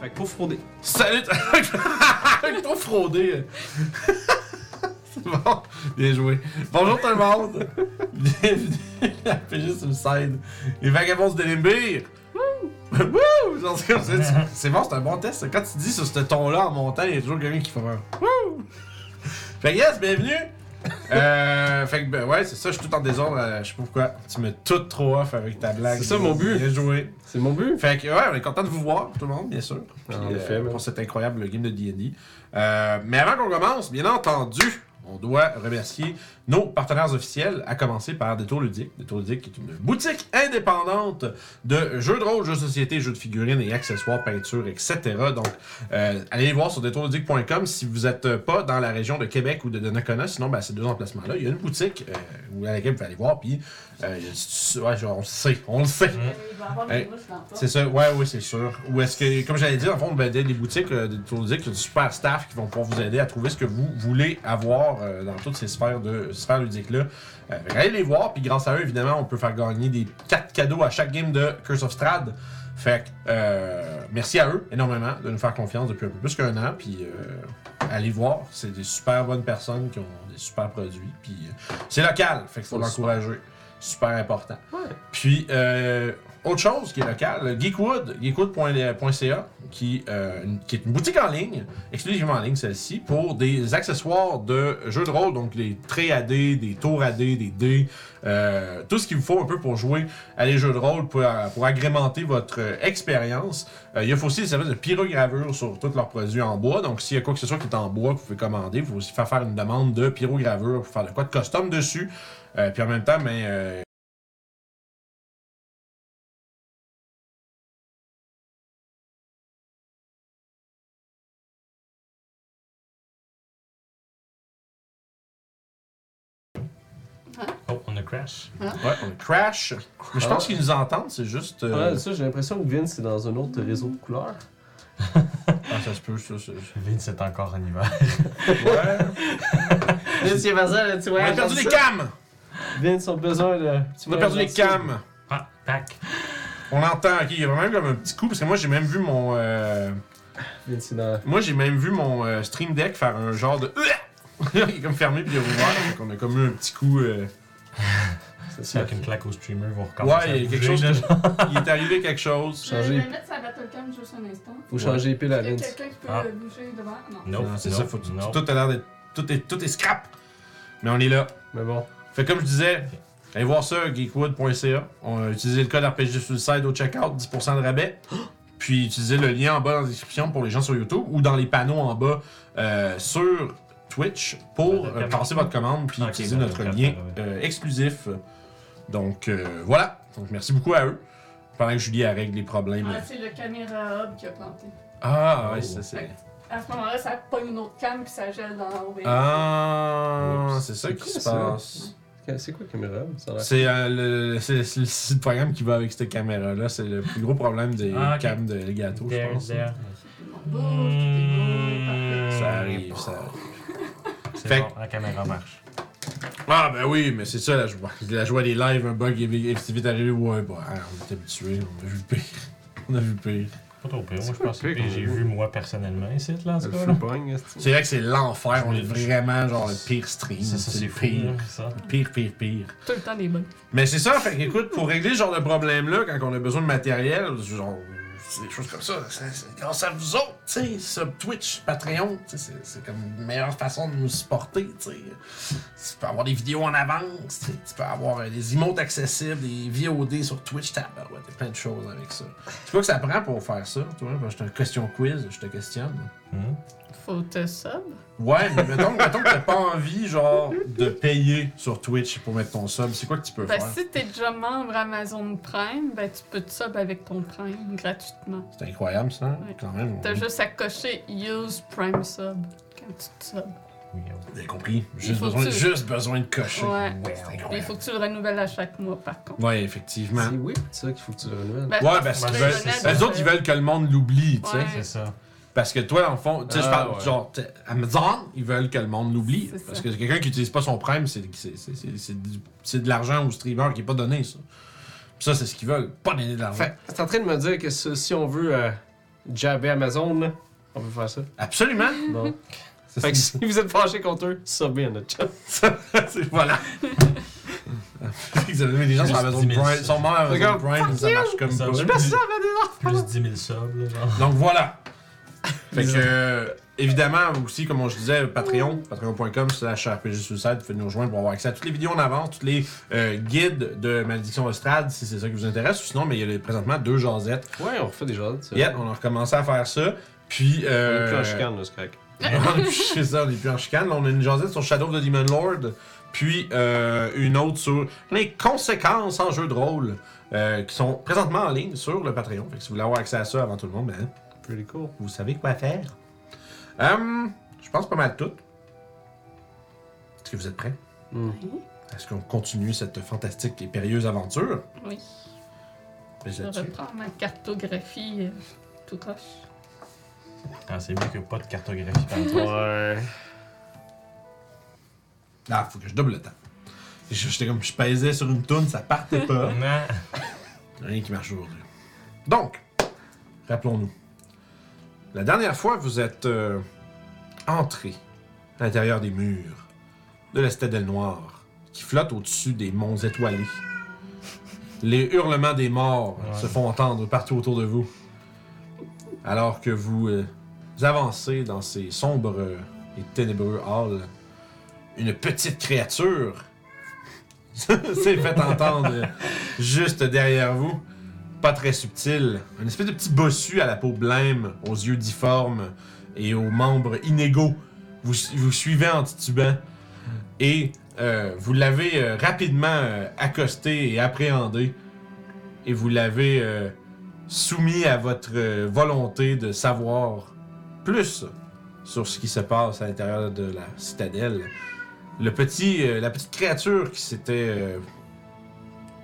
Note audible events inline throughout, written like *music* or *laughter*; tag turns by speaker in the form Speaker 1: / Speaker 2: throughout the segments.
Speaker 1: Fait que pour frauder. *laughs*
Speaker 2: Salut! Ton fraudé! C'est *laughs* bon, bien joué. Bonjour tout le monde! Bienvenue à PG Suicide, les vagabonds de Limbir! Wouh! Genre, c'est comme ça, tu- C'est bon, c'est un bon test. Quand tu dis sur ce ton-là en montant, il y a toujours quelqu'un qui fait un Wouh! Fait que yes, bienvenue! Euh, fait que ben ouais, c'est ça, je suis tout en désordre. euh, je sais pas pourquoi. Tu me tout trop off avec ta blague.
Speaker 1: C'est ça, mon but.
Speaker 2: Bien joué.
Speaker 1: C'est mon but.
Speaker 2: Fait que, ouais, on est content de vous voir, tout le monde, bien sûr. Puis,
Speaker 1: En
Speaker 2: euh,
Speaker 1: effet, ouais.
Speaker 2: pour cet incroyable game de DD. Euh, mais avant qu'on commence, bien entendu, on doit remercier nos partenaires officiels, à commencer par Détour Ludique. Détour Ludique qui est une boutique indépendante de jeux de rôle, jeux de société, jeux de figurines et accessoires, peintures, etc. Donc, euh, allez les voir sur détourludique.com si vous n'êtes euh, pas dans la région de Québec ou de Donnacona. Sinon, ben, ces deux emplacements-là, il y a une boutique euh, où- à laquelle vous pouvez aller voir. Puis, euh, ouais, genre, on le sait, on le sait.
Speaker 3: Il va avoir
Speaker 2: Hein? Hey,
Speaker 3: des mouches dans le
Speaker 2: C'est ça, ouais, oui, c'est sûr. Ou est-ce que, comme j'avais dit, en fond, ben, des des boutiques, euh, des boutiques, du super staff qui vont pouvoir vous aider à trouver ce que vous voulez avoir euh, dans toutes ces sphères de sphères ludiques-là. Euh, fait que allez les voir, puis grâce à eux, évidemment, on peut faire gagner des 4 cadeaux à chaque game de Curse of Strad. Fait que, euh, merci à eux énormément de nous faire confiance depuis un peu plus qu'un an, puis euh, allez voir, c'est des super bonnes personnes qui ont des super produits, puis euh, c'est local, fait qu'il faut
Speaker 1: Faut le
Speaker 2: l'encourager. Super important. Puis, euh, autre chose qui est locale, Geekwood, euh, geekwood.ca, qui, euh, une- qui est une boutique en ligne, exclusivement en ligne celle-ci, pour des accessoires de jeux de rôle, donc les traits à dés, des tours à dés, des dés, euh, tout ce qu'il vous faut un peu pour jouer à des jeux de rôle, pour, euh, pour agrémenter votre euh, expérience. Euh, il y a aussi des services de pyrogravure sur tous leurs produits en bois, donc s'il y a quoi que ce soit qui est en bois que vous pouvez commander, vous pouvez aussi faire faire une demande de pyrogravure pour faire de quoi de custom dessus. Euh, puis en même temps, euh, mais...
Speaker 4: Oh, on a *laughs* crash.
Speaker 2: Ouais, on crash. Mais je pense qu'ils nous entendent, c'est juste. euh,
Speaker 1: Ouais, ça, j'ai l'impression que Vince c'est dans un autre réseau de couleurs.
Speaker 2: ah, ça se peut, ça. ça- ça-
Speaker 4: Vince est encore en hiver.
Speaker 2: Ouais.
Speaker 1: Monsieur Vassal, tu
Speaker 2: On
Speaker 1: vois.
Speaker 2: a perdu les cams!
Speaker 1: Vince ont besoin de.
Speaker 2: On a perdu les cams!
Speaker 4: Ah, tac.
Speaker 2: On entend, ok, il y a même comme un petit coup, parce que moi j'ai même vu mon. euh,
Speaker 1: Vince, il est dans.
Speaker 2: Moi j'ai même vu mon euh, stream deck faire un genre de. *laughs* il est comme fermé puis il a ouvert, donc on a comme eu un petit coup. euh,
Speaker 1: C'est
Speaker 4: C'est
Speaker 1: ça.
Speaker 4: avec une claque au streamer, vous recommencez. à
Speaker 2: Ouais, il y a quelque
Speaker 4: bouger,
Speaker 2: chose.
Speaker 4: là, genre.
Speaker 2: Il est arrivé quelque chose.
Speaker 3: Je vais- je
Speaker 1: changer.
Speaker 3: vais mettre sa battlecam juste un instant.
Speaker 1: Faut changer les piles à
Speaker 3: Est-ce qu'il y a
Speaker 1: Vince.
Speaker 3: quelqu'un qui peut
Speaker 4: Ah.
Speaker 3: bouger devant? Non.
Speaker 4: Non,
Speaker 2: Non, c'est
Speaker 4: non,
Speaker 2: ça, faut tout,
Speaker 4: non.
Speaker 2: tout a l'air d'être. Tout est, tout est scrap! Mais on est là.
Speaker 1: Mais bon.
Speaker 2: Fait comme je disais, allez voir ça, geekwood.ca. On a utilisé le code RPG Suicide au checkout, 10% de rabais. Puis utilisez le lien en bas dans la description pour les gens sur YouTube ou dans les panneaux en bas euh, sur Twitch pour
Speaker 4: Dans la
Speaker 2: euh,
Speaker 4: caméra.
Speaker 2: passer votre commande puis
Speaker 4: Ok,
Speaker 2: utiliser
Speaker 4: dans la
Speaker 2: notre
Speaker 4: caméra,
Speaker 2: lien
Speaker 4: ouais.
Speaker 2: euh, exclusif. Donc euh, voilà. Donc merci beaucoup à eux. Pendant que Julie elle règle les problèmes.
Speaker 3: Ah, c'est le caméra hub qui a planté.
Speaker 2: Ah ouais,
Speaker 4: Oh.
Speaker 2: ça c'est.
Speaker 3: À ce moment-là, ça pogne une autre cam puis ça gèle dans l'eau.
Speaker 2: Ah, c'est ça
Speaker 1: C'est
Speaker 2: qui
Speaker 1: quoi,
Speaker 2: se
Speaker 1: ça?
Speaker 2: passe.
Speaker 1: C'est quoi caméra? Ça a l'air-
Speaker 2: C'est euh, le, c'est- c'est le- c'est le programme qui va avec cette caméra-là. C'est le plus gros problème des
Speaker 4: Ah, ok.
Speaker 2: cams de Elgato, je
Speaker 4: There,
Speaker 2: pense.
Speaker 4: there. Hmm.
Speaker 3: Tout le monde bouge, tout est beau, parfait.
Speaker 2: Ça arrive, ça arrive.
Speaker 4: C'est
Speaker 2: Fait-
Speaker 4: bon, la caméra marche.
Speaker 2: Ah, ben oui, mais c'est ça la joie. La joie des lives, un bug est est vite arrivé. Ouais, bah, hein, on est habitué, on a vu le pire. *laughs* On a vu le pire.
Speaker 4: Pas trop pire. Moi, je
Speaker 1: quoi
Speaker 4: pense
Speaker 1: le
Speaker 4: que
Speaker 1: pic,
Speaker 4: j'ai
Speaker 2: hein.
Speaker 1: on a
Speaker 4: vu moi personnellement ici, là, en
Speaker 1: Le
Speaker 4: tout cas.
Speaker 1: feu
Speaker 4: là.
Speaker 1: pogne, est-ce
Speaker 2: C'est vrai que c'est l'enfer, on est
Speaker 4: Je-
Speaker 2: vraiment genre le pire stream.
Speaker 4: Ça, ça, c'est
Speaker 2: le
Speaker 4: fou. hein.
Speaker 2: pire.
Speaker 4: là, ça.
Speaker 2: Pire, pire, pire.
Speaker 3: Tout le temps des bonnes.
Speaker 2: Mais c'est ça, fait qu'écoute, pour régler ce genre de problème-là, quand on a besoin de matériel, genre, c'est des choses comme ça, c'est c'est grâce à vous autres, tu sais, sub Twitch, Patreon, tu sais, c'est c'est comme une meilleure façon de nous supporter, tu sais. Tu peux avoir des vidéos en avance, tu sais, tu peux avoir euh, des emotes accessibles, des VOD sur Twitch, t'as ouais, t'as plein de choses avec ça. Tu vois que ça prend pour faire ça, toi, parce que je te question quiz, je te questionne.
Speaker 4: Hum.
Speaker 3: Faut te sub.
Speaker 2: Ouais, mais mettons, mettons que t'as pas envie, genre, de payer sur Twitch pour mettre ton sub, c'est quoi que tu peux
Speaker 3: Ben,
Speaker 2: faire?
Speaker 3: si t'es déjà membre Amazon Prime, ben, tu peux te sub avec ton Prime gratuitement.
Speaker 2: C'est incroyable ça,
Speaker 3: Ouais.
Speaker 2: quand même.
Speaker 3: T'as juste à cocher Use Prime Sub quand tu te subs.
Speaker 4: Oui, oh.
Speaker 2: Vous avez compris? Juste
Speaker 3: faut
Speaker 2: besoin,
Speaker 3: que tu-
Speaker 2: juste besoin de cocher.
Speaker 3: Ouais.
Speaker 2: C'est
Speaker 3: Puis il
Speaker 2: incroyable.
Speaker 3: faut que tu le renouvelles à chaque mois par contre.
Speaker 2: Ouais,
Speaker 1: que
Speaker 2: effectivement.
Speaker 1: C'est oui, c'est ça qu'il faut que tu le renouvelles.
Speaker 3: Ben,
Speaker 2: Ouais, parce
Speaker 4: Ouais,
Speaker 2: qu'ils
Speaker 4: c'est
Speaker 2: veulent.
Speaker 4: ça.
Speaker 2: Ben, eux autres, ils veulent que le monde l'oublie, tu sais.
Speaker 3: Ouais.
Speaker 4: C'est ça.
Speaker 2: Parce que toi, en fond, tu sais, je
Speaker 1: Ah,
Speaker 2: parle,
Speaker 1: ouais.
Speaker 2: genre, t'es- Amazon, ils veulent que le monde l'oublie.
Speaker 3: C'est
Speaker 2: Parce
Speaker 3: ça.
Speaker 2: que quelqu'un qui n'utilise pas son Prime, c'est c'est- c'est- c'est- c'est du- c'est de l'argent au streamer qui n'est pas donné, ça. Puis ça, c'est ce qu'ils veulent, pas donner de l'argent.
Speaker 1: Fait, c'est en train de me dire que ce- si on veut euh, jabber Amazon, là. On peut faire ça.
Speaker 2: Absolument.
Speaker 1: *laughs* Bon. *laughs*
Speaker 2: C'est-
Speaker 1: fait que si vous êtes fâchés contre eux, subbez à notre chat. *laughs*
Speaker 2: *laughs* c'est-
Speaker 3: *laughs*
Speaker 2: voilà. Ils avaient mis des gens sur Amazon
Speaker 4: 10 000.
Speaker 2: Prime. Ils sont morts à Amazon
Speaker 1: Regarde,
Speaker 2: Prime, ça marche comme
Speaker 4: Ça
Speaker 2: ça.
Speaker 4: marche.
Speaker 1: Personne avait des enfants.
Speaker 4: Plus 10 000 subs, là, genre.
Speaker 2: Donc voilà. Fait que, euh, évidemment, aussi, comme je disais, Patreon, patreon.com slash RPG Suicide, vous pouvez nous rejoindre pour avoir accès à toutes les vidéos en avance, tous les euh, guides de Malédiction Ostrade, si c'est ça qui vous intéresse, ou sinon, mais il y a présentement deux jasettes.
Speaker 1: Ouais, on refait des jazz. ça.
Speaker 2: Yeah, on a recommencé à faire ça. Puis,
Speaker 1: On est
Speaker 2: euh,
Speaker 1: plus en
Speaker 2: *laughs*
Speaker 1: chicane, là, c'est correct.
Speaker 2: on est plus- c'est ça, on est plus en chicane. Là, on a une jasette sur Shadow of the Demon Lord, puis euh, une autre sur les conséquences en jeu de rôle, euh, qui sont présentement en ligne sur le Patreon. Fait que si vous voulez avoir accès à ça avant tout le monde, ben,
Speaker 1: Pretty cool.
Speaker 2: vous savez quoi faire. Hum, je pense pas mal tout. Est-ce que vous êtes prêts?
Speaker 1: Mm.
Speaker 2: Est-ce qu'on continue cette fantastique et périlleuse aventure?
Speaker 3: Oui.
Speaker 2: Mais
Speaker 3: Je
Speaker 2: là-dessus.
Speaker 3: reprends ma cartographie euh, tout croche.
Speaker 4: Ah, c'est mieux que pas de cartographie
Speaker 2: *laughs*
Speaker 4: par exemple.
Speaker 1: Ouais.
Speaker 2: Ah, faut que je double le temps. Je- J'étais comme, je pesais sur une toune, ça partait
Speaker 4: *laughs*
Speaker 2: pas.
Speaker 4: Non.
Speaker 2: Rien qui marche aujourd'hui. Donc, rappelons-nous. La dernière fois, vous êtes euh, entré à l'intérieur des murs de la citadelle noire qui flotte au-dessus des monts étoilés. Les hurlements des morts
Speaker 4: Ouais.
Speaker 2: se font entendre partout autour de vous. Alors que vous euh, avancez dans ces sombres et ténébreux halls, une petite créature *laughs* s'est fait entendre euh, juste derrière vous pas très subtil. Une espèce de petit bossu à la peau blême, aux yeux difformes et aux membres inégaux. Vous, vous suivez en titubant et euh, vous l'avez euh, rapidement euh, accosté et appréhendé et vous l'avez euh, soumis à votre euh, volonté de savoir plus sur ce qui se passe à l'intérieur de la citadelle. Le petit, euh, la petite créature qui s'était... euh,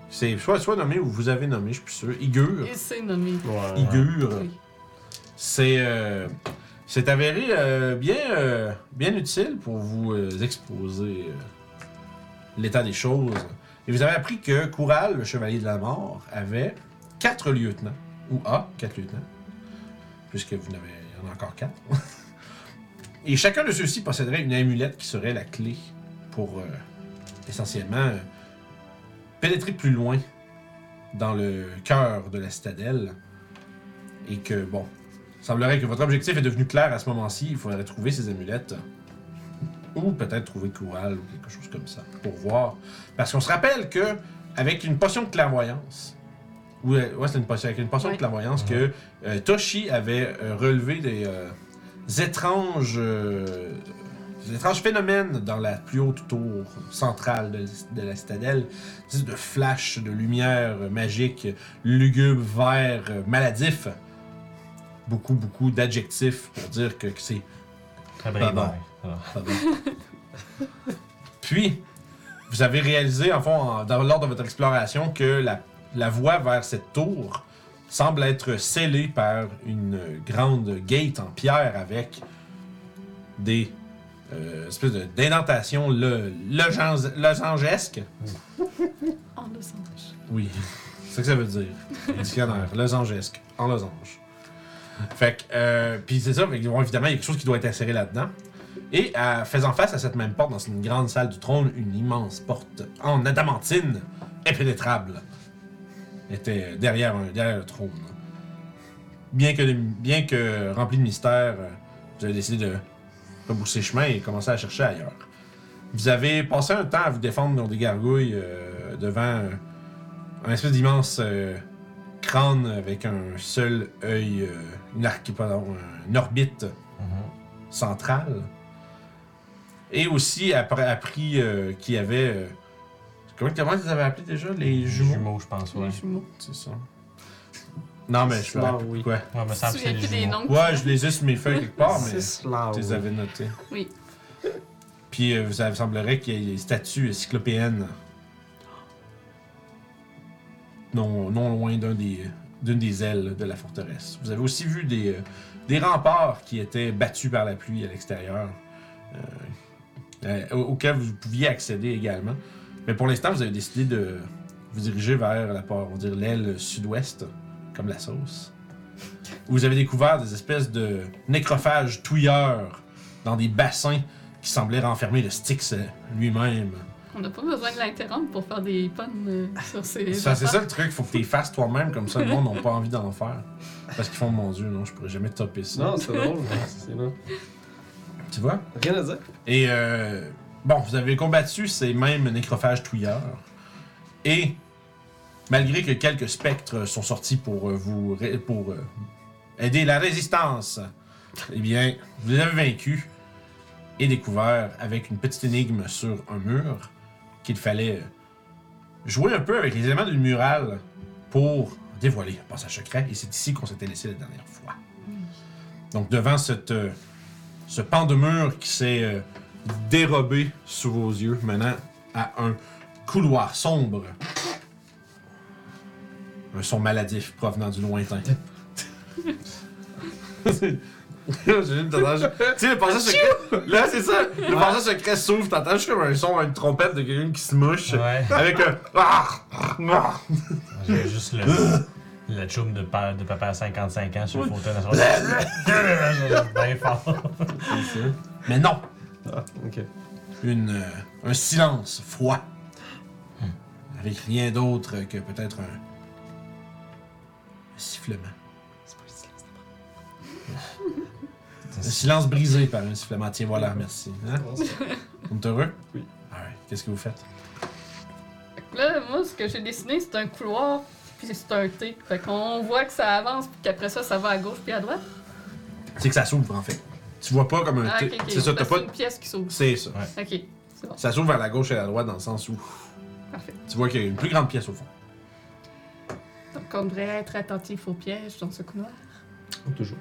Speaker 2: c'est soit, soit nommé ou vous avez nommé, je suis plus sûr. euh, Igure.
Speaker 3: Et c'est nommé.
Speaker 1: Ouais.
Speaker 2: Igure.
Speaker 3: Oui.
Speaker 2: C'est euh, c'est avéré euh, bien, euh, bien utile pour vous euh, exposer euh, l'état des choses. Et vous avez appris que Coural, le chevalier de la mort, avait quatre lieutenants, ou a quatre lieutenants, puisque vous n'avez il y en a encore quatre. *laughs* Et chacun de ceux-ci posséderait une amulette qui serait la clé pour euh, essentiellement euh, pénétrer plus loin dans le cœur de la citadelle. Et que, bon, semblerait que votre objectif est devenu clair à ce moment-ci. Il faudrait trouver ces amulettes. Ou peut-être trouver Coural ou quelque chose comme ça. Pour voir. Parce qu'on se rappelle que avec une potion de clairvoyance. Ouais, ouais c'est une potion. Avec une potion de
Speaker 3: Ouais.
Speaker 2: clairvoyance que euh, Toshi avait euh, relevé des, euh, des étranges. euh, des étranges phénomènes dans la plus haute tour centrale de, de la citadelle, Des espèces de flashs de lumière euh, magique, lugubre, vert, euh, maladif beaucoup, beaucoup d'adjectifs pour dire que, que c'est
Speaker 4: Très
Speaker 2: Pas
Speaker 4: bien.
Speaker 2: bon. pas bon. Puis, vous avez réalisé, en fond, en- dans, lors de votre exploration, que la, la voie vers cette tour semble être scellée par une grande gate en pierre avec des euh, espèces de- d'indentations lo- logen- losangesques.
Speaker 3: En Los Angeles.
Speaker 2: Oui, *laughs* c'est ce que ça veut dire. Le Dictionnaire, losangesque, en losange. Fait que, euh, puis c'est ça, fait que, bon, évidemment, il y a quelque chose qui doit être inséré là-dedans. Et à- faisant face à cette même porte, dans une grande salle du trône, une immense porte en adamantine, impénétrable, était derrière, un- derrière le trône. Bien que, bien que rempli de mystère, euh, vous avez décidé de rebousser chemin et commencer à chercher ailleurs. Vous avez passé un temps à vous défendre dans des gargouilles euh, devant euh, un espèce d'immense euh, crâne avec un seul œil, euh, une, arc- pardon, une orbite
Speaker 4: Ah.
Speaker 2: centrale. Et aussi appr- appris euh, qu'il y avait. euh, comment, comment ils avaient appelé déjà les jumeaux
Speaker 4: je pense, ouais.
Speaker 3: Les jumeaux.
Speaker 2: C'est ça. Non, mais je suis
Speaker 1: Bon, oui.
Speaker 2: Quoi
Speaker 4: Ouais, me
Speaker 3: Tu te
Speaker 4: semble que c'est
Speaker 3: souviens
Speaker 4: les
Speaker 3: plus des
Speaker 4: jumeaux.
Speaker 3: noms?
Speaker 2: Ouais, je les ai sur mes feuilles quelque part, mais
Speaker 1: C'est cela.
Speaker 2: tu les
Speaker 1: oui.
Speaker 2: avais notés.
Speaker 3: Oui.
Speaker 2: Puis euh, ça semblerait qu'il y ait des statues cyclopéennes non, non loin d'un des, d'une des ailes de la forteresse. Vous avez aussi vu des, euh, des remparts qui étaient battus par la pluie à l'extérieur, euh, euh, au- auxquels vous pouviez accéder également. Mais pour l'instant, vous avez décidé de vous diriger vers la part, on va dire l'aile sud-ouest, comme la sauce. où vous avez découvert des espèces de nécrophages touilleurs dans des bassins qui semblaient renfermer le Styx euh, lui-même.
Speaker 3: On n'a pas besoin de l'interrompre pour faire des puns euh, sur ces.
Speaker 2: Ah, Ça, C'est
Speaker 3: affaires.
Speaker 2: ça le truc, faut que tu les fasses toi-même, comme ça le monde n'a pas envie d'en faire. Parce qu'ils font, mon dieu, non, je pourrais jamais topper ça.
Speaker 1: Non, c'est drôle. c'est non.
Speaker 2: Tu vois?
Speaker 1: Rien à dire.
Speaker 2: Et euh, bon, vous avez combattu ces mêmes nécrophages touilleurs. Et malgré que quelques spectres sont sortis pour euh, vous ré- pour euh, aider la résistance, eh bien, vous les avez vaincus et découvert avec une petite énigme sur un mur qu'il fallait euh, jouer un peu avec les éléments d'une murale pour dévoiler un passage secret. Et c'est ici qu'on s'était laissé la dernière fois. Donc devant cette euh, ce pan de mur qui s'est euh, dérobé sous vos yeux, menant à un couloir sombre. Un son maladif provenant du *laughs* lointain. C'est- J'ai une tendance- Tu sais, le passage secret. Là, c'est ça. Le passage secret s'ouvre. T'entends juste comme un son, une trompette de quelqu'un qui se mouche.
Speaker 4: Ouais.
Speaker 2: Avec un. *laughs* Ah! Ah!
Speaker 4: J'ai
Speaker 2: *laughs*
Speaker 4: juste le. La chum de, pa- de papa à 55 ans sur le fauteuil dans son- *laughs* Bien fort.
Speaker 2: Mais non!
Speaker 1: Ah, ok.
Speaker 2: une, euh, un silence froid. Hmm. Avec rien d'autre que peut-être un, un sifflement. Un silence brisé par un sifflement. Tiens, voilà, merci. Hein? Vous êtes heureux?
Speaker 1: Oui.
Speaker 2: Alright. Qu'est-ce que vous faites?
Speaker 3: Fait que Là, moi, ce que j'ai dessiné, c'est un couloir, puis c'est un T. Fait qu'on voit que ça avance, puis qu'après ça, ça va à gauche, puis à droite.
Speaker 2: C'est que ça s'ouvre, en fait. Tu vois pas comme un...
Speaker 3: Ah, ok,
Speaker 2: T-
Speaker 3: ok.
Speaker 2: C'est ça, t'as
Speaker 3: Parce
Speaker 2: pas...
Speaker 3: que C'est une pièce qui s'ouvre.
Speaker 2: C'est ça.
Speaker 3: Ok, c'est bon,
Speaker 2: Ça s'ouvre vers la gauche et à la droite dans le sens où
Speaker 3: parfait.
Speaker 2: tu vois qu'il y a une plus grande pièce au fond. *laughs*
Speaker 3: Donc, on devrait être attentif aux pièges dans ce couloir.
Speaker 1: Toujours.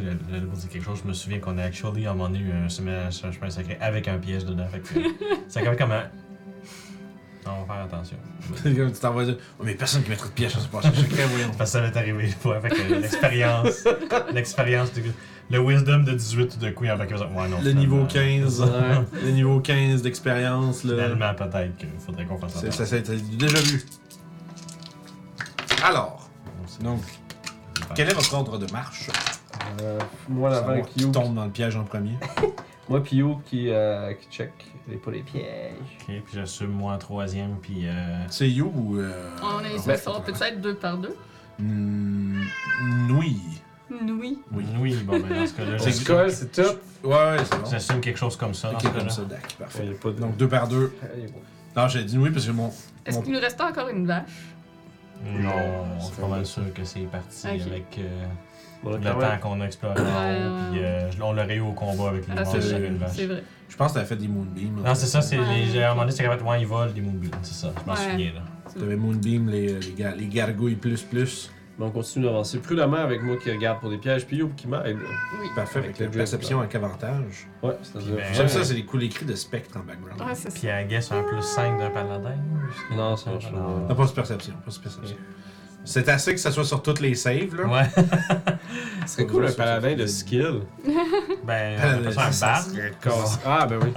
Speaker 4: Le- le- le- vous dire quelque chose, je me souviens qu'on a actually à un moment donné eu un chemin, un chemin sacré avec un piège dedans. Fait que c'est quand même
Speaker 2: *laughs*
Speaker 4: comme un. On va faire attention.
Speaker 2: C'est comme tu t'en vas dire « Oh, mais personne qui mettra de piège dans ce passage secret, voyons.
Speaker 4: Parce que ça m'est arrivé une fois avec
Speaker 2: *laughs*
Speaker 4: euh, l'expérience. l'expérience du Le wisdom de 18 tout de coup, il y en a qui vont dire, Ouais, non.
Speaker 2: Le
Speaker 4: finalement,
Speaker 2: niveau 15, hein, *laughs* le niveau 15 d'expérience, là.
Speaker 4: Finalement, peut-être qu'il faudrait qu'on fasse
Speaker 2: C'est-
Speaker 4: attention.
Speaker 2: Ça, ça a été déjà vu. Alors,
Speaker 4: On sait
Speaker 2: donc,
Speaker 4: pas.
Speaker 2: quel est votre ordre de marche
Speaker 1: Euh,
Speaker 4: Ah,
Speaker 1: moi l'avant
Speaker 2: Savoir
Speaker 1: avec
Speaker 2: Qui
Speaker 1: You.
Speaker 2: tombe dans le piège en premier *laughs*
Speaker 1: Moi puis You qui, euh, qui check les pas les pièges.
Speaker 4: Ok, puis j'assume moi en troisième, puis. Euh...
Speaker 2: C'est You ou. euh,
Speaker 3: On est
Speaker 2: Ruff,
Speaker 3: on peut être deux par deux.
Speaker 2: Hmm, Oui.
Speaker 3: Oui.
Speaker 4: Oui. Oui, bon, ben dans ce cas-là,
Speaker 2: C'est
Speaker 4: j'assume-
Speaker 1: Skull, c'est top.
Speaker 2: Ouais, ouais, c'est bon.
Speaker 4: j'assume quelque chose comme ça. dans ce
Speaker 2: Ok,
Speaker 4: cas-là.
Speaker 2: comme ça, d'accord, parfait.
Speaker 1: Il y a pas de.
Speaker 2: Donc, deux par deux. Non, j'ai dit oui parce que mon.
Speaker 3: Est-ce
Speaker 2: mon-
Speaker 3: qu'il nous reste encore une vache?
Speaker 4: Non, je suis pas mal
Speaker 1: Ok.
Speaker 4: sûr que c'est parti
Speaker 3: Ok.
Speaker 4: avec euh,
Speaker 1: Bon,
Speaker 4: le
Speaker 1: quand même.
Speaker 4: temps qu'on a exploré en haut,
Speaker 3: Ouais,
Speaker 4: puis euh, je- on l'aurait eu au combat avec les
Speaker 3: Ah, c'est
Speaker 4: manches et
Speaker 3: vrai.
Speaker 4: une vache.
Speaker 3: C'est vrai.
Speaker 2: Je pense que t'avais fait des Moonbeams.
Speaker 4: Non, Ah, c'est ça, c'est
Speaker 3: Ouais.
Speaker 4: les. À un moment donné, c'est capable de. Ouais, ils volent des moonbeams, c'est ça, je m'en
Speaker 3: Ouais.
Speaker 4: souviens là.
Speaker 2: T'avais Moonbeam, les, les, gar- les gargouilles plus plus.
Speaker 1: Mais on continue d'avancer prudemment avec moi qui regarde pour des pièges, puis You qui m'aide. là.
Speaker 3: Oui.
Speaker 2: Parfait,
Speaker 1: Avec
Speaker 2: avec la
Speaker 1: le
Speaker 2: perception avec avantage.
Speaker 1: Ouais, c'est-à-dire.
Speaker 4: Ben,
Speaker 2: J'aime ça, c'est les coups, les cris de spectre en background.
Speaker 3: Ah, Ouais, c'est ça.
Speaker 4: Puis à guess un plus 5 d'un paladin. ou-
Speaker 1: Non, ça marche
Speaker 4: Non.
Speaker 2: Non, pas de perception, pas de perception. C'est assez que ça soit sur toutes les saves, là.
Speaker 4: Ouais.
Speaker 1: Ce
Speaker 4: *laughs*
Speaker 1: serait cool un paladin de skill.
Speaker 4: Ben,
Speaker 2: Ah,
Speaker 4: on appelle ça un
Speaker 2: ça,
Speaker 4: bar.
Speaker 2: ça serait
Speaker 1: Casse-
Speaker 2: casse-
Speaker 1: Ah, ben oui.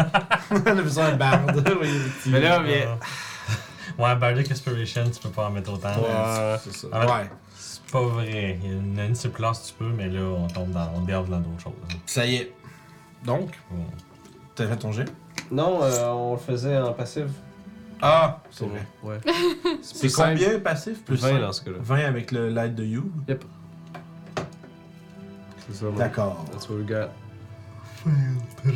Speaker 2: *laughs* On a besoin d'un bard, oui,
Speaker 1: Mais
Speaker 2: euh,
Speaker 1: là, mais-
Speaker 4: Ouais, *laughs* Ouais, Bardic Inspiration, tu peux pas en mettre autant.
Speaker 2: Ouais, c'est ça.
Speaker 4: Ah,
Speaker 2: Ouais.
Speaker 4: C'est pas vrai. Il y en a une sur place, tu peux, mais là, on tombe dans. On dérobe dans d'autres choses. hein.
Speaker 2: Ça y est. Donc,
Speaker 4: Bon.
Speaker 2: t'as fait ton jet?
Speaker 1: Non, euh, on le faisait en passif.
Speaker 2: Ah, c'est
Speaker 1: Pour-
Speaker 2: vrai. *laughs*
Speaker 1: Ouais.
Speaker 2: C'est combien passif plus
Speaker 1: 20
Speaker 2: cinq?
Speaker 1: dans ce cas-là.
Speaker 2: 20 avec le l'aide de You.
Speaker 1: C'est ça, moi.
Speaker 2: *laughs* D'accord.
Speaker 1: That's what we
Speaker 5: *laughs*
Speaker 1: got.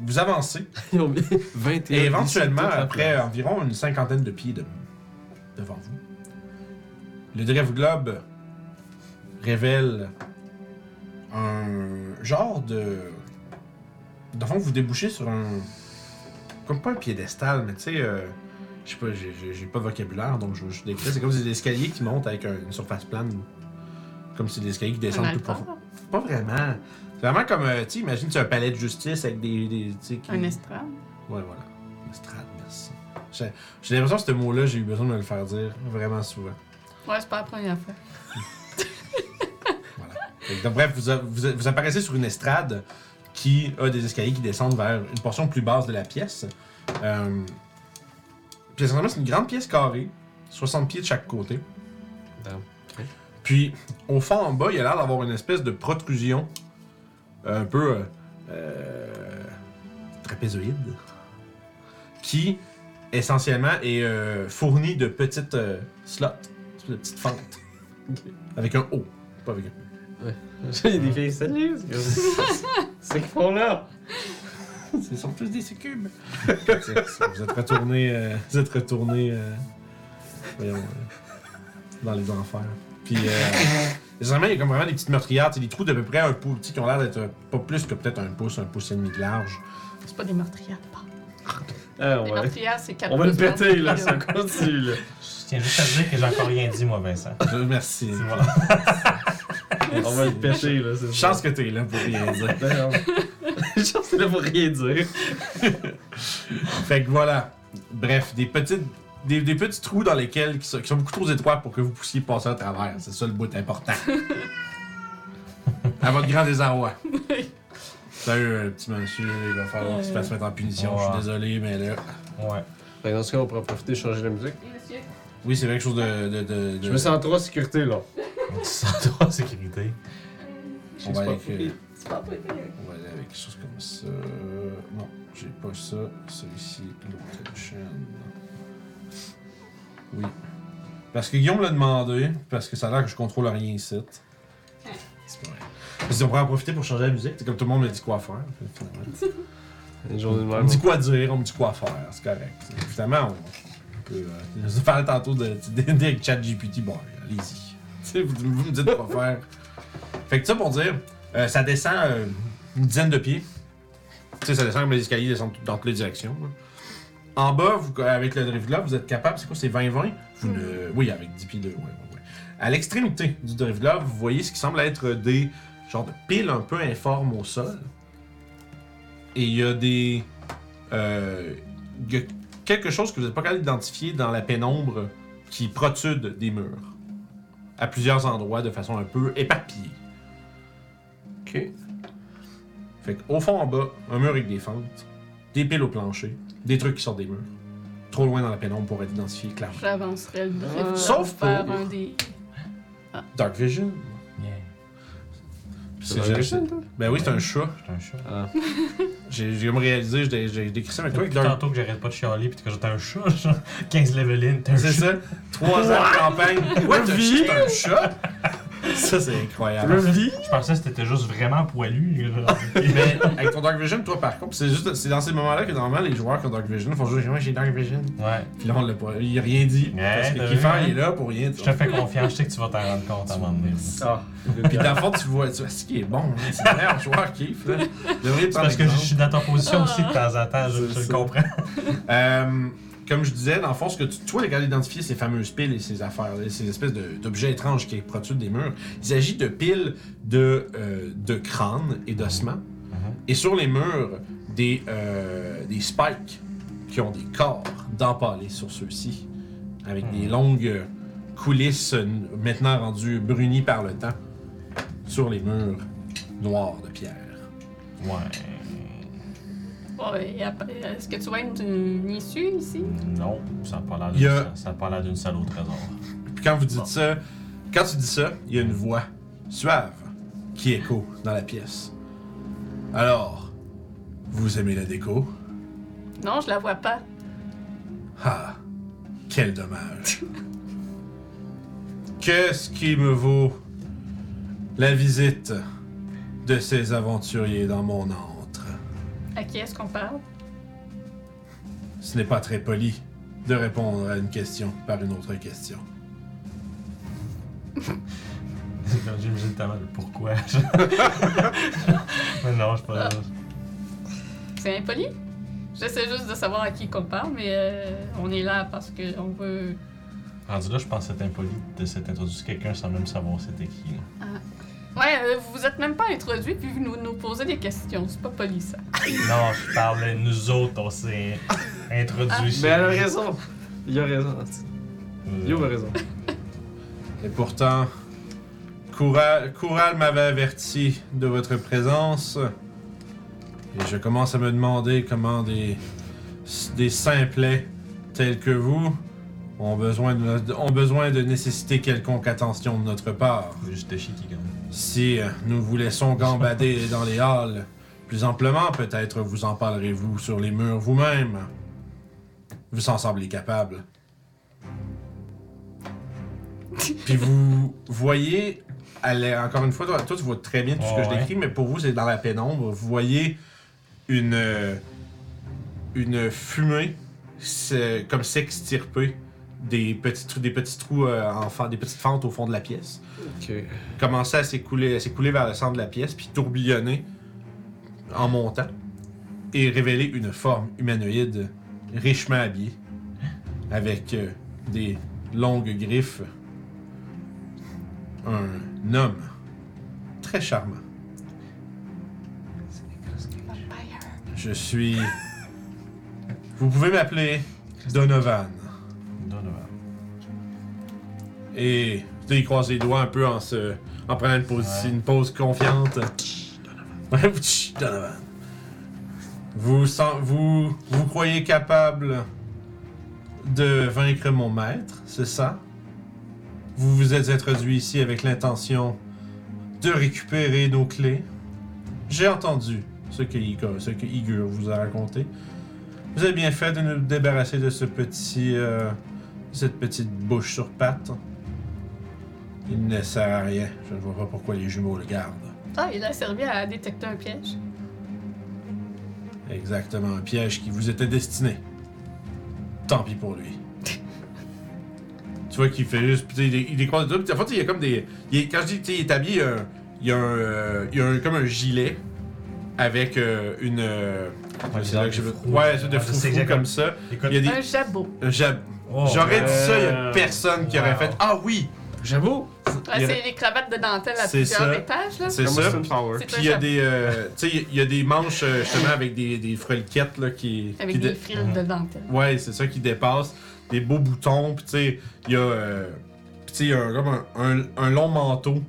Speaker 2: Vous avancez.
Speaker 1: Ils ont mis 21.
Speaker 2: Et éventuellement, après environ une cinquantaine de pieds de- devant vous, le Drev Globe révèle un genre de. Dans le fond, vous débouchez sur un. Comme pas un piédestal, mais tu sais. euh, Je sais pas, j'ai- j'ai- j'ai pas de vocabulaire, donc je, je décris. C'est comme des escaliers qui montent avec un- une surface plane. Comme si des escaliers qui descendent
Speaker 3: Un
Speaker 2: tout
Speaker 3: altar,
Speaker 2: profond. Pas vraiment. C'est vraiment comme, euh, tu sais, imagine, c'est un palais de justice avec des. des tu sais, qui-
Speaker 3: Un estrade.
Speaker 2: Ouais, voilà. Estrade, merci. J'ai j'ai l'impression que ce mot-là, j'ai eu besoin de me le faire dire vraiment souvent.
Speaker 3: Ouais, c'est pas la première fois.
Speaker 2: Voilà. Fait que, donc, bref, vous, a- vous a- vous apparaissez sur une estrade qui a des escaliers qui descendent vers une portion plus basse de la pièce. Euh, puis essentiellement, c'est une grande pièce carrée, 60 pieds de chaque côté.
Speaker 1: Damn.
Speaker 2: Puis, au fond en bas, il y a l'air d'avoir une espèce de protrusion un peu euh, euh, trapézoïde qui, essentiellement, est euh, fournie de petites euh, slots, de petites fentes. Avec un O, pas avec un
Speaker 5: J'ai des filles salut!
Speaker 2: *laughs*
Speaker 5: C'est qu'ils font là?
Speaker 2: Ce sont tous des succubes. vous êtes retourné, euh, vous êtes retourné, euh, voyons, euh, dans les enfers. Puis, euh, généralement, il y a comme vraiment des petites meurtrières, tu sais, des trous d'à peu près un pouce, tu sais, qui ont l'air d'être euh, pas plus que peut-être un pouce, un pouce et demi de large.
Speaker 3: C'est pas des meurtrières, pas.
Speaker 5: Ah
Speaker 3: Des
Speaker 5: ouais.
Speaker 3: meurtrières, c'est quatre
Speaker 5: On va le
Speaker 3: pouces de
Speaker 5: péter là,
Speaker 3: longueur.
Speaker 5: ça continue là.
Speaker 4: Je tiens juste à te dire que j'ai encore rien dit, moi, Vincent.
Speaker 2: Euh, Merci.
Speaker 4: Voilà.
Speaker 5: On va le péter là, c'est
Speaker 2: Chance que t'es là pour rien dire. *laughs*
Speaker 5: D'ailleurs. Chance là pour rien dire.
Speaker 2: Fait que voilà. Bref, des petites. Des, des petits trous dans lesquels qui sont, qui sont beaucoup trop étroits pour que vous puissiez passer à travers. C'est ça le bout important. à votre grand désarroi. Sérieux, le petit monsieur, il va falloir qu'il se fasse mettre en punition. Je suis
Speaker 4: Ouais.
Speaker 2: désolé, mais là.
Speaker 4: *laughs* Ouais.
Speaker 5: Fait que dans ce cas, on pourra profiter de changer la musique.
Speaker 3: Monsieur,
Speaker 2: Oui, c'est quelque chose de. de, de, de-
Speaker 5: Je me sens trop en sécurité là.
Speaker 4: On se sent trop en sécurité.
Speaker 2: On va,
Speaker 5: C'est
Speaker 2: aller
Speaker 5: pas
Speaker 2: avec, euh,
Speaker 3: c'est pas prévu.
Speaker 2: on va aller avec quelque chose comme ça. Non, j'ai pas ça. Celui-ci, l'autre chaîne. Oui. Parce que Guillaume l'a demandé, parce que ça a l'air que je contrôle rien ici. C'est pas vrai. Parce qu'on pourrait en profiter pour changer la musique. C'est comme tout le monde me dit quoi faire. puis finalement.
Speaker 5: Une journée de
Speaker 2: On
Speaker 5: même.
Speaker 2: me dit quoi dire, on me dit quoi faire. C'est correct. Évidemment, on peut. Euh, je parlais tantôt de, de, de, de ChatGPT. Bon, allez-y. *laughs* Tu sais, Vous, vous me dites quoi faire. Fait que ça pour dire, euh, ça descend euh, une dizaine de pieds. Tu sais, ça descend comme les escaliers descendent dans toutes les directions. là. En bas, vous- avec le Drivglob, vous êtes capable, c'est quoi, c'est 20-20? Vous ne- Oui, avec 10 pieds de... Ouais, ouais, ouais. À l'extrémité du Drivglob, vous voyez ce qui semble être des genres de piles un peu informes au sol. Et il y a des... euh, Il y a quelque chose que vous n'êtes pas capable d'identifier dans la pénombre qui protude des murs. À plusieurs endroits, de façon un peu éparpillée.
Speaker 5: Ok.
Speaker 2: Fait qu'au fond en bas, un mur avec des fentes, des piles au plancher, des trucs qui sortent des murs. Trop loin dans la pénombre pour être identifié clairement.
Speaker 3: J'avancerai le drift.
Speaker 2: Sauf
Speaker 3: pour faire
Speaker 2: pour-
Speaker 3: un des.
Speaker 2: Dark Vision.
Speaker 4: Yeah.
Speaker 5: C'est vrai, ça, toi?
Speaker 2: Ben oui, c'est un chat.
Speaker 4: J'étais un chat.
Speaker 5: Ah.
Speaker 2: J'ai j'ai comme réalisé, j'ai- j'ai décrit ça avec toi.
Speaker 4: Depuis
Speaker 2: avec Dark-
Speaker 4: tantôt que j'arrête pas de chialer puis que j'étais un chat, genre 15 level in, t'es un
Speaker 2: C'est ça.
Speaker 4: chat.
Speaker 2: Trois ans de campagne. Ouais, t'as-
Speaker 5: vie?
Speaker 2: c'est un chat. Ça, c'est incroyable.
Speaker 5: Lovely!
Speaker 4: Je pensais que c'était juste vraiment poilu.
Speaker 2: *laughs*
Speaker 4: genre.
Speaker 2: Mais avec ton Dark Vision, toi, par contre, c'est juste c'est dans ces moments-là que normalement les joueurs qui ont Dark Vision font juste Ouais, j'ai Dark Vision.
Speaker 4: Ouais.
Speaker 2: Puis là, on l'a pas. Il a rien dit.
Speaker 4: Ouais,
Speaker 2: Parce
Speaker 4: t'as
Speaker 2: que
Speaker 4: vu, hein?
Speaker 2: Kiefer, il est là pour rien.
Speaker 4: Je te fais confiance, je sais que tu vas t'en rendre compte à un moment donné. C'est
Speaker 5: Ah,
Speaker 2: Puis dans le fond, tu vois, tu vois, ce qui est bon, hein, c'est le meilleur joueur qui là. Devrait prendre
Speaker 4: parce que je
Speaker 2: exemple.
Speaker 4: suis dans ta position aussi de temps en temps, je,
Speaker 2: C'est
Speaker 4: je le
Speaker 2: ça.
Speaker 4: comprends.
Speaker 2: Euh, comme je disais, dans le fond, ce que tu, tu vois, les gars d'identifier ces fameuses piles et ces affaires, ces espèces de- d'objets étranges qui produisent des murs, il s'agit de piles de, euh, de crânes et d'ossements. Et sur les murs, des, euh, des spikes qui ont des corps d'empalés sur ceux-ci, avec des longues coulisses euh, maintenant rendues brunies par le temps, sur les murs noirs de pierre.
Speaker 4: Ouais.
Speaker 3: Ouais, et après, Est-ce que tu vois une, une issue ici?
Speaker 4: Non, ça a pas l'air
Speaker 2: Il y
Speaker 4: d'une
Speaker 2: a-
Speaker 4: sa- ça a pas l'air d'une salle au trésor.
Speaker 2: *laughs* Puis quand vous dites ça, quand tu dis ça, il y a une voix suave qui écho dans la pièce. Alors, vous aimez la déco
Speaker 3: Non, je la vois pas.
Speaker 2: Ah, quel dommage. Qu'est-ce qui me vaut la visite de ces aventuriers dans mon antre
Speaker 3: À qui est-ce qu'on parle?
Speaker 2: Ce n'est pas très poli de répondre à une question par une autre question.
Speaker 4: Quand j'ai mis ta main,
Speaker 2: *laughs*
Speaker 4: pourquoi? *laughs* Mais non, je pas.
Speaker 3: C'est impoli? J'essaie juste de savoir à qui qu'on parle, mais euh, on est là parce qu'on veut.
Speaker 4: Rendu là, je pense que c'est impoli de s'être introduit à quelqu'un sans même savoir c'était qui. là.
Speaker 3: Ouais, euh, vous vous êtes même pas introduit puis vous nous, nous posez des questions. C'est pas poli ça.
Speaker 4: Non, je parle, de nous autres, on s'est introduits.
Speaker 5: Mais elle a raison! Il a raison.
Speaker 4: Euh,
Speaker 5: Ben, Yo a raison.
Speaker 2: Et pourtant, Coural, Coural m'avait averti de votre présence. Et je commence à me demander comment des, des simplets tels que vous ont besoin de, notre- ont besoin de nécessiter quelconque attention de notre part.
Speaker 4: Faut juste te chier qui gagne.
Speaker 2: Si euh, nous vous laissons gambader dans les halles, plus amplement, peut-être vous en parlerez-vous sur les murs vous-même. Vous en semblez capable. Puis vous voyez, à la- encore une fois, toi, toi, tu vois très bien tout ce que
Speaker 4: Ouais,
Speaker 2: je
Speaker 4: ouais.
Speaker 2: décris, mais pour vous, c'est dans la pénombre. Vous voyez une, euh, une fumée se- comme s'extirper des petits trous, des petits trous euh, en fa- des petites fentes au fond de la pièce
Speaker 1: Ok.
Speaker 2: commençait à s'écouler, à s'écouler vers le centre de la pièce, puis tourbillonner en montant, et révéler une forme humanoïde richement habillée, avec euh, des longues griffes. Un homme très charmant. Je suis. Vous pouvez m'appeler Donovan.
Speaker 4: Donovan.
Speaker 2: Et tu sais, il croise les doigts un peu en se. en prenant une pause,
Speaker 4: Ouais.
Speaker 2: une pause confiante. Ouais, tch, Donovan. *laughs* Vous, sen- vous, vous croyez capable de vaincre mon maître, c'est ça? Vous vous êtes introduit ici avec l'intention de récupérer nos clés. J'ai entendu ce que, Igor- ce que Igur vous a raconté. Vous avez bien fait de nous débarrasser de ce petit. euh, cette petite bouche sur patte. Il ne sert à rien. Je ne vois pas pourquoi les jumeaux le gardent.
Speaker 3: Ah, il a servi à détecter un piège.
Speaker 2: Exactement un piège qui vous était destiné. Tant pis pour lui. tu vois qu'il fait juste. puis tu sais, Il, il décroise les doigts, puis En fait, il y a comme des. il est- quand je dis tu sais, il est habillé, euh, il y a un. euh, il y a un- comme un gilet avec euh, une. euh,
Speaker 4: Ouais,
Speaker 2: c'est là que je veux-
Speaker 4: fou.
Speaker 2: ouais, c'est de
Speaker 4: Ouais, je sais
Speaker 2: fou
Speaker 4: exactement.
Speaker 2: comme ça.
Speaker 4: Écoute,
Speaker 2: Il y a des.
Speaker 3: Un jabot.
Speaker 2: un jab-
Speaker 4: oh,
Speaker 2: J'aurais dit ça, il y a
Speaker 5: euh,
Speaker 2: personne qui aurait
Speaker 4: wow.
Speaker 2: fait. Ah oui!
Speaker 5: J'avoue.
Speaker 3: Ah,
Speaker 2: Il y a-
Speaker 3: c'est les cravates de dentelle à
Speaker 2: C'est
Speaker 3: plusieurs
Speaker 2: ça.
Speaker 3: étages, là.
Speaker 2: C'est
Speaker 5: Comme
Speaker 2: ça.
Speaker 5: Austin Power.
Speaker 3: C'est
Speaker 2: Puis
Speaker 3: un
Speaker 2: il y a
Speaker 3: jabot.
Speaker 2: des, euh, tu sais, il y a des manches euh, justement avec des, des freliquettes là, qui,
Speaker 3: Avec
Speaker 2: qui
Speaker 3: des
Speaker 2: dé-
Speaker 3: fils de dentelle.
Speaker 2: ouais, c'est ça qui dépasse, des beaux boutons. Puis tu sais, il y a, euh, puis tu sais, il y a un- comme un, un- un long manteau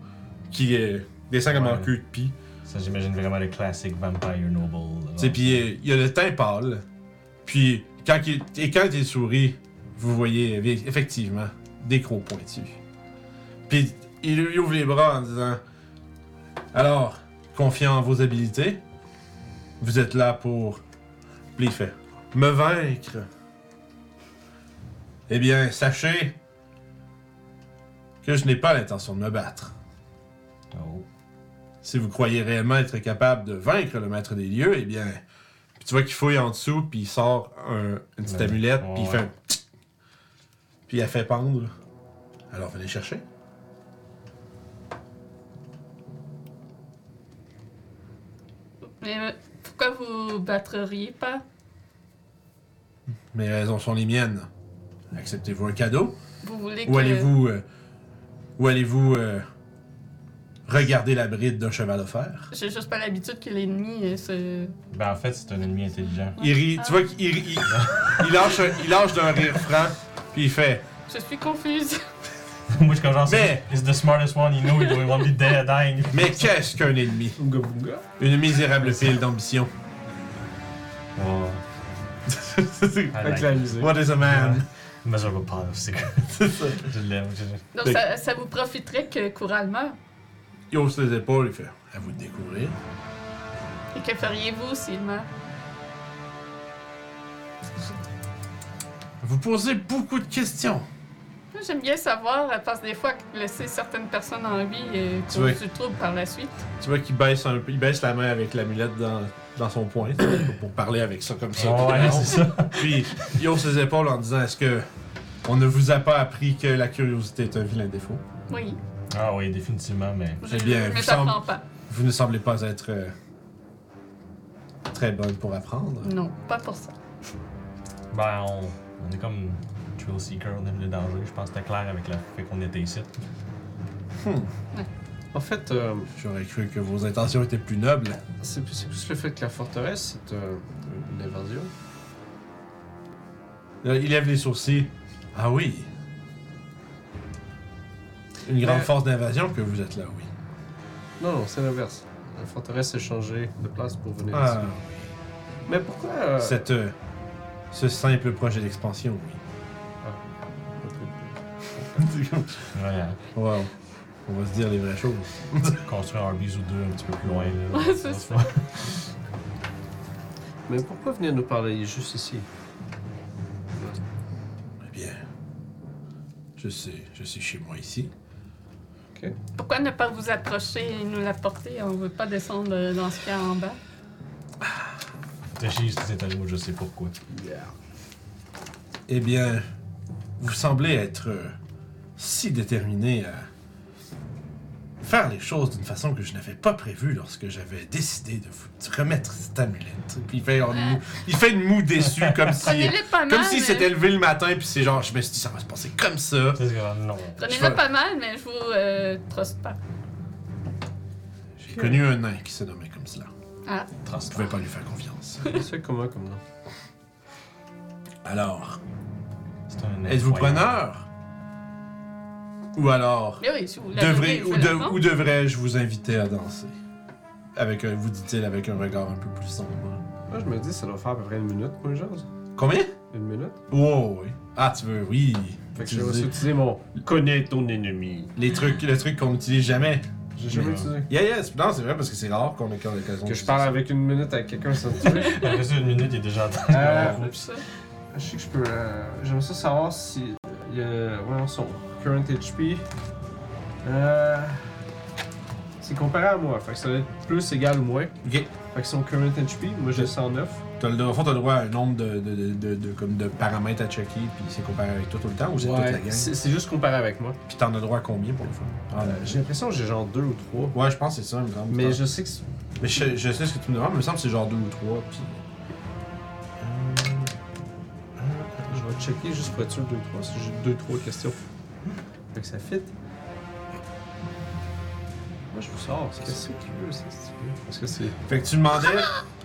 Speaker 2: qui euh, descend comme en
Speaker 4: Ouais.
Speaker 2: queue de pie.
Speaker 4: Ça, j'imagine vraiment le classique Vampire Noble.
Speaker 2: Tu sais, puis euh, il y a le teint pâle. Puis quand il, et quand il sourit, vous voyez euh, effectivement des crocs pointus. Puis il lui ouvre les bras en disant Alors, confiant en vos habilités, vous êtes là pour. Puis il fait Me vaincre. Eh bien, sachez que je n'ai pas l'intention de me battre.
Speaker 4: Oh.
Speaker 2: Si vous croyez réellement être capable de vaincre le maître des lieux, eh bien, puis tu vois qu'il fouille en dessous, puis il sort un- une petite
Speaker 4: Ouais.
Speaker 2: amulette, puis il
Speaker 4: Ouais.
Speaker 2: fait un tsk. Puis il a fait pendre. Alors, venez chercher.
Speaker 3: Mais euh, pourquoi vous battriez pas?
Speaker 2: Mes raisons sont les miennes. Acceptez-vous un cadeau
Speaker 3: Vous voulez que...
Speaker 2: Ou allez-vous. euh, ou allez-vous. euh, regarder la bride d'un cheval de fer
Speaker 3: J'ai juste pas l'habitude que l'ennemi euh, se...
Speaker 4: Ben, en fait, c'est un ennemi intelligent. *laughs*
Speaker 2: Il rit, tu vois qu'il il, il- il lâche, un- il lâche d'un rire franc, puis il fait
Speaker 3: Je suis confuse. *laughs*
Speaker 4: Moi, je suis genre,
Speaker 2: Mais-
Speaker 4: c'est he's the smartest one, he know, he won't be dead, dying.
Speaker 2: *laughs* Mais qu'est-ce qu'un ennemi
Speaker 5: Ouga bouga.
Speaker 2: Une misérable pile d'ambition. *laughs*
Speaker 4: Oh, I
Speaker 5: Avec
Speaker 4: like
Speaker 5: la
Speaker 4: it.
Speaker 5: musique.
Speaker 2: What is a man
Speaker 4: Miserable pile of cigarettes. *laughs* je l'aime, je l'aime.
Speaker 3: Donc
Speaker 2: Fait-
Speaker 3: ça, ça vous profiterait que Coural meure.
Speaker 2: Il hausse les épaules, il fait À vous de découvrir.
Speaker 3: Et que feriez-vous s'il meurt?
Speaker 2: Vous posez beaucoup de questions.
Speaker 3: Moi, J'aime bien savoir, euh, parce que des fois, laisser certaines personnes en vie euh,
Speaker 2: Tu
Speaker 3: cause
Speaker 2: veux-
Speaker 3: du trouble par la suite.
Speaker 2: Tu vois qu'il baisse un peu, il baisse la main avec l'amulette dans, dans son poing tu sais, pour, pour parler avec ça comme ça.
Speaker 4: Oh, ouais, c'est ça.
Speaker 2: Puis il hausse les épaules en disant Est-ce que on ne vous a pas appris que la curiosité est un vilain défaut
Speaker 3: Oui,
Speaker 4: Ah oui, définitivement, mais.
Speaker 3: je
Speaker 2: Eh bien,
Speaker 3: ne
Speaker 2: vous
Speaker 3: t'apprends
Speaker 2: semble-
Speaker 3: pas.
Speaker 2: Vous ne semblez pas être euh, très bonne pour apprendre.
Speaker 3: Non, pas pour ça.
Speaker 4: Ben, on, on est comme Thrill Seeker, on aime le danger. Je pense que c'était clair avec le fait qu'on était ici.
Speaker 5: En fait, euh,
Speaker 2: J'aurais cru que vos intentions étaient plus nobles.
Speaker 5: c'est c'est plus le fait que la forteresse, c'est euh, une invasion.
Speaker 2: Là, Il lève les sourcils. Ah oui. Une grande
Speaker 4: Euh,
Speaker 5: Mais-
Speaker 2: force d'invasion que vous êtes là, oui.
Speaker 5: Non, non, c'est l'inverse. La forteresse a changé de place pour venir
Speaker 2: Ah.
Speaker 5: ici. Mais pourquoi euh,
Speaker 2: Cette, euh, ce simple projet d'expansion, oui.
Speaker 5: euh,
Speaker 4: Ouais,
Speaker 2: wow. On va se dire les vraies choses.
Speaker 4: construire un bise ou deux un petit peu plus loin. Là,
Speaker 3: Ouais, c'est ça.
Speaker 5: Mais pourquoi venir nous parler Il est juste ici?
Speaker 2: Eh bien, je sais, je suis chez moi ici.
Speaker 3: Pourquoi ne pas vous approcher et nous la porter? On veut pas descendre euh, dans ce cas en bas.
Speaker 4: T'as chier, c'est un mot, je sais pourquoi.
Speaker 2: Eh bien, vous semblez être euh, si déterminé à faire les choses d'une façon que je n'avais pas prévue lorsque j'avais décidé de vous remettre cette amulette. Puis il fait, un mou- il fait une moue déçue, comme si,
Speaker 3: Prenez-le hein. pas mal.
Speaker 2: comme s'il
Speaker 3: mais-
Speaker 2: s'était levé le matin, puis c'est genre, je me suis dit, ça va se passer comme ça.
Speaker 4: Tu sais, c'est comme, non.
Speaker 2: Je vais-
Speaker 3: Prenez-le pas mal, mais je vous euh, truste pas.
Speaker 2: J'ai connu un nain qui se nommait comme cela.
Speaker 3: Ah,
Speaker 2: Je pouvais pas lui faire confiance.
Speaker 5: C'est comment, comment?
Speaker 2: *laughs* Alors,
Speaker 4: C'est un
Speaker 2: êtes-vous
Speaker 4: incroyable.
Speaker 2: preneur? Ou alors,
Speaker 3: mais oui, si vous la
Speaker 2: Devrez,
Speaker 3: donnez, je
Speaker 2: ou,
Speaker 3: vais la
Speaker 2: de-
Speaker 3: prendre.
Speaker 2: ou devrais-je vous inviter à danser avec un, Vous dit-il avec un regard un peu plus sombre.
Speaker 5: Moi, je me dis, ça doit faire à peu près une minute qu'on jase.
Speaker 2: Combien
Speaker 5: Une minute?
Speaker 2: Oh oui. Ah, tu veux, oui.
Speaker 5: Fait que
Speaker 2: Tu
Speaker 5: j'ai
Speaker 2: dis-
Speaker 5: aussi utilisé mon connais ton ennemi.
Speaker 2: les trucs, le truc qu'on n'utilise jamais.
Speaker 5: J'ai jamais
Speaker 2: Mais,
Speaker 5: utilisé.
Speaker 2: Yeah, yeah, c'est- non, c'est vrai parce que c'est rare qu'on ait qu'on ait l'occasion.
Speaker 5: Que
Speaker 2: de-
Speaker 5: je parle avec une minute à quelqu'un *laughs* sans le tuer.
Speaker 4: Après ça, une minute, il est déjà en train de-
Speaker 5: Euh,
Speaker 3: Comme ça.
Speaker 5: Je sais que je peux. Euh, J'aimerais ça savoir si. Il y a. Voyons son. Current HP. Euh. C'est comparé à moi. Fait que ça va être plus égal ou moins.
Speaker 2: Ok.
Speaker 5: Fait que son current HP, moi j'ai 109.
Speaker 2: T'as le, au fond, t'as le droit à un nombre de, de, de, de- de- comme de paramètres à checker, puis c'est comparé avec toi tout le temps, ou c'est toute la gang
Speaker 5: c'est c'est juste comparé avec moi.
Speaker 2: Puis t'en as droit à combien pour le fun Ah,
Speaker 5: Euh,
Speaker 2: là,
Speaker 5: j'ai l'impression que j'ai genre 2 ou Ah. 3.
Speaker 2: Ouais, je pense que c'est ça, il me semble.
Speaker 5: Mais je sais que. c'est-
Speaker 2: Mais je, je sais ce que tu me demandes, mais il me semble que c'est genre 2 ou 3. Puis...
Speaker 5: Je vais checker juste pour être sûr 2 ou 3 si j'ai 2 ou 3 questions. Fait que ça fit. Moi je vous sors. Qu'est-ce que tu veux, ça, si tu veux? Est-ce que c'est.
Speaker 2: Fait que tu demandais,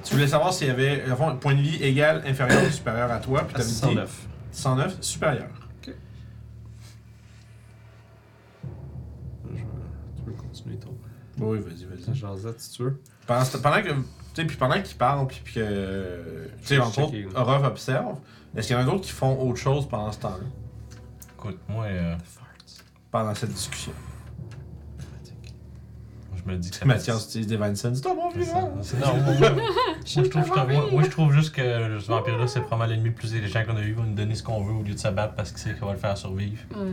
Speaker 2: tu voulais savoir s'il y avait au fond, un point de vie égal, inférieur ou supérieur à toi, puis
Speaker 5: Ah,
Speaker 2: t'avais
Speaker 5: c'est
Speaker 2: dit
Speaker 5: 109.
Speaker 2: 109, supérieur.
Speaker 5: Je vais- Tu peux continuer ton.
Speaker 2: Oui, vas-y,
Speaker 5: Ta
Speaker 2: vas-y.
Speaker 5: jasette, si tu veux.
Speaker 2: Pendant, ce- pendant que, tu sais, puis pendant qu'ils parlent, puis puis que, tu sais, entre autres,
Speaker 5: Checker, là.
Speaker 2: Orov observe, est-ce qu'il y en a d'autres qui font autre chose pendant ce temps-là,
Speaker 4: Écoute, moi, euh,
Speaker 2: pendant cette discussion?
Speaker 4: je me dis que ça
Speaker 2: Mathias utilise des Vincent, c'est toi, mon
Speaker 4: C'est
Speaker 2: vieux,
Speaker 4: ça,
Speaker 2: hein?
Speaker 4: c'est- Non, moi, moi, moi, je trouve, que- moi- moi, je trouve juste que ce vampire-là, c'est probablement l'ennemi le plus intelligent qu'on a eu. Il va nous donner ce qu'on veut au lieu de se battre parce qu'il sait qu'on va le faire survivre.
Speaker 3: Ouais.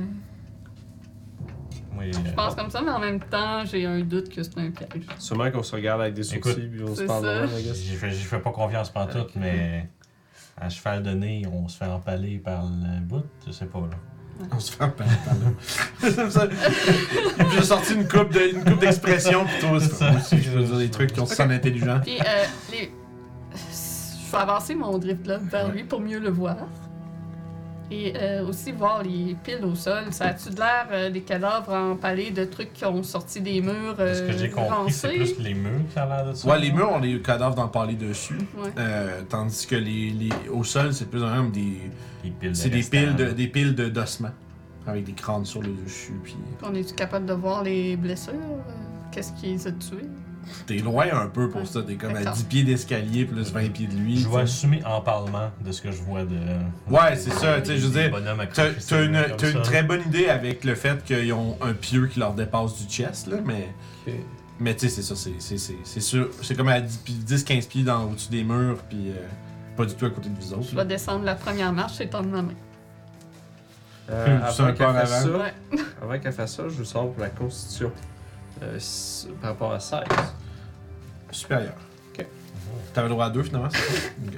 Speaker 4: Moi, euh,
Speaker 3: Je pense comme ça, mais en même temps, j'ai un doute que c'est un piège.
Speaker 5: Sûrement qu'on se regarde avec des sourcils
Speaker 4: Écoute,
Speaker 5: puis on se
Speaker 3: c'est
Speaker 5: parle
Speaker 3: ça.
Speaker 5: de même, I guess.
Speaker 4: J'y fais, j'y fais pas confiance pantoute, tout, mais à cheval de nez, on se fait empaler par le bout, je sais pas là.
Speaker 2: *laughs* On se fait un par là. *laughs* J'ai sorti une coupe de- une coupe d'expression, puis toi,
Speaker 4: C'est
Speaker 2: c'est
Speaker 4: ça.
Speaker 2: moi aussi, je peux dire des trucs qui ont sonné intelligent.
Speaker 3: Puis, euh, les... je vais avancer mon drift là vers lui pour mieux le voir. Et euh, aussi voir les piles au sol. Ça a-tu de l'air euh, des cadavres empalés de trucs qui ont sorti des murs euh,
Speaker 4: De ce que j'ai compris, c'est
Speaker 3: lancés?
Speaker 4: plus les murs qui a l'air de ça.
Speaker 2: Ouais, les murs ont les cadavres d'en parler dessus.
Speaker 3: Ouais.
Speaker 2: Euh, tandis que les, les- au sol, c'est plus un des,
Speaker 4: Les piles de
Speaker 2: c'est des
Speaker 4: restants,
Speaker 2: piles de,
Speaker 4: là.
Speaker 2: des piles de d'ossements avec des crânes sur le dessus. Puis
Speaker 3: On est-tu capable de voir les blessures? euh, Qu'est-ce qui les a tués?
Speaker 2: t'es loin un peu pour ça. T'es comme à
Speaker 3: D'accord.
Speaker 2: 10 pieds d'escalier plus 20 pieds de lui.
Speaker 4: Je vais
Speaker 2: t'sais.
Speaker 4: assumer en parlement de ce que je vois de.
Speaker 2: Ouais, c'est ça. Tu sais, je veux
Speaker 4: des
Speaker 2: dire,
Speaker 4: bonhommes à
Speaker 2: t'as,
Speaker 4: croquer sur
Speaker 2: t'as
Speaker 4: le
Speaker 2: une,
Speaker 4: mur comme
Speaker 2: t'as une
Speaker 4: ça.
Speaker 2: très bonne idée avec le fait qu'ils ont un pieu qui leur dépasse du chest, là, mais.
Speaker 5: Ok.
Speaker 2: Mais tu sais, c'est ça, c'est, c'est, c'est, c'est sûr. C'est comme à 10-15 pieds dans, au-dessus des murs, puis euh, pas du tout à côté de vous autres.
Speaker 3: Je
Speaker 2: là.
Speaker 3: vais descendre la première marche et tendre ma main.
Speaker 5: Euh,
Speaker 2: Hum, c'est
Speaker 5: avant
Speaker 2: un
Speaker 5: qu'elle
Speaker 2: corps
Speaker 5: fasse
Speaker 2: avant.
Speaker 5: ça,
Speaker 3: Ouais.
Speaker 5: avant qu'elle fasse ça, je vous sors pour la constitution. Euh, s- par rapport à 16.
Speaker 2: Supérieur. Mhm.
Speaker 5: Ok.
Speaker 2: T'avais le droit à deux finalement, c'est ça? Ok.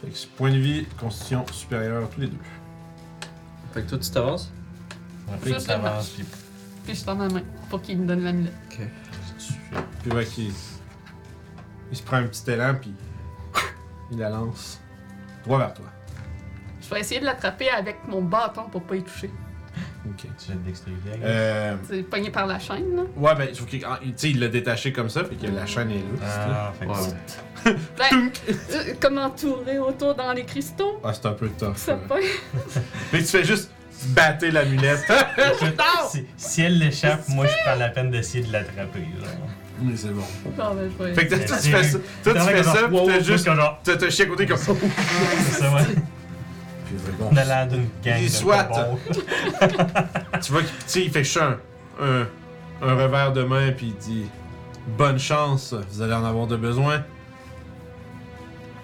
Speaker 2: Fait que c'est point de vie, constitution supérieure, tous les deux.
Speaker 5: Fait que toi, tu t'avances?
Speaker 4: Après,
Speaker 3: Juste
Speaker 4: tu t'avances, puis
Speaker 3: Puis je tends ma main pour qu'il me donne l'amulette.
Speaker 5: Ok.
Speaker 2: Puis ouais, qu'il- il se prend un petit élan, puis il la lance droit vers toi.
Speaker 3: Je vais essayer de l'attraper avec mon bâton pour pas y toucher.
Speaker 2: Ok.
Speaker 4: tu jettes dextérité.
Speaker 2: Euh,
Speaker 3: C'est pogné par la chaîne, là.
Speaker 2: ouais, ben, sauf qu'il ah, il- tu sais, il l'a détaché comme ça, fait que la chaîne est là.
Speaker 4: Ah, fait que
Speaker 5: Ouais.
Speaker 4: tu-
Speaker 3: Ben, euh, comme entouré autour dans les cristaux.
Speaker 2: Ah, c'est un peu tough.
Speaker 3: Ça
Speaker 2: là.
Speaker 3: pogne.
Speaker 2: Mais tu fais juste battre l'amulette. *laughs*
Speaker 4: Écoute, si, si elle l'échappe, moi je prends la peine d'essayer de l'attraper. genre.
Speaker 2: Mais c'est bon.
Speaker 3: Bon, ben, je vais-
Speaker 2: Fait que toi, tu fais ça, toi, tu
Speaker 4: T'as
Speaker 2: fais
Speaker 4: l'air
Speaker 2: ça,
Speaker 4: comme
Speaker 2: puis
Speaker 4: genre, wow,
Speaker 2: t'as
Speaker 4: wow,
Speaker 2: juste.
Speaker 4: comme genre,
Speaker 2: T'as t'as chier à côté comme ça.
Speaker 4: c'est ça, ouais.
Speaker 2: Puis il va- bon,
Speaker 4: On a l'air d'une gang
Speaker 2: Il
Speaker 4: de
Speaker 2: soit.
Speaker 4: bobos.
Speaker 2: tu vois qu'il tu sais, il fait juste un, un, un revers de main, puis il dit Bonne chance, vous allez en avoir de besoin.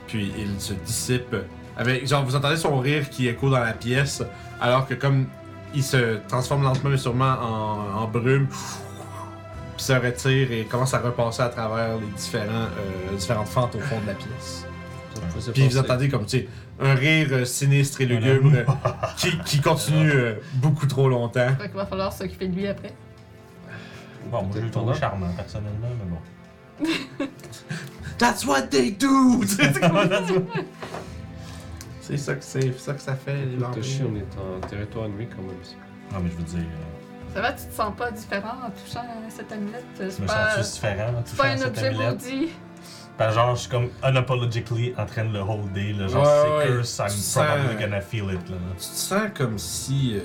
Speaker 2: Puis il se dissipe. Avec, genre, vous entendez son rire qui écho dans la pièce, alors que comme il se transforme lentement mais sûrement en, en brume, puis se retire et commence à repasser à travers les différents, euh, différentes fentes au fond de la pièce. Puis vous entendez comme, tu sais, un rire euh, sinistre et lugubre euh, qui, qui continue euh, beaucoup trop longtemps.
Speaker 3: Fait qu'il va falloir s'occuper de lui après.
Speaker 4: Bon, moi, je le trouve charmant, hein, personnellement, mais bon.
Speaker 2: That's what they do! *laughs* Tu sais, c'est comme- c'est ça que c'est, c'est ça que ça fait. les vampires.
Speaker 5: Toshi, on est en territoire ennemi quand même. ça.
Speaker 4: Non, mais je veux dire, euh,
Speaker 3: Ça va, tu te sens pas différent en touchant cette amulette?
Speaker 4: je
Speaker 3: C'est
Speaker 4: me
Speaker 3: pas,
Speaker 4: sens différent en
Speaker 3: c'est pas
Speaker 4: touchant
Speaker 3: un
Speaker 4: cette
Speaker 3: objet
Speaker 4: amulette.
Speaker 3: maudit.
Speaker 4: Ben, genre, je suis comme unapologetically en train de le holder, là. Genre,
Speaker 2: Ouais,
Speaker 4: c'est
Speaker 2: ouais,
Speaker 4: curse, I'm
Speaker 2: tu sens-
Speaker 4: probably gonna feel it, là.
Speaker 2: Tu te sens comme si euh,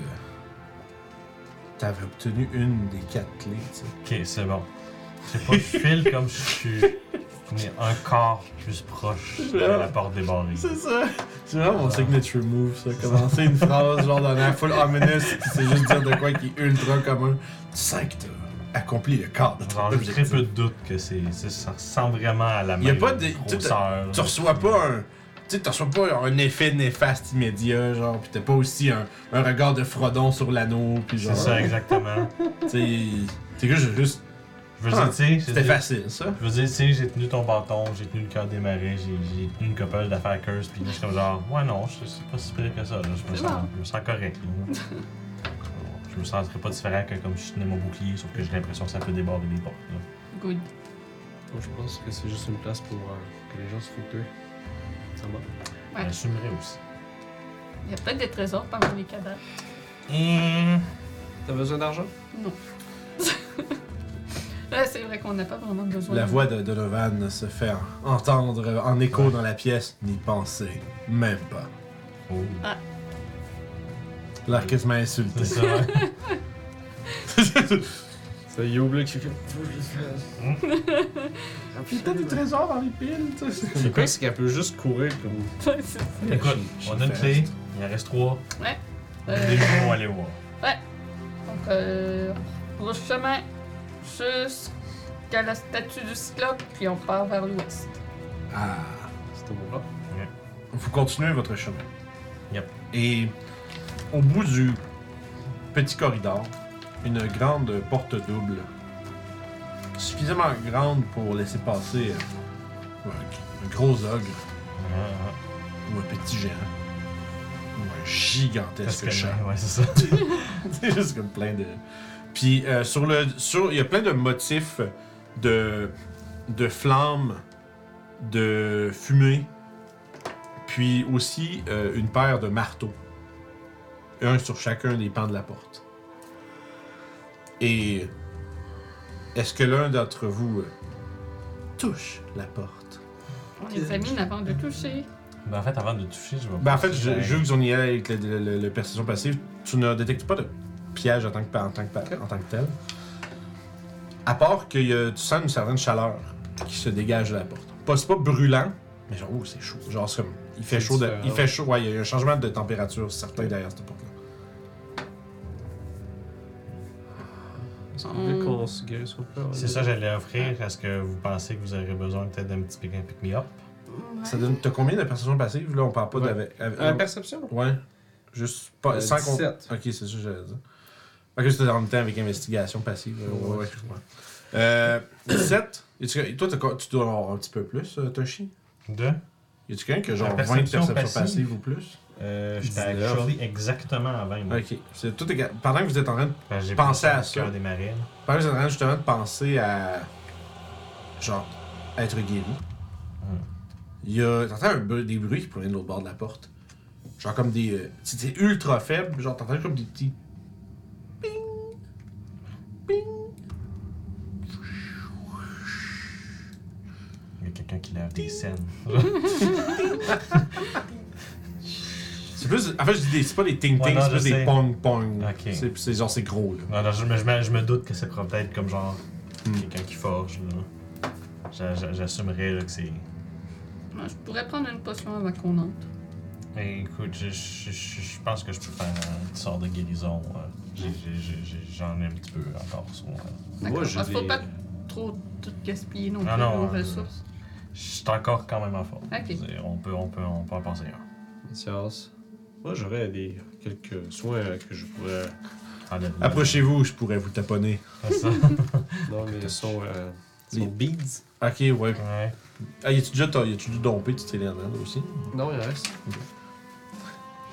Speaker 2: t'avais obtenu une des quatre clés. tu sais.
Speaker 4: Ok, c'est bon. Je sais
Speaker 2: *laughs*
Speaker 4: pas, je file comme je suis. On est encore plus proche de la porte débarrée.
Speaker 2: C'est ça! C'est vraiment mon signature move, ça. Commencer une phrase genre d'un air full ominous, puis c'est juste dire de quoi qui est ultra commun. Tu sens que t'as accompli le cadre de ton
Speaker 4: Genre, j'ai très
Speaker 2: objectif.
Speaker 4: peu de doute que c'est, c'est- ça ressemble vraiment à la même
Speaker 2: Y a pas de- tu-
Speaker 4: grosseur.
Speaker 2: Tu reçois pas un. Tu sais, tu reçois pas un effet néfaste immédiat, genre, pis t'as pas aussi un, un regard de frodon sur l'anneau, pis
Speaker 4: C'est
Speaker 2: genre.
Speaker 4: ça, exactement.
Speaker 2: T'sais, t'es que je- juste.
Speaker 4: Je veux dire,
Speaker 2: Ah,
Speaker 4: tu sais, j'ai
Speaker 2: C'était
Speaker 4: dit-
Speaker 2: facile, ça.
Speaker 4: je veux dire, tu sais, j'ai tenu ton bâton, j'ai tenu le cœur démarré, j'ai, j'ai tenu une couple d'affaires curse, puis là, je suis comme genre, ouais, non, je- c'est pas si pire que ça, là. Je me,
Speaker 3: C'est
Speaker 4: sens,
Speaker 3: bon.
Speaker 4: je me sens correct, là.
Speaker 3: *laughs*
Speaker 4: Je me sentirais pas différent que comme je tenais mon bouclier, sauf que j'ai l'impression que ça peut déborder des portes, là.
Speaker 3: Good.
Speaker 5: Moi, je pense que c'est juste une place pour euh, que les gens se foutent d'eux. Ça va.
Speaker 3: Ouais.
Speaker 4: J'assumerais aussi.
Speaker 3: Il y a peut-être des trésors parmi les cadavres. Mmh.
Speaker 5: T'as besoin d'argent?
Speaker 3: Non. *laughs* Là, c'est vrai qu'on n'a pas vraiment besoin.
Speaker 2: La
Speaker 3: de-
Speaker 2: voix de Donovan se fait en- entendre en écho dans la pièce, n'y pensez même pas.
Speaker 3: *laughs*
Speaker 4: Oh.
Speaker 2: L'air quasiment insulté.
Speaker 4: C'est ça, ouais.
Speaker 5: C'est Youb qui fait. Hein?
Speaker 3: *laughs*
Speaker 2: Putain, des trésors dans les piles, tu sais.
Speaker 5: Le pire, c'est qu'elle peut juste courir comme.
Speaker 3: Ouais, *laughs* c'est ça.
Speaker 4: Écoute, on a une clé, il en reste trois. Des
Speaker 3: Euh,
Speaker 4: gens vont aller voir.
Speaker 3: donc, euh, rouge chemin jusqu'à la statue du cyclope, puis on part vers l'ouest.
Speaker 2: *laughs* Ah.
Speaker 5: C'était mon plat.
Speaker 2: Vous continuez votre chemin.
Speaker 4: Yep.
Speaker 2: Et au bout du petit corridor, une grande porte double, suffisamment grande pour laisser passer euh, un- un gros ogre
Speaker 4: Ah,
Speaker 2: ou un petit géant ou un
Speaker 4: Parce
Speaker 2: gigantesque
Speaker 4: que
Speaker 2: chat.
Speaker 4: ouais, c'est ça. *laughs*
Speaker 2: *laughs* C'est juste comme plein de. Puis euh, sur le, sur, il y a plein de motifs de, de flammes, de fumée, puis aussi euh, une paire de marteaux, un sur chacun des pans de la porte. Et est-ce que l'un d'entre vous euh, touche la porte
Speaker 3: On examine avant de toucher.
Speaker 4: Mais en fait, avant de toucher, je vais.
Speaker 2: Ben en fait, je,
Speaker 4: Ben,
Speaker 2: je veux que vous en y allez avec le, le- le- le perception passive. Tu ne détectes pas de piège en tant que, pa- en tant que, pa- en tant que tel. À part que y a- tu sens une certaine chaleur qui se dégage de la porte. Pas, c'est pas brûlant, mais genre, oh, c'est chaud. Genre, c'est comme, il fait
Speaker 5: C'est
Speaker 2: chaud. de-
Speaker 5: différent.
Speaker 2: il fait chaud. Ouais, il y a un changement de température certain derrière cette porte-là.
Speaker 5: Est-ce qu'on veut
Speaker 3: Hmm.
Speaker 5: qu'on se guérisse au peur?
Speaker 4: C'est ça, j'allais offrir. Est-ce que vous pensez que vous aurez besoin peut-être d'un petit pick pick me up
Speaker 2: Ça donne. T'as combien de perception passive Là, on parle pas
Speaker 5: Ouais.
Speaker 2: d'avec. avec-
Speaker 5: Euh, perception?
Speaker 2: ouais. Juste pas,
Speaker 5: Euh,
Speaker 2: sans qu'on-
Speaker 5: 17.
Speaker 2: Ok, c'est ça que j'allais dire. Fait que c'était en même temps avec investigation passive. euh, Ouais,
Speaker 5: Ouais,
Speaker 2: ouais, excuse-moi. Euh, 17. Et tu, toi, t'as quoi- tu dois en avoir un petit peu plus, euh, Toshi.
Speaker 4: Deux
Speaker 2: Y a-tu quelqu'un qui a genre
Speaker 4: La
Speaker 2: 20
Speaker 4: perception
Speaker 2: perceptions
Speaker 4: passive.
Speaker 2: passives ou plus
Speaker 4: euh, J'étais
Speaker 2: 19.
Speaker 4: actually exactement à 20. moi.
Speaker 2: Ok. C'est tout égal. Pendant que vous êtes en train de,
Speaker 4: Parce que j'ai
Speaker 2: Pensez
Speaker 4: pris
Speaker 2: à ça.
Speaker 4: cœur des marines.
Speaker 2: pendant que vous êtes en train justement de penser à. Genre, être guéri. Il y a. T'entends un bruit- des bruits qui proviennent de l'autre bord de la porte. Genre comme des. euh, c'est c'est ultra faible, genre t'entends comme des petits.
Speaker 4: Il y a quelqu'un qui lave des *laughs* scènes.
Speaker 2: C'est plus. En fait, je dis des- c'est pas des ting-ting,
Speaker 4: Ouais, non,
Speaker 2: c'est
Speaker 4: je
Speaker 2: plus des
Speaker 4: sais.
Speaker 2: pong-pong.
Speaker 4: Ok.
Speaker 2: C'est- C'est genre, c'est gros, là.
Speaker 4: non, non, je, me- je me- je me doute que ça pourrait peut-être comme genre
Speaker 2: Hmm.
Speaker 4: quelqu'un qui forge. là. J'a- j'a- J'assumerais là, que c'est.
Speaker 3: Moi, je pourrais prendre une potion avant qu'on entre.
Speaker 4: Mais écoute, je, je- je- je pense que je peux faire un sort de guérison. euh, j'ai- j'ai- j'ai- j'ai- J'en ai un petit peu encore sur moi.
Speaker 3: D'accord.
Speaker 1: Moi, je
Speaker 3: Ah, Faut
Speaker 1: vais-
Speaker 3: pas trop tout gaspiller non plus
Speaker 4: Ah
Speaker 3: nos
Speaker 4: non, euh,
Speaker 3: ressources.
Speaker 4: je suis encore quand même en forme.
Speaker 3: Ok.
Speaker 4: Je veux dire, On peut, on peut, on peut en penser un.
Speaker 5: Mathias. Moi, j'aurais des quelques soins euh, que je pourrais.
Speaker 4: Enlève-le.
Speaker 2: Approchez-vous, je pourrais vous taponner.
Speaker 4: C'est ça.
Speaker 5: Non, mais ils sont. euh,
Speaker 2: Les-
Speaker 5: sont beads.
Speaker 2: Ok, ouais.
Speaker 4: ouais.
Speaker 2: Ah, y a-tu déjà, t'as- y a-tu dû domper tu t'es aussi?
Speaker 5: Non, il reste.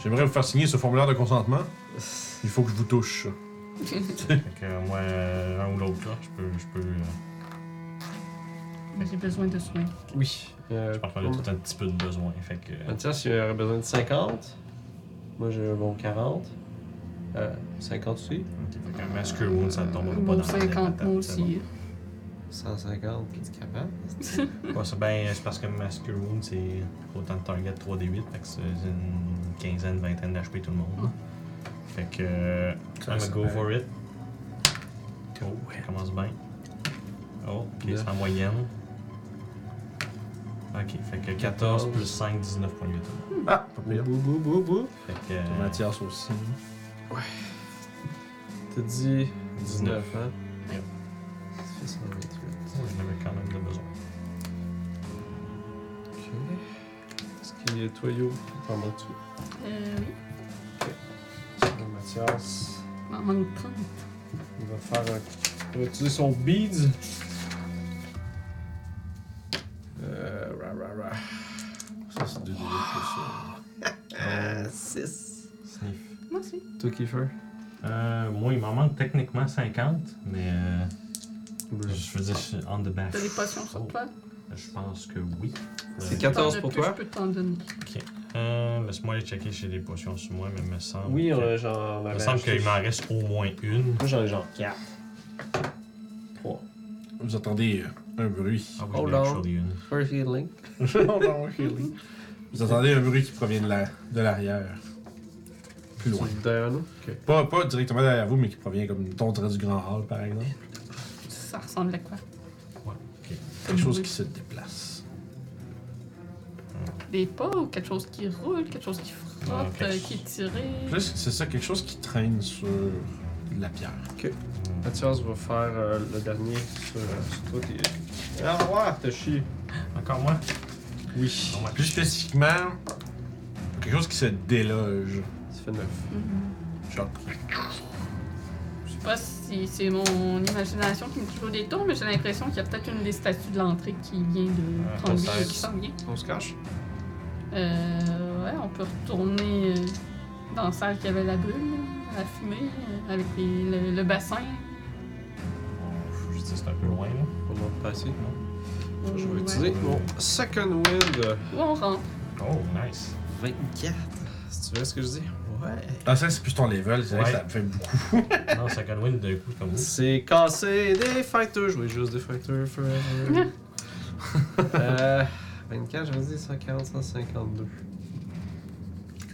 Speaker 2: J'aimerais vous faire signer ce formulaire de consentement. Il faut que je vous touche.
Speaker 4: Fait que moi, euh, un ou l'autre, là, je peux. Je peux. euh,
Speaker 3: J'ai besoin de soins.
Speaker 5: Oui. Euh,
Speaker 4: je pense qu'on a tout un petit peu de besoin. Fait que. euh,
Speaker 5: Mathias, il aurait besoin de 50. Moi, j'ai un bon 40. Euh, 50 aussi.
Speaker 4: ok, fait qu'un masque wound, ça ne tombera pas
Speaker 3: Ou
Speaker 4: dans la tête,
Speaker 3: 50
Speaker 4: attends,
Speaker 3: mots
Speaker 4: c'est bon.
Speaker 3: aussi.
Speaker 5: 150. Qu'est-ce capable?
Speaker 4: Ouais, c'est ben, c'est parce que Master Wound, c'est autant de target 3D8, fait que c'est une quinzaine, vingtaine d'HP tout le monde. Fait que. euh, I'm gonna
Speaker 5: Ça,
Speaker 4: go
Speaker 5: c'est
Speaker 4: for it. Go, ça commence bien. Oh, ok, c'est en moyenne. Ok, fait que 14 plus 5, 19 points de vie.
Speaker 2: Ah, pas
Speaker 5: Bou,
Speaker 2: pire.
Speaker 5: bou, bou, bou, bou.
Speaker 4: Fait que. euh,
Speaker 2: Mathias aussi.
Speaker 5: T'as dit
Speaker 4: 19.
Speaker 5: 19, hein?
Speaker 4: Yep.
Speaker 5: Ça fait 128.
Speaker 4: J'en avais quand même de besoin.
Speaker 5: Ok. Est-ce qu'il y a toi, Yo? T'en manques
Speaker 3: Euh, oui.
Speaker 5: tu Mathias,
Speaker 3: Il m'en manque 30.
Speaker 5: il va faire un... Il va utiliser son beads. Euh... Ra, ra, ra.
Speaker 2: Ça, c'est deux dés plus.
Speaker 5: Euh, 6.
Speaker 4: Sniff.
Speaker 3: Moi aussi.
Speaker 5: Toi, Kiefer?
Speaker 4: Euh, moi, il m'en manque techniquement 50, mais. Euh, je veux dire, je suis on the back.
Speaker 3: T'as des potions
Speaker 4: Oh.
Speaker 3: sur toi?
Speaker 4: Je pense que oui.
Speaker 5: C'est
Speaker 4: Euh,
Speaker 5: quatre- 14
Speaker 3: T'en as
Speaker 5: pour
Speaker 3: plus,
Speaker 5: toi?
Speaker 3: Je peux t'en donner.
Speaker 4: Euh, Laisse-moi aller checker si j'ai des potions sur moi, mais il me semble.
Speaker 5: Oui, on
Speaker 4: que-
Speaker 2: euh,
Speaker 5: a genre...
Speaker 4: Il me semble qu'il m'en reste au moins une.
Speaker 5: Moi, j'en ai genre 4. 3.
Speaker 2: Vous entendez euh, un bruit. *laughs*
Speaker 4: Ah oui,
Speaker 5: Oh
Speaker 4: j'en ai
Speaker 5: non.
Speaker 4: actually une.
Speaker 5: For healing.
Speaker 2: Oh, Non, non, ok, oui. Vous entendez un bruit qui provient de la- de l'arrière. Plus loin.
Speaker 5: Derrière nous? Ok.
Speaker 2: Pas, pas directement derrière vous, mais qui provient comme d'entrée du grand hall, par exemple.
Speaker 3: Ça ressemble à quoi?
Speaker 4: Ouais, ok.
Speaker 2: Quelque chose qui se déplace.
Speaker 3: Des pas ou quelque chose qui roule, quelque chose qui
Speaker 4: Ah,
Speaker 3: frotte,
Speaker 4: ok.
Speaker 3: euh, qui est tiré?
Speaker 2: Plus, c'est ça, quelque chose qui traîne sur de la pierre.
Speaker 4: Hmm.
Speaker 5: Mathias va faire euh, le dernier sur, euh, sur toi. T'es... Ah, ouais, t'as chié.
Speaker 4: Encore moi
Speaker 5: Oui.
Speaker 4: Non, moi.
Speaker 2: Plus spécifiquement, quelque chose qui se déloge.
Speaker 5: Ça fait 9.
Speaker 2: Genre,
Speaker 3: Mm-hmm. Je sais pas si c'est mon imagination qui me joue des tours, mais j'ai l'impression qu'il y a peut-être une des statues de l'entrée qui vient
Speaker 4: Ah,
Speaker 3: de trembler et
Speaker 4: peut-être.
Speaker 3: qui s'en vient.
Speaker 5: On se cache?
Speaker 3: Euh, ouais, on peut retourner euh, dans la salle qui avait la bulle, là, la fumée, euh, avec les- le, le bassin.
Speaker 4: Bon, faut juste dire Oh, c'est un peu loin, là.
Speaker 5: On va passer. Je
Speaker 3: Ouais.
Speaker 5: vais utiliser mon second wind.
Speaker 3: Ou on rentre.
Speaker 4: Oh, nice.
Speaker 5: 24. Si tu veux ce que je dis? Ouais.
Speaker 2: Ah, ça, c'est plus ton level, c'est vrai que
Speaker 4: Ouais.
Speaker 2: ça me fait beaucoup.
Speaker 4: non, ça can win d'un coup, comme vous.
Speaker 5: C'est cassé des fighters. Je vais juste des fighters forever. euh, 24, j'avais dit 140, 152.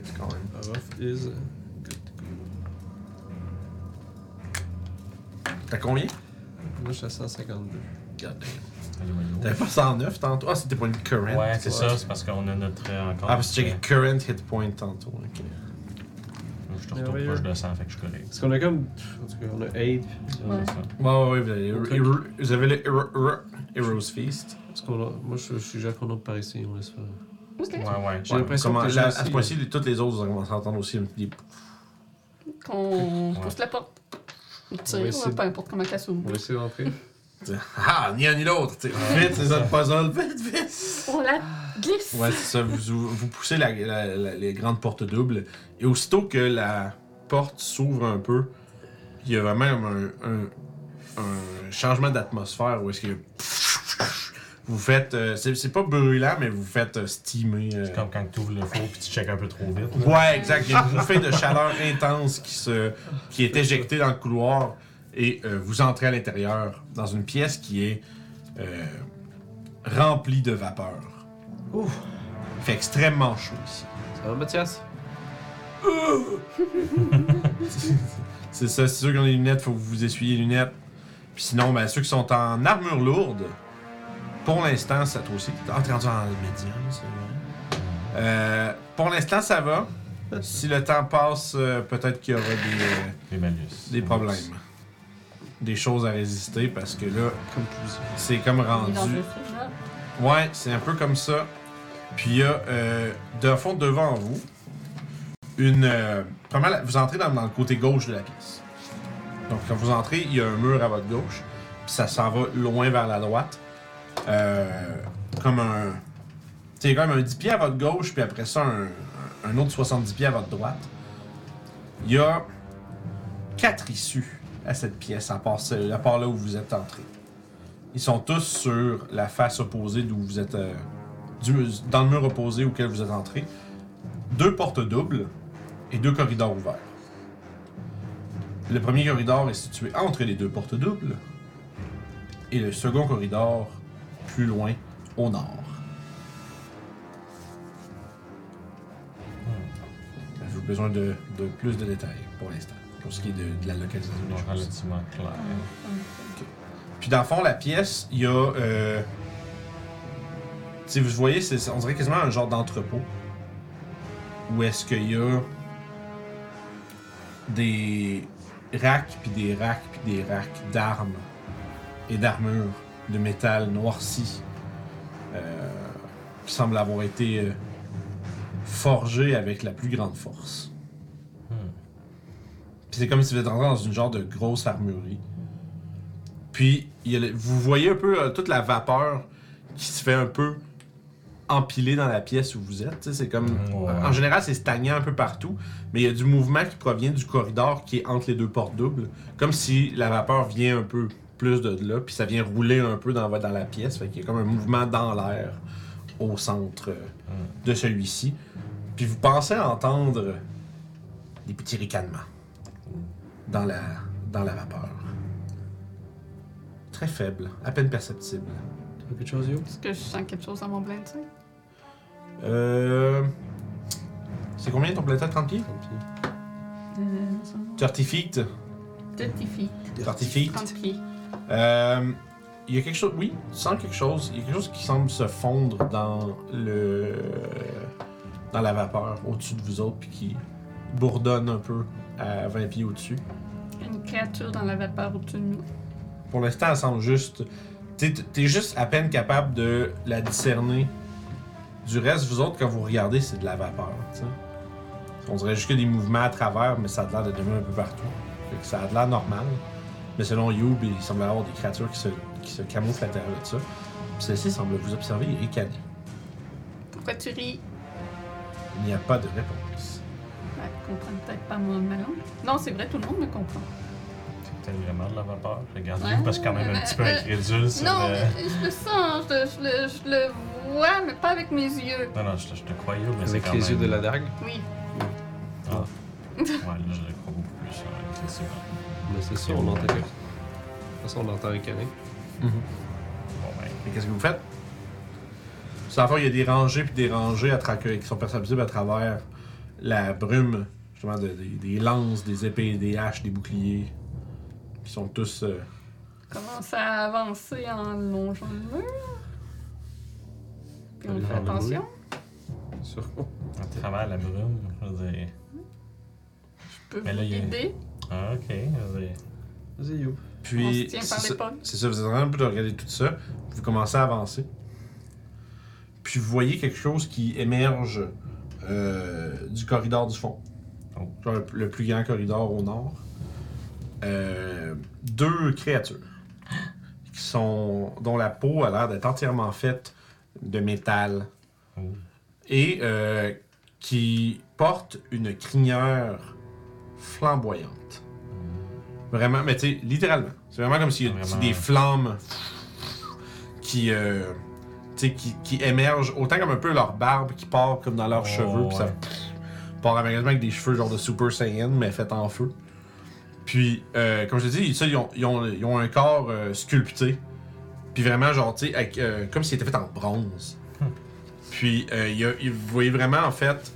Speaker 2: C'est quand même.
Speaker 5: Ah, Rough is good.
Speaker 2: T'as combien?
Speaker 5: Moi, je suis à 152.
Speaker 2: Goddamn.
Speaker 4: Allez, voyons.
Speaker 2: T'avais pas 109 tantôt? Ah, c'était pas une current.
Speaker 4: Ouais, c'est ça, c'est parce qu'on a notre euh, encore.
Speaker 2: Ah, parce que j'ai
Speaker 4: Euh,
Speaker 2: current hit point tantôt. ok.
Speaker 4: Je te retourne proche de 100, fait que je connais.
Speaker 5: Parce qu'on a comme. En tout cas, on a 8.
Speaker 3: Ouais.
Speaker 2: Ouais, ouais, ouais, vous avez,
Speaker 5: Ok.
Speaker 2: Hero- vous avez le Hero- Hero- Heroes Feast.
Speaker 5: Parce qu'on a. Moi, je je suggère qu'on entre par ici, on laisse faire.
Speaker 3: Ok.
Speaker 4: Ouais, ouais.
Speaker 5: J'ai l'impression
Speaker 2: Comment-
Speaker 5: que les
Speaker 2: là,
Speaker 5: gens
Speaker 2: à ce
Speaker 5: aussi,
Speaker 2: point-ci, les- toutes les autres, vous commencez à entendre aussi un petit-
Speaker 3: Qu'on
Speaker 4: Ouais.
Speaker 3: pousse la porte. On tire,
Speaker 5: On va essayer
Speaker 3: ouais,
Speaker 5: de-
Speaker 3: peu importe comment ça
Speaker 5: On
Speaker 3: s'ouvre.
Speaker 5: va essayer d'entrer.
Speaker 2: Ah, ni un ni l'autre. tu sais. Vite, c'est ça le puzzle. Vite, vite.
Speaker 3: On la glisse.
Speaker 2: Ouais, c'est ça. Vous, ouvrez- vous poussez la- la- la- les grandes portes doubles. Et aussitôt que la porte s'ouvre un peu, il y a vraiment un, un- un changement d'atmosphère où est-ce que. Vous faites. euh, c'est c'est pas brûlant, mais vous faites euh, steamer. euh.
Speaker 4: C'est comme quand tu ouvres le four puis tu checkes un peu trop vite. là.
Speaker 2: Ouais, exact. Il y a une bouffée de chaleur intense qui, se, qui est éjectée dans le couloir et euh, vous entrez à l'intérieur dans une pièce qui est euh, remplie de vapeur.
Speaker 5: Ouf.
Speaker 2: Il fait extrêmement chaud ici.
Speaker 5: Ça va, Mathias?
Speaker 2: C'est ça, c'est sûr qu'on a des lunettes, faut que vous essuyez les lunettes. Puis sinon, ben, ceux qui sont en armure lourde, pour l'instant, ça toi aussi, t'es en train de en médium, c'est vrai. Euh, pour l'instant, ça va. Si le temps passe, euh, peut-être qu'il y aura des, euh,
Speaker 4: Des malus.
Speaker 2: des problèmes. Des choses à résister parce que là,
Speaker 5: Comme je vous dis.
Speaker 2: c'est comme
Speaker 3: Il est dans
Speaker 2: rendu.
Speaker 3: le fridge, là.
Speaker 2: Ouais, c'est un peu comme ça. Puis il y a, euh, de fond devant vous, une. euh, vraiment, la- vous entrez dans, dans le côté gauche de la pièce. Donc quand vous entrez, il y a un mur à votre gauche, puis ça s'en va loin vers la droite. Euh, comme un. C'est comme un 10 pieds à votre gauche, puis après ça, un, un autre 70 pieds à votre droite. Il y a quatre issues à cette pièce, à part, celle- à part là où vous êtes entré. Ils sont tous sur la face opposée d'où vous êtes. euh, du- dans le mur opposé auquel vous êtes entré. Deux portes doubles et deux corridors ouverts. Le premier corridor est situé entre les deux portes doubles et le second corridor plus loin au nord. Hmm. J'ai besoin de, de plus de détails pour l'instant, pour ce qui est de, de la localisation
Speaker 4: C'est
Speaker 2: des
Speaker 4: donc
Speaker 2: choses.
Speaker 4: relativement clair.
Speaker 2: Puis dans le fond, la pièce, il y a. Euh... Si vous voyez, c'est, on dirait quasiment un genre d'entrepôt. Où est-ce qu'il y a des racks, puis des racks, puis des racks d'armes et d'armures de métal noirci euh, qui semblent avoir été euh, forgées avec la plus grande force.
Speaker 4: Hmm.
Speaker 2: Puis c'est comme si vous êtes rentré dans une genre de grosse armurerie. Puis il y a le- vous voyez un peu euh, toute la vapeur qui se fait un peu empiler dans la pièce où vous êtes. tu sais, C'est comme
Speaker 4: Ouais.
Speaker 2: en général c'est stagnant un peu partout, mais il y a du mouvement qui provient du corridor qui est entre les deux portes doubles, comme si la vapeur vient un peu plus de là, puis ça vient rouler un peu dans, vo- dans la pièce. Fait qu'il y a comme un mouvement dans l'air au centre euh,
Speaker 4: Hmm.
Speaker 2: de celui-ci. Puis vous pensez entendre des petits ricanements dans la, dans la vapeur. Très faible, à peine perceptible.
Speaker 5: Quelque chose, yo?
Speaker 3: Est-ce que je sens quelque chose dans mon blind, tu sais?
Speaker 2: Euh... C'est combien ton plateau 30 pieds?
Speaker 5: Tant
Speaker 2: 30 feet.
Speaker 3: 30 feet.
Speaker 2: 30 feet.
Speaker 3: 30 pieds.
Speaker 2: Euh, Il y a quelque chose... Oui, tu sens quelque chose. Il y a quelque chose qui semble se fondre dans le... dans la vapeur au-dessus de vous autres, puis qui bourdonne un peu à 20 pieds au-dessus.
Speaker 3: Une créature dans la vapeur au-dessus de nous.
Speaker 2: Pour l'instant, elle semble juste. T'es t'es juste à peine capable de la discerner. Du reste, vous autres, quand vous regardez, c'est de la vapeur. tu sais. On dirait juste que des mouvements à travers, mais ça a l'air de devenir un peu partout. Fait que ça a l'air normal. Mais selon Youb, il semble y avoir des créatures qui se, qui se camouflent à l'intérieur de ça. Puis Celle-ci semble vous observer et ricaner.
Speaker 3: Pourquoi tu ris?
Speaker 2: Il n'y a pas de réponse.
Speaker 3: Ouais, ils comprennent peut-être pas mon ma langue. Non, c'est vrai, tout le monde me comprend.
Speaker 4: C'est peut-être vraiment de la vapeur. Regarde,
Speaker 3: Ouais.
Speaker 4: parce que quand même un petit peu
Speaker 3: Euh,
Speaker 4: incrédule sur
Speaker 3: non,
Speaker 4: le-
Speaker 3: mais je le sens, je, je le, je le vois, mais pas avec mes yeux.
Speaker 4: Non, non, je te, je te croyais, mais c'est
Speaker 5: Avec
Speaker 4: quand
Speaker 5: les
Speaker 4: même...
Speaker 5: yeux de la dague.
Speaker 3: Oui.
Speaker 4: Ah. Ouais, là, je le crois beaucoup plus. ouais, avec les yeux.
Speaker 5: Mais c'est ça, on l'entend. De toute façon, on l'entend ricaner.
Speaker 4: Bon, ben,
Speaker 2: Mais qu'est-ce que vous faites? Sans fois, il y a des rangées puis des rangées à tra- qui sont perceptibles à travers la brume, justement, de- des- des lances, des épées, des haches, des boucliers, qui sont tous. euh,
Speaker 3: Commence à avancer en longeant le mur. Puis on
Speaker 5: Allez
Speaker 3: fait
Speaker 5: faire le
Speaker 3: attention.
Speaker 5: Sur
Speaker 4: à travers la brume, je veux dire...
Speaker 3: Je peux
Speaker 4: Mais
Speaker 3: vous
Speaker 4: là, il y a-
Speaker 3: guider.
Speaker 4: Ah, ok, je veux dire...
Speaker 5: Vas-y, yo.
Speaker 3: On se
Speaker 2: Puis,
Speaker 3: tient par
Speaker 2: c'est ça,
Speaker 3: l'épaule.
Speaker 2: c'est ça, vous êtes en train de regarder tout ça, vous commencez à avancer. Puis vous voyez quelque chose qui émerge euh, du corridor du fond.
Speaker 4: Oh.
Speaker 2: Genre le- le plus grand corridor au nord. Euh, deux créatures qui sont, dont la peau a l'air d'être entièrement faite de métal
Speaker 4: Oh.
Speaker 2: et euh, qui portent une crinière flamboyante. Vraiment, mais tu sais, littéralement. C'est vraiment comme s'il y a
Speaker 4: Mm. Vraiment.
Speaker 2: des flammes qui, euh, tu sais, qui, qui émergent, autant comme un peu leur barbe qui part comme dans leurs
Speaker 4: Oh,
Speaker 2: cheveux, puis ça
Speaker 4: ouais.
Speaker 2: part américain avec des cheveux genre de Super Saiyan, mais fait en feu. Puis, euh, comme je te dis, ça, ils, ont, ils, ont, ils ont un corps euh, sculpté. Puis vraiment, genre, tu sais, avec, euh, comme s'il était fait en bronze.
Speaker 4: Hmm.
Speaker 2: Puis, euh, il y a- il- vous voyez vraiment, en fait,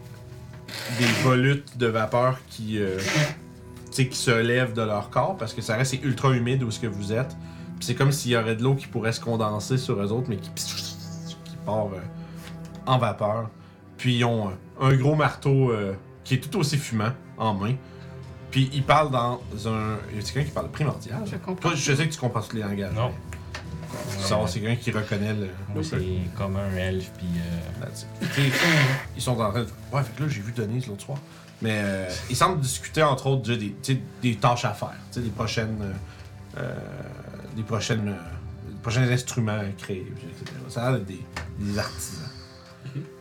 Speaker 2: des volutes de vapeur qui, euh, tu sais, qui se lèvent de leur corps parce que ça reste c'est ultra humide où ce que vous êtes. Puis c'est comme s'il y aurait de l'eau qui pourrait se condenser sur eux autres, mais qui, qui part euh, en vapeur. Puis ils ont euh, un gros marteau euh, qui est tout aussi fumant en main. Puis ils parlent dans un. Il y a quelqu'un qui parle primordial.
Speaker 3: Ah, Je comprends.
Speaker 2: Toi, je sais que tu comprends tous les langages.
Speaker 4: Non.
Speaker 2: Tu sors, c'est quelqu'un qui reconnaît le.
Speaker 4: Moi, c'est comme un elfe, puis. euh,
Speaker 2: Là, Ben, tu sais, tu sais, ils sont en train de. Ouais, fait que là, j'ai vu Denise l'autre soir. Mais euh, ils semblent discuter, entre autres, de- des, tu sais, des tâches à faire, tu sais, des prochaines. euh, euh, des prochaines. euh, des prochains instruments à créer, puis etc. Ça a l'air d'être des, des artisans.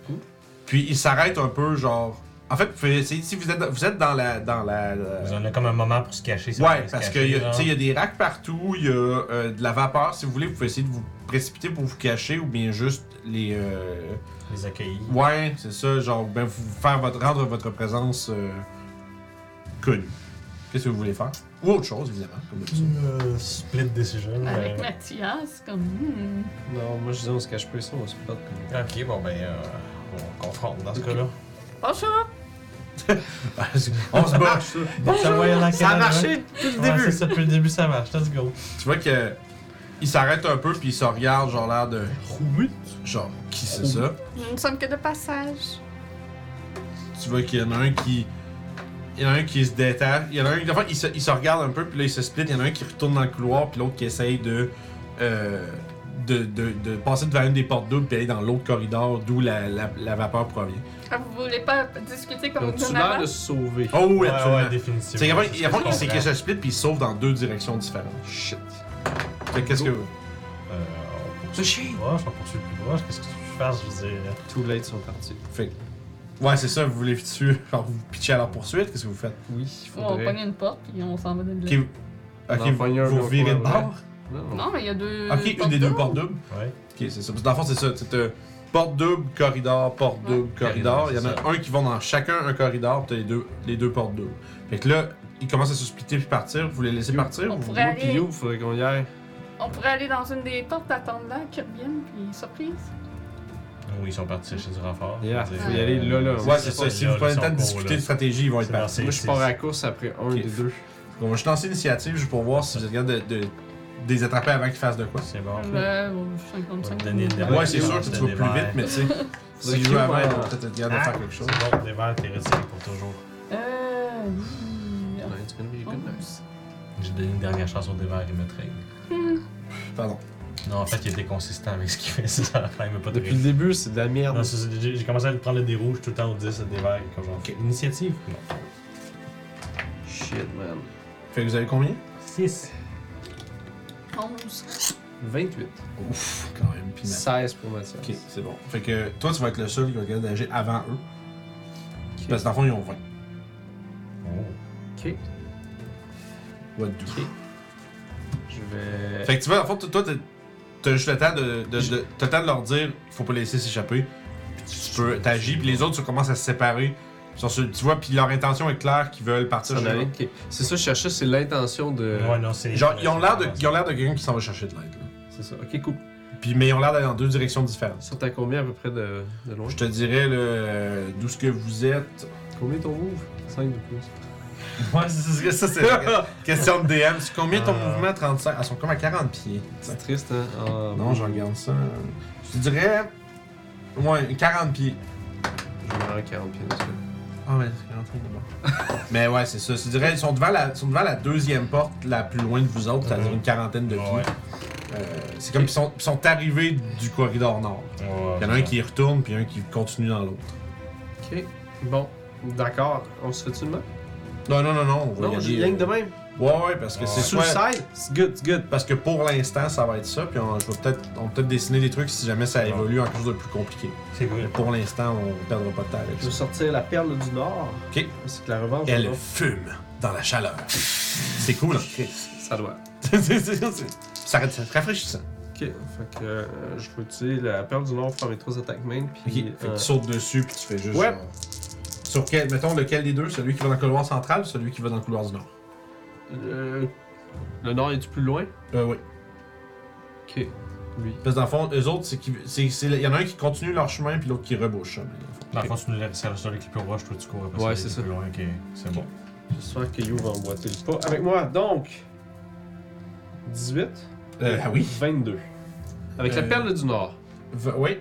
Speaker 5: cool.
Speaker 2: Puis ils s'arrêtent un peu, genre. En fait, vous pouvez essayer- si vous êtes, dans- vous êtes dans la. Dans la, la-
Speaker 4: Vous en avez comme un moment pour se cacher. ça
Speaker 2: Ouais,
Speaker 4: peut se
Speaker 2: parce
Speaker 4: cacher,
Speaker 2: qu'il y, a-
Speaker 4: genre.
Speaker 2: tu sais, il y a des racks partout, il y a euh, de la vapeur. Si vous voulez, vous pouvez essayer de vous précipiter pour vous cacher ou bien juste les. euh,
Speaker 4: Les accueillir.
Speaker 2: Ouais, c'est ça, genre, ben, vous faire votre, rendre votre présence euh, connue. Qu'est-ce que vous voulez faire? Ou autre chose, évidemment. comme d'habitude.
Speaker 4: euh, split decision.
Speaker 3: Ah,
Speaker 4: euh,
Speaker 3: Avec Mathias, comme. hmm.
Speaker 5: Non, moi je dis on se cache pas ici, on se perd comme.
Speaker 4: Ok, bon, ben, euh, on confronte dans ce cas-là.
Speaker 3: Bonjour!
Speaker 2: *laughs* On se bat.
Speaker 4: Ça, voyait dans quel endroit.
Speaker 5: depuis
Speaker 4: Ouais, c'est ça, depuis le début, ça marche. Let's go.
Speaker 2: tu vois que. Il s'arrête un peu, puis il se regarde, genre, l'air de. Genre, qui c'est ça?
Speaker 3: Nous ne sommes que de passage.
Speaker 2: Tu vois qu'il y en a un qui. Il y en a un qui se détache. Il y en a un. en fait, il se, il se regarde un peu, puis là, il se split. Il y en a un qui retourne dans le couloir, puis l'autre qui essaye de. euh, de, de, de passer devant une des portes doubles, puis aller dans l'autre corridor d'où la- la- la vapeur provient.
Speaker 3: Ah, vous voulez pas discuter comme
Speaker 5: Donc
Speaker 3: vous
Speaker 5: tu
Speaker 3: en
Speaker 5: l'air de
Speaker 3: avez?
Speaker 5: se sauver.
Speaker 2: Oh, oui,
Speaker 4: Ouais,
Speaker 2: absolument.
Speaker 4: ouais, définitivement.
Speaker 2: C'est qu'avant,
Speaker 4: ce que
Speaker 2: avant,
Speaker 4: je
Speaker 2: il s'est
Speaker 4: comprends.
Speaker 2: qu'il se split puis il sauve dans deux directions différentes. Shit. Fait que qu'est-ce que.
Speaker 4: Euh, on poursuit le plus proche, on poursuit le plus proche. Qu'est-ce que tu veux faire, je veux dire?
Speaker 5: Too late sont partis.
Speaker 2: Fait que- Ouais, c'est ça, vous voulez tuer, *laughs* genre vous pitchez à leur poursuite, qu'est-ce que vous faites?
Speaker 5: Oui, il
Speaker 3: On
Speaker 5: faudrait.
Speaker 3: pogne une porte et on s'en va de là.
Speaker 2: Ok, ok,
Speaker 5: Non, pas un,
Speaker 2: vous, vous
Speaker 5: non,
Speaker 2: virez de
Speaker 5: pas un,
Speaker 2: bord?
Speaker 5: Non,
Speaker 3: Non, mais il y a deux.
Speaker 2: Ok, une des deux portes doubles.
Speaker 4: Ouais.
Speaker 2: Ok, c'est ça. Parce que Dans le fond, c'est ça. C'est euh, porte double, corridor, porte
Speaker 3: Ouais.
Speaker 2: double, corridor.
Speaker 4: Corridor,
Speaker 2: Il y en
Speaker 4: c'est
Speaker 2: a un qui va dans chacun un corridor, puis t'as les deux, les deux portes doubles. Fait que là, ils commencent à se splitter puis partir. Vous les laissez partir?
Speaker 3: On
Speaker 2: ou-
Speaker 3: pourrait
Speaker 5: Moi pis
Speaker 3: aller,
Speaker 5: You, faudrait qu'on y aille.
Speaker 3: on pourrait aller dans une des portes, attendre là qu'ils reviennent, puis surprise.
Speaker 4: Oui, ils sont partis chez du renfort.
Speaker 5: Yeah,
Speaker 4: Je veux
Speaker 5: faut
Speaker 3: y
Speaker 4: dire,
Speaker 5: aller là, là.
Speaker 4: euh,
Speaker 2: Ouais, c'est ça.
Speaker 4: pas
Speaker 2: Si
Speaker 4: là,
Speaker 2: vous prenez
Speaker 4: ils
Speaker 2: le temps de
Speaker 4: sont pas
Speaker 2: discuter
Speaker 4: là.
Speaker 2: de stratégie, ils vont
Speaker 4: C'est
Speaker 2: être partis.
Speaker 4: merci,
Speaker 5: Moi je
Speaker 4: c'est-
Speaker 5: pars à la course après un
Speaker 2: Ok.
Speaker 5: des deux.
Speaker 2: On va juste lancer l'initiative juste pour voir si vous êtes capable de, de- de les attraper avant qu'ils fassent de quoi.
Speaker 4: C'est bon.
Speaker 3: Euh, bon,
Speaker 4: On va
Speaker 3: 55
Speaker 4: te donner des
Speaker 2: Ouais,
Speaker 4: verres,
Speaker 2: c'est
Speaker 4: on
Speaker 2: sûr
Speaker 4: va
Speaker 2: que
Speaker 4: te
Speaker 2: tu vas
Speaker 4: donner
Speaker 2: plus
Speaker 4: des
Speaker 2: vite, mais tu
Speaker 3: *laughs*
Speaker 2: sais, si
Speaker 5: Faudrait
Speaker 2: je veux
Speaker 5: qu'il
Speaker 2: avant, ils
Speaker 5: va-
Speaker 2: vont peut-être être capable de
Speaker 4: verres.
Speaker 2: faire quelque chose.
Speaker 4: C'est bon, des verres, t'es retiré pour toujours.
Speaker 3: Euh. oui.
Speaker 5: Non, it's gonna be a good night.
Speaker 3: Onze.
Speaker 4: J'ai donné une dernière chance au dévers, il me traîne.
Speaker 2: Pardon.
Speaker 4: Non, en fait, il était consistant avec ce qu'il fait, *laughs* c'est ça la fin, mais pas de
Speaker 5: Ah, Depuis le début, c'est de la merde.
Speaker 4: Non,
Speaker 2: Mm.
Speaker 4: c'est- c'est- j'ai j'ai commencé à le prendre le dé rouge tout le temps au 10, le dé vert, comme genre.
Speaker 2: Ok.
Speaker 4: Initiative Non.
Speaker 5: Shit, man.
Speaker 2: Fait que vous avez combien
Speaker 4: 6.
Speaker 3: 11.
Speaker 5: 28.
Speaker 2: Ouf, quand même, pis
Speaker 5: 16 pour Mathias.
Speaker 2: Ok, c'est bon. Fait que toi, tu vas être le seul qui va être capable d'agir avant eux. Parce que dans le fond, ils ont 20.
Speaker 4: Oh.
Speaker 5: Ok.
Speaker 2: What do?
Speaker 5: Je vais.
Speaker 2: Fait que tu vois, dans le fond, toi, t'as- t'as juste le temps de, de, de, t'as le temps de leur dire faut pas les laisser s'échapper. Puis tu peux, t'agis, puis les autres, tu commences à se séparer. Ils sont sur- tu vois, puis leur intention est claire qu'ils veulent partir.
Speaker 5: S'en
Speaker 2: chez
Speaker 5: aller.
Speaker 2: eux.
Speaker 5: Ok. C'est ça, je cherchais, c'est l'intention de.
Speaker 4: Ouais, non, c'est.
Speaker 2: Euh, Genre, ils ont l'air de, ils ont l'air de quelqu'un qui s'en va chercher de l'aide. là.
Speaker 5: C'est ça. Ok, cool.
Speaker 2: Puis, mais ils ont l'air d'aller dans deux directions différentes.
Speaker 5: Ça, t'as combien à peu près de, de loin
Speaker 2: Je te dirais le, euh, d'où ce que vous êtes. *laughs*
Speaker 5: Combien ton move 5 de plus.
Speaker 2: Ouais, c'est ça, c'est la question de DM. C'est combien ton
Speaker 4: Euh.
Speaker 2: mouvement à 35 Elles sont comme à 40 pieds.
Speaker 5: C'est triste, hein Ah,
Speaker 2: Non, je regarde ça. Je te dirais. Ouais, 40 pieds.
Speaker 5: Je vais en 40 pieds. parce que-
Speaker 2: Ah ouais, c'est 40 pieds d'abord. *laughs* Mais ouais, c'est ça. Je te dirais, ils sont devant, la, ils sont devant la deuxième porte la plus loin de vous autres, c'est-à-dire
Speaker 4: Mhm.
Speaker 2: une quarantaine de pieds.
Speaker 4: Ouais.
Speaker 2: Euh, c'est comme ils sont, ils sont arrivés du corridor nord.
Speaker 4: Ouais,
Speaker 2: Il y en a un qui retourne, puis un qui continue dans l'autre.
Speaker 5: Ok. Bon. D'accord. On se fait-tu le même
Speaker 2: Non, non, non, non. On va y
Speaker 5: Non,
Speaker 2: aller, euh,
Speaker 5: j'ai rien que de même.
Speaker 2: Ouais, ouais, parce que
Speaker 4: Ouais.
Speaker 2: c'est
Speaker 5: C'est
Speaker 2: soit...
Speaker 5: suicide C'est good, c'est good.
Speaker 2: Parce que pour l'instant, ça va être ça, puis on, je vais peut-être, on va peut-être dessiner des trucs si jamais ça évolue en quelque chose de plus compliqué.
Speaker 4: C'est cool.
Speaker 2: Mais pour l'instant, on perdra pas de temps avec
Speaker 5: Je vais
Speaker 2: ça.
Speaker 5: sortir la perle du Nord.
Speaker 2: Ok.
Speaker 5: C'est que la revanche.
Speaker 2: Elle
Speaker 5: là,
Speaker 2: fume dans la chaleur. C'est cool, hein? Chris?
Speaker 5: Ça doit.
Speaker 2: C'est- c'est- c'est- c'est- *laughs* ça ra- c'est rafraîchissant.
Speaker 5: Ok. Fait que euh, je vais utiliser la perle du Nord pour faire mes trois attaques main.
Speaker 2: Ok,
Speaker 5: Puis.
Speaker 2: fait que
Speaker 5: euh,
Speaker 2: tu sautes dessus, puis tu fais juste...
Speaker 5: Ouais.
Speaker 2: genre- Sur quel, mettons, lequel des deux? Celui qui va dans le couloir central ou celui qui va dans le couloir du nord?
Speaker 5: euh, le Nord est-tu plus loin
Speaker 2: Euh, oui.
Speaker 5: Ok. Lui.
Speaker 2: Parce que dans le fond, eux autres, c'est qu'il c'est- c'est- il y en a un qui continue leur chemin, puis l'autre qui rebouche. hein, mais dans le fond.
Speaker 4: Dans le fond, tu nous laisses sur le clip au rush, toi tu cours après
Speaker 5: Ouais,
Speaker 4: ça,
Speaker 5: c'est
Speaker 4: il est
Speaker 5: ça.
Speaker 4: plus loin, ok, c'est bon.
Speaker 5: J'espère que You va emboîter le pas avec moi. Donc, 18,
Speaker 2: Euh, ah oui.
Speaker 5: 22. Avec la
Speaker 2: Euh,
Speaker 5: perle du Nord.
Speaker 2: V- oui.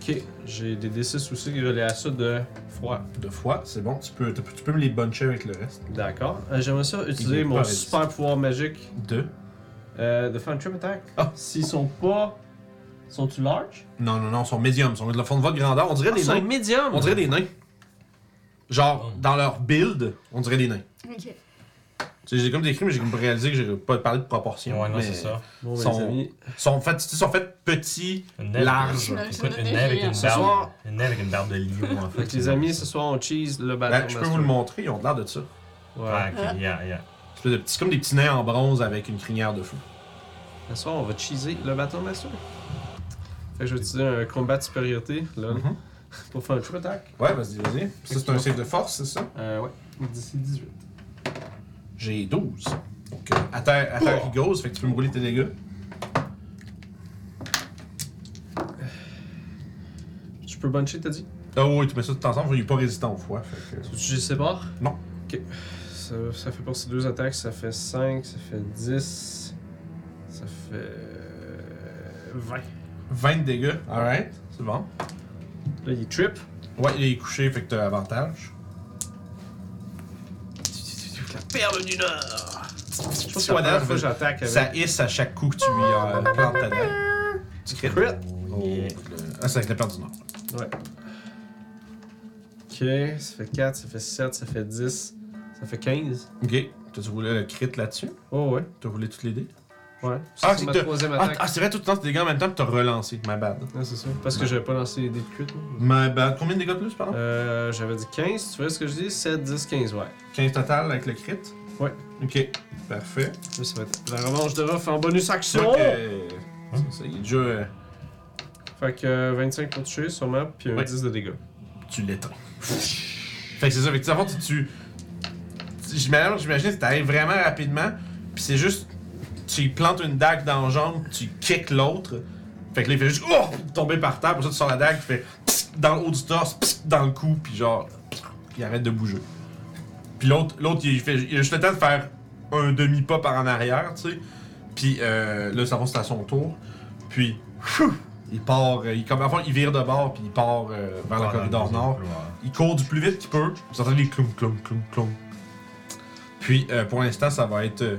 Speaker 5: Ok, j'ai des D6 aussi relais à ça de froid.
Speaker 2: Deux fois, c'est bon. Tu peux, tu peux- tu peux me les buncher avec le reste.
Speaker 5: D'accord. Euh, J'aimerais ça
Speaker 2: Il
Speaker 5: utiliser
Speaker 2: est
Speaker 5: mon
Speaker 2: pas
Speaker 5: super pouvoir magique
Speaker 2: Deux.
Speaker 5: euh, de faire un trip attack.
Speaker 2: Ah.
Speaker 5: S'ils sont pas. Sont-tu large?
Speaker 2: Non, non, non, ils sont médiums. Ils sont de la fond de votre grandeur. On dirait
Speaker 5: Ah,
Speaker 2: des nains.
Speaker 5: médium!
Speaker 2: On dirait des nains. Genre, dans leur build, on dirait des nains.
Speaker 3: Ok.
Speaker 2: Tu sais, j'ai comme décrit, mais j'ai comme réalisé que j'ai pas parlé de proportion.
Speaker 4: Ouais, non,
Speaker 2: mais
Speaker 4: c'est ça.
Speaker 5: Bon, ben,
Speaker 2: Sont-
Speaker 5: les amis.
Speaker 2: Ils sont faits, tu sais, ils sont faits petits,
Speaker 4: Une naine-
Speaker 2: larges.
Speaker 4: Écoute, une naine avec une
Speaker 3: Ce
Speaker 5: Ce
Speaker 4: barbe.
Speaker 5: soir,
Speaker 4: Une naine avec une barbe de lion, en fait.
Speaker 5: avec les amis, ce soir, on cheese le
Speaker 2: Ben,
Speaker 5: bâton.
Speaker 2: je peux vous le montrer, ils ont l'air de ça.
Speaker 5: Ouais.
Speaker 4: Ouais, ok, yeah, yeah.
Speaker 2: Espèce de petits- C'est comme des petits nains en bronze avec une crinière de fou.
Speaker 5: Ce soir, on va cheeser le bâton massue. Fait que je vais utiliser un combat de supériorité, là,
Speaker 2: Mhm.
Speaker 5: pour faire un trip attack.
Speaker 2: Ouais, vas-y, vas-y. Ça, c'est un save de force, c'est ça?
Speaker 5: Euh, ouais. D'ici 18.
Speaker 2: J'ai 12. Donc, euh, à terre, à terre, he goes, fait que tu peux me rouler tes dégâts.
Speaker 5: Je peux buncher, t'as dit?
Speaker 2: Ah oui, tu mets ça tout ensemble, il est pas résistant au foie. Fait que...
Speaker 5: Tu veux que je les sépare?
Speaker 2: Non.
Speaker 5: Ok. Ça, ça fait pour ces deux attaques, ça fait 5, ça fait 10, ça fait. euh, 20.
Speaker 2: 20 dégâts, alright, c'est bon.
Speaker 5: Là, il est trip.
Speaker 2: Ouais, il est couché, fait que t'as avantage.
Speaker 5: La perle du Nord! Je pense que
Speaker 2: Ouais,
Speaker 5: la
Speaker 2: d'ailleurs,
Speaker 5: dernière fois,
Speaker 2: faut-
Speaker 5: j'attaque avec.
Speaker 2: Ça hisse à chaque coup que tu lui euh, plantes ta dague. Tu crées.
Speaker 5: Crit.
Speaker 2: Oh, le- Ah, c'est avec la perte du Nord.
Speaker 5: Ok, ça fait 4, ça fait 7, ça fait 10, ça fait 15.
Speaker 2: Ok. T'as-tu roulé le crit là-dessus
Speaker 5: Oh ouais,
Speaker 2: T'as roulé toutes les dés
Speaker 5: ouais.
Speaker 2: Ah,
Speaker 5: c'est
Speaker 2: c'est
Speaker 5: ma
Speaker 2: que-
Speaker 5: troisième
Speaker 2: Ah,
Speaker 5: attaque.
Speaker 2: ah, c'est vrai, tout le temps, tes dégâts en même temps, puis t'as relancé. My bad.
Speaker 5: Ah, c'est ça. Parce que j'avais pas lancé les dés de crit. là.
Speaker 2: My bad. Combien de dégâts de plus, pardon
Speaker 5: Euh, j'avais dit 15, tu vois ce que je dis? 7, 10, 15, ouais.
Speaker 2: 15 total avec le crit
Speaker 5: Ouais.
Speaker 2: Ok. Parfait.
Speaker 5: Là, ça va être la revanche de Ruff en bonus action!
Speaker 2: Ok. C'est ça, il est déjà. euh,
Speaker 5: Fait que euh, 25 pour tuer, sûrement, puis un
Speaker 2: Ouais.
Speaker 5: 10 de dégâts.
Speaker 2: tu l'éteins. fait que c'est ça, fait que tu sais, en fait, tu. tu- J'imagine j'imagine que t'arrives vraiment rapidement, puis c'est juste. Tu y plantes une dague dans la jambe, tu kicks l'autre. Fait que là, il fait juste. Oh Tomber par terre, pour ça, tu sors la dague, tu fais. pss, Dans le haut du torse, pss, dans le cou, puis genre. Il arrête de bouger. Puis l'autre, l'autre, il fait. Il a juste le temps de faire un demi-pas par en arrière, tu sais. Puis euh, là, ça va, c'est à son tour. Puis. phew, il part. euh, Il, comme, avant, il vire de bord, puis il part euh, vers le corridor nord. Il court du plus vite qu'il peut. Vous entendez les cloum, cloum, cloum, cloum. Puis, euh, pour l'instant, ça va être. euh,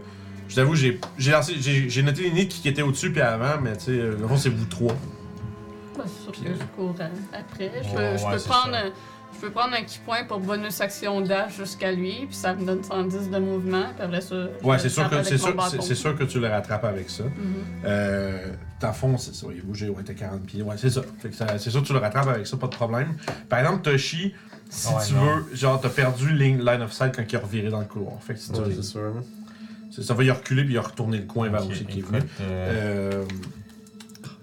Speaker 2: je t'avoue, j'ai j'ai lancé- j'ai- j'ai noté les nids qui étaient au-dessus puis avant, mais tu sais, euh, le fond, c'est vous trois.
Speaker 3: je courant. Après, je peux,
Speaker 4: Ouais,
Speaker 3: je
Speaker 4: ouais,
Speaker 3: peux
Speaker 4: c'est
Speaker 3: prendre
Speaker 4: ça.
Speaker 3: un, je peux prendre un petit point pour bonus action dash jusqu'à lui, puis ça me donne 110 de mouvement, puis après ça. je
Speaker 2: Ouais,
Speaker 3: le
Speaker 2: c'est sûr,
Speaker 3: frappe
Speaker 2: que-
Speaker 3: avec
Speaker 2: c'est
Speaker 3: mon
Speaker 2: sûr,
Speaker 3: bâton.
Speaker 2: c'est- c'est sûr que tu le rattrapes avec ça.
Speaker 3: Mhm.
Speaker 2: Euh, ta fond, c'est ça, il est bougé, ouais, t'as 40 pieds, ouais, c'est ça. Fait que ça- c'est sûr que tu le rattrapes avec ça, pas de problème. Par exemple, Toshi, si
Speaker 4: Ouais,
Speaker 2: tu
Speaker 4: non.
Speaker 2: veux, genre, t'as perdu line, line of sight quand il a reviré dans le couloir. Fait que si tu-
Speaker 5: Ouais, c'est sûr.
Speaker 2: c'est- ça va y reculer puis il a retourné le coin vers où Eh ben, c'est qu'il est venu. Euh,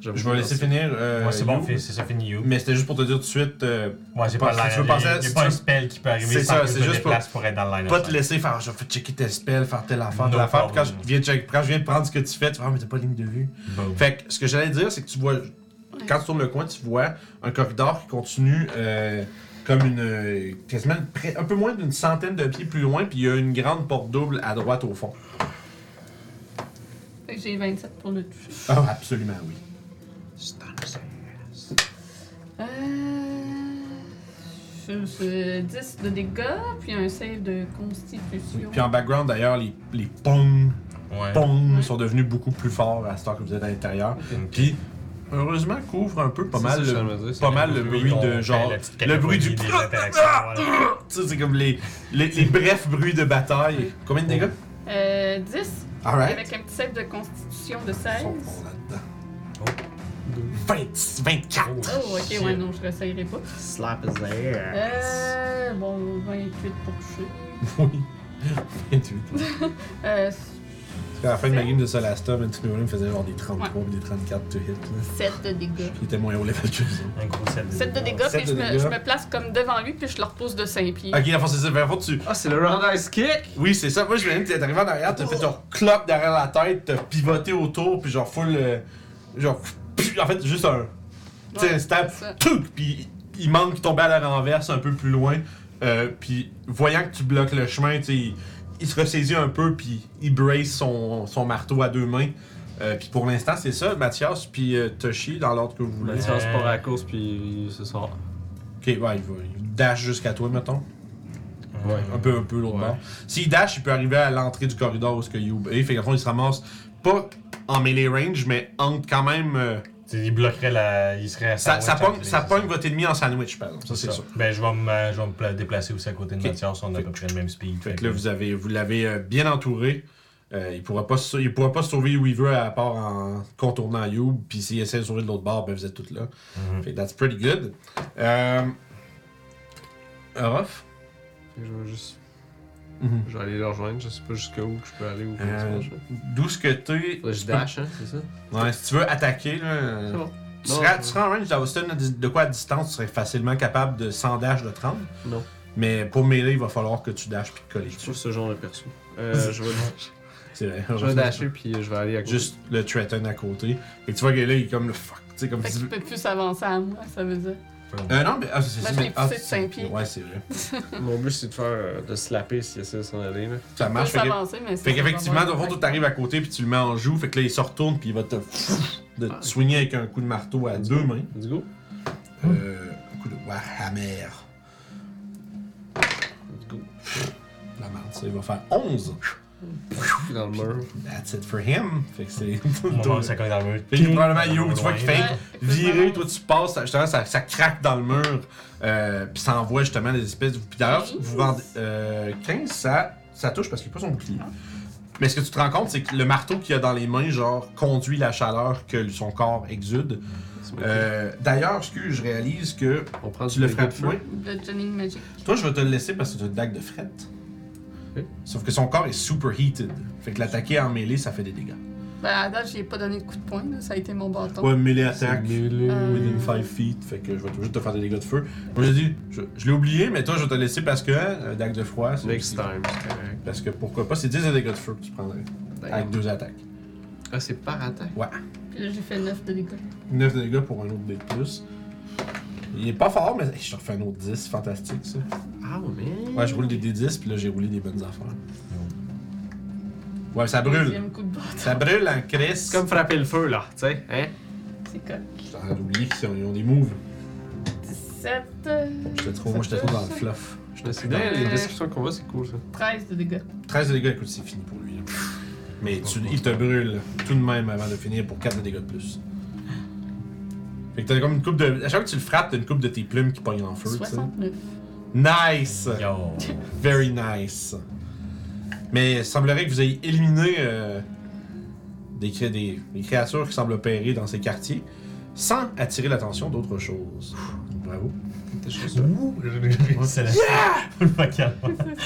Speaker 2: je vais laisser finir. euh,
Speaker 4: Ouais, c'est bon,
Speaker 2: You.
Speaker 4: fait- c'est ça, fini you.
Speaker 2: Mais c'était juste pour te dire tout de suite, euh,
Speaker 4: Ouais,
Speaker 2: Parce
Speaker 4: j'ai pas
Speaker 2: que
Speaker 4: l'air.
Speaker 2: tu veux penser à-
Speaker 4: J'ai
Speaker 2: si
Speaker 4: pas
Speaker 2: tu-
Speaker 4: un spell qui peut arriver
Speaker 2: C'est
Speaker 4: sans
Speaker 2: ça,
Speaker 4: que
Speaker 2: c'est
Speaker 4: je me
Speaker 2: juste
Speaker 4: déplace pour être dans le line
Speaker 2: pas te laisser faire, je vais checker tel spell, faire telle affaire,
Speaker 4: No
Speaker 2: telle affaire. Puis Quand je,
Speaker 4: problem.
Speaker 2: viens de check- quand je viens de prendre ce que tu fais, tu vas, ah, mais t'as pas de ligne de vue. Fait que ce que j'allais dire, c'est que tu vois, quand tu tournes le coin, tu vois un corridor qui continue euh, comme une. euh, quasiment près- un peu moins d'une centaine de pieds plus loin, puis il y a une grande porte double à droite au fond.
Speaker 3: Fait que J'ai 27 pour le toucher.
Speaker 4: Ah
Speaker 2: Absolument, oui.
Speaker 3: Euh. je- je- 10 de dégâts, puis un save de constitution.
Speaker 2: Puis en background, d'ailleurs, les, les pongs,
Speaker 4: Ouais.
Speaker 2: pongs sont devenus beaucoup plus forts à ce temps que vous êtes à l'intérieur. Puis, heureusement, couvre un peu pas
Speaker 5: C'est ça
Speaker 2: mal
Speaker 5: que je viens
Speaker 2: le,
Speaker 5: de me dire,
Speaker 2: pas
Speaker 5: c'est
Speaker 2: mal le bruit de genre. Le bruit du. *coughs*
Speaker 4: Des
Speaker 2: Tu
Speaker 4: interactions, voilà.
Speaker 2: sais, c'est comme les, les, les brefs bruits de bataille. Combien de dégâts
Speaker 3: Euh, 10
Speaker 2: Alright.
Speaker 3: avec un petit save de constitution de
Speaker 2: Ils
Speaker 3: 16.
Speaker 2: sont bons là-dedans. 20, 24.
Speaker 4: Oh,
Speaker 3: Oh, ok,
Speaker 4: shit.
Speaker 3: ouais, non, je réessayerai pas.
Speaker 5: Slap his ass.
Speaker 3: Euh, bon, 28 pour toucher.
Speaker 2: Oh, Oui. 28.
Speaker 3: Euh,
Speaker 2: Parce qu'à la fin de ma game de Solasta, Ben Tino me faisait genre des 33 ou des 34 to hit. Là.
Speaker 3: 7 de dégâts.
Speaker 2: Il était moins haut level que ça.
Speaker 4: Un gros set de
Speaker 3: 7 de
Speaker 4: dégâts.
Speaker 3: dégâts,
Speaker 2: Sept
Speaker 3: puis
Speaker 2: de
Speaker 3: je me,
Speaker 2: dégâts.
Speaker 3: je me place comme devant lui, puis je le repousse de 5 pieds.
Speaker 2: Ok, à force, c'est ça. Ben, à force, tu.
Speaker 5: Ah, c'est le roundhouse kick!
Speaker 2: Oui, c'est ça. Moi, je me dis, t'es arrivé en arrière, t'as fait genre clope derrière la tête, t'as pivoté autour, puis genre full. euh, genre. pff, En fait, juste un. Tu sais,
Speaker 3: Ouais,
Speaker 2: un stab.
Speaker 3: c'est ça.
Speaker 2: Touc! Puis il manque de tomber à la renverse un peu plus loin. Euh, puis voyant que tu bloques le chemin, tu sais, il, il se ressaisit un peu, puis il brace son, son marteau à deux mains. Euh, puis pour l'instant, c'est ça, Mathias, puis euh, Toshi, dans l'ordre que vous voulez.
Speaker 5: Mathias
Speaker 3: Euh,
Speaker 5: part à la course, puis il se sort.
Speaker 2: Ok, ouais, il va il dash jusqu'à toi, mettons.
Speaker 4: Ouais.
Speaker 2: Un peu, un peu l'autre
Speaker 4: Ouais.
Speaker 2: bord. S'il dash, il peut arriver à l'entrée du corridor où ce que Youb est. Fait qu'en fond, il se ramasse pas en melee range, mais entre quand même. euh,
Speaker 4: Tu sais, il bloquerait la. Il serait à
Speaker 2: ça, ça,
Speaker 4: sandwich
Speaker 2: pogne,
Speaker 4: entre
Speaker 2: ça
Speaker 4: les-
Speaker 2: pogne votre ennemi en sandwich, par exemple. Ça, c'est sûr.
Speaker 4: Ben, je vais me, je vais me pla- déplacer aussi à côté de
Speaker 2: Ok.
Speaker 4: Mathias, on a à peu près le même speed.
Speaker 2: Fait que là, vous avez, vous l'avez euh, bien entouré. Euh, il pourra pas, se- il pourra pas se sauver où il veut à part en contournant Youb. Puis s'il essaie de sauver de l'autre bord, ben vous êtes toutes là.
Speaker 4: Mhm.
Speaker 2: Fait que that's pretty good. Euh... Orof?
Speaker 5: Fait que Je vais juste. Je vais aller le rejoindre, je sais pas jusqu'où que je peux aller ou comment ça
Speaker 2: Euh,
Speaker 5: marche.
Speaker 2: D'où ce que t'es.
Speaker 5: Faudrait que je dash, hein, c'est ça?
Speaker 2: Ouais, si tu veux attaquer, là. euh,
Speaker 5: C'est bon.
Speaker 2: Tu
Speaker 5: Non,
Speaker 2: seras,
Speaker 5: je-
Speaker 2: tu seras en range d'Austin de quoi à distance, tu serais facilement capable de 100 dash de 30.
Speaker 5: Non.
Speaker 2: Mais pour mêler, il va falloir que tu dashes puis te coller.
Speaker 5: Je suis ce genre de perso. *laughs* Euh, je vais
Speaker 2: C'est vrai.
Speaker 5: je vais dasher, puis je vais aller à gauche.
Speaker 2: Juste le threaten à côté. Et tu vois que là, il est comme le fuck. Tu sais, comme
Speaker 3: Fait que tu peux plus s'avancer à moi, ça veut dire.
Speaker 2: Euh, non, mais. Ah, c'est
Speaker 3: Moi,
Speaker 2: c'est-
Speaker 3: je l'ai
Speaker 2: ah,
Speaker 3: poussé de
Speaker 2: c'est-
Speaker 3: cinq pieds.
Speaker 2: Ouais, c'est vrai.
Speaker 5: Mon but, c'est de faire. euh, de slapper s'il essaie de s'en aller, là.
Speaker 2: Ça
Speaker 3: Tu peux
Speaker 2: marche. Fait, que-
Speaker 3: s'avancer, mais
Speaker 2: fait qu'effectivement, devant toi, t'arrives à côté puis tu le mets en joue. Fait que là, il se retourne puis il va te. *laughs* de te
Speaker 5: Ah.
Speaker 2: swinguer avec un coup de marteau à deux mains.
Speaker 5: Let's go.
Speaker 2: Euh, un coup de Warhammer.
Speaker 5: Let's go.
Speaker 2: La merde, ça, il va faire 11.
Speaker 5: Puis dans le mur.
Speaker 2: That's it for him. Fait que c'est. *laughs*
Speaker 4: Au moment où ça cogne dans le mur.
Speaker 2: Fait que probablement Yo, tu vois qu'il fait
Speaker 3: Ouais,
Speaker 2: virer,
Speaker 3: exactement.
Speaker 2: toi tu passes, ça- justement ça, ça craque dans le mur, euh, puis ça envoie justement des espèces de. Puis d'ailleurs, vous vendez. euh, 15, ça, ça touche parce qu'il n'a pas son bouclier. Mais ce que tu te rends compte, c'est que le marteau qu'il a dans les mains, genre, conduit la chaleur que son corps exude.
Speaker 5: C'est bon.
Speaker 2: Euh, d'ailleurs, excuse, je réalise que.
Speaker 5: On prend
Speaker 2: Tu le
Speaker 5: dégât de
Speaker 2: frappes,
Speaker 5: feu.
Speaker 2: oui.
Speaker 3: Le Johnny Magic.
Speaker 2: Toi, je vais te le laisser parce que tu as une dague de fret.
Speaker 5: Ok.
Speaker 2: Sauf que son corps est super heated. Fait que l'attaquer en mêlée, ça fait des dégâts.
Speaker 3: Ben, à date, j'y ai pas donné de coup de poing, là, ça a été mon bâton.
Speaker 2: Ouais, mêlée
Speaker 5: C'est
Speaker 2: attaque.
Speaker 5: mêlé.
Speaker 3: Euh.
Speaker 2: within 5 feet, fait que je vais tout juste te faire des dégâts de feu. Moi j'ai dit, je, je l'ai oublié, mais toi je vais te laisser parce que, euh, dague de froid, c'est
Speaker 5: Next
Speaker 2: aussi-
Speaker 5: time, c'est correct.
Speaker 2: Parce que pourquoi pas, c'est 10 de dégâts de feu que tu prendrais,
Speaker 5: Ben,
Speaker 2: avec deux attaques.
Speaker 5: Ah, c'est par attaque.
Speaker 3: Puis là, j'ai fait 9 de dégâts.
Speaker 2: 9 de dégâts pour un autre dé de plus. Il est pas fort, mais hey, je te refais un autre 10, fantastique ça.
Speaker 5: Ah, mais.
Speaker 2: Ouais, je roule des D10, puis là j'ai roulé des bonnes affaires. Ouais, ça brûle.
Speaker 3: Deuxième coup de bâton.
Speaker 2: Ça brûle en crise.
Speaker 5: C'est comme frapper le feu, là, tu sais, hein?
Speaker 3: C'est coq.
Speaker 2: J'ai oublié qu'ils ont- ils ont des moves.
Speaker 3: 17.
Speaker 2: J'étais trop, moi j'étais trop dans le fluff.
Speaker 5: Je me souviens, les descriptions qu'on voit, c'est cool, ça.
Speaker 3: 13 de dégâts.
Speaker 2: 13 de dégâts, écoute, c'est fini pour lui. là. Mais tu- il te brûle tout de même avant de finir pour 4 de dégâts de plus. Fait que t'as comme une coupe de. À chaque fois que tu le frappes, t'as une coupe de tes plumes qui pognent en feu. tu sais.
Speaker 3: 69.
Speaker 2: Nice!
Speaker 4: Yo.
Speaker 2: Very nice. Mais il semblerait que vous ayez éliminé euh, des, cré- des- des créatures qui semblent opérer dans ces quartiers sans attirer l'attention d'autres choses. Bravo.
Speaker 5: T'es chanceux.
Speaker 4: Ouh, c'est la. *laughs* Yeah!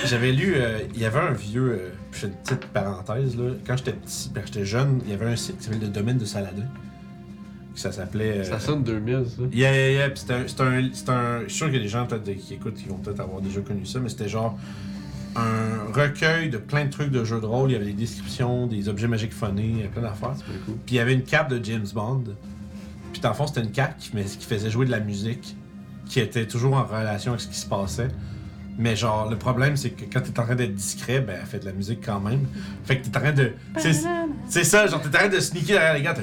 Speaker 2: J'avais lu, euh, il y avait un vieux, euh, je fais une petite parenthèse, là. quand j'étais petit, quand j'étais jeune, il y avait un site qui s'appelait le domaine de Saladin. Ça s'appelait... euh,
Speaker 5: Ça sonne 2000, ça.
Speaker 2: Yeah, yeah, yeah. Puis c'était un- c'était un, c'était un- Je suis sûr que les gens peut-être qui écoutent, qui vont peut-être avoir déjà connu ça, mais c'était genre un recueil de plein de trucs de jeux de rôle. Il y avait des descriptions, des objets magiques phonés, il y avait plein d'affaires.
Speaker 5: C'est pas cool.
Speaker 2: Puis il y avait une carte de James Bond. Puis dans le fond, c'était une carte qui, fais- qui faisait jouer de la musique, qui était toujours en relation avec ce qui se passait. Mais genre, le problème, c'est que quand t'es en train d'être discret, ben, elle fait de la musique quand même. Fait que t'es en train de. C'est c'est ça, genre, t'es en train de sneaker derrière les gars.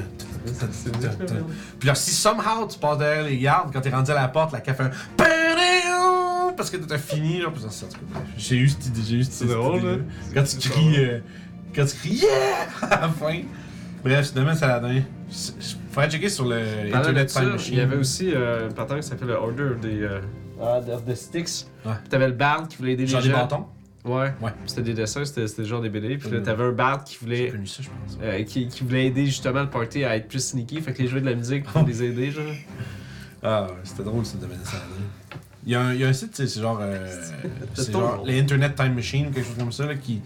Speaker 2: t'es- Puis là, si somehow tu passes derrière les gardes, quand t'es rendu à la porte, la café fait un. Padéon Parce que t'as fini, là. Puis ça, c'est- en tout cas, J'ai eu cette idée. j'ai eu cette
Speaker 5: C'est
Speaker 2: idée-
Speaker 5: drôle, hein.
Speaker 2: idée-là.
Speaker 5: là.
Speaker 2: Quand tu cries. euh, quand tu cries Yeah! *laughs* à la fin. Bref, c'est demain Saladin. Je- je- Faudrait checker sur le
Speaker 5: Pendant
Speaker 2: Internet
Speaker 5: là-dessus,
Speaker 2: Time Machine.
Speaker 5: il y avait aussi euh, un patin qui s'appelait le Order des. Euh... Ah, of the Sticks.
Speaker 2: Ouais.
Speaker 5: Puis T'avais le bard qui voulait aider
Speaker 2: Genre
Speaker 5: les
Speaker 2: des
Speaker 5: gens.
Speaker 2: bâtons.
Speaker 5: Ouais.
Speaker 2: Ouais.
Speaker 5: C'était des dessins, c'était c'était genre des BD. Puis là,
Speaker 2: Mm.
Speaker 5: t'avais un bard qui
Speaker 2: J'ai
Speaker 5: voulait.
Speaker 2: connu ça, je pense.
Speaker 5: euh, qui, qui voulait aider justement le party à être plus sneaky, fait que les joueurs de la musique
Speaker 2: *laughs*
Speaker 5: pour les aider, genre.
Speaker 2: Ah, ouais, c'était drôle, ce domaine Saladin. Il y, a un, il y a un site, c'est c'est genre.
Speaker 5: *laughs*
Speaker 2: euh, c'est
Speaker 5: C'est
Speaker 2: genre
Speaker 5: drôle.
Speaker 2: les Internet Time Machine, ou quelque chose comme ça, là, qui,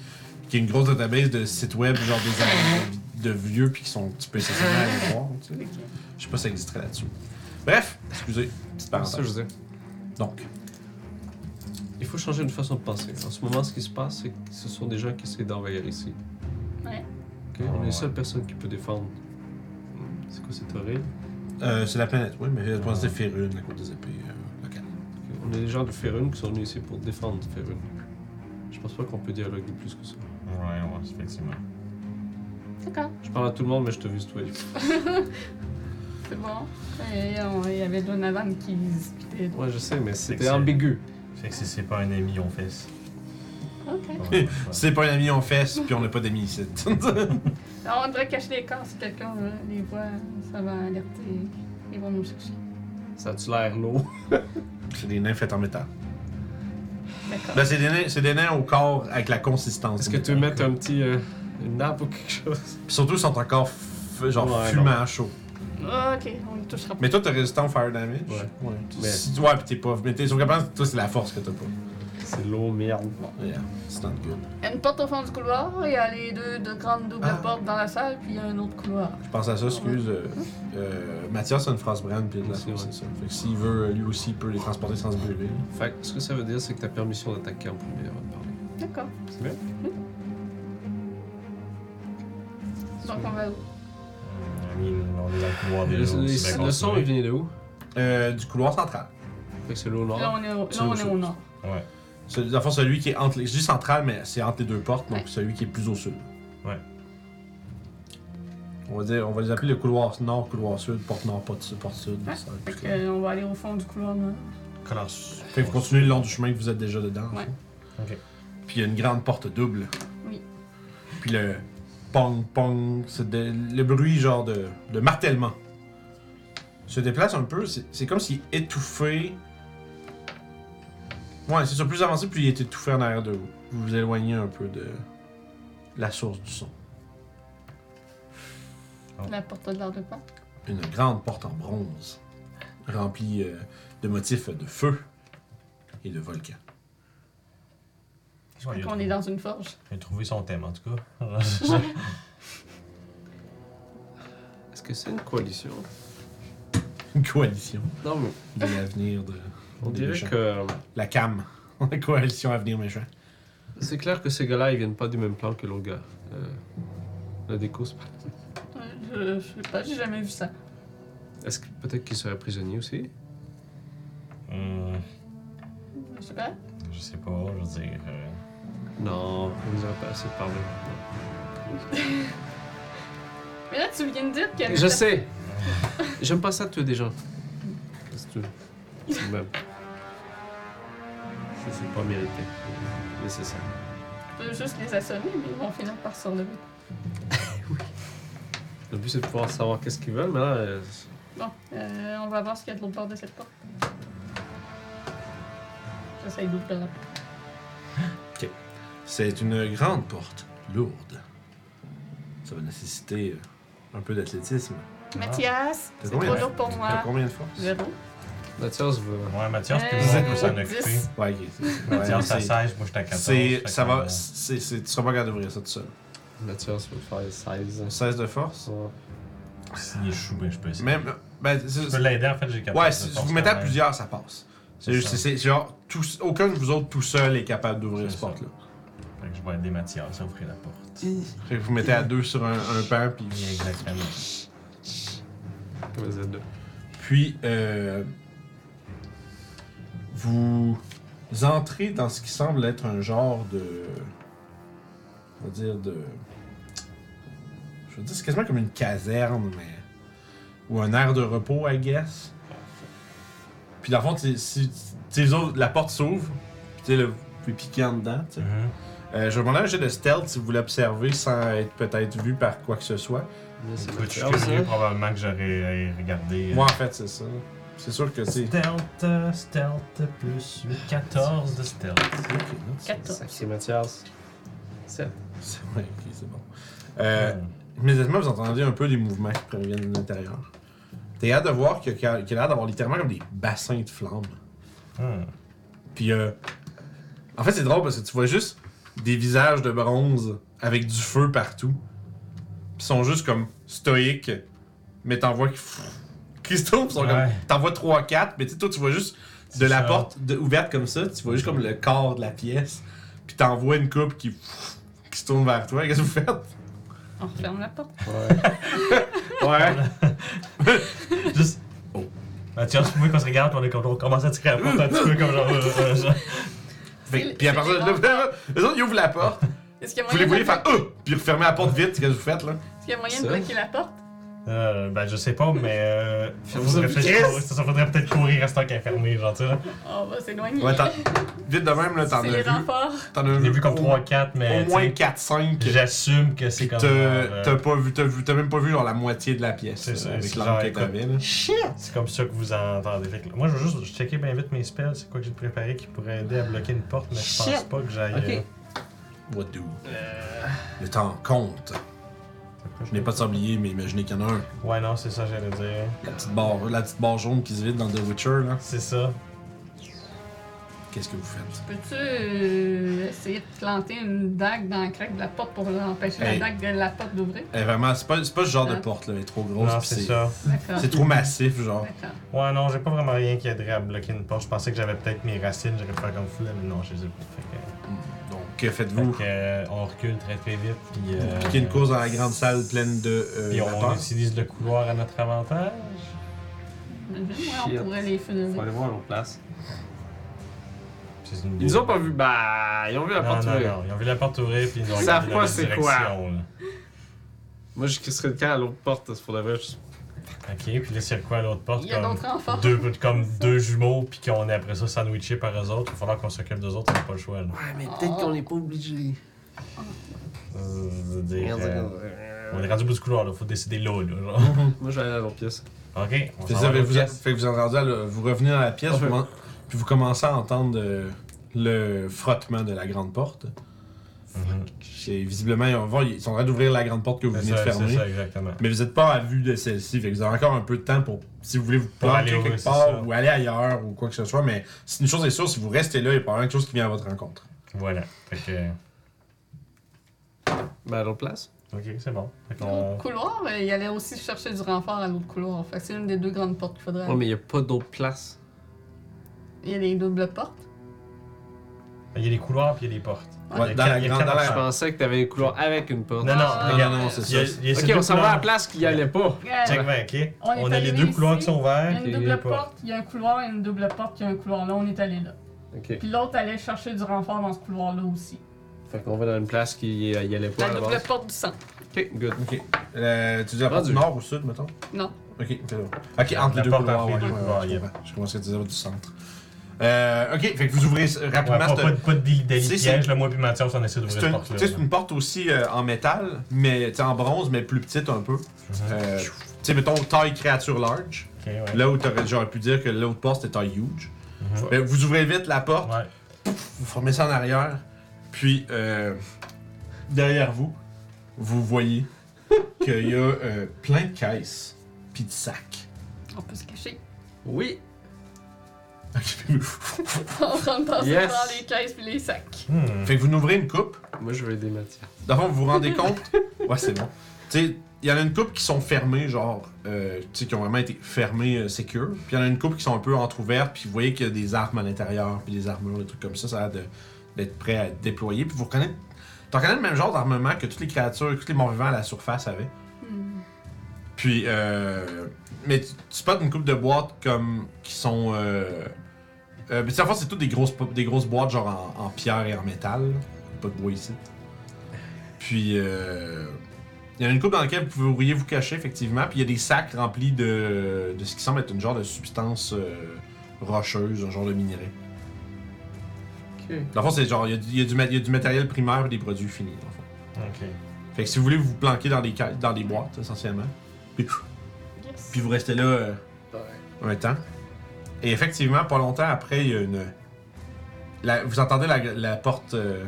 Speaker 2: qui est une grosse database de sites web, genre des albums de vieux, puis qui sont un petit peu essentiellement à aller voir. tu sais. Je sais pas si ça existerait là-dessus. Bref, excusez, petite
Speaker 5: C'est ça, que
Speaker 2: parenthèse.
Speaker 5: je veux dire.
Speaker 2: Donc,
Speaker 5: Il faut changer une façon de penser. En ce moment, ce qui se passe, c'est que ce sont des gens qui essaient d'envahir ici.
Speaker 3: Ouais.
Speaker 5: Ok?
Speaker 4: Ah,
Speaker 5: les
Speaker 4: ouais.
Speaker 5: seules personnes qui peut défendre. Hmm, C'est quoi cette horrible?
Speaker 2: euh, c'est la planète, oui, mais la planète de Férune, la côte des épées euh, locale.
Speaker 5: On a des gens de Ferun qui sont venus ici pour défendre Ferun. Je pense pas qu'on peut dialoguer plus que ça.
Speaker 4: Ouais, ouais, effectivement.
Speaker 3: D'accord.
Speaker 5: Je parle à tout le monde, mais je te vise toi.
Speaker 3: C'est bon. Et on- Il y avait Donovan qui discutait.
Speaker 5: Ouais, je sais, mais c'était
Speaker 4: Excellent.
Speaker 5: ambigu.
Speaker 4: Fait que si c'est pas un ami, on
Speaker 2: *laughs*
Speaker 4: fesse.
Speaker 3: Ok.
Speaker 4: Ouais, ouais.
Speaker 2: C'est pas un ami, on fesse, puis on n'a pas d'amis ici. *laughs*
Speaker 3: Alors, on devrait cacher les corps si quelqu'un euh, les voit. Ça va alerter. Ils vont nous chercher.
Speaker 5: Ça a-tu l'air lourd?
Speaker 2: c'est des nains faits en métal.
Speaker 3: D'accord.
Speaker 2: Là, c'est des nains, c'est des nains au corps avec la consistance.
Speaker 5: Est-ce que tu veux mettre un petit. euh, une nappe ou quelque chose?
Speaker 2: Puis surtout, ils sont encore f- genre
Speaker 5: Ouais,
Speaker 2: fumants à chaud.
Speaker 3: Ok, on ne touchera pas.
Speaker 2: Mais toi, t'es résistant au fire damage.
Speaker 5: Ouais.
Speaker 2: Ouais,
Speaker 5: Mais-
Speaker 2: Si- ouais pis t'es pas. Mais t'es sauf que pense que toi, c'est la force que t'as pas.
Speaker 5: C'est lourd, merde.
Speaker 2: Yeah, c'est not good.
Speaker 3: Il y a une porte au fond du couloir, il y a les deux, deux grandes doubles
Speaker 2: Ah.
Speaker 3: portes dans la salle, puis il y a un autre couloir.
Speaker 2: Je pense à ça, excuse. euh, euh, Mathias a une phrase brand, pis de la
Speaker 5: C'est
Speaker 2: source,
Speaker 5: vrai.
Speaker 2: c'est ça. Fait que s'il veut, lui aussi, il peut les transporter sans se brûler.
Speaker 5: Fait que ce que ça veut dire, c'est que t'as permission d'attaquer en premier avant de parler.
Speaker 3: D'accord. Hum.
Speaker 5: C'est bien?
Speaker 3: Donc on va où
Speaker 4: I mean, on est dans le couloir
Speaker 5: Le,
Speaker 4: déjà.
Speaker 5: le-
Speaker 4: aussi, ben,
Speaker 5: le son,
Speaker 4: continuez.
Speaker 5: il vient de où?
Speaker 2: Euh, du couloir central.
Speaker 5: Fait que c'est l'eau
Speaker 3: Là
Speaker 5: nord.
Speaker 3: on est au,
Speaker 2: C'est
Speaker 3: là, on
Speaker 2: autre
Speaker 3: est au
Speaker 2: chose.
Speaker 3: nord.
Speaker 4: Ouais.
Speaker 2: Celui, dans le fond, celui qui est entre les. Je dis central, mais c'est entre les deux portes, donc
Speaker 3: Ouais.
Speaker 2: celui qui est plus au sud.
Speaker 4: Ouais.
Speaker 2: On va, dire, on va les appeler le couloir nord, couloir sud, porte nord, porte sud, porte sud.
Speaker 3: Ouais.
Speaker 2: Ça va être
Speaker 3: Fait
Speaker 2: plus
Speaker 3: que,
Speaker 2: clair.
Speaker 3: euh, on va aller au fond du couloir nord.
Speaker 4: Colosse.
Speaker 2: Fait que vous continuez le long du chemin que vous êtes déjà dedans. en
Speaker 3: Ouais.
Speaker 2: fait.
Speaker 4: Ok.
Speaker 2: Puis il y a une grande porte double.
Speaker 3: Oui.
Speaker 2: Puis le pong pong, c'est de- le bruit genre de, de martèlement. Se déplace un peu, c'est c'est comme s'il étouffait. Ouais, c'est sur plus avancé, puis il est étouffé en arrière de vous. Vous vous éloignez un peu de la source du son.
Speaker 3: La porte de l'air de porte.
Speaker 2: Une grande porte en bronze, remplie euh, de motifs de feu et de volcan. Ah,
Speaker 4: Ouais, il a
Speaker 3: on
Speaker 4: trouvé-
Speaker 3: est dans une forge.
Speaker 4: Il a trouvé son thème en tout cas.
Speaker 2: *laughs*
Speaker 5: Est-ce que c'est une coalition?
Speaker 2: Une coalition
Speaker 5: Non, mais
Speaker 2: de l'avenir de.
Speaker 5: on
Speaker 2: des
Speaker 5: dirait
Speaker 2: méchants.
Speaker 5: que. euh,
Speaker 2: La CAM. *laughs* La coalition Avenir Méchant.
Speaker 5: C'est clair que ces gars-là, ils viennent pas du même plan que l'autre gars. Euh, la déco, c'est pas.
Speaker 3: Euh, Je, je sais pas, j'ai jamais vu ça.
Speaker 5: Est-ce que peut-être qu'ils seraient prisonniers aussi?
Speaker 4: Hum,
Speaker 3: Je sais pas.
Speaker 4: je sais pas, je veux dire. euh,
Speaker 5: Non, on nous aurait pas assez parlé. Non.
Speaker 3: Mais là tu viens de dire qu'il y avait
Speaker 5: Je
Speaker 3: personne-
Speaker 5: sais! J'aime pas ça tuer des gens. C'est tout. C'est même. C'est- C'est pas mérité. Mais c'est ça.
Speaker 3: Tu peux juste les assommer, mais ils vont finir par se relever.
Speaker 5: Le but, c'est de pouvoir savoir qu'est-ce qu'ils veulent, mais là. euh,
Speaker 3: Bon, euh, on va voir ce qu'il y a de l'autre bord de cette porte. J'essaye d'ouvrir la porte.
Speaker 2: C'est une grande porte, lourde. Ça va nécessiter euh, un peu d'athlétisme.
Speaker 3: Mathias,
Speaker 2: T'as
Speaker 3: c'est
Speaker 2: combien
Speaker 3: trop
Speaker 2: de-
Speaker 3: lourd pour
Speaker 2: T'as
Speaker 3: moi.
Speaker 2: combien de force?
Speaker 3: Zéro.
Speaker 5: Mathias veut.
Speaker 4: Ouais, Mathias, tout
Speaker 3: Euh,
Speaker 4: le monde peut s'en
Speaker 3: dix.
Speaker 4: occuper.
Speaker 2: Ouais, ok. c'est- ouais,
Speaker 4: Mathias, ça
Speaker 2: c'est-
Speaker 4: 16, moi j'étais à 14. fait
Speaker 2: C'est.
Speaker 4: que,
Speaker 2: Ça va.
Speaker 4: euh,
Speaker 2: c'est- c'est- Tu seras pas capable d'ouvrir ça tout seul.
Speaker 5: Mathias veut faire 16.
Speaker 2: 16 de force.
Speaker 4: S'il est chou, ben je peux essayer.
Speaker 2: Même. Ben, c'est-
Speaker 4: Je peux l'aider en fait, j'ai capable.
Speaker 2: ouais,
Speaker 4: de
Speaker 2: si
Speaker 4: force
Speaker 2: vous mettez à
Speaker 4: quand même.
Speaker 2: plusieurs, ça passe. C'est
Speaker 4: C'est
Speaker 2: juste,
Speaker 4: ça.
Speaker 2: c'est- c'est genre, tous- aucun de vous autres tout seul est capable d'ouvrir
Speaker 4: C'est
Speaker 2: cette
Speaker 4: ça.
Speaker 2: porte-là.
Speaker 4: Fait que je vais aider Mathias à ouvrir la porte.
Speaker 2: Fait que vous mettez à deux sur un, un pan, puis
Speaker 4: Oui, exactement.
Speaker 5: Vas-y, deux.
Speaker 2: Puis, euh, vous entrez dans ce qui semble être un genre de. On va dire de. Je veux dire, c'est quasiment comme une caserne, mais. Ou un air de repos, I guess. Puis, dans le fond, t'sais, si, t'sais, les autres, la porte s'ouvre, puis t'sais, le- vous pouvez piquer en dedans. t'sais.
Speaker 4: Mhm.
Speaker 2: Euh, je vais demander un jet de stealth si vous l'observez sans être peut-être vu par quoi que ce soit.
Speaker 5: Là, c'est
Speaker 4: Écoute, je suis
Speaker 5: Mathias,
Speaker 4: curieux,
Speaker 5: hein.
Speaker 4: probablement que j'aurais euh, regardé. euh,
Speaker 2: Moi, en fait, c'est ça. C'est sûr que c'est.
Speaker 4: Stealth, euh, stealth plus 8, 14 de stealth.
Speaker 2: Ok, non, c'est-
Speaker 3: 14.
Speaker 5: Sacré Mathias. 7.
Speaker 2: C'est ouais, ok, c'est bon. Euh, Immédiatement, vous entendez un peu des mouvements qui proviennent de l'intérieur. T'es hâte de voir qu'il y a, qu'il y a l'air d'avoir littéralement comme des bassins de flammes.
Speaker 4: Hmm.
Speaker 2: Puis, euh, en fait, c'est drôle parce que tu vois juste des visages de bronze avec du feu partout. Puis ils sont juste comme stoïques, mais t'en vois qui, qui se tombent. ils sont
Speaker 4: Ouais.
Speaker 2: comme- T'en vois 3-4, mais tu sais, toi, tu vois juste de
Speaker 4: C'est
Speaker 2: la
Speaker 4: ça.
Speaker 2: porte de- ouverte comme ça, tu vois juste comme le corps de la pièce. Puis t'en vois une coupe qui, qui se tourne vers toi. Qu'est-ce que vous faites?
Speaker 3: On referme la porte.
Speaker 5: Ouais. ouais.
Speaker 4: Juste. Oh. Mathias, moi qu'on se regarde, puis on est comme on commence à tirer à la porte un petit peu comme genre. euh, euh, genre.
Speaker 2: Fait que-
Speaker 3: C'est-
Speaker 2: puis à
Speaker 3: c'est
Speaker 2: partir de *laughs*
Speaker 3: les
Speaker 2: là, les autres, ils ouvrent la porte.
Speaker 3: Est-ce qu'il y a
Speaker 2: Vous les
Speaker 3: moyen, de...
Speaker 2: voyez faire euh, puis refermer la porte vite, qu'est-ce que vous faites là?
Speaker 3: est-ce qu'il y a moyen de
Speaker 1: Ça.
Speaker 3: bloquer la porte?
Speaker 4: Euh, ben, je sais pas, mais. Euh,
Speaker 1: Ferme-vous
Speaker 4: faudrait
Speaker 1: ça,
Speaker 4: peut-être
Speaker 2: Chris!
Speaker 4: courir- ça, ça faudrait peut-être courir à ce temps qu'elle est fermée, genre, tu sais. là.
Speaker 3: On va s'éloigner.
Speaker 2: Ouais, t'en- vite de même, là, t'en as
Speaker 3: C'est les
Speaker 2: vu.
Speaker 3: renforts.
Speaker 2: T'en as
Speaker 4: J'ai vu
Speaker 2: au-
Speaker 4: comme 3-4, mais.
Speaker 2: Au moins
Speaker 4: tu sais,
Speaker 2: 4-5.
Speaker 4: J'assume que c'est comme.
Speaker 2: T'as
Speaker 4: euh,
Speaker 2: t'as pas vu, t'as vu, t'as même pas vu genre la moitié de la pièce
Speaker 4: C'est
Speaker 2: euh,
Speaker 4: ça,
Speaker 2: avec
Speaker 4: c'est
Speaker 2: l'arme
Speaker 4: genre,
Speaker 2: que t'avais là.
Speaker 4: C'est comme ça que vous entendez. Fait que là, moi, je veux juste checker bien vite mes spells. C'est quoi que j'ai préparé qui pourrait aider à bloquer une porte, mais je pense
Speaker 5: Shit.
Speaker 4: pas que j'aille.
Speaker 5: Ok.
Speaker 4: euh,
Speaker 2: What do?
Speaker 3: Euh.
Speaker 2: Le temps compte. Je n'ai pas de sablier, mais imaginez qu'il y en a un.
Speaker 4: Ouais, non, c'est ça, j'allais dire.
Speaker 2: La petite barre, la petite barre jaune qui se vide dans The Witcher là.
Speaker 4: C'est ça.
Speaker 2: Qu'est-ce que vous faites?
Speaker 3: Peux-tu euh, essayer de planter une dague dans le crack de la porte pour empêcher
Speaker 2: Hey.
Speaker 3: la dague de la porte d'ouvrir?
Speaker 2: Eh, vraiment, c'est pas, c'est pas ce genre de
Speaker 3: Hein?
Speaker 2: porte là, elle est trop grosse.
Speaker 4: Non,
Speaker 2: pis
Speaker 4: c'est ça.
Speaker 3: D'accord.
Speaker 2: C'est trop massif genre.
Speaker 3: D'accord.
Speaker 4: Ouais, non, j'ai pas vraiment rien qui aiderait à bloquer une porte. Je pensais que j'avais peut-être mes racines, j'aurais pu faire comme fou, là, mais non, je les ai pas. Fait que,
Speaker 2: Donc que
Speaker 4: fait
Speaker 2: faites-vous?
Speaker 4: que, euh, on recule très très vite, puis.
Speaker 2: Vous
Speaker 4: euh,
Speaker 2: piquez une course dans la grande salle pleine de euh,
Speaker 4: Puis on,
Speaker 2: vapeur.
Speaker 4: utilise le couloir à notre avantage.
Speaker 3: Imagine, ouais,
Speaker 5: Shit.
Speaker 3: on pourrait les
Speaker 5: Faut
Speaker 3: funerer.
Speaker 5: aller voir l'autre place.
Speaker 4: C'est une
Speaker 5: Ils nous ont pas vu. Bah, ils ont vu la
Speaker 4: Non,
Speaker 5: porte
Speaker 4: non,
Speaker 5: ouverte.
Speaker 4: non, ils ont vu la porte ouvrir, puis ils ont
Speaker 5: Ils savent
Speaker 4: regardé
Speaker 5: pas
Speaker 4: la
Speaker 5: c'est
Speaker 4: direction,
Speaker 5: quoi.
Speaker 4: là.
Speaker 5: Moi, je crisserais le camp à l'autre porte, c'est pour la vrai. je-
Speaker 4: Ok, puis là, c'est quoi à l'autre porte
Speaker 3: Il y a
Speaker 4: comme
Speaker 3: d'autres renforts.
Speaker 4: deux, comme deux jumeaux, puis qu'on est après ça sandwiché par eux autres. Il va falloir qu'on s'occupe d'eux autres, on n'a pas le choix. Là.
Speaker 5: Ouais, Ah, mais
Speaker 4: Ah.
Speaker 3: peut-être qu'on
Speaker 5: n'est pas obligé.
Speaker 4: Euh, je veux dire, euh, on est rendu au bout du couloir, là. Faut décider là, là.
Speaker 5: *laughs*
Speaker 4: Genre.
Speaker 5: Moi, je vais aller à l'autre pièce.
Speaker 4: Ok, on
Speaker 2: Fait que vous,
Speaker 4: s'en va à
Speaker 2: avez-
Speaker 4: l'autre
Speaker 2: vous, êtes-
Speaker 4: pièce.
Speaker 2: fait que vous êtes rendu à le- vous revenez dans la pièce,
Speaker 5: Ah,
Speaker 2: vous
Speaker 5: ouais.
Speaker 2: commen- puis vous commencez à entendre euh, le frottement de la grande porte.
Speaker 4: Mhm.
Speaker 2: Et visiblement, ils, ont- vont- ils sont en train d'ouvrir la grande porte que vous
Speaker 4: C'est
Speaker 2: venez
Speaker 4: ça,
Speaker 2: de
Speaker 4: c'est
Speaker 2: fermer.
Speaker 4: ça, exactement.
Speaker 2: Mais vous n'êtes pas à vue de celle-ci. Fait que vous avez encore un peu de temps pour, si vous voulez vous
Speaker 4: Pour aller
Speaker 2: planquer
Speaker 4: ouvrir,
Speaker 2: quelque
Speaker 4: c'est ça.
Speaker 2: part ou aller ailleurs ou quoi que ce soit. Mais si- une chose est sûre, si vous restez là, il y a pas quelque chose qui vient à votre rencontre.
Speaker 4: Voilà. Fait que.
Speaker 5: Ben, à l'autre place.
Speaker 4: Ok, c'est bon. Fait qu'on.
Speaker 3: L'autre couloir, euh, il allait aussi chercher du renfort à l'autre couloir. Fait que c'est une des deux grandes portes qu'il faudrait.
Speaker 5: Ouais, mais il n'y a pas d'autre place.
Speaker 3: Il y a les doubles portes.
Speaker 4: Il y a les couloirs, puis il y a les portes.
Speaker 3: Ouais,
Speaker 2: Ouais,
Speaker 4: il y a
Speaker 2: dans
Speaker 4: quatre-
Speaker 2: la
Speaker 4: il y a
Speaker 2: grande.
Speaker 4: quatre
Speaker 2: dans
Speaker 5: Je
Speaker 2: la-
Speaker 5: pensais que t'avais un couloir avec une porte.
Speaker 4: Ah. Non, non,
Speaker 3: Ah,
Speaker 2: Non, non,
Speaker 4: regarde.
Speaker 2: non, c'est
Speaker 4: Il y a-
Speaker 2: ça.
Speaker 4: il y a ces
Speaker 5: Ok,
Speaker 4: deux
Speaker 5: on s'en va à la
Speaker 4: couloirs.
Speaker 5: place qui y allait pas.
Speaker 4: Check bien, ok.
Speaker 3: On est
Speaker 4: On a les
Speaker 3: allé
Speaker 4: deux
Speaker 3: ici.
Speaker 4: couloirs qui sont
Speaker 3: Il y
Speaker 4: ouverts.
Speaker 3: a
Speaker 4: puis
Speaker 3: une
Speaker 4: il y a
Speaker 3: double
Speaker 4: les portes.
Speaker 3: porte, il y a un couloir et une double porte, il y a un couloir. Là, on est allé là.
Speaker 5: Ok.
Speaker 3: Puis l'autre allait chercher du renfort dans ce couloir-là aussi.
Speaker 5: Fait qu'on va dans une place qui y y allait pas. à
Speaker 3: La
Speaker 5: la
Speaker 3: double
Speaker 5: base.
Speaker 3: porte du centre.
Speaker 5: Ok, good.
Speaker 2: Ok. Euh, tu dis la porte
Speaker 5: Rendu.
Speaker 2: nord ou sud, mettons
Speaker 3: Non.
Speaker 2: Ok, c'est bon. Ok, entre les
Speaker 4: La
Speaker 2: deux
Speaker 4: porte
Speaker 2: couloirs.
Speaker 4: entre les
Speaker 2: ouais,
Speaker 4: deux
Speaker 2: ouais,
Speaker 4: couloirs,
Speaker 2: ouais,
Speaker 4: yeah.
Speaker 2: je comprends. Je commençais à dire du centre. Euh, ok, fait que vous ouvrez euh,
Speaker 4: Ouais,
Speaker 2: rapidement
Speaker 4: pas,
Speaker 2: cette-
Speaker 4: pas, de- pas de délit
Speaker 2: C'est-
Speaker 4: d'ali
Speaker 2: c'est-
Speaker 4: piège, là, moi puis Mathias, on essaie d'ouvrir
Speaker 2: C'est
Speaker 4: cette
Speaker 2: une,
Speaker 4: porte-là.
Speaker 2: tu sais, c'est une porte aussi euh, en métal, mais tu sais, en bronze, mais plus petite un peu.
Speaker 4: là.
Speaker 2: Euh, tu sais, mettons taille créature large.
Speaker 4: Ok, ouais.
Speaker 2: Là où t'aurais- j'aurais pu dire que l'autre porte c'était taille huge.
Speaker 4: Mhm.
Speaker 2: Ben, vous ouvrez vite la porte,
Speaker 4: Ouais.
Speaker 2: vous formez ça en arrière, puis euh, derrière vous, vous
Speaker 4: *laughs*
Speaker 2: voyez qu'il y a euh, plein de caisses, puis de
Speaker 4: *laughs*
Speaker 2: sacs.
Speaker 3: On peut se cacher. *laughs*
Speaker 5: Oui.
Speaker 3: On rentre dans,
Speaker 5: Yes.
Speaker 3: dans les caisses puis les sacs.
Speaker 4: Hmm.
Speaker 2: fait que vous n'ouvrez une coupe.
Speaker 5: Moi, je vais aider Mathieu.
Speaker 2: D'abord, vous vous rendez compte. Ouais, c'est bon. Tu sais, il y en a une coupe qui sont fermées, genre, euh, tu sais, qui ont vraiment été fermées euh, secure. Puis il y en a une coupe qui sont un peu entrouvertes, puis vous voyez qu'il y a des armes à l'intérieur, puis des armures, des trucs comme ça. Ça a l'air de- d'être prêt à être déployé. Puis vous reconnaissez. T'en reconnais le même genre d'armement que toutes les créatures, tous les morts-vivants à la surface avaient.
Speaker 3: Hmm.
Speaker 2: Puis, euh, mais tu, tu spots une coupe de boîtes comme qui sont. Euh, euh, mais tu sais, en fait, c'est toutes des grosses, po- des grosses boîtes genre en, en pierre et en métal. là. Pas de bois ici. Puis, euh, il y en a une coupe dans laquelle vous pouvez- vous pourriez vous cacher, effectivement. Puis, il y a des sacs remplis de, de ce qui semble être une genre de substance euh, rocheuse, un genre de minerai.
Speaker 5: Ok.
Speaker 2: Dans le fond, c'est genre, il y, a du- il y a du mat- il y a du matériel primaire et des produits finis, dans le fond.
Speaker 4: Ok.
Speaker 2: Fait que si vous voulez, vous vous planquez dans des, ca- dans des boîtes, essentiellement. Puis,
Speaker 3: Yes.
Speaker 2: puis vous restez là. euh, un temps. Et effectivement, pas longtemps après, il y a une. la- vous entendez la, la porte euh,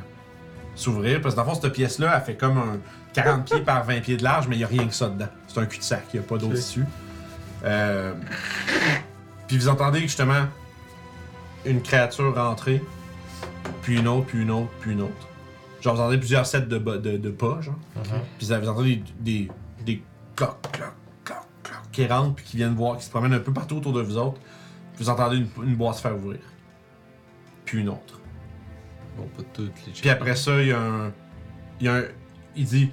Speaker 2: s'ouvrir, parce que dans le fond, cette pièce-là, elle fait comme un 40 pieds par 20 pieds de large, mais il n'y a rien que ça dedans. C'est un cul-de-sac, il n'y a pas d'autre
Speaker 5: Ok.
Speaker 2: issue. Euh, Puis vous entendez justement une créature rentrer, puis une autre, puis une autre, puis une autre. Genre, vous entendez plusieurs sets de, bo- de, de pas, genre.
Speaker 4: Mhm.
Speaker 2: Puis vous avez entendu des, des, des cloc, cloc, cloc, cloc qui rentrent puis qui viennent voir, qui se promènent un peu partout autour de vous autres. Puis vous entendez une, une boîte se faire ouvrir. Puis une autre.
Speaker 5: Bon, pas toutes les
Speaker 2: Puis après ça, il y a un. Il y a un. Il dit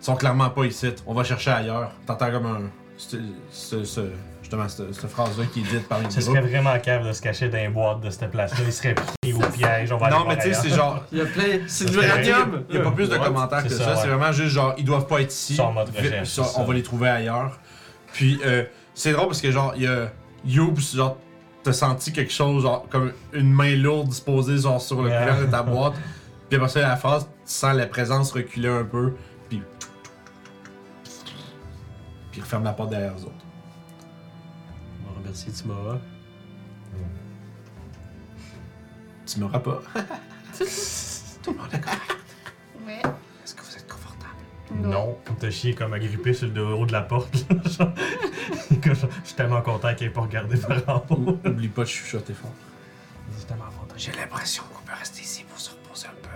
Speaker 2: Ils sont clairement pas ici, on va chercher ailleurs. T'entends comme un. ce- ce- ce- justement cette, cette phrase-là qui est dite par les
Speaker 4: Ce
Speaker 2: groupes.
Speaker 4: serait vraiment cave de se cacher dans les boîtes de cette place-là. Il serait pris au piège. On va aller
Speaker 2: Non,
Speaker 4: voir
Speaker 2: mais tu sais, c'est
Speaker 4: ailleurs.
Speaker 2: genre.
Speaker 5: Il y a plein. C'est
Speaker 4: du
Speaker 5: du
Speaker 2: Il
Speaker 5: radium!
Speaker 2: n'y a pas plus de commentaires que
Speaker 4: C'est
Speaker 2: ça.
Speaker 4: ça,
Speaker 2: C'est
Speaker 4: ouais.
Speaker 2: vraiment juste genre, ils doivent pas être ici.
Speaker 4: Ils sont en mode
Speaker 2: Vi-
Speaker 4: recherche,
Speaker 2: ça,
Speaker 4: c'est
Speaker 2: on
Speaker 4: ça.
Speaker 2: va les trouver ailleurs. Puis, euh, c'est drôle parce que genre, il y a Youbs, genre, t'as senti quelque chose, genre, comme une main lourde disposée genre, sur le
Speaker 4: Yeah.
Speaker 2: couvercle
Speaker 4: *laughs*
Speaker 2: de ta boîte. Puis après ça, la phrase, tu sens la présence reculer un peu. Puis. Puis, il referme la porte derrière eux autres.
Speaker 6: On va remercier Timora.
Speaker 2: Tu m'auras
Speaker 4: *laughs*
Speaker 2: pas.
Speaker 3: Ouais.
Speaker 2: Est-ce que vous êtes confortable?
Speaker 4: Non, on t'a chié comme agrippé sur le haut de la porte. là, *laughs* genre. Écoute, genre, Je suis tellement content qu'il ait pas regardé par en haut.
Speaker 2: Ou- Oublie pas de chuchoter fort.
Speaker 4: Je suis tellement content.
Speaker 2: J'ai l'impression qu'on peut rester ici pour se reposer un peu.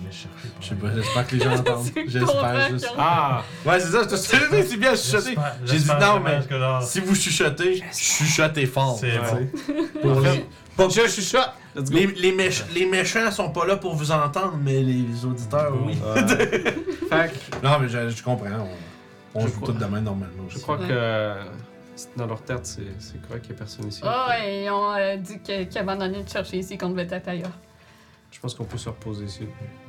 Speaker 4: On l'a cherché.
Speaker 2: Je sais pas, j'espère que les *laughs* gens entendent.
Speaker 3: C'est
Speaker 2: J'espère
Speaker 3: convaincant.
Speaker 2: juste.
Speaker 5: Ah!
Speaker 2: Ouais, c'est ça, je te suis si bien chuchoté.
Speaker 4: J'espère-
Speaker 2: J'ai dit
Speaker 4: j'espère
Speaker 2: non,
Speaker 4: vraiment
Speaker 2: mais
Speaker 4: que genre,
Speaker 2: si vous chuchotez, chuchotez fort.
Speaker 4: C'est
Speaker 2: Ouais.
Speaker 4: bon.
Speaker 2: Pour les... Pas que je chuchote.
Speaker 5: Let's go!
Speaker 2: Les, les, méch- les méchants sont pas là pour vous entendre, mais les auditeurs, oui. *laughs*
Speaker 5: Ouais. fait que
Speaker 2: Non, mais je, je comprends. On, on
Speaker 5: Je
Speaker 2: joue
Speaker 5: crois-
Speaker 2: tout de même normalement.
Speaker 5: je
Speaker 2: aussi.
Speaker 5: crois
Speaker 3: Ouais.
Speaker 5: que c'est- dans leur tête, c'est c'est correct qu'il n'y a personne ici.
Speaker 3: Ah ouais, ils ont euh, dit que- qu'ils abandonnaient de chercher ici qu'on devait être ailleurs.
Speaker 5: Je pense qu'on peut se reposer ici.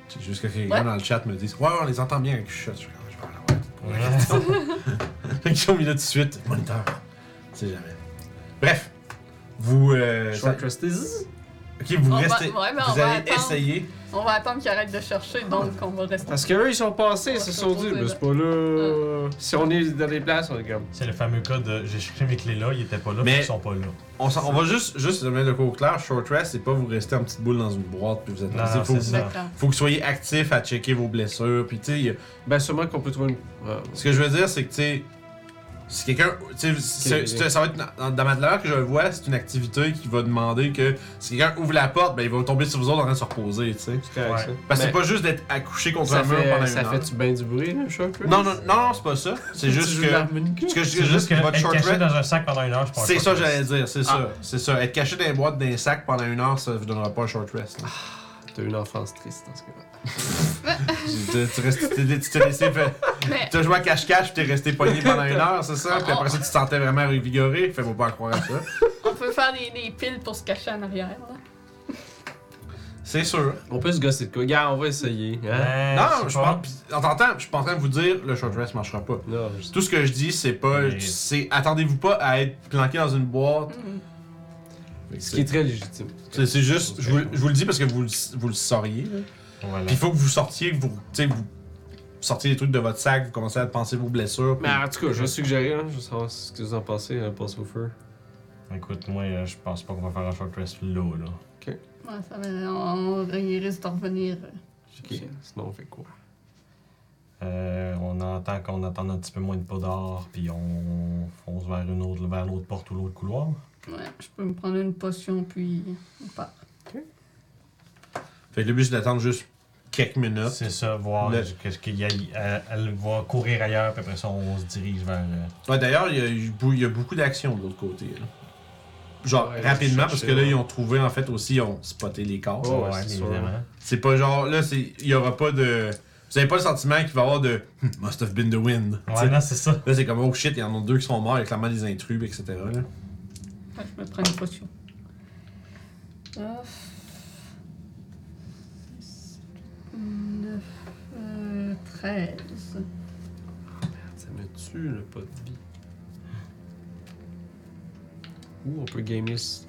Speaker 2: C'est Juste que quelqu'un dans le chat me dise Ouais, on les entend bien avec chuchote. Je suis comme, je parle à ouais. *laughs* Fait qu'ils ont mis là tout de suite. Moniteur. C'est jamais. Bref. Vous. euh, ça-
Speaker 5: Short rest is-
Speaker 2: ok, vous
Speaker 3: On va-
Speaker 2: restez.
Speaker 3: ouais, mais on
Speaker 2: vous
Speaker 3: va
Speaker 2: allez
Speaker 3: attendre.
Speaker 2: essayer.
Speaker 3: On va attendre qu'ils arrêtent de chercher, donc on va rester.
Speaker 5: Parce qu'eux, ils sont passés, ils se sont dit, mais c'est pas
Speaker 3: Ah.
Speaker 5: là. Si on est dans les places, on est comme.
Speaker 4: C'est le fameux cas de j'ai cherché mes clés là, ils étaient pas là,
Speaker 2: Mais-
Speaker 4: mais ils sont pas là.
Speaker 2: On, s'en- on va juste, juste se mettre le cours clair, short rest, c'est pas vous rester en petite boule dans une boîte puis vous êtes
Speaker 4: Non,
Speaker 2: Il faut,
Speaker 4: c'est
Speaker 2: que vous-
Speaker 4: ça.
Speaker 3: D'accord.
Speaker 2: faut que vous soyez actif à checker vos blessures. Puis tu sais, y a-
Speaker 5: Ben, sûrement qu'on peut trouver une. Ouais.
Speaker 2: ce que je veux dire, c'est que tu sais, si quelqu'un, tu sais, c'est- c'est- ça va être dans, dans ma de l'heure que je le vois, c'est une activité qui va demander que si quelqu'un ouvre la porte, ben il va tomber sur vous autres en train de se reposer, tu sais.
Speaker 5: C'est correct,
Speaker 4: Ouais.
Speaker 5: ça.
Speaker 2: Parce que Ben, c'est
Speaker 5: hein. Mais
Speaker 2: pas juste d'être accouché contre
Speaker 5: Ça
Speaker 2: un mur pendant
Speaker 5: fait,
Speaker 2: une
Speaker 5: ça
Speaker 2: heure.
Speaker 5: fait-tu bien du bruit, le short rest?
Speaker 2: Non, non, non, non, c'est pas ça. C'est juste
Speaker 5: Tu
Speaker 2: que.
Speaker 5: joues de l'harmonica?
Speaker 2: Ce que je dis,
Speaker 4: C'est juste que
Speaker 2: votre
Speaker 4: être
Speaker 2: short
Speaker 4: caché
Speaker 2: rest,
Speaker 4: dans un sac pendant une heure, je pense
Speaker 2: c'est
Speaker 4: pas
Speaker 2: ça
Speaker 4: que
Speaker 2: que j'allais dire, c'est
Speaker 5: Ah.
Speaker 2: ça. C'est ça. Être caché dans les boîtes, dans les sacs pendant une heure, ça vous donnera pas un short rest. là.
Speaker 5: T'as eu une enfance triste dans ce cas-là.
Speaker 2: Tu t'es- tu restes- tu t'es- tu t'es laissé. fa-
Speaker 3: Mais,
Speaker 2: T'as joué à cache-cache, puis t'es resté pogné pendant une heure, c'est ça? Puis après ça, tu te sentais vraiment revigoré. Fais-moi pas croire à ça.
Speaker 3: on peut faire des, des piles pour se cacher en arrière. là.
Speaker 2: C'est sûr.
Speaker 5: On peut se gosser de quoi? Regarde, on va essayer. Hein?
Speaker 4: Ben,
Speaker 2: Non,
Speaker 4: sais
Speaker 2: je
Speaker 4: pas.
Speaker 2: pense. puis En t'entendant, je suis pas en train de vous dire, le short rest marchera pas.
Speaker 5: Non, je...
Speaker 2: Tout ce que je dis, c'est pas.
Speaker 4: Mais-
Speaker 2: C'est. Attendez-vous pas à être planqué dans une boîte.
Speaker 3: Mhm.
Speaker 5: Ce qui est très légitime.
Speaker 2: C'est c'est juste. Je vous, je vous le dis parce que vous, le- vous le sauriez. là.
Speaker 4: Voilà.
Speaker 2: Puis il faut que vous sortiez, que vous, tu sais, vous sortiez des trucs de votre sac, vous commencez à penser vos blessures. puis-
Speaker 5: Mais en tout cas, je vais suggérer, hein, je veux savoir ce que vous en pensez, hein, passe au feu.
Speaker 4: Écoute, moi, euh, je pense pas qu'on va faire un short rest là, là.
Speaker 3: Ouais, ça va- on, on- ils risquent de revenir. euh,
Speaker 5: Ok, Sinon, on fait quoi?
Speaker 4: Euh, on entend qu'on attend un petit peu moins de pas d'or, puis on fonce vers une autre, vers l'autre porte ou l'autre couloir.
Speaker 3: Ouais, je peux me prendre une potion, puis on part.
Speaker 2: Fait que le but c'est d'attendre juste quelques minutes.
Speaker 4: C'est ça, voir
Speaker 2: Le-
Speaker 4: qu'est-ce qu'il y a, elle, elle va courir ailleurs, puis après ça, on se dirige vers. euh,
Speaker 2: Ouais, D'ailleurs, il y a eu bou- il y, a beaucoup d'actions de l'autre côté. là. Genre
Speaker 5: Ouais,
Speaker 2: rapidement,
Speaker 5: je
Speaker 2: parce
Speaker 5: cherchais,
Speaker 2: que là,
Speaker 5: ouais.
Speaker 2: ils ont trouvé, en fait, aussi, ils ont spoté les corps.
Speaker 5: Oh, ouais, c'est sûr.
Speaker 4: évidemment.
Speaker 2: C'est pas genre, là, c'est- il y aura pas de. Vous avez pas le sentiment qu'il va y avoir de. Hmm, Must have been the wind. Tu sais,
Speaker 4: Ouais, non, c'est ça.
Speaker 2: Là, c'est comme, oh shit, il y en a deux qui sont morts, il y a clairement des intrus, etc. là.
Speaker 5: *laughs*
Speaker 3: Ouais, je me prends une potion. Neuf. Neuf. euh, treize.
Speaker 5: Ça me tue le pas de vie. Ouh, on peut gamer ça.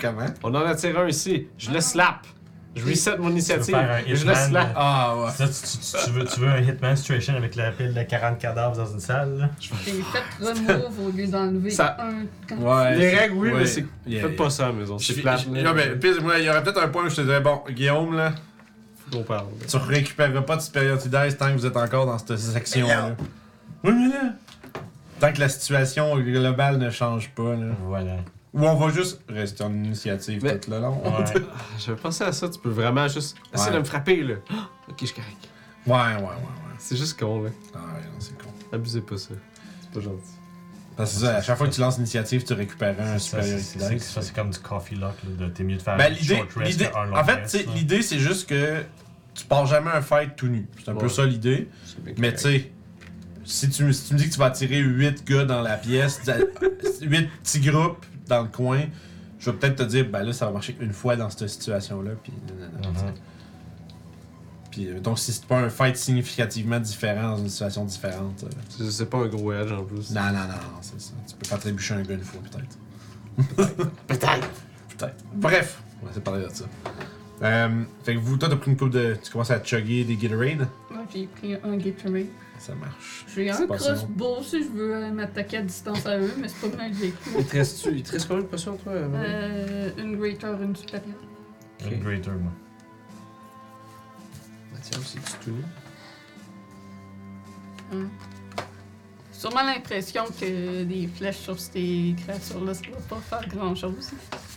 Speaker 2: Comment
Speaker 5: On en a tiré un ici. Je le slap. Je reset mon initiative.
Speaker 4: faire un
Speaker 5: Je le
Speaker 4: Hitman,
Speaker 5: slap.
Speaker 2: Ah, ouais.
Speaker 4: Ça, tu, tu- tu veux, tu veux un Hitman situation avec la pile de 40 cadavres dans une salle, là?
Speaker 3: J'ai fait remove au lieu d'enlever
Speaker 5: Ça-
Speaker 3: un.
Speaker 2: euh, Ouais.
Speaker 5: Les règles, oui,
Speaker 2: Ouais.
Speaker 5: mais c'est.
Speaker 2: Yeah,
Speaker 5: Faites pas ça à la maison.
Speaker 2: Je-
Speaker 5: C'est
Speaker 2: je-
Speaker 5: plate. là.
Speaker 2: Non, mais pis, moi, il y aurait peut-être un point où je te dirais, bon, Guillaume, là,
Speaker 5: On parle.
Speaker 2: tu récupéreras pas de superiority dice tant que vous êtes encore dans cette section-là. Oui, mais là, tant que la situation globale ne change pas, là.
Speaker 4: Voilà.
Speaker 2: Ou on va juste rester en initiative
Speaker 5: Mais-
Speaker 2: tout le long.
Speaker 4: Ouais.
Speaker 2: Ouais,
Speaker 5: J'avais pensé à ça, tu peux vraiment juste essayer
Speaker 2: Ouais.
Speaker 5: de me frapper là. Ah, ok, je suis correct.
Speaker 2: ouais, ouais, ouais.
Speaker 5: C'est juste con là.
Speaker 2: Ah, ouais, non, c'est con.
Speaker 5: Abusez pas ça. C'est pas gentil.
Speaker 2: Parce que c'est ça, à chaque fois que tu lances initiative, tu récupères un
Speaker 4: Ça, c'est-
Speaker 2: superiority
Speaker 4: c'est-
Speaker 2: dice.
Speaker 4: Ça, c'est comme du coffee lock, là. de- T'es mieux de faire
Speaker 2: Ben,
Speaker 4: un
Speaker 2: l'idée,
Speaker 4: short rest
Speaker 2: l'idée,
Speaker 4: qu'un long
Speaker 2: en fait,
Speaker 4: rest,
Speaker 2: tu sais,
Speaker 4: là.
Speaker 2: l'idée, c'est juste que tu pars jamais un fight tout nu. C'est un peu
Speaker 5: Ouais.
Speaker 2: ça l'idée.
Speaker 5: C'est bien
Speaker 2: Mais
Speaker 5: correct.
Speaker 2: tu sais, si tu, si tu me dis que tu vas attirer 8 gars dans la pièce, *laughs* 8 petits groupes dans le coin, je vais peut-être te dire, ben là, ça va marcher une fois dans cette situation-là. Puis, nanana,
Speaker 4: Mhm.
Speaker 2: puis, euh, donc, si c'est pas un fight significativement différent dans une situation différente, euh,
Speaker 5: C'est- C'est pas un gros edge en plus.
Speaker 2: non, non, non, non, c'est ça. Tu peux pas trébucher un gars une fois, peut-être.
Speaker 6: Peut-être.
Speaker 2: Peut-être. Bref, on va essayer de parler de ça. Euh, fait que vous, toi, t'as pris une coupe de. Tu commences à chugger des Gatorade.
Speaker 3: Moi, j'ai pris un Gatorade.
Speaker 2: Ça marche.
Speaker 3: J'ai
Speaker 2: C'est
Speaker 3: un
Speaker 2: pas
Speaker 3: crossbow si je veux euh, m'attaquer à distance à eux, mais c'est pas mal que j'ai pris.
Speaker 5: Il te reste il te reste combien de potions toi madame?
Speaker 3: Euh, une greater, une supérieure.
Speaker 4: Une greater, moi.
Speaker 5: Ah, Tiens, c'est tout.
Speaker 3: Hum. Sûrement l'impression que des flèches sur ces créatures-là, ça va pas faire grand-chose.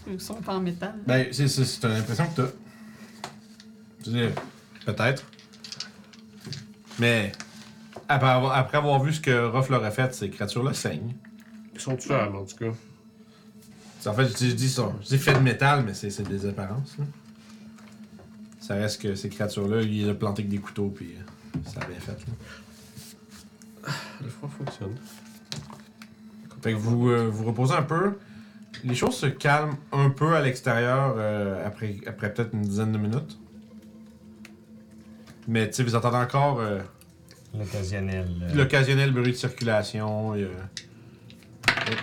Speaker 3: Ils sont en métal.
Speaker 2: Ben, c'est, c'est, c'est une impression que t'as. Je veux dire, peut-être. Mais, après avoir, après avoir vu ce que Ruff leur a fait, ces créatures-là saignent.
Speaker 5: Ils sont tous en tout cas.
Speaker 2: C'est- En fait, je dis, je dis ça. Je dis fait de métal, mais c'est, c'est des apparences. là. Ça reste que ces créatures-là, il les a planté avec des couteaux, puis euh, ça a bien fait. là.
Speaker 5: Le froid fonctionne.
Speaker 2: Fait que vous euh, vous reposez un peu. Les choses se calment un peu à l'extérieur euh, après, après peut-être une dizaine de minutes. Mais tu sais, vous entendez encore euh,
Speaker 4: L'occasionnel. euh,
Speaker 2: l'occasionnel bruit de circulation. et, euh, hop.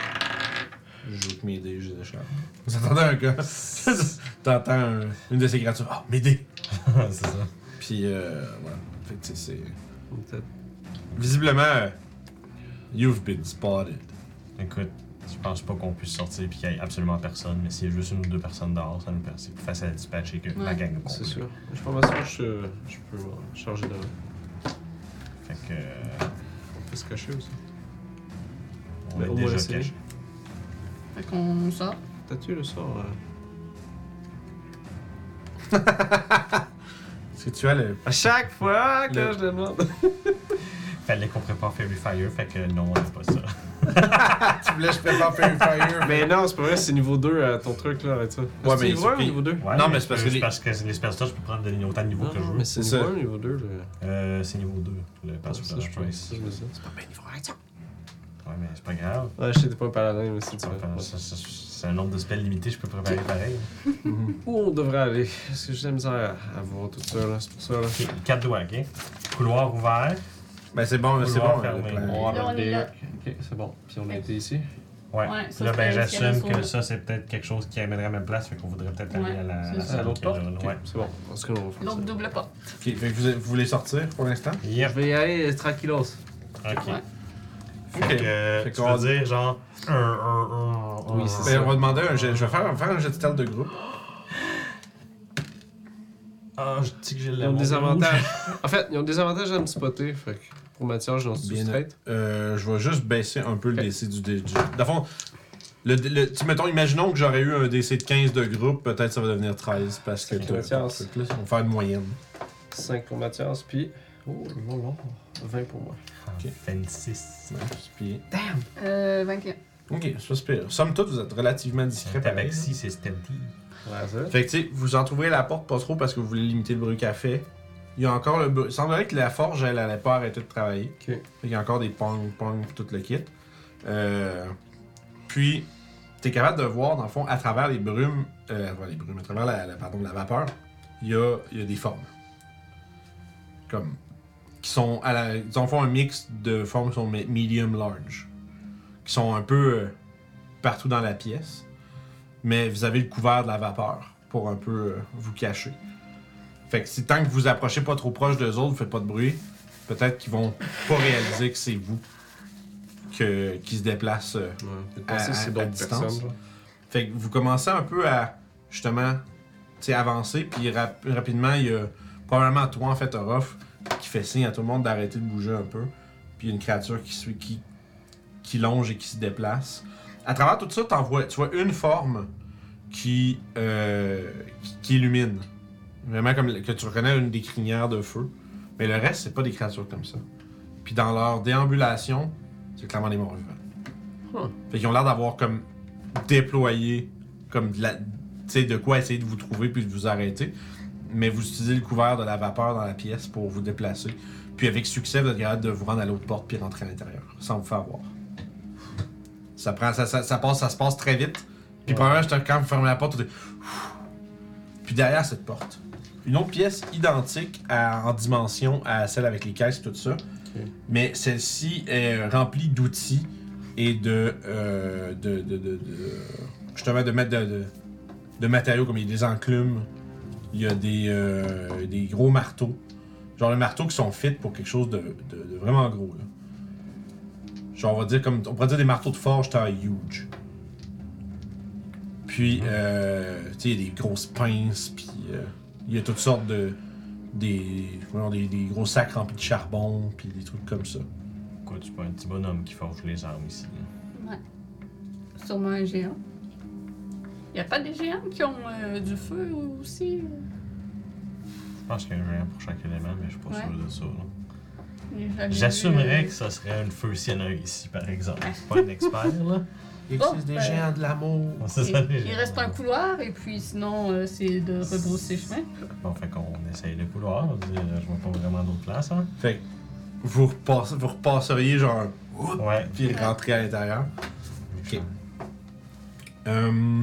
Speaker 2: Je joue que mes dés, je les échappe. Vous entendez un gars. *laughs* T'entends un- une de ces créatures. Ah, mes dés!
Speaker 4: *laughs* c'est ça.
Speaker 2: Puis euh, voilà. Fait que tu sais, c'est.
Speaker 5: Peut-être.
Speaker 2: Visiblement, euh, you've been spotted.
Speaker 4: Écoute, je pense pas qu'on puisse sortir puis qu'il y ait absolument personne, mais s'il y a juste une ou deux personnes dehors, ça nous per- c'est plus facile à dispatcher que la
Speaker 3: Ouais,
Speaker 4: gang au
Speaker 5: C'est
Speaker 4: complet.
Speaker 5: sûr. Je pense que je, euh, je peux euh, changer de.
Speaker 4: Fait que. euh,
Speaker 5: On peut se cacher aussi.
Speaker 4: on
Speaker 5: Mais
Speaker 4: est
Speaker 5: au moins
Speaker 4: déjà
Speaker 5: essayer.
Speaker 4: caché.
Speaker 3: Fait qu'on sort.
Speaker 5: T'as tué le sort. euh,
Speaker 2: Est-ce que tu as le.
Speaker 5: À chaque fois que *laughs*
Speaker 2: Le-
Speaker 5: je demande.
Speaker 4: Fallait qu'on prépare Fairy Fire, fait que non, on n'a pas ça.
Speaker 2: tu voulais, je prépare Fairy Fire.
Speaker 5: *laughs* mais non, c'est pas vrai, c'est niveau 2 à ton truc là, arrête ça.
Speaker 2: mais
Speaker 5: c'est
Speaker 2: il
Speaker 5: niveau 1 ou
Speaker 2: suffit.
Speaker 5: niveau 2
Speaker 4: Ouais,
Speaker 2: Non, mais c'est parce que les-
Speaker 4: les... parce que les spells touch, je peux prendre de- autant de niveaux
Speaker 5: Non,
Speaker 4: que je
Speaker 5: non,
Speaker 4: veux.
Speaker 5: mais c'est
Speaker 2: C'est
Speaker 5: niveau
Speaker 2: ça.
Speaker 5: 1 niveau 2 là.
Speaker 4: Euh, c'est niveau 2, le
Speaker 5: Ah,
Speaker 4: pass
Speaker 5: ça,
Speaker 4: without
Speaker 5: je pense,
Speaker 4: trace.
Speaker 5: ça, je me sens.
Speaker 4: Ouais, mais c'est pas grave.
Speaker 5: Ouais, je sais, t'es pas un paladin, mais c'est
Speaker 4: Ça
Speaker 5: différent.
Speaker 4: fait- ça- ça- C'est un nombre de spells limité, je peux préparer pareil.
Speaker 5: Où on devrait aller Parce que j'ai de la misère à, à voir tout ça là, c'est pour ça là.
Speaker 4: Ok, 4 doigts, ok? Couloir ouvert.
Speaker 2: Ben c'est bon, mais c'est bon.
Speaker 4: Vouloir
Speaker 2: le
Speaker 4: fermer.
Speaker 2: plan.
Speaker 5: On va
Speaker 3: Là, on est
Speaker 5: vers
Speaker 3: là.
Speaker 5: le DE. Ok, c'est bon. Puis on a été ici.
Speaker 4: Ouais.
Speaker 3: Ouais, ça,
Speaker 4: là, ben,
Speaker 3: c'était ce qu'il y avait
Speaker 4: j'assume
Speaker 3: sur
Speaker 4: que
Speaker 3: le-
Speaker 4: ça, c'est peut-être quelque chose qui amènerait à ma place, fait qu'on voudrait peut-être aller
Speaker 3: Ouais,
Speaker 4: à la,
Speaker 3: c'est
Speaker 4: la
Speaker 3: ça.
Speaker 5: À
Speaker 4: salle
Speaker 5: l'autre
Speaker 4: qui est là,
Speaker 5: porte?
Speaker 4: là,
Speaker 5: Ah, Ok,
Speaker 4: Ouais.
Speaker 5: C'est bon. Parce qu'on va faire ça.
Speaker 3: L'autre double porte.
Speaker 2: Ok, fait que vous, vous voulez sortir pour l'instant?
Speaker 4: Yep.
Speaker 5: Je vais y aller tranquillos.
Speaker 4: Ok.
Speaker 3: Ouais.
Speaker 4: Fait que, euh,
Speaker 2: Fait
Speaker 4: tu
Speaker 2: qu'on-
Speaker 4: veux dire genre. un, un, un, un,
Speaker 5: Oui, c'est
Speaker 2: Ben,
Speaker 5: ça.
Speaker 2: on va demander un jet- Je vais faire, faire un jet de stealth de groupe.
Speaker 4: Ah, je dis que j'ai
Speaker 5: Ils
Speaker 4: le.
Speaker 5: ont des
Speaker 4: monde
Speaker 5: avantages.
Speaker 2: *laughs*
Speaker 5: en fait, ils ont des avantages à me spotter. Fait que pour Mathias, j'en suis
Speaker 2: Bien.
Speaker 5: straight.
Speaker 2: Euh, je vais juste baisser un peu le
Speaker 5: Ok.
Speaker 2: DC du. dé- du dans le fond, le, le- tu, mettons, imaginons que j'aurais eu un DC de 15 de groupe, peut-être ça va devenir 13 parce que.
Speaker 5: Ok,
Speaker 2: t'as-
Speaker 5: Mathias.
Speaker 2: fait que là, on va faire une moyenne.
Speaker 5: 5 pour Mathias, puis. Oh, le long, long.
Speaker 2: hein.
Speaker 5: 20 pour moi.
Speaker 4: rouge. 26.
Speaker 2: Ouais, puis-
Speaker 3: Euh, 21.
Speaker 2: Ok, c'est pas si pire. Somme toute, vous êtes relativement discret
Speaker 4: Fait
Speaker 2: pareil.
Speaker 4: avec 6, c'est stealthy.
Speaker 5: Ouais, ça.
Speaker 2: Fait que tu sais, vous en trouverez la porte pas trop parce que vous voulez limiter le bruit qu'elle fait. Il y a encore le bruit. Il semblerait que la forge, elle n'allait pas arrêter de travailler.
Speaker 5: Ok.
Speaker 2: Il y a encore des pong, pong, tout le kit. Euh, puis, t'es capable de voir, dans le fond, à travers les brumes, euh, à travers les brumes, à travers la, la- pardon, la vapeur, il y a, il y a des formes. Comme. Qui sont à la. Ils en font un mix de formes qui sont me- medium-large. Qui sont un peu euh, partout dans la pièce. Mais vous avez le couvert de la vapeur pour un peu euh, vous cacher. Fait que si tant que vous approchez pas trop proche d'eux autres, vous faites pas de bruit, peut-être qu'ils vont pas réaliser que c'est vous que, qui se déplace. euh.
Speaker 5: Ouais, peut-être
Speaker 2: À-
Speaker 5: penser que
Speaker 2: à-
Speaker 5: c'est
Speaker 2: à
Speaker 5: d'autres
Speaker 2: distance.
Speaker 5: personnes. là.
Speaker 2: Fait que vous commencez un peu à justement tu sais, avancer, puis rap- rapidement, il y a probablement toi en fait, Orof, qui fait signe à tout le monde d'arrêter de bouger un peu. Puis il y a une créature qui, suit- qui, qui longe et qui se déplace. À travers tout ça, t'en vois- tu vois une forme qui, euh, qui, qui illumine. Vraiment comme que tu reconnais une des crinières de feu. Mais le reste, c'est pas des créatures comme ça. Puis dans leur déambulation, c'est clairement des morts vivants.
Speaker 5: Huh.
Speaker 2: Fait qu'ils ont l'air d'avoir comme déployé comme de la. Tu sais, de quoi essayer de vous trouver puis de vous arrêter. Mais vous utilisez le couvert de la vapeur dans la pièce pour vous déplacer. Puis avec succès, vous êtes capable de vous rendre à l'autre porte puis rentrer à l'intérieur, sans vous faire voir. Ça, prend, ça, ça, ça passe, ça se passe très vite. Puis premièrement, juste quand vous fermez la porte, vous dites, Ouf. Puis derrière cette porte, une autre pièce identique à- en dimension à celle avec les caisses, tout ça. Mais celle-ci est remplie d'outils et de, euh, de, de, de- de- Justement, de mettre de, de- de matériaux comme il y a des enclumes, il y a des, euh, des gros marteaux. Genre le marteau qui sont fit pour quelque chose de, de- de vraiment gros. Là. Genre, on va dire comme. On pourrait dire des marteaux de forge taille huge. Puis, euh, tu sais, il y a des grosses pinces, puis euh, il y a toutes sortes de. Des, voyons, des, des gros sacs remplis de charbon, puis des trucs comme ça.
Speaker 4: Quoi, tu pas un petit bonhomme qui forge les armes ici. là.
Speaker 3: Sûrement un géant. Y a pas des géants qui ont euh, du feu aussi? euh?
Speaker 4: Je pense qu'il y a un géant pour chaque élément, mais je suis pas
Speaker 3: Ouais.
Speaker 4: sûr de ça. là.
Speaker 3: J'ai jamais vu,
Speaker 4: J'assumerais
Speaker 3: euh,
Speaker 4: que ça serait une feu s'il y en a un ici, par exemple.
Speaker 3: Ah.
Speaker 4: Je suis pas un
Speaker 3: *laughs*
Speaker 4: expert, là.
Speaker 2: Il
Speaker 3: existe Oh, des ben- géants
Speaker 2: de l'amour.
Speaker 4: On sait ça, les
Speaker 3: Il, il
Speaker 4: géants.
Speaker 3: reste un couloir et puis sinon euh, c'est de rebrousser chemin.
Speaker 4: Bon, fait qu'on essaye le couloir. Je veux dire, je vois pas vraiment d'autre place, hein.
Speaker 2: Fait que vous, repasse- vous repasseriez genre. Oups,
Speaker 4: Ouais.
Speaker 2: Puis rentrer à l'intérieur. Ok. Euh,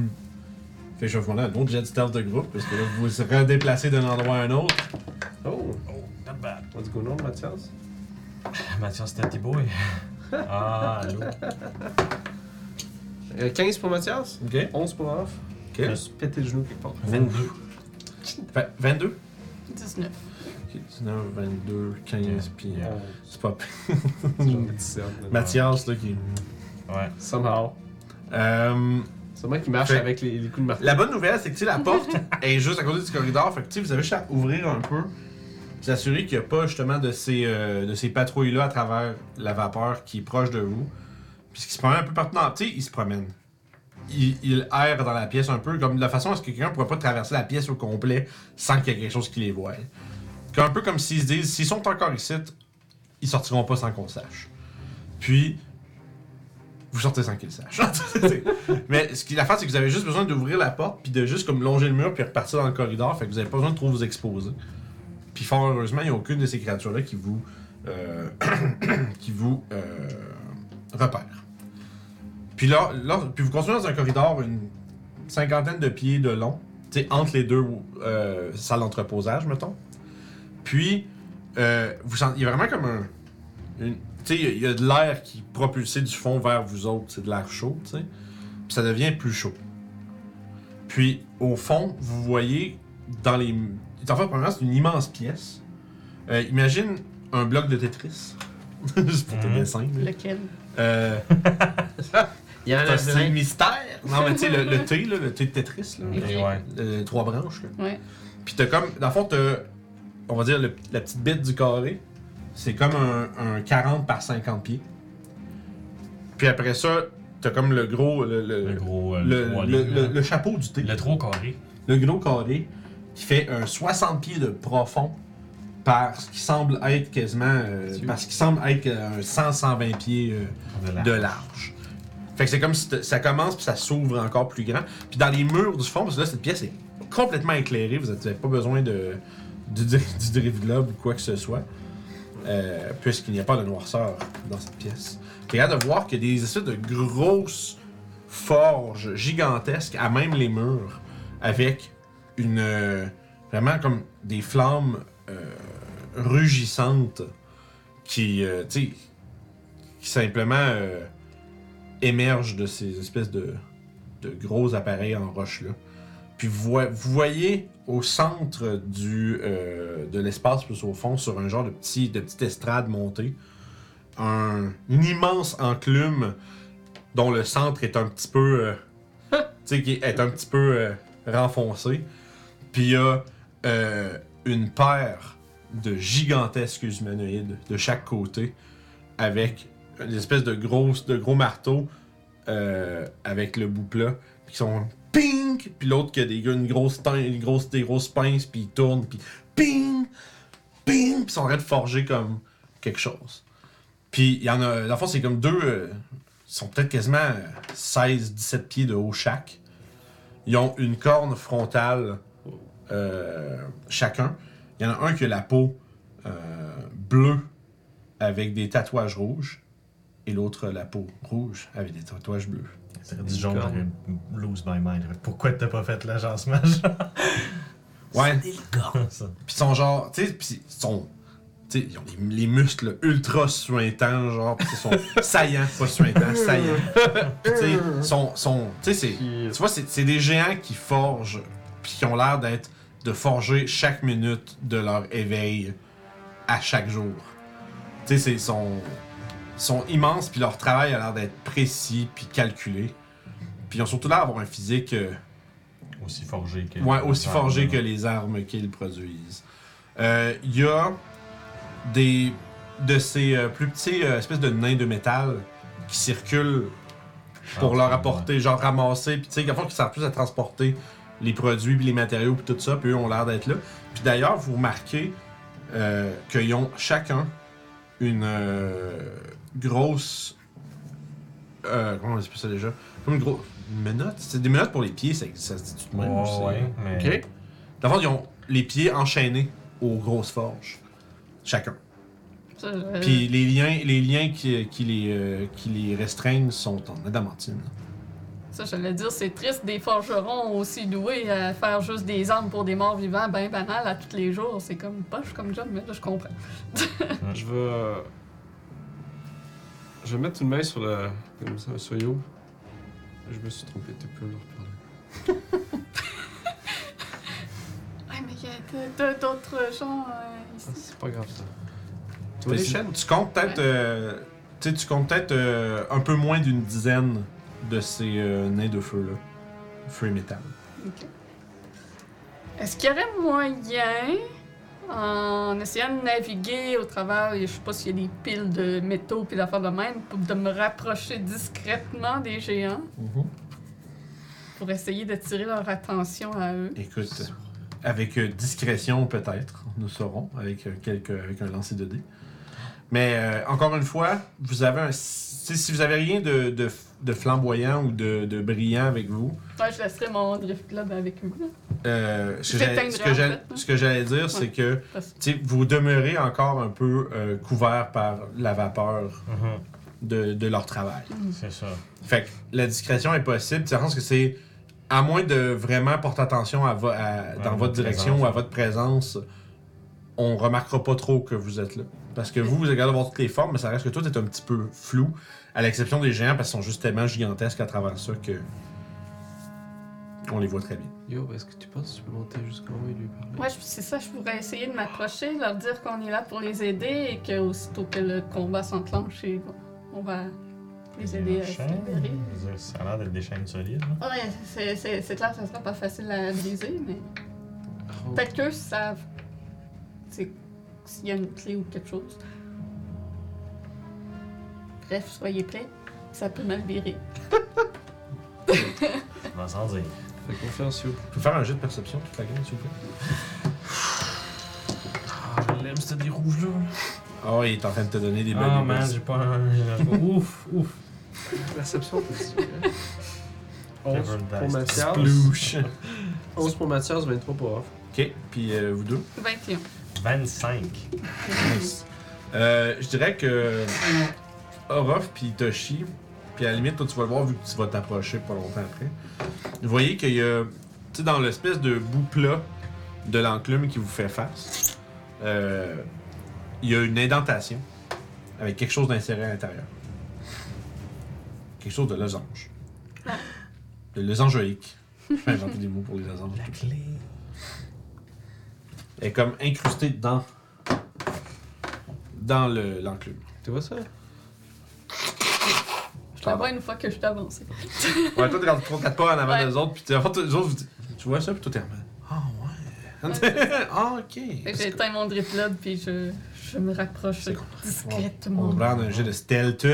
Speaker 2: fait que je vais vous demander un autre jet de stealth de groupe, parce que là, vous vous redéplacez d'un endroit à un autre.
Speaker 5: Oh,
Speaker 4: Oh, not bad.
Speaker 5: what's going on, Mathias?
Speaker 4: Mathias
Speaker 2: *laughs*
Speaker 4: Tatiboy. Ah, allô.
Speaker 5: Euh, 15 pour Mathias,
Speaker 2: Ok.
Speaker 5: 11 pour Olaf.
Speaker 2: Ok.
Speaker 5: Je me suis pété le genou quelque part. Oh,
Speaker 4: 22.
Speaker 2: Fait- 22
Speaker 3: 19.
Speaker 2: Ok, 19, 22, 15, puis. euh,
Speaker 5: Euh,
Speaker 2: c'est pas.
Speaker 5: une 17, là.
Speaker 2: Mathias, là, qui.
Speaker 4: Ouais.
Speaker 5: Somehow.
Speaker 2: Euh,
Speaker 5: C'est moi qui marche
Speaker 2: Fait-
Speaker 5: avec les, les coups de marteau.
Speaker 2: La bonne nouvelle, c'est que tu sais, la porte est juste à côté du corridor. Fait que tu sais, vous avez juste à ouvrir un peu. Vous assurer qu'il n'y a pas justement de ces, euh, de ces patrouilles-là à travers la vapeur qui est proche de vous. Puis qui se promènent un peu partout. dans- Tu sais, ils se promènent. Ils, ils errent dans la pièce un peu, comme de la façon à ce que quelqu'un ne pourrait pas traverser la pièce au complet sans qu'il y ait quelque chose qui les voie. Comme- Un peu comme s'ils se disent, s'ils sont encore ici, ils sortiront pas sans qu'on le sache. Puis, vous sortez sans qu'ils le sachent. *laughs* C'est- mais ce qui la face, c'est que vous avez juste besoin d'ouvrir la porte, puis de juste comme longer le mur, puis repartir dans le corridor. Fait que vous avez pas besoin de trop vous exposer. Puis fort heureusement, il n'y a aucune de ces créatures-là qui vous. euh, *clears throat* qui vous. euh, repère. Puis là, là- puis vous continuez dans un corridor une cinquantaine de pieds de long, tu sais, entre les deux euh, salles d'entreposage, mettons. Puis, euh, vous sentez, il y a vraiment comme un. une- tu sais, il y a- il y a de l'air qui est propulsé du fond vers vous autres, c'est de l'air chaud, tu sais puis ça devient plus chaud. Puis, au fond, vous voyez dans les. En fait, premièrement, c'est une immense pièce. Euh, imagine un bloc de Tetris. *laughs* Juste pour tes
Speaker 4: Mhm.
Speaker 2: dessins. là.
Speaker 3: Lequel?
Speaker 2: Euh,
Speaker 6: Il y en
Speaker 2: c'est un
Speaker 6: a
Speaker 2: style
Speaker 6: plein.
Speaker 2: mystère. Ah, Non, mais tu sais, le, le thé, là, le thé de Tetris, là,
Speaker 4: Ok, ouais.
Speaker 2: euh, trois branches. Là.
Speaker 3: Ouais.
Speaker 2: Puis t'as comme, dans le fond, t'as, on va dire, le- la petite bête du carré, c'est comme un, un 40 par 50 pieds. Puis après ça, t'as comme le gros, le, le-
Speaker 4: Le gros. euh,
Speaker 2: le, hein.
Speaker 4: trois
Speaker 2: le-
Speaker 4: lignes,
Speaker 2: le-
Speaker 4: là.
Speaker 2: le chapeau du thé,
Speaker 4: Le trop carré.
Speaker 2: le gros carré, qui fait un 60 pieds de profond par ce qui semble être quasiment, euh,
Speaker 5: Dieu.
Speaker 2: par ce qui semble être euh, un 100-120 pieds euh,
Speaker 4: De la.
Speaker 2: de large. Fait que c'est comme si t- ça commence puis ça s'ouvre encore plus grand. Puis dans les murs du fond, parce que là, cette pièce est complètement éclairée, vous n'avez pas besoin de, du, dri- du drive globe ou quoi que ce soit, euh, puisqu'il n'y a pas de noirceur dans cette pièce. Puis regarde de voir qu'il y a des espèces de grosses forges gigantesques à même les murs, avec une euh, vraiment comme des flammes euh, rugissantes qui, euh, tu sais, qui simplement euh, émergent de ces espèces de, de gros appareils en roche là. Puis vous, voi- vous voyez au centre du, euh, de l'espace, plus au fond, sur un genre de, petit, de petite estrade montée, un, une immense enclume dont le centre est un petit peu. euh, tu sais, qui est un petit peu euh, renfoncé. Puis il y a euh, une paire de gigantesques humanoïdes de chaque côté avec une espèce de gros, de gros marteau euh, avec le bout plat, puis qui sont ping, puis l'autre qui a des, une grosse tein- une grosse, des grosses pinces, puis ils tournent, puis ping, ping, puis ils sont en train de forger comme quelque chose. Puis il y en a, dans le fond, c'est comme deux, euh, ils sont peut-être quasiment 16-17 pieds de haut chaque. Ils ont une corne frontale euh, chacun. Il y en a un qui a la peau euh, bleu avec des tatouages rouges et l'autre la peau rouge avec des tatouages bleus.
Speaker 4: T'aurais dit jaune, t'aurais
Speaker 2: euh,
Speaker 4: lose my mind. Pourquoi t'as pas fait l'agence mage?
Speaker 2: Ouais.
Speaker 4: *laughs* ça.
Speaker 2: Puis ils sont genre, tu sais, puis ils sont. Tu sais, ils ont les, les muscles ultra suintants, genre, pis ils sont saillants, pas suintants, saillants. Pis tu sais, ils sont. sont tu sais, c'est- tu vois, c'est c'est des géants qui forgent, puis qui ont l'air d'être. de forger chaque minute de leur éveil à chaque jour. Tu sais, c'est- ils sont. ils sont immenses, puis leur travail a l'air d'être précis, puis calculé. Puis ils ont surtout l'air d'avoir un physique. euh,
Speaker 4: Aussi forgé que.
Speaker 2: Ouais, aussi forgé que les armes qu'ils produisent. Euh, Il y a des de ces euh, plus petits euh, espèces de nains de métal qui circulent
Speaker 4: Ah,
Speaker 2: pour leur apporter, genre ramasser, puis tu sais, qu'à fond, qui servent plus à transporter les produits, puis les matériaux, puis tout ça, puis eux ont l'air d'être là. Puis d'ailleurs, vous remarquez euh, qu'ils ont chacun une euh, grosse. euh, comment on appelle ça déjà Comme une grosse. Menotte C'est des menottes pour les pieds, ça, ça se dit tout de
Speaker 4: Ouais,
Speaker 2: même. hein. ou c'est-
Speaker 4: ouais, mais.
Speaker 5: Ok.
Speaker 2: D'abord, ils ont les pieds enchaînés aux grosses forges. Chacun.
Speaker 3: Ça, euh,
Speaker 2: Puis les liens, les liens qui, qui les, euh, qui les restreignent sont en adamantine.
Speaker 3: Ça, j'allais dire, c'est triste des forgerons aussi doués à faire juste des armes pour des morts vivants, ben banal à tous les jours. C'est comme poche comme job, mais là, je comprends.
Speaker 5: Je vais. euh, Je vais mettre une main sur le. Comme ça, sur Yo. Je me suis trompé, tu peux nous reparler.
Speaker 3: Ouais, mais il y a de- de- d'autres gens euh,
Speaker 5: Ah,
Speaker 3: ici.
Speaker 5: C'est pas grave ça. Tu vois
Speaker 2: Fait
Speaker 5: les
Speaker 2: que
Speaker 5: chaînes?
Speaker 2: Tu comptes peut-être euh, tu sais, tu comptes peut-être euh, un peu moins d'une dizaine de ces euh, nains de feu-là. Feu et métal.
Speaker 3: Ok. Est-ce qu'il y aurait moyen, en essayant de naviguer au travers, et je sais pas s'il y a des piles de métaux puis d'affaires de même, pour- de me rapprocher discrètement des géants pour essayer d'attirer leur attention à eux?
Speaker 2: Écoute, avec euh, discrétion peut-être, nous saurons, avec, euh, quelques, avec un lancer de dés. Mais euh, encore une fois, vous avez un. Si si vous avez rien de, de, de flamboyant ou de, de brillant avec vous,
Speaker 3: Ouais, je laisserai mon drift club avec eux. là,
Speaker 2: euh, ce que
Speaker 3: Je
Speaker 2: j'allais- ce que
Speaker 3: t'éteindrai, en
Speaker 2: j'allais-
Speaker 3: fait, là.
Speaker 2: ce que j'allais dire,
Speaker 3: Ouais.
Speaker 2: c'est que
Speaker 3: parce que-
Speaker 2: tu sais, vous demeurez encore un peu euh, couvert par la vapeur
Speaker 4: Mhm,
Speaker 2: de, de leur travail.
Speaker 4: C'est ça.
Speaker 2: Fait que la discrétion est possible. Tu penses que c'est. À moins de vraiment porter attention à vo- à- dans
Speaker 4: Ouais,
Speaker 2: votre
Speaker 4: votre
Speaker 2: direction
Speaker 4: présence.
Speaker 2: ou à votre présence, on remarquera pas trop que vous êtes là. Parce que vous, vous allez avoir toutes les formes, mais ça reste que tout est un petit peu flou, à l'exception des géants, parce qu'ils sont juste tellement gigantesques à travers ça que. On les voit très bien.
Speaker 5: Yo, est-ce que tu penses que tu peux monter jusqu'en haut et lui parler?
Speaker 3: Ouais, je- c'est ça, je pourrais essayer de m'approcher, leur dire qu'on est là pour les aider et que aussitôt que le combat s'enclenche, et bon, on va les aider à se
Speaker 4: chaînes,
Speaker 3: libérer.
Speaker 4: je veux dire, Ça a l'air d'être des chaînes solides. là.
Speaker 3: Ouais, c'est- c'est c'est clair, ça sera pas facile à briser, mais
Speaker 5: Oh.
Speaker 3: peut-être qu'eux savent c'est- s'il y a une clé ou quelque chose. Bref, soyez prêts, ça peut mal virer.
Speaker 4: On va s'en dire.
Speaker 5: Fais confiance, Yo.
Speaker 2: Tu peux faire un jeu de perception toute la game, s'il vous plaît.
Speaker 5: Ah, je l'aime, c'était des rouges là.
Speaker 2: Ah, il est en train de te donner des belles
Speaker 4: Ah, man,
Speaker 2: nouvelles.
Speaker 4: j'ai pas un. j'ai un- ouf, ouf.
Speaker 5: Perception, t'as dit. *laughs* hein? 11
Speaker 4: Clever
Speaker 5: pour
Speaker 4: dice.
Speaker 5: Mathias.
Speaker 2: Splouche.
Speaker 5: 11 pour Mathias, 23 pour off.
Speaker 2: Ok, puis euh, vous deux.
Speaker 3: 21.
Speaker 4: 25.
Speaker 2: Nice. Euh, je dirais que Orof puis Toshi, puis à la limite, toi tu vas le voir vu que tu vas t'approcher pas longtemps après. Vous voyez qu'il y a, tu sais, dans l'espèce de bout plat de l'enclume qui vous fait face, euh, il y a une indentation avec quelque chose d'inséré à l'intérieur. Quelque chose de losange. Le losangeïque. Je vais inventer des mots pour les losanges.
Speaker 4: La clé.
Speaker 2: Elle est comme incrustée dans, dans le- l'enclume.
Speaker 5: Tu vois ça?
Speaker 3: Je la vois une fois que je suis avancée.
Speaker 2: Ouais, toi, t'es rendu 3 4 pas en avant
Speaker 3: Ouais.
Speaker 2: des autres, puis t'es- en fait, les autres, vous dites, tu vois ça, puis toi, t'es en mode, Ah, *laughs* ouais. Ah,
Speaker 3: Fait
Speaker 2: ok.
Speaker 3: que J'ai éteint mon drift load, puis je, je me rapproche
Speaker 2: C'est cool. On
Speaker 3: discrètement.
Speaker 2: va prendre un jeu de stealth.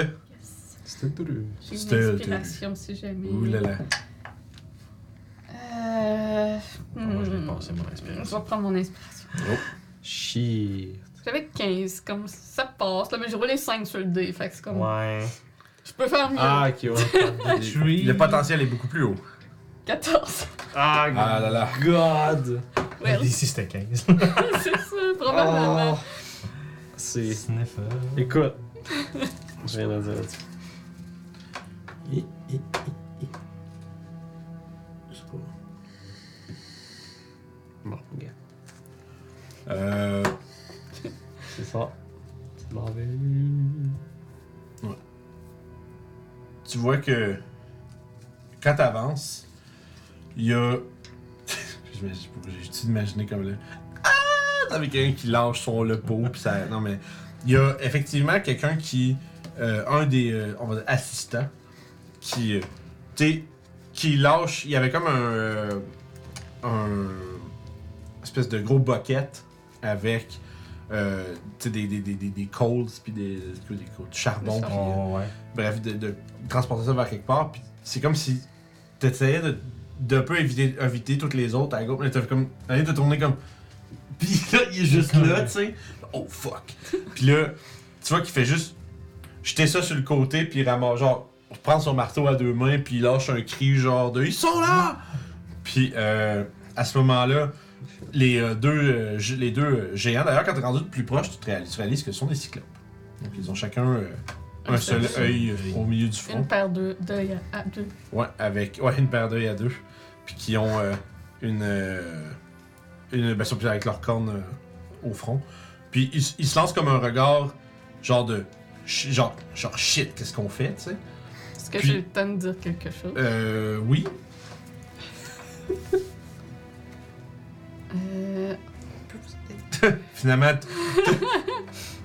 Speaker 5: C'était douloureux.
Speaker 3: J'ai une
Speaker 2: C'était-
Speaker 3: inspiration si jamais.
Speaker 2: Ouh là là.
Speaker 3: Euh,
Speaker 4: Ah, Moi, je l'ai
Speaker 3: hmm,
Speaker 4: passé, mon
Speaker 3: Je
Speaker 4: inspiration.
Speaker 3: vais prendre mon inspiration.
Speaker 5: Shit.
Speaker 3: J'avais 15, comme ça passe, là, mais j'ai roulé 5 sur le dé, fait que c'est comme.
Speaker 4: Ouais.
Speaker 3: Je peux faire mieux.
Speaker 5: Ah, ok, ouais. *laughs*
Speaker 2: Le le potentiel est beaucoup plus haut.
Speaker 3: 14.
Speaker 5: ah,
Speaker 2: Ah là là.
Speaker 5: God!
Speaker 3: Ouais,
Speaker 2: *laughs*
Speaker 4: Ici, c'était 15.
Speaker 3: *laughs* Oh,
Speaker 5: Oh.
Speaker 3: c'est ça, probablement.
Speaker 5: Ah. c'est.
Speaker 4: Sniffer.
Speaker 5: *laughs* Écoute. Je viens de dire là-dessus. Eh,
Speaker 6: Hi, hi, hi, hi. Je sais pas.
Speaker 5: Bon, regarde.
Speaker 2: Euh,
Speaker 5: C'est ça. C'est ben. mauvais.
Speaker 2: tu vois que quand t'avances, il y a. *laughs* J'imagine- J'ai-tu imaginé comme le. Ah! Avec quelqu'un qui lâche son le pot, pis ça. Non, mais. Il y a effectivement quelqu'un qui. euh, un des. euh, on va dire, assistants. Qui. euh, tu sais, Qui lâche. Il y avait comme un. euh, un. Espèce de gros bucket avec. euh, tu sais, des, des, des, des, des coals, puis des. des, des coals, du charbon,
Speaker 3: Le
Speaker 2: pis, euh,
Speaker 4: Oh, ouais.
Speaker 2: bref, de, de transporter ça vers quelque part. Puis c'est comme si t'essayais de, de peu éviter, éviter toutes les autres à gauche, mais t'as comme, t'as te tourner comme. *laughs* Puis là, il est juste là, tu sais. Oh fuck. Puis là, tu vois qu'il fait juste jeter ça sur le côté, puis il ramasse, genre, prend son marteau à deux mains, puis il lâche un cri, genre, de Ils sont là! Puis euh, à ce moment-là, les, euh, deux, euh, gé- les deux euh, géants, d'ailleurs, quand t'es rendu de plus proche, tu, te réalises, tu réalises que ce sont des cyclopes. Donc ils ont chacun euh, un seul
Speaker 4: seul
Speaker 2: œil euh,
Speaker 4: œil.
Speaker 2: au milieu du front.
Speaker 3: Une paire d'œ- d'œils à à deux.
Speaker 2: Ouais, avec ouais, une paire d'œils à deux. Puis qui ont euh, une. euh, une ben, surtout avec leurs cornes euh, au front. Puis ils, s- ils se lancent comme un regard genre de. ch- genre, genre shit, qu'est-ce qu'on fait, tu sais?
Speaker 3: Est-ce que
Speaker 2: Puis-
Speaker 3: j'ai le temps de dire quelque chose?
Speaker 2: Euh. Oui.
Speaker 3: Euh...
Speaker 2: Finalement. t- *laughs*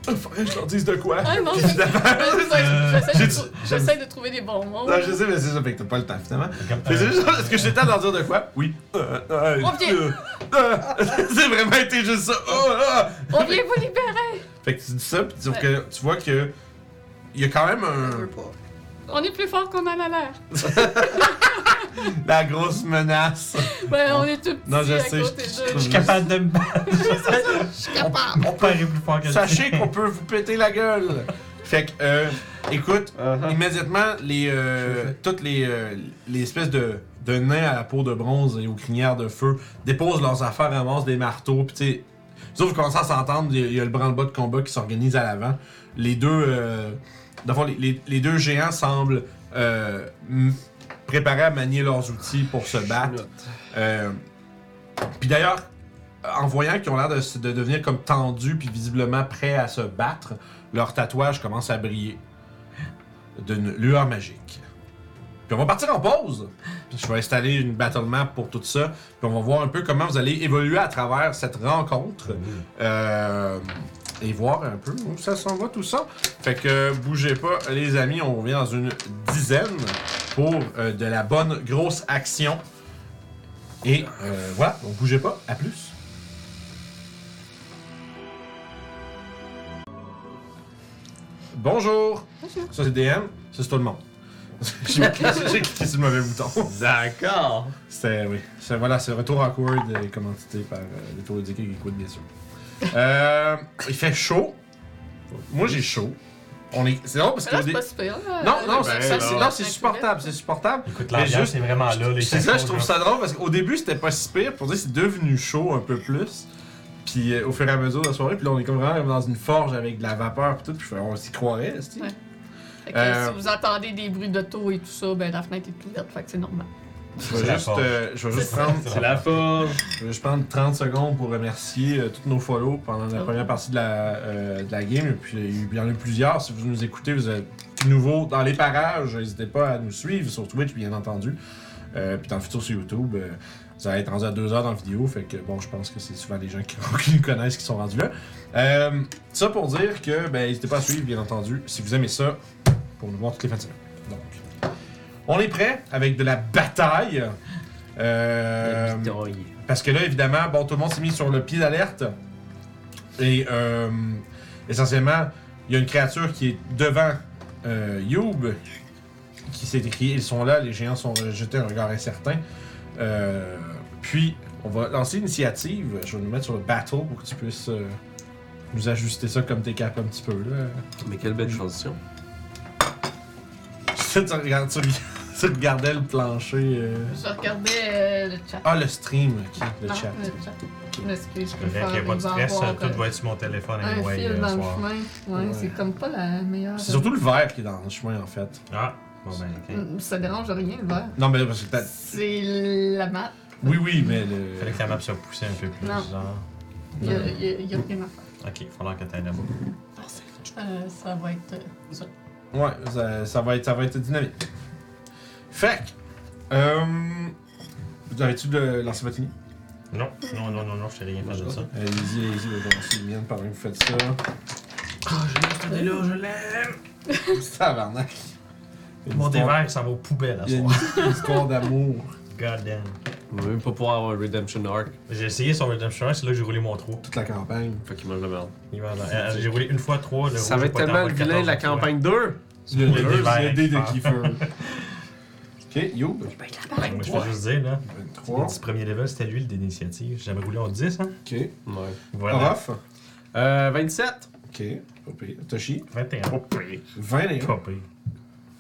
Speaker 2: Il faudrait que je leur dise de quoi.
Speaker 3: Ah non,
Speaker 2: Puis
Speaker 3: c'est-
Speaker 2: finalement-
Speaker 3: J'essaie
Speaker 2: Euh, J'ai-
Speaker 3: de trou- J'essaie de trouver des bons mots.
Speaker 2: *laughs* Non, je sais, mais c'est ça, fait que t'as pas le temps finalement.
Speaker 4: Comme- euh,
Speaker 2: Mais c'est juste, est-ce que j'étais à leur dire de quoi? Oui. Euh, euh,
Speaker 3: On vient.
Speaker 2: euh, euh, *laughs* c'est vraiment été juste ça. Euh, euh.
Speaker 3: On vient vous libérer!
Speaker 2: Fait que tu dis ça, puis tu,
Speaker 3: Ouais.
Speaker 2: que, tu vois que. Il y a quand même un-
Speaker 3: On est plus fort qu'on en a l'air.
Speaker 2: la grosse
Speaker 3: *laughs*
Speaker 2: menace.
Speaker 3: Ben, on est tout petits
Speaker 2: Non, je
Speaker 3: à
Speaker 2: sais,
Speaker 3: côté
Speaker 2: je-
Speaker 3: d'eux.
Speaker 4: Je suis capable de me battre. *laughs*
Speaker 2: On, on
Speaker 4: Pas
Speaker 2: peut,
Speaker 4: aller plus fort que ça.
Speaker 2: sachez qu'on peut vous péter la gueule. Fait que, euh, écoute,
Speaker 5: Ah, Uh-huh.
Speaker 2: immédiatement, les, euh, toutes les, euh, les espèces de, de nains à la peau de bronze et aux crinières de feu déposent leurs affaires, ramassent des marteaux, pis tu sais, eux autres, vous commencez à s'entendre, il y a- il y a le branle-bas de combat qui s'organise à l'avant. Les deux, euh, dans le fond, les, les- les deux géants semblent euh, m- préparés à manier leurs outils pour se
Speaker 5: ah.
Speaker 2: battre. Euh, puis d'ailleurs, en voyant qu'ils ont l'air de, se- de devenir comme tendus puis visiblement prêts à se battre, leur tatouage commence à briller d'une lueur magique. Puis on va partir en pause. Puis Je vais installer une battle map pour tout ça. Puis on va voir un peu comment vous allez évoluer à travers cette rencontre. Euh, et voir un peu où ça s'en va tout ça. Fait que bougez pas, les amis. On revient dans une dizaine pour euh, de la bonne grosse action. Et euh, voilà, donc bougez pas, à plus. Bonjour!
Speaker 3: Bonjour.
Speaker 2: Ça c'est DM, ça c'est tout le monde. *laughs* J'ai j'ai cliqué sur le mauvais bouton.
Speaker 5: D'accord.
Speaker 2: C'était, oui. C'est, voilà, c'est Retour Awkward, euh, commandité par euh, Retour Ludique et Geekwood, bien sûr. Euh, il fait chaud. Moi j'ai chaud. On est... C'est drôle parce
Speaker 3: Mais
Speaker 2: que... au
Speaker 3: là, Ah, c'est
Speaker 2: dé-
Speaker 3: pas super. là.
Speaker 2: Non, non,
Speaker 3: Euh,
Speaker 2: c'est,
Speaker 3: ben,
Speaker 2: c'est-
Speaker 3: là,
Speaker 2: non, c'est supportable, c'est supportable.
Speaker 4: Écoute,
Speaker 2: Mais
Speaker 4: l'ambiance
Speaker 2: juste-
Speaker 4: c'est vraiment Ah, là. les
Speaker 2: C'est ça,
Speaker 4: tacos,
Speaker 2: je trouve
Speaker 4: genre.
Speaker 2: ça drôle parce qu'au début c'était pas si pire, pour dire c'est devenu chaud un peu plus. Puis euh, au fur et à mesure de la soirée, puis là on est comme vraiment dans une forge avec de la vapeur puis tout, puis on s'y croirait, est
Speaker 3: Ouais. Fait que
Speaker 2: Euh,
Speaker 3: Si vous entendez des bruits d'auto et tout ça, ben la fenêtre est ouverte, fait que c'est normal.
Speaker 2: Je vais
Speaker 4: C'est la
Speaker 2: juste,
Speaker 4: forge.
Speaker 2: euh, je vais juste prendre,
Speaker 5: C'est la forge.
Speaker 2: je vais juste prendre 30 secondes pour remercier euh, tous nos follow pendant la
Speaker 3: Oh.
Speaker 2: première partie de la, euh, de la game. Et puis il y en a eu plusieurs. Si vous nous écoutez, vous êtes nouveau dans les parages, n'hésitez pas à nous suivre sur Twitch, bien entendu. Euh, puis dans le futur sur YouTube, euh, vous allez être rendu à deux heures dans la vidéo. Fait que bon, je pense que c'est souvent les gens qui, *laughs* qui nous connaissent qui sont rendus là. Euh, ça pour dire que, ben, n'hésitez pas à suivre, bien entendu, si vous aimez ça, pour nous voir toutes les fins de semaine. Donc, on est prêt avec de la bataille. Euh,
Speaker 6: Bidouille.
Speaker 2: parce que là, évidemment, bon, tout le monde s'est mis sur le pied d'alerte. Et euh, essentiellement, il y a une créature qui est devant euh, Youb qui s'est écrié Ils sont là, les géants sont jetés un regard incertain. Euh, puis, on va lancer l'initiative. Je vais nous mettre sur le battle pour que tu puisses euh, nous ajuster ça comme t'es capable un petit peu. Là. *laughs*
Speaker 6: Mais quelle belle transition.
Speaker 2: Je sais, tu, regardes, tu, *laughs* regardes- tu regardais le plancher. euh.
Speaker 3: Je regardais euh, le chat.
Speaker 2: Ah, le stream, ok, le
Speaker 3: Non,
Speaker 2: chat.
Speaker 3: le chat. Je m'excuse, je peux
Speaker 4: Bref,
Speaker 3: faire.
Speaker 4: il n'y a pas de
Speaker 3: il va
Speaker 4: stress,
Speaker 3: avoir,
Speaker 4: tout
Speaker 3: euh,
Speaker 4: va être sur mon téléphone
Speaker 3: Un
Speaker 4: anyway,
Speaker 3: fil
Speaker 4: euh,
Speaker 3: dans le
Speaker 4: soir.
Speaker 3: chemin. Ouais,
Speaker 2: Ouais.
Speaker 3: c'est comme pas la meilleure.
Speaker 2: C'est surtout le verre qui est dans le chemin, en fait.
Speaker 4: Ah, bon ben, ok.
Speaker 3: Mm, Ça dérange rien, le verre.
Speaker 2: Non, mais parce que peut-être.
Speaker 3: C'est la map.
Speaker 2: Oui, oui, mais le.
Speaker 4: Fallait que ta map soit poussée un peu plus,
Speaker 3: Non.
Speaker 4: genre.
Speaker 3: Il y a, il y a- il y a rien à faire.
Speaker 4: Ok, falloir que t'ailles là-bas.
Speaker 3: Euh, ça va être. euh, ça.
Speaker 2: Ouais, ça, ça va être, ça va être dynamique. Fait que, euh, Vous avez-tu de lancer votre ligne?
Speaker 4: Non, non, non, non, non, je t'ai rien fait de ça.
Speaker 2: Allez-y, allez-y, vous lancez une mienne pendant que vous faites ça.
Speaker 4: Ah, j'ai juste cette là je l'aime!
Speaker 2: *laughs* Tabarnak! Il y a une
Speaker 4: Mon
Speaker 2: histoire-
Speaker 4: dévers, ça va aux poubelles à
Speaker 2: Il y a
Speaker 4: soir.
Speaker 2: une, une histoire d'amour.
Speaker 4: God damn.
Speaker 5: On va même pas pouvoir avoir un Redemption Arc.
Speaker 4: J'ai essayé sur Redemption 1, c'est là que j'ai roulé mon 3.
Speaker 2: Toute la campagne.
Speaker 5: Fait qu'il mange la merde.
Speaker 4: Euh, J'ai roulé une fois 3, le
Speaker 5: Ça va
Speaker 4: rouge a
Speaker 5: être
Speaker 4: pas été
Speaker 5: tellement
Speaker 4: en bas de
Speaker 5: vilain
Speaker 4: 14
Speaker 5: la
Speaker 4: une fois.
Speaker 5: campagne 2!
Speaker 2: Le
Speaker 4: Spoiler,
Speaker 2: dé,
Speaker 4: c'est
Speaker 2: le dé de
Speaker 4: expert.
Speaker 2: Kiefer. ok, yo.
Speaker 4: Ben, Moi, je peux juste dire, là, le
Speaker 2: 23.
Speaker 4: petit premier level, c'était lui le d'initiative. J'avais roulé en 10, hein?
Speaker 2: Ok.
Speaker 5: Ouais.
Speaker 4: Voilà.
Speaker 2: Orof.
Speaker 5: Euh, 27!
Speaker 2: Ok. Pas pire. Toshi.
Speaker 4: 21. Pas
Speaker 2: 21.
Speaker 4: pire.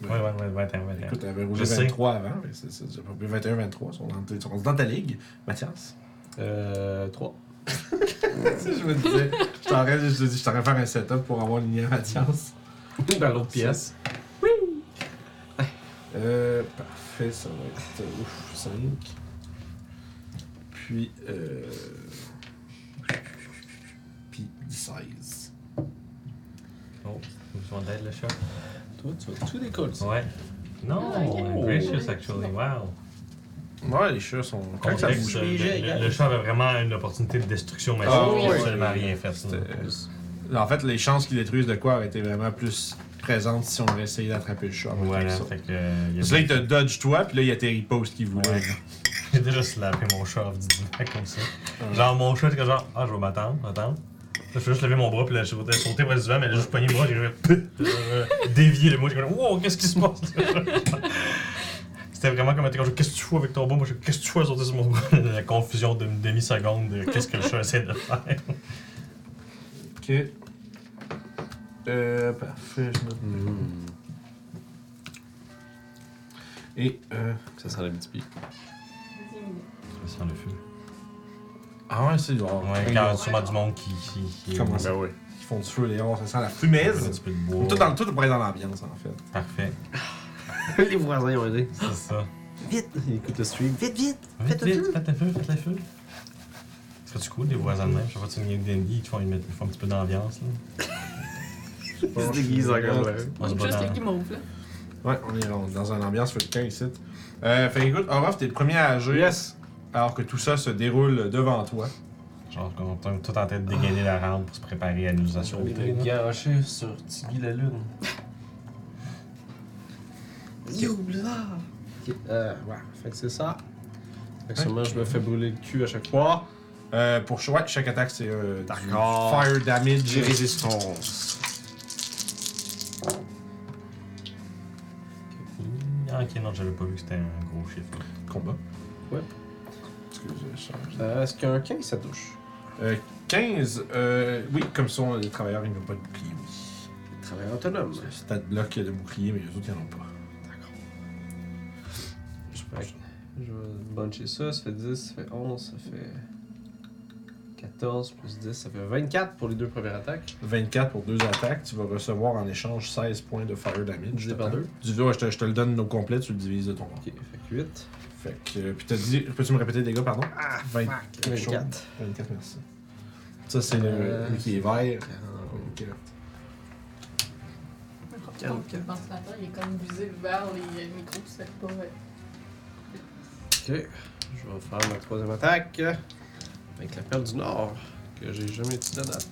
Speaker 4: Ouais, ouais, ouais, 21, 21.
Speaker 2: Écoute, t'avais roulé
Speaker 4: Je sais.
Speaker 2: 23 avant. mais c'est- c'est- c'est pas pire. 21, 23. Ils sont dans, ils sont dans ta ligue, Mathias. *laughs*
Speaker 5: Euh, 3.
Speaker 2: Tu sais, je me disais, je t'aurais je te dis, je t'aurais faire un setup pour avoir l'union Mathias.
Speaker 5: Dans l'autre pièce.
Speaker 2: Euh, parfait, ça va être euh, ouf, 5. Puis, euh. Puis 16.
Speaker 4: Oh,
Speaker 2: euh,
Speaker 4: j'ai besoin d'aide, le chat.
Speaker 5: Toi, tu vas tout décoller. ça.
Speaker 4: Ouais. Non,
Speaker 3: Ah, ok.
Speaker 4: I'm gracious, actually. Wow.
Speaker 2: Ouais, les chats sont. Quand ça
Speaker 4: Contexte,
Speaker 2: bouge.
Speaker 4: le, le- le chat avait vraiment une opportunité de destruction massive.
Speaker 2: Ah,
Speaker 4: il
Speaker 2: oui.
Speaker 4: a absolument rien fait.
Speaker 2: C'était- Euh, En fait, les chances qu'ils détruisent de quoi auraient été vraiment plus présentes si on avait essayé d'attraper le chat. en même temps
Speaker 4: Voilà,
Speaker 2: que ça.
Speaker 4: fait que. euh, il a-
Speaker 2: Parce que là, il te dodge toi, puis là, il atterrit pas où ce qu'il voulait.
Speaker 4: Ouais. J'ai déjà slappé mon chat off du divan comme ça. Genre, mon chat, c'est que genre, ah, je vais m'attendre, attendre. Là, je fais juste lever mon bras, puis là, je sautais sauter près du divan, mais là, juste pogné le bras, j'ai juste dévié euh, le mot, j'ai comme, wow, qu'est-ce qui se passe? *laughs* C'était vraiment comme, t'es comme, qu'est-ce que tu fous avec ton bras? Moi, je qu'est-ce que tu fous à sauter sur mon bras? *laughs* La confusion d'une demi-seconde de qu'est-ce que le chat essaie de faire.
Speaker 2: Ok. Euh, parfait, je note mes-
Speaker 5: Hmm.
Speaker 2: Et, euh...
Speaker 5: Ça sent la petit pied.
Speaker 4: Sur le feu.
Speaker 2: Ah ouais, c'est genre...
Speaker 4: Ouais, quand il y a sûrement du monde qui. qui, qui
Speaker 2: Comment ça?
Speaker 5: Ben oui.
Speaker 2: Ils font du feu, les gars, ça sent la
Speaker 4: un
Speaker 2: fumaise.
Speaker 4: petit peu de bois.
Speaker 2: Tout, dans, tout pour être dans l'ambiance, en fait.
Speaker 4: Parfait,
Speaker 5: *laughs* Les voisins ont aidé.
Speaker 4: c'est ça.
Speaker 5: Vite! Ils écoutent le stream. Vite, vite!
Speaker 4: Vite, vite, faites le feu, faites le feu. C'est cool des voisins de même. Je vois que tu viens de Dendy, ils te font, ils mettent- ils font un petit peu d'ambiance. là.
Speaker 5: Ils se déguisent encore là.
Speaker 4: On se bat
Speaker 3: Juste
Speaker 4: dans-
Speaker 3: les guimauves, là.
Speaker 2: Ouais, on est dans- dans une ambiance feu de camp ici. Euh, fait écoute, Orof, t'es le premier à agir.
Speaker 5: Yes!
Speaker 2: Alors que tout ça se déroule devant toi.
Speaker 4: Genre, qu'on est tout en train de dégainer la rampe pour se préparer à nous
Speaker 5: On est
Speaker 4: assauter. là.
Speaker 5: garoché sur Tiggy la Lune.
Speaker 7: You là!
Speaker 5: Ok, Euh, ouais, fait que c'est ça. Actuellement, je me fais brûler le cul à chaque fois.
Speaker 2: Euh, pour ch- ouais, chaque attaque, c'est euh, du
Speaker 5: D'accord.
Speaker 2: fire damage.
Speaker 5: J'ai résistance.
Speaker 4: Ah, ok, non, j'avais pas vu que c'était un gros chiffre.
Speaker 2: Combat.
Speaker 5: Ouais.
Speaker 2: Excusez, je change.
Speaker 5: Euh, Est-ce qu'un 15 ça touche
Speaker 2: Euh, 15, euh, oui, comme sont les travailleurs, ils n'ont pas de bouclier, oui.
Speaker 5: Travail autonome.
Speaker 2: Stat bloc de bouclier, mais les autres, ils n'en ont pas.
Speaker 5: D'accord. Je vais, je vais buncher ça, ça fait 10, ça fait 11, ça fait 14 plus 10, ça fait 24 pour les deux premières attaques.
Speaker 2: 24 pour deux attaques, tu vas recevoir en échange 16 points de fire damage.
Speaker 5: Divisé par deux.
Speaker 2: Tu veux, ouais, je, te, je te le donne au complet, tu le divises de ton bord.
Speaker 5: Ok, fait que 8.
Speaker 2: Fait que, euh, puis t'as dit, peux-tu me répéter les dégâts, pardon? Ah,
Speaker 5: 24.
Speaker 2: 24, merci. Ça, c'est le-
Speaker 5: Euh,
Speaker 2: lui qui est vert. Ok.
Speaker 3: Je pense que le ventilateur, il est comme visé vers les euh, micros, c'est pas. euh,
Speaker 5: Ok, je vais faire ma troisième attaque avec la perle du Nord que j'ai jamais utilisée à date.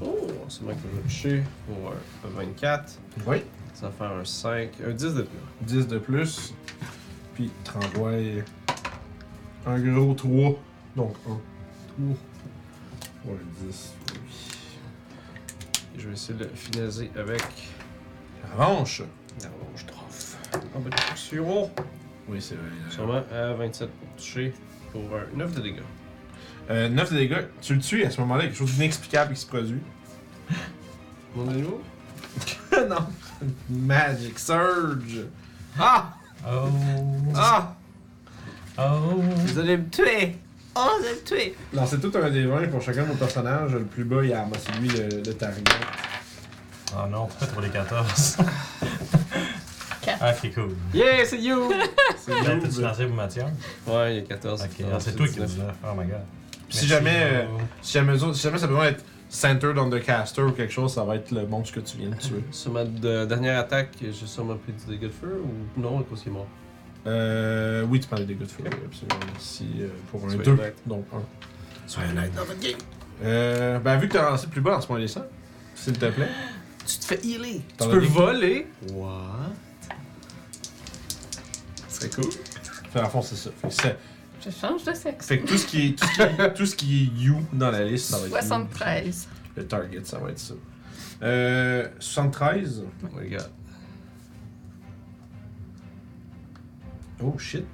Speaker 5: Oh, c'est moi que je vais toucher pour un 24.
Speaker 2: Oui,
Speaker 5: Ça va faire un 5, un 10 de plus.
Speaker 2: 10 de plus. Puis tu renvoies un gros 3. Donc un 3. Pour le 10.
Speaker 5: Et je vais essayer de le finaliser avec
Speaker 2: Revanche.
Speaker 5: la ronge truffe. En bas de potion.
Speaker 2: Oui, c'est vrai.
Speaker 5: Sûrement à 27 pour toucher pour un 9 de dégâts.
Speaker 2: Euh, 9 de dégâts, tu le tues à ce moment-là, il y a quelque chose d'inexplicable qui se produit.
Speaker 5: Mon niveau
Speaker 2: non. Magic Surge. Ah!
Speaker 4: Oh!
Speaker 2: Ah!
Speaker 4: Oh!
Speaker 5: allez me tuer
Speaker 3: Oh, je le tuer.
Speaker 5: Non, c'est tout un des 20 pour chacun de nos personnages. Le plus bas, il y a moi, c'est lui le, le target.
Speaker 4: Oh non, pourquoi trop les 14?
Speaker 3: Quatre.
Speaker 4: Ah, ok, cool.
Speaker 6: Yeah,
Speaker 5: *laughs*
Speaker 6: c'est you!
Speaker 5: C'est
Speaker 2: Ah,
Speaker 4: Ben,
Speaker 5: Youb.
Speaker 4: T'as-tu lancé pour Mathieu?
Speaker 6: Ouais, il y a 14.
Speaker 4: Ok, ah, c'est toi qui dis ça. Oh my god.
Speaker 2: Puis
Speaker 4: Merci,
Speaker 2: si jamais, euh,
Speaker 4: bravo.
Speaker 2: si jamais, ça- si jamais ça peut être centered on the caster ou quelque chose, ça va être le monstre que tu viens de tuer.
Speaker 6: Sur ma de- dernière attaque, j'ai sûrement pris du dégât de feu ou non, à cause qu'il est mort.
Speaker 2: Euh, oui, tu prends des dégâts de feu, absolument. Si, euh, pour un
Speaker 6: Soyez
Speaker 2: 2,
Speaker 6: honnête.
Speaker 2: donc 1. Soyez honnête dans votre game. Euh, ben, vu que t'as lancé plus bas en ce moment, les 100, s'il te plaît.
Speaker 6: Tu te fais healer!
Speaker 2: T'en
Speaker 6: Tu
Speaker 2: as
Speaker 6: peux
Speaker 2: des-
Speaker 6: voler!
Speaker 2: What?
Speaker 6: C'est cool.
Speaker 2: Fait, en fond, c'est ça. Fait que, c'est-
Speaker 3: Je change de sexe.
Speaker 2: fait que tout ce qui est, tout ce qui est, tout ce qui est you dans la liste, ça va être you.
Speaker 3: 73.
Speaker 2: Le target, ça va être ça. Euh, 73.
Speaker 6: Oh my god.
Speaker 2: Oh shit.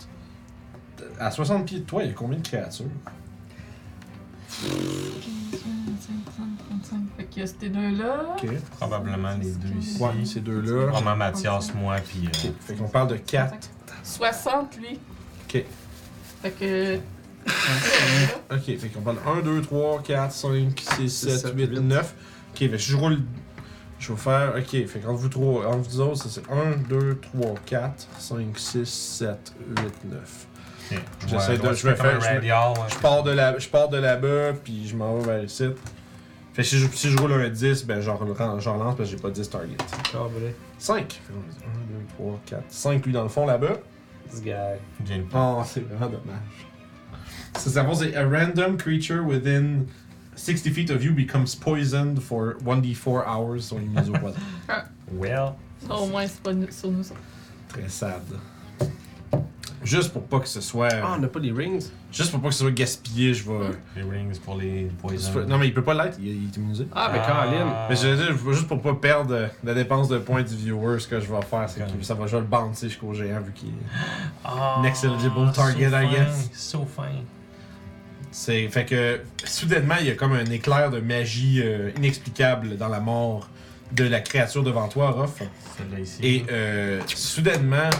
Speaker 2: À 60 pieds de toi, il y a combien de créatures?
Speaker 3: 25, 30, 35. Fait que c'était deux-là.
Speaker 2: Ok.
Speaker 4: Probablement les deux ici.
Speaker 2: Ouais, ces deux-là.
Speaker 4: Probablement Mathias, moi, puis. euh,
Speaker 2: Ok. Fait qu'on parle de 4.
Speaker 3: 60, lui.
Speaker 2: Ok.
Speaker 3: Fait que.
Speaker 2: Ok, fait qu'on parle 1, 2, 3, 4, 5, 6, 7,
Speaker 6: sept,
Speaker 2: 8, 9. Ok, fait que je roule. Je vais faire. Ok, fait qu'entre vous trois, entre vous autres, ça, c'est 1, 2, 3, 4, 5, 6, 7, 8, 9.
Speaker 4: ok.
Speaker 2: J'essaie
Speaker 4: Ouais,
Speaker 2: de-
Speaker 4: ouais,
Speaker 2: je me
Speaker 4: c'est comme
Speaker 2: fais-
Speaker 4: un
Speaker 2: je me-
Speaker 4: radial, hein. ouais.
Speaker 2: Je pars de là, je pars de là-bas, puis je m'en vais vers le site. Fait que si je, si je roule un 10, ben j'en roule- j'en lance parce que j'ai pas 10 targets.
Speaker 6: Oh, voilà.
Speaker 2: 5. 1, 2, 3, 4, 5 lui dans le fond là-bas.
Speaker 6: This guy.
Speaker 4: J'ai une-
Speaker 2: Oh, c'est vraiment dommage. Ça, ça va, c'est A random creature within 60 feet of you becomes poisoned for 1d4 hours. So il mise au poison.
Speaker 4: Well.
Speaker 3: Ça, au moins, c'est pas nous- sur nous. autres.
Speaker 2: *laughs* Très sad. Juste pour pas que ce soit.
Speaker 6: Ah, on n'a pas les rings?
Speaker 2: Juste pour pas que ce soit gaspillé, je vais.
Speaker 4: Les rings pour les poisons.
Speaker 2: Non, mais il peut pas l'être, il, il est immunisé.
Speaker 6: Ah,
Speaker 3: ben,
Speaker 6: mais Caroline!
Speaker 2: Mais je veux dire, je veux juste pour pas perdre euh, la dépense de points du viewer, ce que je vais faire, c'est que
Speaker 4: Correct.
Speaker 2: ça va, je vais le bouncer jusqu'au géant vu qu'il.
Speaker 4: Ah,
Speaker 2: Next eligible target,
Speaker 4: so
Speaker 2: I
Speaker 4: fin,
Speaker 2: guess.
Speaker 4: So fin.
Speaker 2: C'est fait que soudainement il y a comme un éclair de magie euh, inexplicable dans la mort de la créature devant toi, Ruff.
Speaker 4: Celle-là ici.
Speaker 2: Et euh, soudainement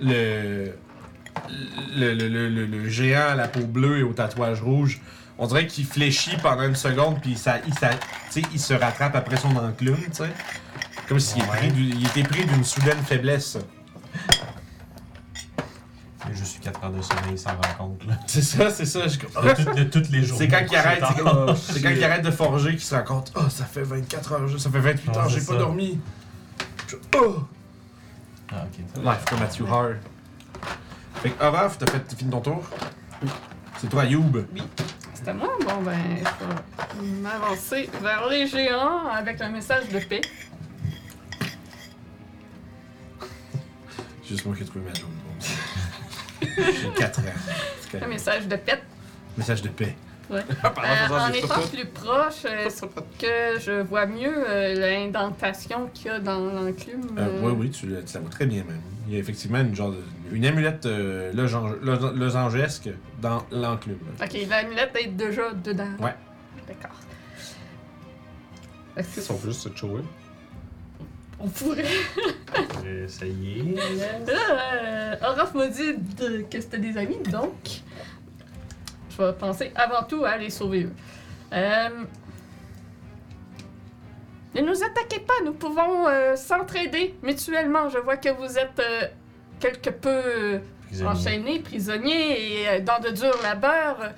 Speaker 2: le le, le, le- le- le géant à la peau bleue et au tatouage rouge, on dirait qu'il fléchit pendant une seconde puis ça, il, ça- tu sais, il se rattrape après son enclume, tu sais. Comme s'il
Speaker 4: Ouais.
Speaker 2: était pris du- il était pris d'une soudaine faiblesse.
Speaker 4: Je suis 4 heures de sommeil, il s'en rend compte.
Speaker 2: *laughs*
Speaker 4: Là.
Speaker 2: C'est ça, c'est ça. je-
Speaker 4: De, tout- de toutes les jours.
Speaker 2: Ah, C'est quand il arrête, c'est Oh, comme- c'est quand
Speaker 6: shit.
Speaker 2: il arrête de forger qu'il se rend compte Oh, ça fait 24 heures, Ah, ça fait 28
Speaker 4: Ouais,
Speaker 2: heures, j'ai
Speaker 4: c'est
Speaker 2: pas
Speaker 4: ça.
Speaker 2: dormi. Je- Oh!
Speaker 4: Ah, ok.
Speaker 2: Life from Matthew Hard. Fait que Oraf, t'as fait t'as fini ton tour? C'est toi, Youb.
Speaker 3: C'était moi? Bon, ben, je vais m'avancer vers les géants avec un message de paix.
Speaker 2: C'est Juste moi qui ai trouvé ma journée. J'ai 4 ans. C'est
Speaker 3: Un
Speaker 2: correct.
Speaker 3: message de paix.
Speaker 2: Message de paix.
Speaker 3: Ouais.
Speaker 6: Pardon,
Speaker 3: Euh,
Speaker 6: faisant
Speaker 3: en
Speaker 6: des
Speaker 3: étant
Speaker 6: photos.
Speaker 3: plus proche, euh, est-ce que je vois mieux euh, l'indentation qu'il y a dans l'enclume?
Speaker 2: Euh, oui, oui, tu, la- tu la vois très bien même. Il y a effectivement une genre de, une amulette euh, losange- los- losangesque dans l'enclume.
Speaker 3: Ok, l'amulette est déjà dedans.
Speaker 2: Ouais.
Speaker 3: D'accord.
Speaker 6: Ils sont juste se chower.
Speaker 3: On pourrait.
Speaker 4: Euh, Ça y est.
Speaker 3: Euh, Orof m'a dit de- que c'était des amis, donc je vais penser avant tout à les sauver eux. Euh, Ne nous attaquez pas, nous pouvons euh, s'entraider mutuellement. Je vois que vous êtes euh, quelque peu euh,
Speaker 4: Prisonnier.
Speaker 3: enchaînés, prisonniers et euh, dans de durs labeurs.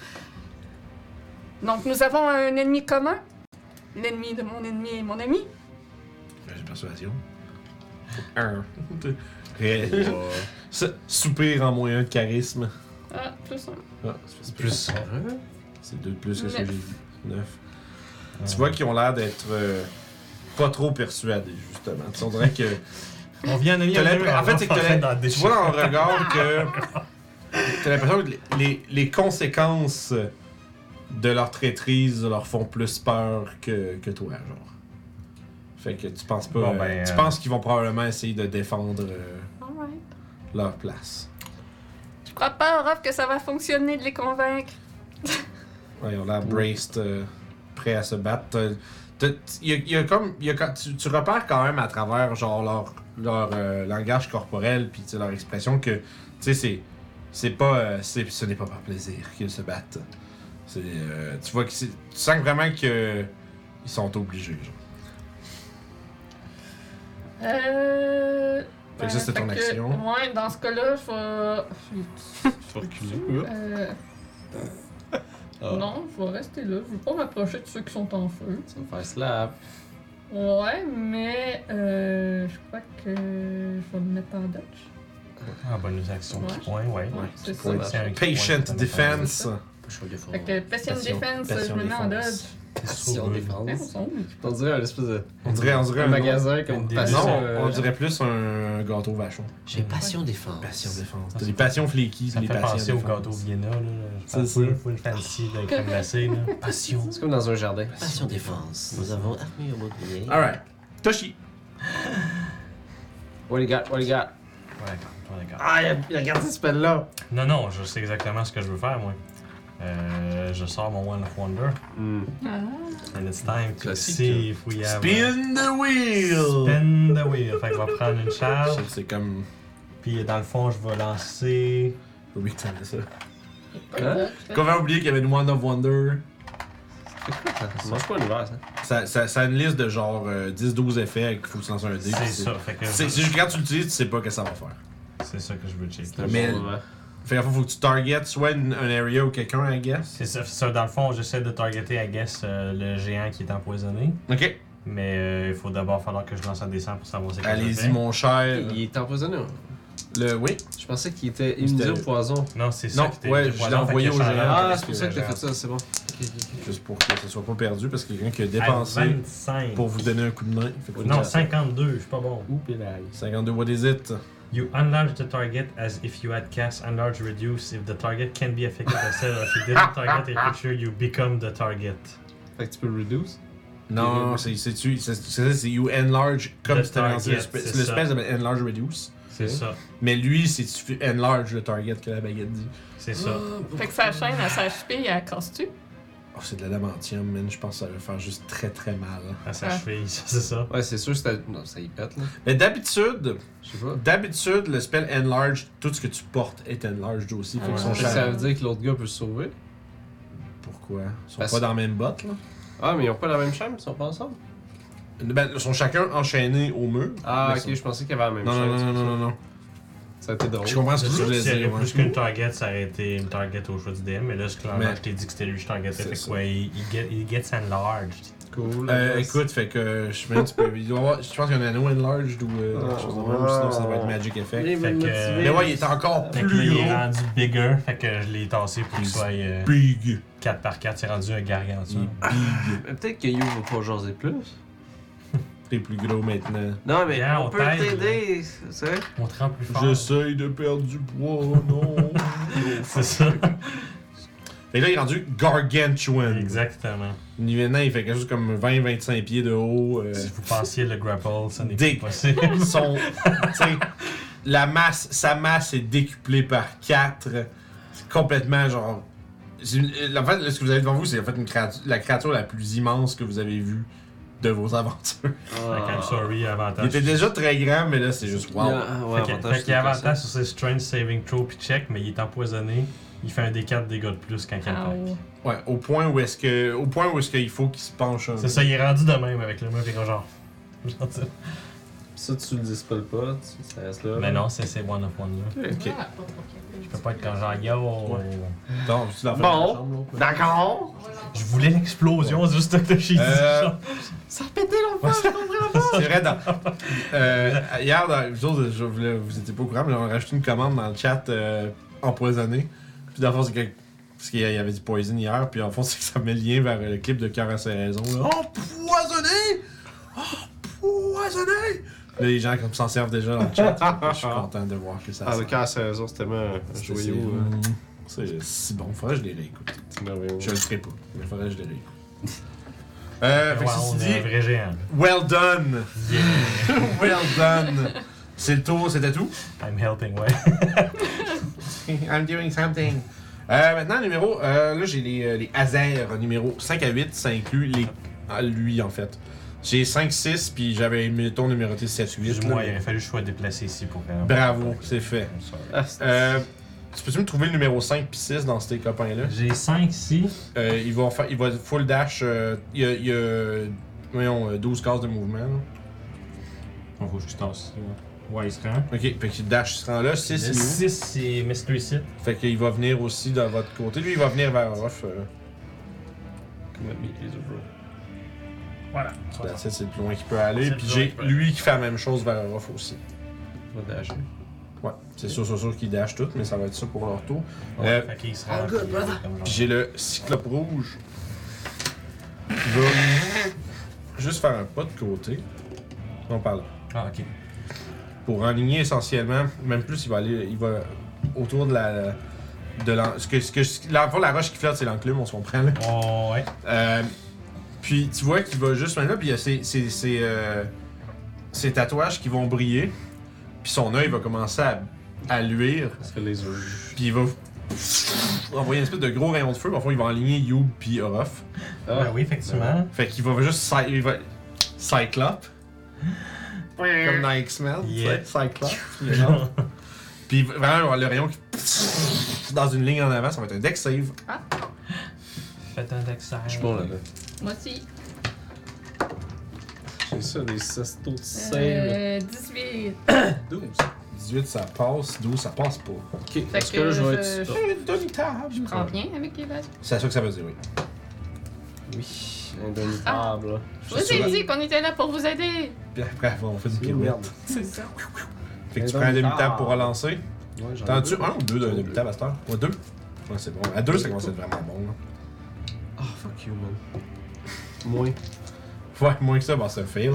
Speaker 3: Donc nous avons un ennemi commun. L'ennemi de mon ennemi est mon ami.
Speaker 2: Euh, J'ai persuasion. *laughs* Un. Ré- Ça, Soupir en moyen de charisme.
Speaker 3: Ah, plus un.
Speaker 2: Ah, c'est plus.
Speaker 6: Hein?
Speaker 2: C'est deux de plus que ce que
Speaker 3: Neuf.
Speaker 2: j'ai dit. Neuf. Tu vois qu'ils ont l'air d'être euh, pas trop persuadés, justement. Tu sais, on dirait que.
Speaker 4: On vient en ami.
Speaker 2: T'as
Speaker 4: à
Speaker 2: l'impr-
Speaker 4: deux,
Speaker 2: en fait,
Speaker 4: on
Speaker 2: c'est
Speaker 4: est
Speaker 2: que
Speaker 4: en
Speaker 2: t'as
Speaker 4: train
Speaker 2: la-
Speaker 4: d'en
Speaker 2: tu vois dans le
Speaker 4: *laughs*
Speaker 2: regard que t'as l'impression que les, les- les conséquences de leur traîtrise leur font plus peur que, que toi, genre. Fait que tu penses pas.
Speaker 4: Bon,
Speaker 2: euh,
Speaker 4: ben,
Speaker 2: tu
Speaker 4: euh,
Speaker 2: penses qu'ils vont probablement essayer de défendre euh,
Speaker 3: Alright.
Speaker 2: leur place.
Speaker 3: Je crois pas, Orof, que ça va fonctionner de les convaincre.
Speaker 2: Ouais, ils ont l'air braced, euh, prêts à se battre. T'as- t'as- y a- y a comme, y a quand- tu, tu repères quand même à travers genre leur, leur euh, langage corporel puis tu sais, leur expression que tu sais c'est C'est pas, euh, c'est- ce n'est pas par plaisir qu'ils se battent. C'est, euh, tu vois que c'est- tu sens vraiment que ils sont obligés. Genre.
Speaker 3: Euh.
Speaker 2: Fait que ça, c'était
Speaker 3: ben,
Speaker 2: ton
Speaker 3: fait
Speaker 2: action.
Speaker 3: ouais, dans ce cas-là, je vais.
Speaker 6: Faut
Speaker 2: Oh.
Speaker 6: reculer.
Speaker 3: Euh,
Speaker 6: Ah.
Speaker 3: Non, je vais rester là. Je veux pas m'approcher de ceux qui sont en feu.
Speaker 6: Ça va faire slap.
Speaker 3: Ouais, mais euh, je crois que je vais me mettre en dodge.
Speaker 4: Ah, bonus action,
Speaker 3: Ouais.
Speaker 4: petit point, ouais.
Speaker 3: Ouais, c'est ça.
Speaker 6: point.
Speaker 3: Fait
Speaker 4: C'est un petit point,
Speaker 2: Patient
Speaker 4: ça
Speaker 2: defense.
Speaker 6: Je suis fort.
Speaker 3: que Passion
Speaker 6: Passion-
Speaker 3: Defense,
Speaker 6: passion
Speaker 3: je me mets en
Speaker 6: défense.
Speaker 3: dodge.
Speaker 4: fait- c'est
Speaker 6: Si
Speaker 4: sur-
Speaker 6: on
Speaker 3: Hein,
Speaker 6: défense.
Speaker 3: on s'en-
Speaker 6: On dirait un espèce de
Speaker 2: On dirait, on dirait
Speaker 6: un
Speaker 2: un,
Speaker 6: magasin
Speaker 4: une
Speaker 6: comme
Speaker 4: des-
Speaker 6: passion.
Speaker 2: Non,
Speaker 6: euh,
Speaker 2: on dirait plus un gâteau vachon.
Speaker 6: J'ai passion défense.
Speaker 2: Passion défense.
Speaker 4: Ça
Speaker 2: T'as des passions fléquies,
Speaker 4: Ça
Speaker 2: les
Speaker 4: me fait
Speaker 2: passions
Speaker 4: penser au
Speaker 2: défense.
Speaker 4: gâteau Vienna, là. Je
Speaker 2: C'est
Speaker 4: pense
Speaker 2: ça.
Speaker 4: full, full fancy de crème
Speaker 3: *laughs*
Speaker 4: glacée, là.
Speaker 6: Passion. C'est comme dans un jardin. Passion défense. Nous avons armure bouclier.
Speaker 2: Alright. Toshi.
Speaker 6: What you got? What you got?
Speaker 4: Ouais, d'accord, d'accord.
Speaker 6: Ah, il a- il a regardé ce spell là.
Speaker 4: Non, non, je sais exactement ce que je veux faire, moi. Euh, je sors mon One of Wonder.
Speaker 2: Hmm.
Speaker 4: And it's time to
Speaker 6: Classique.
Speaker 4: see if we have...
Speaker 2: Spin the wheel.
Speaker 4: Spin the wheel. Fait que je vais prendre une charge,
Speaker 2: C'est comme.
Speaker 4: puis dans le fond, je vais lancer...
Speaker 2: J'ai oublié de t'amener ça.
Speaker 3: Hein?
Speaker 2: Comment oublier qu'il y avait une Wand of Wonder
Speaker 6: Ça mange pas l'univers, hein. ça.
Speaker 2: Ça, ça, ça a une liste de genre euh, 10-12 effets qu'il faut que tu lances un dé.
Speaker 4: C'est
Speaker 2: puis
Speaker 4: ça, fait que...
Speaker 2: C'est c'est juste que quand tu l'utilises, tu sais pas que ça va faire.
Speaker 4: C'est ça que je veux checker.
Speaker 2: Mais-
Speaker 6: moment.
Speaker 2: Fait qu'il faut que tu targets soit une- un area ou quelqu'un, I guess.
Speaker 4: C'est ça, c'est ça, dans le fond, j'essaie de targeter, I guess, euh, le géant qui est empoisonné.
Speaker 2: Ok.
Speaker 4: Mais euh, il faut d'abord falloir que je lance un dessin pour savoir c'est quoi ça
Speaker 2: Allez-y,
Speaker 4: fait.
Speaker 2: mon cher.
Speaker 6: Il est empoisonné. hein?
Speaker 2: Le. Oui.
Speaker 6: Je pensais qu'il était
Speaker 2: C'était-
Speaker 6: immunisé au poison.
Speaker 4: Non, c'est
Speaker 2: Non,
Speaker 4: ça qui t'est-
Speaker 2: ouais,
Speaker 4: t'es
Speaker 2: je
Speaker 4: poison,
Speaker 2: l'ai
Speaker 4: fait
Speaker 2: envoyé
Speaker 4: que
Speaker 2: au
Speaker 4: je change
Speaker 2: géant.
Speaker 4: la
Speaker 6: Ah,
Speaker 4: carte
Speaker 6: c'est pour ça que t'as
Speaker 4: géant.
Speaker 6: fait ça, c'est bon.
Speaker 2: Juste pour que ce soit pas perdu, parce que quelqu'un qui a
Speaker 4: À
Speaker 2: dépensé
Speaker 4: 25.
Speaker 2: pour vous donner un coup de main. Fait que faut
Speaker 4: Non,
Speaker 2: que-
Speaker 4: 52, je suis pas bon.
Speaker 6: Ouh, pédale.
Speaker 2: 52, what is it?
Speaker 4: You enlarge the target as if you had cast enlarge reduce. If the target can be affected by cell or if you didn't target a creature, you become the target.
Speaker 6: Fait que tu peux reduce.
Speaker 2: Non, c'est c'est tu- c'est- c'est ça, c'est you enlarge comme
Speaker 4: Le
Speaker 2: si t'avais lancé
Speaker 4: target,
Speaker 2: l'espèce
Speaker 4: c'est
Speaker 2: l'espèce
Speaker 4: ça.
Speaker 2: de enlarge reduce.
Speaker 4: C'est ça.
Speaker 2: Mais lui, c'est tu fais enlarge le target que la baguette dit.
Speaker 4: C'est ça.
Speaker 5: *gasps*
Speaker 3: Fait que sa chaîne, elle s'achève et elle casse-tu?
Speaker 2: Oh, c'est de l'adamantium, man. Je pense que ça va faire juste très très mal.
Speaker 4: À sa
Speaker 3: Ah.
Speaker 4: cheville, ça, c'est ça.
Speaker 6: Ouais, c'est sûr, c'était. Non, ça y pète, là.
Speaker 2: Mais d'habitude,
Speaker 6: Je sais pas.
Speaker 2: d'habitude, le spell enlarge, tout ce que tu portes est enlarged aussi. Fait que
Speaker 3: Ouais.
Speaker 2: son
Speaker 6: Fait que Ça
Speaker 2: char...
Speaker 6: veut dire que l'autre gars peut se sauver.
Speaker 2: Pourquoi Ils sont
Speaker 6: Parce-
Speaker 2: pas dans la même botte, là
Speaker 6: Ah, mais ils ont pas la même chambre, ils sont pas ensemble.
Speaker 2: Ben, ils sont chacun enchaînés au mur.
Speaker 6: Ah,
Speaker 2: Mais
Speaker 6: ok,
Speaker 2: ça-
Speaker 6: je pensais qu'il y avait la même
Speaker 2: Non,
Speaker 6: chambre.
Speaker 2: non, non, non, non, non, non.
Speaker 6: Ça a été drôle.
Speaker 2: Je comprends ce
Speaker 4: C'est
Speaker 2: que tu
Speaker 4: sûr que
Speaker 2: voulais
Speaker 4: s'il y avait
Speaker 2: dire. ouais.
Speaker 4: plus qu'une target, ça aurait été une target au choix du DM. Mais là, je- clairement,
Speaker 2: Mais-
Speaker 4: je t'ai dit que c'était lui que je targetais.
Speaker 2: C'est
Speaker 4: Fait
Speaker 2: ça.
Speaker 4: quoi, il, il get, il gets enlarged.
Speaker 6: Cool.
Speaker 2: Euh, écoute, fait que je mets un petit peu. il doit y avoir- Je pense qu'il y en a un anneau enlarged ou euh, quelque chose de même, sinon ça va être Magic Effect.
Speaker 4: Fait que,
Speaker 2: Mais ouais, il est encore
Speaker 4: Fait que là,
Speaker 2: Ah, plus
Speaker 4: il
Speaker 2: gros.
Speaker 4: est rendu bigger. Fait que je l'ai tassé pour qu'il
Speaker 2: Il-
Speaker 4: soit euh,
Speaker 2: Big.
Speaker 4: 4x4. C'est rendu un
Speaker 2: Il est
Speaker 4: gargantuan.
Speaker 2: big.
Speaker 6: Mais Euh, Peut-être que You va pas jaser plus.
Speaker 2: T'es plus gros maintenant.
Speaker 6: Non, mais
Speaker 4: Bien,
Speaker 6: on,
Speaker 4: on
Speaker 6: peut
Speaker 4: t'aide,
Speaker 6: t'aider. Tu sais?
Speaker 4: On te rend plus fort.
Speaker 2: J'essaye de perdre du poids, non. *laughs*
Speaker 4: C'est ça.
Speaker 2: Fait que là, il est rendu gargantuan.
Speaker 4: Exactement.
Speaker 2: Maintenant, il fait quelque chose comme 20-25 pieds de haut. euh,
Speaker 4: Si vous pensiez le grapple, ça n'est
Speaker 2: Dick.
Speaker 4: plus possible.
Speaker 2: son, tu sais, la masse, sa masse est décuplée par 4. C'est complètement genre. c'est une- En fait, ce que vous avez devant vous, c'est en fait une créature- la créature la plus immense que vous avez vue de vos aventures.
Speaker 4: Fait que, I'm sorry,
Speaker 2: Il
Speaker 4: avantage.
Speaker 2: était déjà très grand, mais là, c'est juste wow.
Speaker 6: Ah, ouais,
Speaker 4: Fait que-
Speaker 6: avantage,
Speaker 4: fait qu'il a
Speaker 6: c'est
Speaker 4: avantage sur ses strength saving throw puis check, mais il est empoisonné. Il fait un D4 dégâts de plus quand il attaque.
Speaker 3: Ow.
Speaker 2: Ouais, au point où est-ce que, au point où est-ce qu'il faut qu'il se penche. un peu.
Speaker 4: C'est ça, il est rendu de même avec le mec, fait qu'on genre. genre, tu sais.
Speaker 6: Ça, tu le dispelles pas, tu- ça reste là.
Speaker 4: Mais non, c'est c'est one of one là.
Speaker 2: Ok.
Speaker 3: Ah, pas- ok.
Speaker 4: Je peux pas être comme genre yo.
Speaker 2: Ouais. Donc, tu l'as fait.
Speaker 6: Bon, d'accord.
Speaker 4: Je voulais l'explosion, c'est juste que j'ai dit.
Speaker 2: Euh,
Speaker 4: genre.
Speaker 3: *laughs* Ça a pété l'enfant, je comprends pas!
Speaker 2: *laughs* C'est vrai, dans- euh, hier, dans, vous autres, je voulais- vous étiez pas au courant, mais on a rajouté une commande dans le chat euh, empoisonné. Puis dans le fond, c'est que- Parce qu'il y avait du poison hier, puis en fond, *laughs* c'est que ça met le lien vers le clip de Cœur à ses raisons. Là. Empoisonné! Empoisonné! Là, les gens comme s'en servent déjà dans le chat. je
Speaker 3: *laughs*
Speaker 2: suis content de voir que ça
Speaker 5: Ah,
Speaker 2: sort.
Speaker 5: le cas, c'est raison, c'était
Speaker 6: Ah,
Speaker 5: tellement un
Speaker 2: C'est-
Speaker 5: joyau.
Speaker 6: hein.
Speaker 5: euh,
Speaker 2: C'est c'est si bon, faudrait que je les réécoute.
Speaker 5: c'est merveilleux.
Speaker 2: Je le ferai pas, mais faudrait que je les réécoute. Euh, fait
Speaker 4: Ouais,
Speaker 2: que ceci
Speaker 4: on est un
Speaker 2: dit,
Speaker 4: vrai géant.
Speaker 2: well done! well done! C'est le tour, c'était tout?
Speaker 4: I'm helping, ouais.
Speaker 2: *laughs* I'm doing something. Euh, maintenant, numéro. euh, là, j'ai les, euh, les Hazers, numéro 5 à 8. Ça inclut les. ah, lui, en fait. J'ai 5, 6, puis j'avais mes tours numérotés 7, 8.
Speaker 4: *laughs* Excuse-moi, il aurait fallu que je sois déplacé ici pour faire.
Speaker 2: Bravo, c'est fait.
Speaker 4: I'm sorry.
Speaker 6: Ah, c'est-
Speaker 2: Euh, Tu peux-tu me trouver le numéro 5 puis 6 dans ces copains-là?
Speaker 4: J'ai 5 ici.
Speaker 2: Euh, il, va faire, il va full dash. euh, il y a, il y a, voyons, euh, 12 cases de mouvement. là.
Speaker 4: Bon, faut que je tasse. Ouais, il se rend.
Speaker 2: Ok, fait qu'il dash ce rang-là. 6
Speaker 4: Le
Speaker 2: il est où?
Speaker 4: 6, c'est Mystery Sit.
Speaker 2: Fait qu'il va venir aussi de votre côté. Lui, il va venir vers Ruff. euh,
Speaker 5: Comme ami, les autres.
Speaker 4: Voilà.
Speaker 2: ben, ça, c'est le plus loin qu'il peut aller.
Speaker 4: C'est le
Speaker 2: Puis
Speaker 4: plus loin
Speaker 2: j'ai
Speaker 4: qu'il peut aller.
Speaker 2: lui qui fait la même chose vers Ruff aussi.
Speaker 5: On va dasher.
Speaker 2: Ouais, c'est sûr, sûr, sûr qu'ils dash tout, mais ça va être ça pour leur tour. Euh,
Speaker 4: Ouais, fait qu'il se rend.
Speaker 3: good,
Speaker 4: puis,
Speaker 3: brother.
Speaker 4: comme genre-
Speaker 2: Puis j'ai le cyclope rouge. Il va juste faire un pas de côté. On parle.
Speaker 4: Ah, ok.
Speaker 2: pour enligner essentiellement, même plus il va aller, il va autour de la de l'en- ce que ce que là, en fond, la roche qui flotte c'est l'enclume, on se comprend là.
Speaker 4: Oh, ouais.
Speaker 2: Euh, puis tu vois qu'il va juste maintenant, puis il y a ses, ses- ses, euh, ses tatouages qui vont briller, puis son œil va commencer à, à luire,
Speaker 5: Parce que les autres.
Speaker 2: puis il va envoyer une espèce de gros rayon de feu, mais en fond, il va enligner Youb puis Orof.
Speaker 5: Ah.
Speaker 4: Ben oui, effectivement.
Speaker 2: *laughs* Fait qu'il va juste cy- il va, Cyclope. Comme dans X-Men, tu sais,
Speaker 4: Yeah.
Speaker 2: Cyclope. le
Speaker 3: *laughs*
Speaker 2: genre. Puis vraiment, le rayon qui. dans une ligne en avant, ça va être un deck save.
Speaker 4: Faites un deck save.
Speaker 5: Je suis bon là-dedans.
Speaker 3: Moi aussi.
Speaker 5: J'ai ça, des sastos de save.
Speaker 3: Euh, 18.
Speaker 5: 12.
Speaker 2: 18, ça passe. 12, ça passe pas.
Speaker 5: Ok,
Speaker 3: Fait
Speaker 5: parce
Speaker 3: que,
Speaker 5: que là, je vais
Speaker 3: je-
Speaker 5: être. stop.
Speaker 2: demi-table.
Speaker 3: Je prends bien avec les vaches.
Speaker 2: C'est ça que ça veut dire, oui.
Speaker 5: Oui, indémutable. là.
Speaker 3: Je vous ai dit qu'on était là pour vous aider.
Speaker 2: Puis après, on fait une
Speaker 5: Et
Speaker 2: pirouette.
Speaker 5: merde.
Speaker 3: C'est ça.
Speaker 2: Fait que tu prends un demi-table pour relancer.
Speaker 5: Ouais, j'en ai
Speaker 2: T'en as-tu
Speaker 5: deux.
Speaker 2: un ou deux d'un demi-table à cette heure Ouais, deux. Ouais, c'est bon. À deux, ça commence à être vraiment bon. là.
Speaker 5: Ah, fuck you, man. *laughs* Moins.
Speaker 2: Ouais, moins que ça, bah ça fail.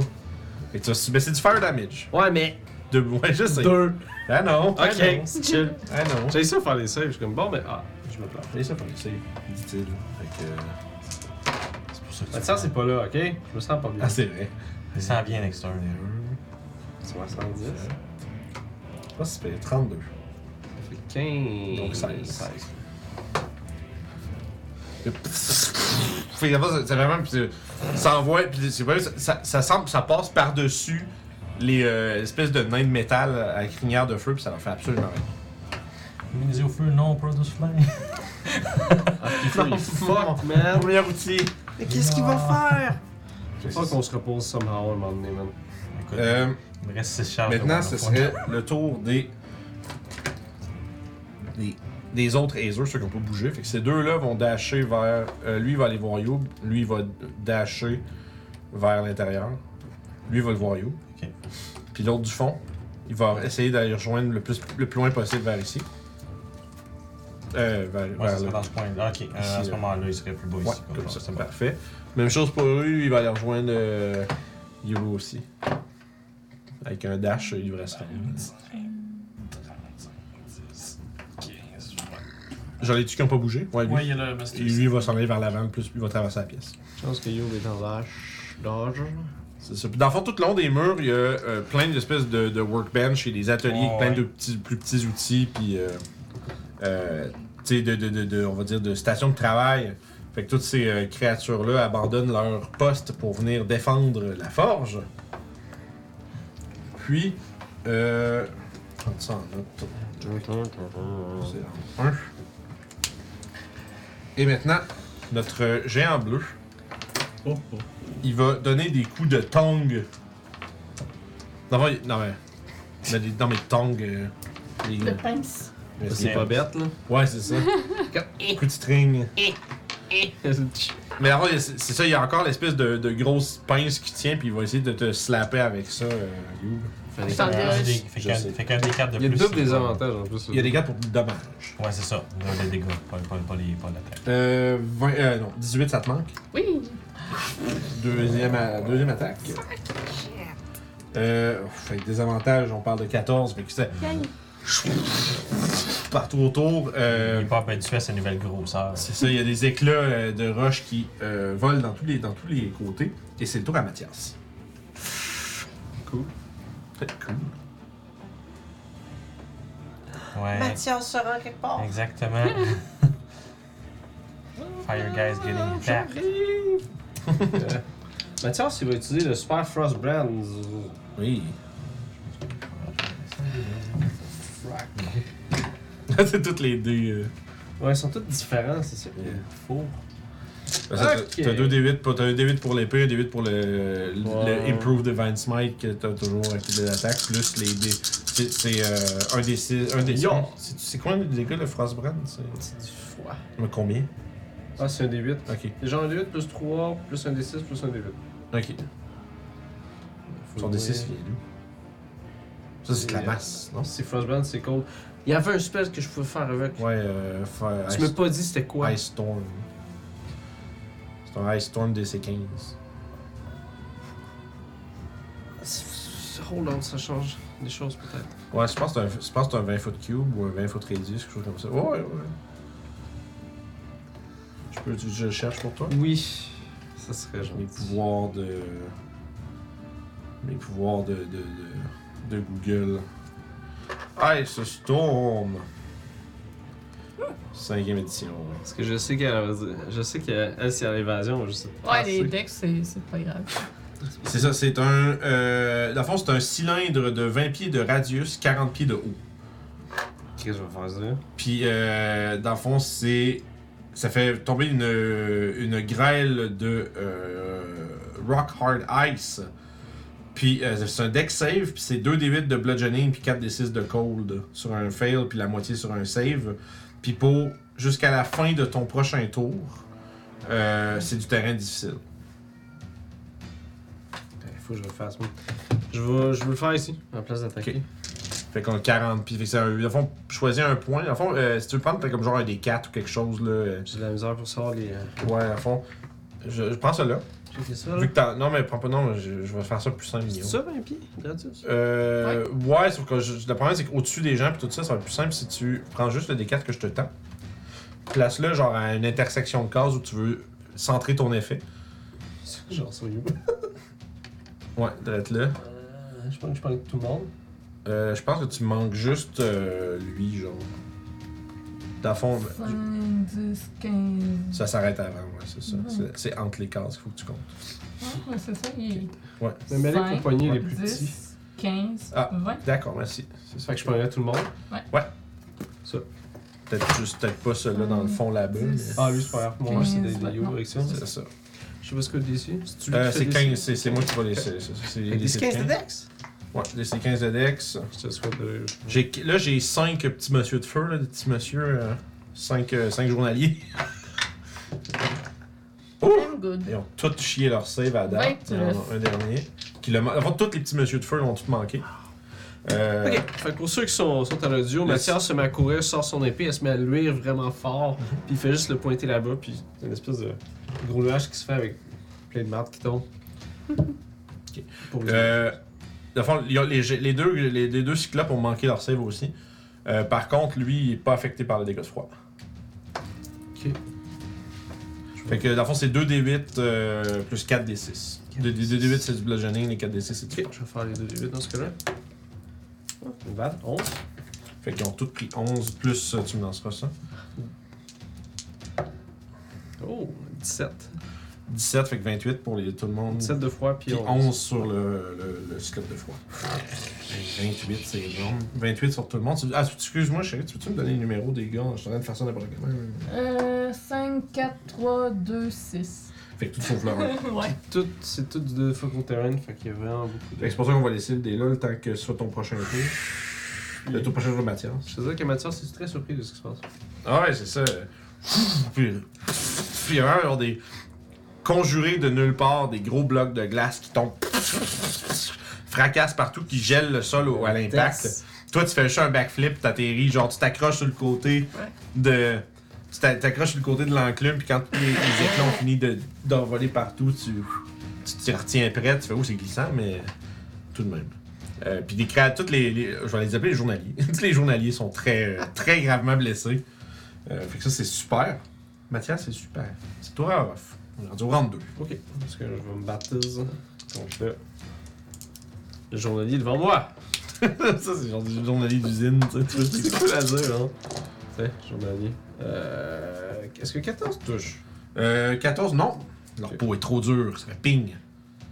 Speaker 2: Fait que tu vas subir- c'est du fire damage.
Speaker 5: Ouais, mais.
Speaker 2: Deux, *laughs* ouais, je sais.
Speaker 5: Deux.
Speaker 2: Ah non.
Speaker 5: Ok,
Speaker 3: *laughs*
Speaker 5: chill.
Speaker 2: Ah non.
Speaker 5: J'ai essayé de faire les saves, je suis comme bon, mais ah, je me plante.
Speaker 2: J'ai ça pour le save, dit-il. Fait que. euh, C'est pour ça que
Speaker 5: Votre sens, Bah, c'est pas là, ok? Je me sens pas bien.
Speaker 2: Ah, c'est vrai.
Speaker 4: Il sent bien l'extérieur.
Speaker 5: Ah, c'est 70.
Speaker 2: Pas si pire, 32.
Speaker 5: Ça fait 15.
Speaker 2: Donc 16. Fait que d'abord, c'est vraiment. Puis c'est- ça envoie. Puis c'est vrai, ça, ça, ça semble. Ça passe par-dessus les euh, espèces de nains de métal à crinière de feu, puis ça leur fait absolument rien.
Speaker 4: Minis au feu, non, produce flame.
Speaker 5: Ah, il faut, *laughs* il fuck, man.
Speaker 2: Premier outil.
Speaker 5: Mais
Speaker 4: qu'est-ce qu'il va
Speaker 5: faire? Faut qu'on se repose somehow à un moment donné, man.
Speaker 4: *laughs* Écoute,
Speaker 2: Euh,
Speaker 4: il me reste 6 charges. de
Speaker 2: maintenant,
Speaker 4: mon
Speaker 2: ce
Speaker 4: enfant.
Speaker 2: serait le tour des. des, des autres Azer, ceux qui n'ont pas bougé. Fait que ces deux-là vont dasher vers. euh, lui, il va aller voir Youb. Lui, il va dasher vers l'intérieur. Lui, il va le voir Youb.
Speaker 4: Ok.
Speaker 2: Puis l'autre du fond, il va essayer d'aller rejoindre le plus, le plus loin possible vers ici. Euh, vers,
Speaker 4: Ouais, ça
Speaker 2: vers
Speaker 4: serait
Speaker 2: là.
Speaker 4: dans ce point là. Ok, euh, à
Speaker 2: Ici,
Speaker 4: ce
Speaker 2: là.
Speaker 4: moment-là, il serait plus beau
Speaker 2: Ouais,
Speaker 4: ici.
Speaker 2: comme ça,
Speaker 4: C'est bon.
Speaker 2: parfait. Même chose pour lui, il va aller rejoindre euh, Youb aussi. Avec un dash, il devrait se rendre.
Speaker 4: 15,
Speaker 2: J'en ai-tu qui n'ont pas bougé? Ouais, lui.
Speaker 6: Ouais, il y a le
Speaker 2: Et
Speaker 6: Mystery
Speaker 2: lui,
Speaker 6: Sit.
Speaker 2: il va s'en aller vers l'avant, le plus il va traverser la pièce.
Speaker 5: Je pense que Youb est en lâche d'âge.
Speaker 2: C'est ça. Puis dans le fond, tout le long des murs, il y a euh, plein d'espèces de, de workbench et des ateliers,
Speaker 4: Ouais,
Speaker 2: avec plein
Speaker 4: ouais.
Speaker 2: de petits, plus petits outils, puis euh, euh, tu sais, de, de, de- de- on va dire, de stations de travail. Fait que toutes ces euh, créatures-là abandonnent leur poste pour venir défendre la forge. Puis, euh, prendre ça en note. C'est en un. Et maintenant, notre géant bleu,
Speaker 5: Oh, oh.
Speaker 2: il va donner des coups de tongue. Non, mais. Non, mais. mais des- Non, mais tongue. euh, les-
Speaker 3: Le pince.
Speaker 2: mais
Speaker 5: Ça, C'est pas bête, là.
Speaker 2: Ouais,
Speaker 5: *laughs*
Speaker 2: c'est ça. Coup de string. Mais avant, il y a- c'est c'est ça, il y a encore l'espèce de, de grosse pince qui tient, puis il va essayer de te slapper avec ça, euh, Youb.
Speaker 3: Je t'en
Speaker 4: Ah, des-
Speaker 3: dirais.
Speaker 4: Fait
Speaker 2: Je
Speaker 4: qu'un
Speaker 2: sais.
Speaker 4: fait qu'un des 4 de
Speaker 5: Il
Speaker 4: plus.
Speaker 5: y a
Speaker 4: c'est
Speaker 5: double
Speaker 4: bon.
Speaker 5: désavantage en plus.
Speaker 2: Il y a des gars pour dommage.
Speaker 4: Ouais, c'est ça. Le dégâts, pas, pas, pas, les, pas la tête.
Speaker 2: Euh, 20, euh, non, 18, ça te manque.
Speaker 3: Oui.
Speaker 2: Deuxième, à- deuxième attaque. Euh, fait que des avantages, on parle de 14, mais que c'est
Speaker 3: Gagne.
Speaker 2: partout autour.
Speaker 4: Il
Speaker 2: Euh,
Speaker 4: est pas habitué à sa nouvelle grosseur.
Speaker 2: c'est ça, il y a des éclats euh, de roches qui euh, volent dans tous, les, dans tous les côtés. Et c'est le tour à Mathias.
Speaker 5: Cool.
Speaker 2: Cool.
Speaker 4: Ouais.
Speaker 3: Ben,
Speaker 8: Mathias sera quelque part.
Speaker 5: *laughs*
Speaker 4: Exactement. Fire guys
Speaker 5: Ah,
Speaker 4: getting back.
Speaker 5: Euh, Mathias, il va utiliser le Super Frost euh, Brands.
Speaker 2: Oui. *laughs* C'est toutes les deux. euh.
Speaker 5: Ouais, ils sont tous différents, c'est ça. qu'il
Speaker 2: Yeah.
Speaker 5: faut. Ok.
Speaker 2: T'as deux D8 pour, t'as un D8 pour l'épée, un D8 pour le, le,
Speaker 5: Ouais.
Speaker 2: le Improve Divine Smite que t'as toujours avec les attaques, plus les D. C'est, c'est euh, un D6. Un D6.
Speaker 5: Yo.
Speaker 2: C'est, c'est quoi le dégât de Frostbrand c'est...
Speaker 5: C'est du foie.
Speaker 2: Mais combien
Speaker 5: Ah, c'est un D8.
Speaker 2: Ok.
Speaker 5: Déjà un D8 plus 3, plus un D6, plus un D8.
Speaker 2: Ok. Son D6 il est d'où Ça, c'est de la
Speaker 5: Et-
Speaker 2: masse, non
Speaker 5: C'est Frostbrand, c'est cold. Il y avait un spell que je pouvais faire avec.
Speaker 2: Ouais, euh. fa-
Speaker 5: Tu
Speaker 2: Ice-
Speaker 5: m'as pas dit c'était quoi.
Speaker 2: Ice Storm. C'est un Ice Storm DC15.
Speaker 5: Hold on, ça change des choses peut-être.
Speaker 2: Ouais, je pense que c'est un- je pense que c'est un 20 foot cube ou un 20 foot radius, quelque chose comme ça. Ouais, ouais, ouais. Je peux, tu, je le cherche pour toi.
Speaker 5: Oui, ça serait
Speaker 2: Mes
Speaker 5: gentil.
Speaker 2: pouvoirs de. Mes pouvoirs de. de, de, de Google. Ice Storm! Cinquième édition.
Speaker 5: Parce que je sais qu'elle va dire- Je sais qu'elle, elle, c'est à l'évasion, je sais pas.
Speaker 6: Ah,
Speaker 3: Ouais,
Speaker 5: assez.
Speaker 3: les decks, c'est c'est pas grave.
Speaker 2: C'est ça, c'est un. Euh, dans le fond, c'est un cylindre de 20 pieds de radius, 40 pieds de haut.
Speaker 5: Qu'est-ce que je vais faire ça?
Speaker 2: Puis, euh, dans le fond, c'est. Ça fait tomber une, une grêle de euh, Rock Hard Ice. Puis, euh, c'est un deck save, puis c'est 2d8 de bludgeoning, puis 4d6 de cold sur un fail, puis la moitié sur un save. Puis, pour jusqu'à la fin de ton prochain tour, euh, c'est du terrain difficile.
Speaker 5: Il faut que je le fasse, moi. Je vais, je vais le faire ici, en place d'attaquer.
Speaker 2: Ok. Fait qu'on a 40, puis fait que c'est un. Dans le fond, choisis un point. Dans le fond, euh, si tu veux prendre, t'as comme genre un des 4 ou quelque chose, là. euh,
Speaker 5: J'ai de la misère pour savoir les. euh,
Speaker 2: Ouais, à fond. Je, je prends celui-là.
Speaker 5: Checker ça, là.
Speaker 2: Vu que t'as- Non, mais prends pas. Non, je, je vais faire ça plus simple.
Speaker 5: Hein? C'est
Speaker 2: Guillaume.
Speaker 5: ça, 20 pieds? Gratuit?
Speaker 2: Euh, ouais. sauf que je- le problème, c'est qu'au-dessus des gens, puis tout ça, ça va être plus simple si tu prends juste le D4 que je te tends. Place-le, genre, à une intersection de cases où tu veux centrer ton effet.
Speaker 5: Genre sur You.
Speaker 2: *laughs* Ouais, d'être là.
Speaker 5: Euh, je pense que je parle de tout le monde.
Speaker 2: Euh, je pense que tu manques juste euh, lui, genre. Dans le fond,
Speaker 3: 5, 10, 15.
Speaker 2: ça s'arrête avant, ouais, c'est ça.
Speaker 3: Ouais.
Speaker 2: C'est- C'est entre les cases qu'il faut que tu comptes.
Speaker 3: Ouais, ouais, c'est ça. Il...
Speaker 5: Mais mêlée pour
Speaker 3: Cinq,
Speaker 5: poigner les plus petits.
Speaker 3: 10, 15,
Speaker 2: Ah.
Speaker 3: 20.
Speaker 2: D'accord, merci. C'est ça
Speaker 5: Fait que je prendrais tout le monde.
Speaker 2: Peut-être juste, peut-être pas celui-là dans le fond là-bas. mais-
Speaker 3: Dix.
Speaker 5: Ah, lui, c'est pas grave. Moi,
Speaker 3: Quinze,
Speaker 5: c'est des, des
Speaker 3: maintenant.
Speaker 5: avec ça.
Speaker 2: C'est ça.
Speaker 5: Je sais pas ce que d'ici.
Speaker 2: Euh, c'est 15, c'est- c'est moi qui vais les. C'est c'est- les- c'est 15.
Speaker 5: Dex.
Speaker 2: Ouais, les- c'est 15 de Dex.
Speaker 5: Je te souhaite de.
Speaker 2: J'ai- Là, j'ai 5 petits monsieur de feu, là, des petits euh, monsieur. 5 journaliers. *laughs* Ouh!
Speaker 3: I'm good.
Speaker 2: Ils ont tous chié leur save à date. Il y en a un dernier. Qui l'a man- en fait, tous les petits monsieur de feu l'ont tous manqué. Euh,
Speaker 5: Ok, fait que pour ceux qui sont, sont à l'audio,
Speaker 2: Le-
Speaker 5: Mathias se met à courir, sort son épée, elle se met à luire vraiment fort, puis il fait juste le pointer là-bas, puis c'est une espèce de gros nuage qui se fait avec plein de marques qui *laughs* tombe. Ok. Pour vous dire.
Speaker 2: Euh, dans le fond, ils ont- les, les deux, les, les deux cyclopes ont manqué leur save aussi. Euh, par contre, lui, il est pas affecté par le dégât de froid.
Speaker 5: Ok.
Speaker 2: Fait que, dans le fond, c'est 2d8 euh, plus 4d6. 2d8, c'est du bludgeoning, les 4d6, c'est du
Speaker 5: Ok, je vais faire les deux d 8 dans ce cas-là. Oh, Une balle, 11.
Speaker 2: Fait qu'ils ont tous pris 11, plus euh, tu me lanceras ça.
Speaker 5: Oh, 17.
Speaker 2: 17, fait que 28 pour les, tout le monde.
Speaker 5: 17 de froid, puis
Speaker 2: Puis
Speaker 5: 11.
Speaker 2: 11 sur le, le, le cyclope de froid. *laughs* 28, c'est bon. 28 sur tout le monde. Tu- Ah, excuse-moi, chérie, tu peux-tu me donner le numéro des gars? Je suis en train de faire ça n'importe comment.
Speaker 3: Euh, 5, 4, 3, 2, 6.
Speaker 2: Fait que tout sauf le 1.
Speaker 3: *laughs* ouais.
Speaker 5: Tout- C'est tout du 2 fois contre terrain, fait qu'il y a vraiment beaucoup
Speaker 2: Fait que
Speaker 5: de.
Speaker 2: c'est pour ça qu'on va laisser le dé là le temps que ce soit ton prochain tour. Le tour Euh, prochain de Mathias.
Speaker 5: Je te dirais que Mathias est très surpris de ce qui se passe.
Speaker 2: Ah ouais, c'est ça. Puis, puis il y a vraiment des conjurés de nulle part, des gros blocs de glace qui tombent, fracassent partout, qui gèlent le sol au- à l'impact. Toi, tu fais juste un backflip, t'atterris, genre tu t'accroches sur le côté
Speaker 3: Ouais.
Speaker 2: de. Tu t'a- t'accroches sur le côté de l'enclume, puis quand tous les, les éclats ont fini de- d'envoler partout, tu tu t'y retiens prêt, tu fais oh c'est glissant, mais tout de même. Euh, puis des créatures, toutes les, les- je vais les appeler les journaliers. *laughs* Tous les journaliers sont très, euh, très gravement blessés. Euh, fait que ça c'est super. Mathias c'est super. C'est toi Ruff. On est rendu au round 2.
Speaker 5: Ok, parce que je vais me baptiser contre le, le journalier devant moi.
Speaker 2: *laughs* ça c'est genre des journaliers d'usine, tu sais, tu
Speaker 5: *laughs* C'est
Speaker 2: vois, c'est-
Speaker 5: cool à dire, hein? Tiens, journalier. Euh, Est-ce que 14 touche?
Speaker 2: Euh, 14, non. Leur
Speaker 5: Ok.
Speaker 2: peau est trop dure, ça fait ping.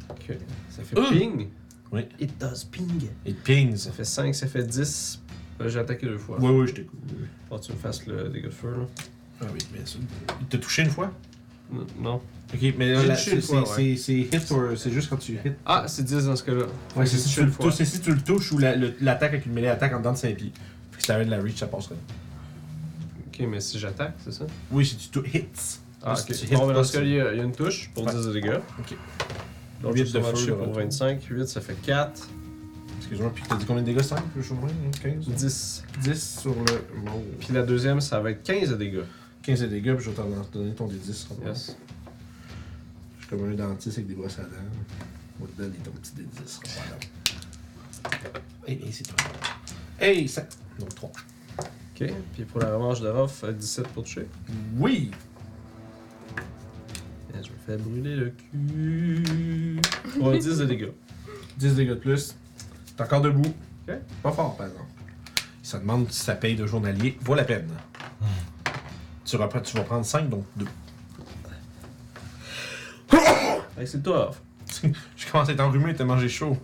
Speaker 5: Ok. Ça fait
Speaker 2: Hum!
Speaker 5: ping.
Speaker 2: Oui.
Speaker 5: Oh! It does ping.
Speaker 2: Et ping, ça
Speaker 5: Ça fait 5, ça fait 10. Euh, J'ai attaqué deux fois.
Speaker 2: Oui, oui, je t'écoute.
Speaker 5: Faut que tu me fasses le dégât de feu, là.
Speaker 2: Ah oui, mais ça. Il t'a touché une fois
Speaker 5: N- Non.
Speaker 2: Ok, mais
Speaker 5: J'ai
Speaker 2: là,
Speaker 5: touché
Speaker 2: c'est
Speaker 5: une fois,
Speaker 2: c'est- c'est- c'est hit ou c'est juste quand tu hit
Speaker 5: Ah, c'est 10 dans ce cas-là.
Speaker 2: Ouais, c'est si,
Speaker 5: touché
Speaker 2: tu
Speaker 5: une
Speaker 2: le
Speaker 5: fois.
Speaker 2: touches- c'est si tu le touches ou la- le- l'attaque avec une mêlée attaque en dedans de 5 pieds. Fait que si t'avais de la reach, ça passerait.
Speaker 5: Ok, mais si j'attaque, c'est ça?
Speaker 2: Oui, si tu tou- hits.
Speaker 5: Ah,
Speaker 2: Si tu
Speaker 5: ok.
Speaker 2: hits
Speaker 5: Bon, mais
Speaker 2: pas,
Speaker 5: dans ce cas, il y, a il y a une touche pour
Speaker 2: Ouais.
Speaker 5: 10 de dégâts.
Speaker 2: Ok.
Speaker 5: Donc,
Speaker 2: Huit
Speaker 5: 8
Speaker 2: de
Speaker 5: de
Speaker 2: feu,
Speaker 5: feu pour
Speaker 2: retour.
Speaker 5: 25. 8, ça fait 4.
Speaker 2: Excuse-moi, puis t'as dit combien de dégâts 5 plus ou moins 15
Speaker 5: 10.
Speaker 2: 10 sur le. Bon.
Speaker 5: Puis la deuxième, ça va être 15 de dégâts.
Speaker 2: 15 de dégâts, puis je vais t'en donner ton D10. Robert.
Speaker 5: Yes.
Speaker 2: Je suis comme un dentiste avec des brosses à dents. On te donne ton petit D10. Robert. Hey, hey, c'est toi. Hey, ça. Donc 3.
Speaker 5: Ok. Puis pour la revanche de Rof, 17 pour toucher.
Speaker 2: Oui!
Speaker 5: Et je me fais brûler le cul. Pour un 10 de dégâts.
Speaker 2: 10 dégâts de plus. T'es encore debout.
Speaker 5: Ok.
Speaker 2: Pas fort, par exemple. Il se demande si ça paye de journalier. Vaut la peine. Tu, reprends- tu vas prendre 5, donc 2.
Speaker 5: Fait que c'est toi, Rof.
Speaker 2: Je commence à être enrhumé tellement j'ai chaud.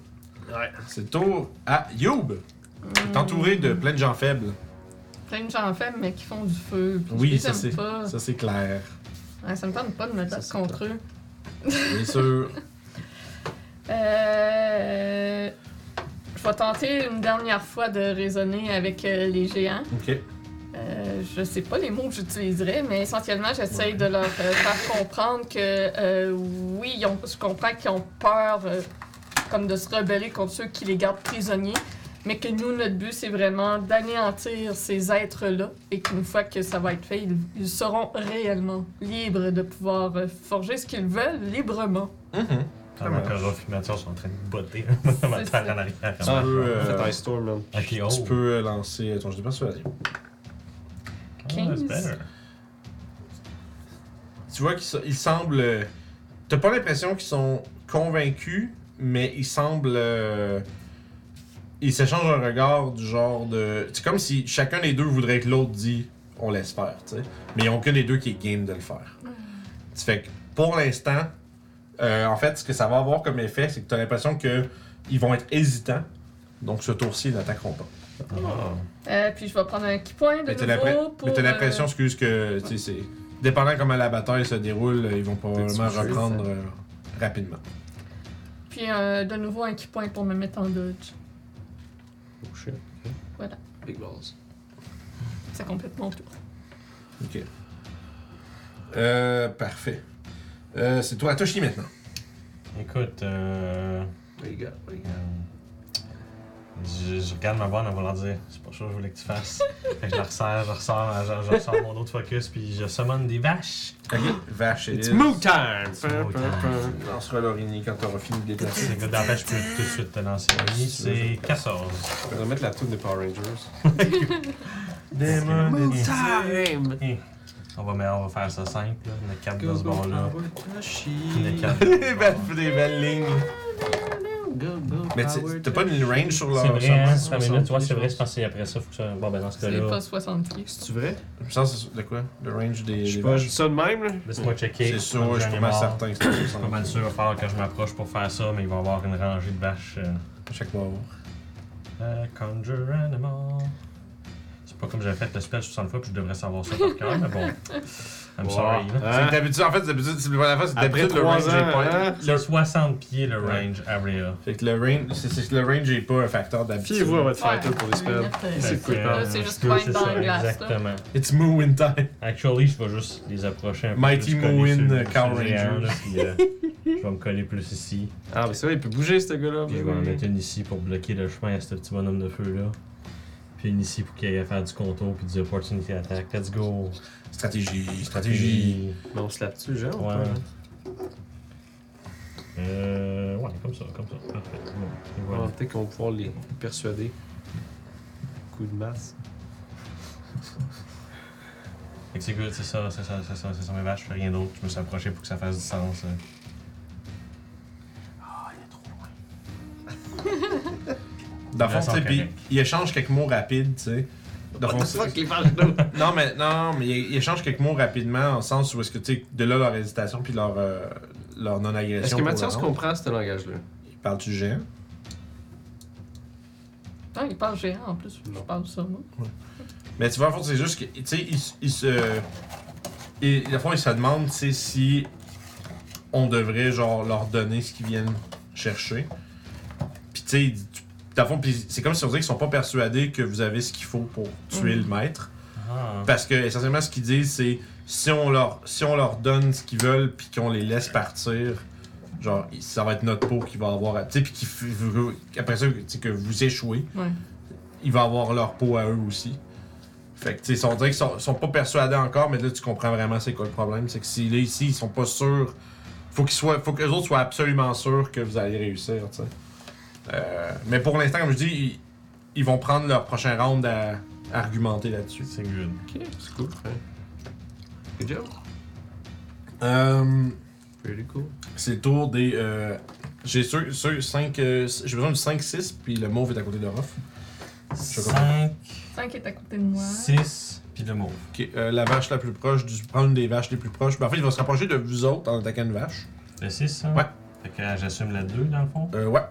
Speaker 2: Ouais. C'est le tour à Youb. T'es entouré de plein de gens faibles.
Speaker 3: Plein de gens faibles, mais qui font du feu. Puis je
Speaker 2: Oui,
Speaker 3: les
Speaker 2: ça
Speaker 3: aime
Speaker 2: c'est,
Speaker 3: pas.
Speaker 2: ça c'est clair.
Speaker 3: Ouais, ça me tente pas de me battre contre eux.
Speaker 2: Bien sûr.
Speaker 3: Euh, Je vais tenter une dernière fois de raisonner avec euh, les géants.
Speaker 2: ok.
Speaker 3: Euh, je sais pas les mots que j'utiliserais, mais essentiellement, j'essaye de leur euh, faire comprendre que, euh, oui, ils ont- je comprends qu'ils ont peur euh, comme de se rebeller contre ceux qui les gardent prisonniers, mais que nous, notre but, c'est vraiment d'anéantir ces êtres-là et qu'une fois que ça va être fait, ils, ils seront réellement libres de pouvoir euh, forger ce qu'ils veulent librement.
Speaker 2: Mhm.
Speaker 4: Tellement que Ruff et Mathieu sont en train de
Speaker 5: *laughs*
Speaker 4: botter dans ma
Speaker 3: C'est
Speaker 4: terre
Speaker 3: ça.
Speaker 4: en arrière.
Speaker 2: Ah, euh,
Speaker 5: Faites Ice Storm, man.
Speaker 4: Ok, oh.
Speaker 2: Tu peux euh, lancer ton jeu de persuasion.
Speaker 4: Oh, that's
Speaker 3: 15.
Speaker 4: better.
Speaker 2: Tu vois qu'ils se- ils semblent. euh, T'as pas l'impression qu'ils sont convaincus, mais ils semblent. euh, ils s'échangent un regard du genre de. C'est comme si chacun des deux voudrait que l'autre dit on laisse faire, tu sais. Mais ils ont que les deux qui est game de le faire. Tu fait que pour l'instant, euh, en fait, ce que ça va avoir comme effet, c'est que t'as l'impression que ils vont être hésitants. Donc ce tour-ci, ils n'attaqueront pas.
Speaker 4: Ah. Oh.
Speaker 3: Euh, puis je vais prendre un petit point de
Speaker 2: Mais t'as
Speaker 3: nouveau
Speaker 2: l'impre-
Speaker 3: pour...
Speaker 2: mais t'as
Speaker 3: euh,
Speaker 2: l'impression, excuse, que tu sais, c'est. Dépendant comment la bataille se déroule, euh, ils vont probablement
Speaker 3: touché,
Speaker 2: reprendre euh, rapidement.
Speaker 3: Puis euh, de nouveau un petit point pour me mettre en dodge.
Speaker 5: Oh shit. ok.
Speaker 3: Voilà.
Speaker 5: Big balls.
Speaker 3: Ça complète mon tour.
Speaker 2: Ok. Euh, parfait. Euh, c'est toi, Atoshi, maintenant.
Speaker 4: Écoute, euh.
Speaker 5: Big gars. big
Speaker 4: euh, Je, je regarde ma bande en voulant dire, c'est pas ça que je voulais que tu fasses. fait que je la resserre, je ressors, ma- je, je ressors mon autre focus, puis je summon des vaches.
Speaker 2: Ok. Ah. Vache et
Speaker 5: It's
Speaker 2: Lise.
Speaker 5: move time!
Speaker 4: move time.
Speaker 2: Lancera l'orignie quand t'auras fini de déplacer.
Speaker 4: C'est que d'après, je peux tout de suite te lancer. Oui, c'est 14.
Speaker 5: On va mettre la toune des Power Rangers.
Speaker 4: Demon
Speaker 5: Move time!
Speaker 4: On va, mais on va faire ça simple, là. On a 4
Speaker 5: Go,
Speaker 4: de ce
Speaker 5: go,
Speaker 4: bord-là.
Speaker 5: Power
Speaker 4: On a
Speaker 5: Toshi!
Speaker 2: *laughs*
Speaker 4: 4
Speaker 2: des, belles, des belles lignes.
Speaker 5: Go, go,
Speaker 2: Mais tu-
Speaker 5: Power
Speaker 2: Ah t'as pas
Speaker 5: Toshi.
Speaker 2: une range sur leur.
Speaker 8: C'est vrai, hein,
Speaker 2: sur-
Speaker 8: trois minutes, tu vois, c'est vrai,
Speaker 5: je
Speaker 8: je pense que après ça, faut que ça. Bon, ben dans ce
Speaker 3: C'est
Speaker 8: cas-là.
Speaker 3: pas 60 pieds.
Speaker 5: C'est-tu vrai?
Speaker 2: Je pense que c'est de quoi Le range des.
Speaker 5: Je sais
Speaker 2: des
Speaker 5: pas,
Speaker 2: vaches.
Speaker 5: je dis ça de même, là.
Speaker 4: Laisse-moi checker.
Speaker 2: C'est sûr,
Speaker 4: Mon
Speaker 2: je suis
Speaker 4: jeune
Speaker 2: pas
Speaker 4: est
Speaker 2: mal
Speaker 4: mort.
Speaker 2: certain que
Speaker 4: Je suis pas mal
Speaker 2: c'est
Speaker 4: sûr, il va falloir que je m'approche pour faire ça, mais il va y avoir une rangée de vaches. euh,
Speaker 2: À chaque fois.
Speaker 4: Euh, conjure animal. C'est pas comme j'avais fait le spell 60 fois, puis je devrais savoir ça par cœur, mais bon. I'm
Speaker 5: Wow.
Speaker 4: sorry. là.
Speaker 2: C'est
Speaker 5: Hein?
Speaker 2: que d'habitude, en fait, d'habitude, c'est la fois, c'est
Speaker 5: Après
Speaker 2: d'habitude le
Speaker 5: trois
Speaker 2: range
Speaker 5: ans,
Speaker 2: est pas.
Speaker 5: hein?
Speaker 4: C'est 60 pieds le range area.
Speaker 2: Fait que le range, c'est, c'est que le range est pas un facteur d'habitude.
Speaker 5: hein? Fiez-vous à votre
Speaker 3: Ouais,
Speaker 5: fighter pour les
Speaker 3: une
Speaker 5: spells.
Speaker 3: minute, euh,
Speaker 5: C'est
Speaker 4: Fait
Speaker 3: c'est-
Speaker 4: que,
Speaker 5: cool,
Speaker 4: euh,
Speaker 3: là, c'est juste
Speaker 4: je-
Speaker 3: point
Speaker 4: c'est
Speaker 3: dans
Speaker 4: ça,
Speaker 3: la glace, là.
Speaker 8: Exactement.
Speaker 2: It's Moon time.
Speaker 8: Actually, je vais juste les approcher un peu.
Speaker 2: Mighty
Speaker 8: plus, coller
Speaker 2: Moon,
Speaker 8: sur-
Speaker 2: euh,
Speaker 8: sur
Speaker 2: Cow
Speaker 8: le géant,
Speaker 2: Ranger.
Speaker 8: là, puis,
Speaker 2: *laughs*
Speaker 8: euh, Je vais me coller plus ici.
Speaker 5: Ah, mais c'est vrai, il peut bouger, ce gars-là.
Speaker 8: Puis je vais en mettre une ici pour bloquer le chemin à ce petit bonhomme de feu-là. Puis une ici pour qu'il aille faire du contour puis des opportunités d'attaque. Let's go!
Speaker 2: Stratégie, stratégie.
Speaker 5: Mais on se lave dessus,
Speaker 4: Oh,
Speaker 5: genre.
Speaker 8: Ouais.
Speaker 5: ou pas?
Speaker 8: Euh. Ouais, comme ça, comme ça. Parfait. Bon, et
Speaker 5: Ouais.
Speaker 8: voilà.
Speaker 5: Ah, Peut-être qu'on va pouvoir les persuader. Coup de masse.
Speaker 4: Fait que c'est good, c'est ça, c'est ça, c'est ça, c'est ça mes vaches, je fais rien d'autre, je me suis approché pour que ça fasse du sens. euh. Ah, il est trop loin.
Speaker 2: Dans le fond,
Speaker 4: Ils sont
Speaker 2: tu sais, puis
Speaker 4: corrects.
Speaker 2: il échange quelques mots rapides, tu sais. Dans le fond, c'est-
Speaker 5: les vaches d'eau?
Speaker 2: *laughs* non, mais, non, mais il, il échange quelques mots rapidement, en sens où est-ce que, tu sais, de là leur hésitation puis leur, euh, leur non-agression.
Speaker 5: Est-ce que
Speaker 2: pour
Speaker 5: Mathias
Speaker 2: le nom.
Speaker 5: comprend ce langage-là?
Speaker 2: Il parle du géant.
Speaker 3: Non, il parle géant en plus. Je
Speaker 6: Non.
Speaker 3: parle ça, moi.
Speaker 2: Mais tu vois, en fait, c'est juste que, tu sais, il, il se. Il, la fois, il se demande, tu sais, si on devrait, genre, leur donner ce qu'ils viennent chercher. Puis, tu sais, il dit- tu- dans le fond, puis c'est comme si on disait qu'ils sont pas persuadés que vous avez ce qu'il faut pour tuer
Speaker 5: Mm.
Speaker 2: le maître.
Speaker 4: Ah.
Speaker 2: Parce que, essentiellement, ce qu'ils disent, c'est si on leur, si on leur donne ce qu'ils veulent, puis qu'on les laisse partir, genre, il- ça va être notre peau qui va avoir. à- Tu sais, puis qu'il f- vous- après ça, tu sais, que vous échouez
Speaker 3: Ouais.
Speaker 2: il va avoir leur peau à eux aussi. Fait que, tu sais, on dirait qu'ils sont, sont pas persuadés encore, mais là, tu comprends vraiment c'est quoi le problème. C'est que s'il est ici, ils sont pas sûrs. Faut qu'ils soient, faut que les autres soient absolument sûrs que vous allez réussir, tu sais. Euh, mais pour l'instant, comme je dis, ils, ils vont prendre leur prochain round à, à argumenter là-dessus.
Speaker 4: C'est good.
Speaker 6: Ok, c'est cool. ouais. Good job.
Speaker 2: Euh,
Speaker 6: Pretty cool.
Speaker 2: c'est le tour des. euh, j'ai ceux, ceux 5. j'ai besoin du 5-6, puis le mauve est à côté de Ruff. Je comprends.
Speaker 4: 5,
Speaker 3: 5 est à côté de moi.
Speaker 4: 6, puis le mauve.
Speaker 2: Ok, euh, la vache la plus proche, du, prendre une des vaches les plus proches. Ben, en fait, il va se rapprocher de vous autres en attaquant une vache.
Speaker 4: Le 6, hein?
Speaker 2: Ouais.
Speaker 4: Fait que euh, j'assume la 2 dans le fond.
Speaker 2: Euh, ouais.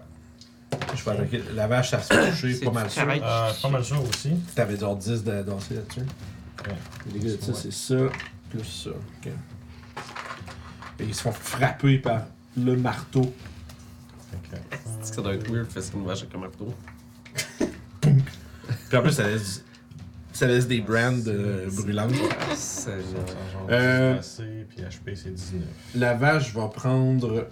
Speaker 2: Je vais attaquer. La vache, ça se toucher,
Speaker 6: C'est
Speaker 2: pas mal sûr.
Speaker 6: pareil.
Speaker 4: Euh, je suis pas mal sûr aussi.
Speaker 2: T'avais genre 10 de danser là-dessus. Les gars, ça,
Speaker 4: Ouais.
Speaker 2: c'est ça, plus ça. Ok. Et ils se font frapper par le marteau.
Speaker 4: Fait que,
Speaker 6: Est-ce que Ça doit être weird, faire une vache avec un marteau.
Speaker 2: Puis en plus, ça laisse, ça laisse des brands euh, brûlantes.
Speaker 6: C'est
Speaker 4: euh, genre,
Speaker 2: Euh,
Speaker 4: 10 passé, puis HP c'est 19.
Speaker 2: La vache va prendre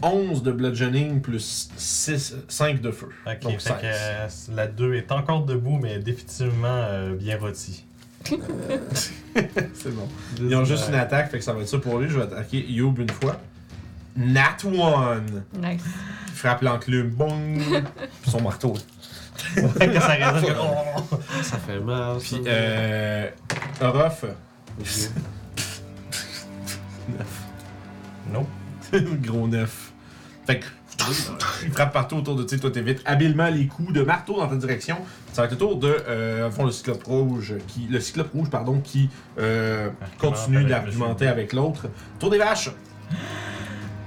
Speaker 2: 11 de bludgeoning plus 6, 5 de feu.
Speaker 4: Ok,
Speaker 2: Donc
Speaker 4: fait
Speaker 2: 16.
Speaker 4: que euh, la 2 est encore debout, mais définitivement euh, bien
Speaker 2: *laughs*
Speaker 4: rôtie.
Speaker 2: *laughs* c'est bon. Ils ont juste une attaque, fait que ça va être ça pour lui. Je vais attaquer Youb une fois. Nat one!
Speaker 3: Nice.
Speaker 2: Il frappe l'enclume, boum! Puis son marteau.
Speaker 4: Fait que ça résonne que.
Speaker 6: Ça fait mal.
Speaker 2: Puis,
Speaker 6: ça.
Speaker 2: euh. Orof.
Speaker 4: Nope.
Speaker 2: *laughs* gros neuf. Fait que. Il frappe partout autour de toi, toi t'évites habilement les coups de marteau dans ta direction. Ça va être le tour de euh, fond, le cyclope rouge qui. Le cyclope rouge, pardon, qui euh,
Speaker 4: Ah,
Speaker 2: continue
Speaker 4: avec
Speaker 2: d'argumenter
Speaker 4: monsieur.
Speaker 2: avec l'autre. Tour des vaches!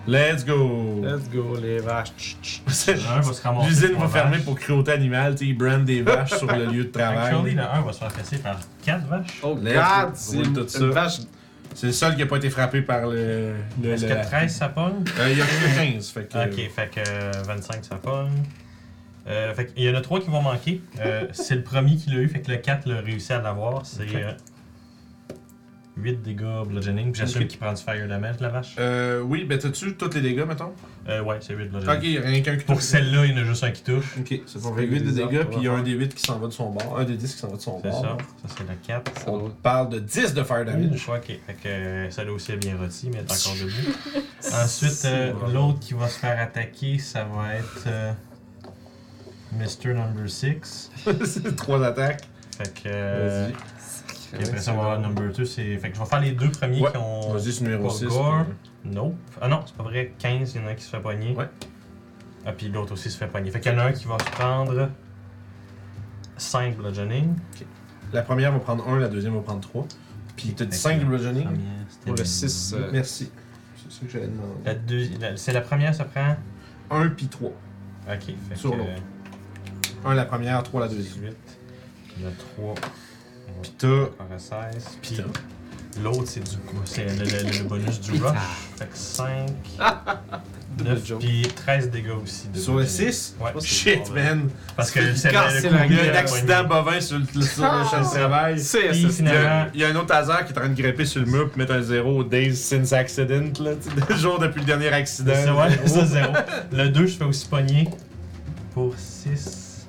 Speaker 2: Let's go! *laughs*
Speaker 6: Let's go, les vaches. Tch, tch.
Speaker 4: Le 1 va se ramasser.
Speaker 2: L'usine
Speaker 4: sur
Speaker 2: va
Speaker 4: la
Speaker 2: fermer
Speaker 4: vache.
Speaker 2: pour cruauté animale, tu sais, ils brandent des vaches sur le
Speaker 4: *laughs*
Speaker 2: lieu de travail.
Speaker 4: Actually, le 1 va se faire fesser par 4 vaches.
Speaker 6: Oh
Speaker 2: Let's go.
Speaker 6: god, c'est
Speaker 2: Roule
Speaker 6: une,
Speaker 2: tout ça.
Speaker 6: une vache.
Speaker 2: C'est le seul qui a pas été frappé par le. le-
Speaker 4: Est-ce
Speaker 2: le-
Speaker 4: que 13 ça pogne
Speaker 2: Euh, il y a que 15, fait que.
Speaker 4: Ok, fait que euh, 25 ça pogne. Euh, fait qu'il y en a 3 qui vont manquer.
Speaker 2: *laughs*
Speaker 4: Euh, c'est le premier qui l'a eu, fait que le 4 l'a réussi à l'avoir. C'est
Speaker 2: Ok.
Speaker 4: 8 dégâts bludgeoning. Puis j'assume
Speaker 2: Ok.
Speaker 4: qu'il prend du fire damage, la vache.
Speaker 2: Euh, oui, ben t'as-tu tous les dégâts, mettons?
Speaker 4: Euh, ouais, c'est 8
Speaker 2: Ok,
Speaker 4: bludgeoning.
Speaker 2: rien qu'un qui
Speaker 4: Pour
Speaker 2: touche.
Speaker 4: celle-là, il y en a juste un qui touche.
Speaker 2: Ok, ça fait 8 de dégâts, puis il y a un des 8 qui s'en va de son bord, un des 10 qui s'en va de son
Speaker 4: C'est
Speaker 2: bord.
Speaker 4: ça. Ça, c'est le 4.
Speaker 6: Ça
Speaker 2: On
Speaker 6: doit-
Speaker 2: parle de 10 de fire damage.
Speaker 4: *laughs* Ok, fait que euh, celle-là aussi est bien rôtie, mais elle est encore debout. Ensuite, euh, l'autre qui va se faire attaquer, ça va être euh, Mr. Number 6.
Speaker 2: C'est 3 attaques.
Speaker 4: Fait que. euh,
Speaker 2: Vas-y.
Speaker 4: puis après ça, on va avoir Number 2. C'est... Fait que je vais faire les deux premiers
Speaker 2: Ouais,
Speaker 4: qui ont.
Speaker 2: Vas-y, c'est numéro
Speaker 4: pas
Speaker 2: 6.
Speaker 4: gore. Nope. Ah non, c'est pas vrai. 15, il y en a un qui se fait pogner.
Speaker 2: Ouais.
Speaker 4: Ah, puis l'autre aussi se fait pogner. Fait qu'il y en a un qui va se prendre 5 bludgeoning.
Speaker 2: La première va prendre 1, la deuxième va prendre 3. Puis t'as dit 5 de bludgeoning.
Speaker 4: Première, c'était
Speaker 6: Pour le 6. euh,
Speaker 2: Merci. C'est ça que j'allais demander.
Speaker 4: La deuxi- la- C'est la première, ça prend.
Speaker 2: 1 puis 3.
Speaker 4: Ok, fait
Speaker 2: Sur
Speaker 4: que,
Speaker 2: l'autre. 1 la première, 3 la deuxième.
Speaker 4: 18. Il y en a 3
Speaker 2: Puis t'as.
Speaker 4: encore à 16. Puis
Speaker 2: Putain.
Speaker 4: l'autre, c'est du coup, c'est le, le- le bonus du rush. Fait que 5, 9,
Speaker 6: joke.
Speaker 4: puis 13 dégâts aussi. de
Speaker 2: Sur le Oh,
Speaker 4: bludgeoning.
Speaker 2: 6
Speaker 4: Ouais,
Speaker 2: Shit, man!
Speaker 4: parce que c'est le,
Speaker 6: casser
Speaker 4: coup,
Speaker 6: la
Speaker 2: Il y
Speaker 4: il
Speaker 2: a
Speaker 4: a
Speaker 2: un accident bovin sur le, sur
Speaker 4: Ah!
Speaker 2: le champ de travail.
Speaker 6: C'est
Speaker 4: Puis
Speaker 6: c'est-
Speaker 2: Il y, a,
Speaker 4: finalement,
Speaker 2: il y a un autre hasard qui est en train de grimper sur le mur pour mettre un zéro au Days Since Accident, là, tu sais, *laughs* le jour depuis le dernier accident.
Speaker 4: C'est ouais, ça, zéro. Le 2, je fais aussi pogner pour 6,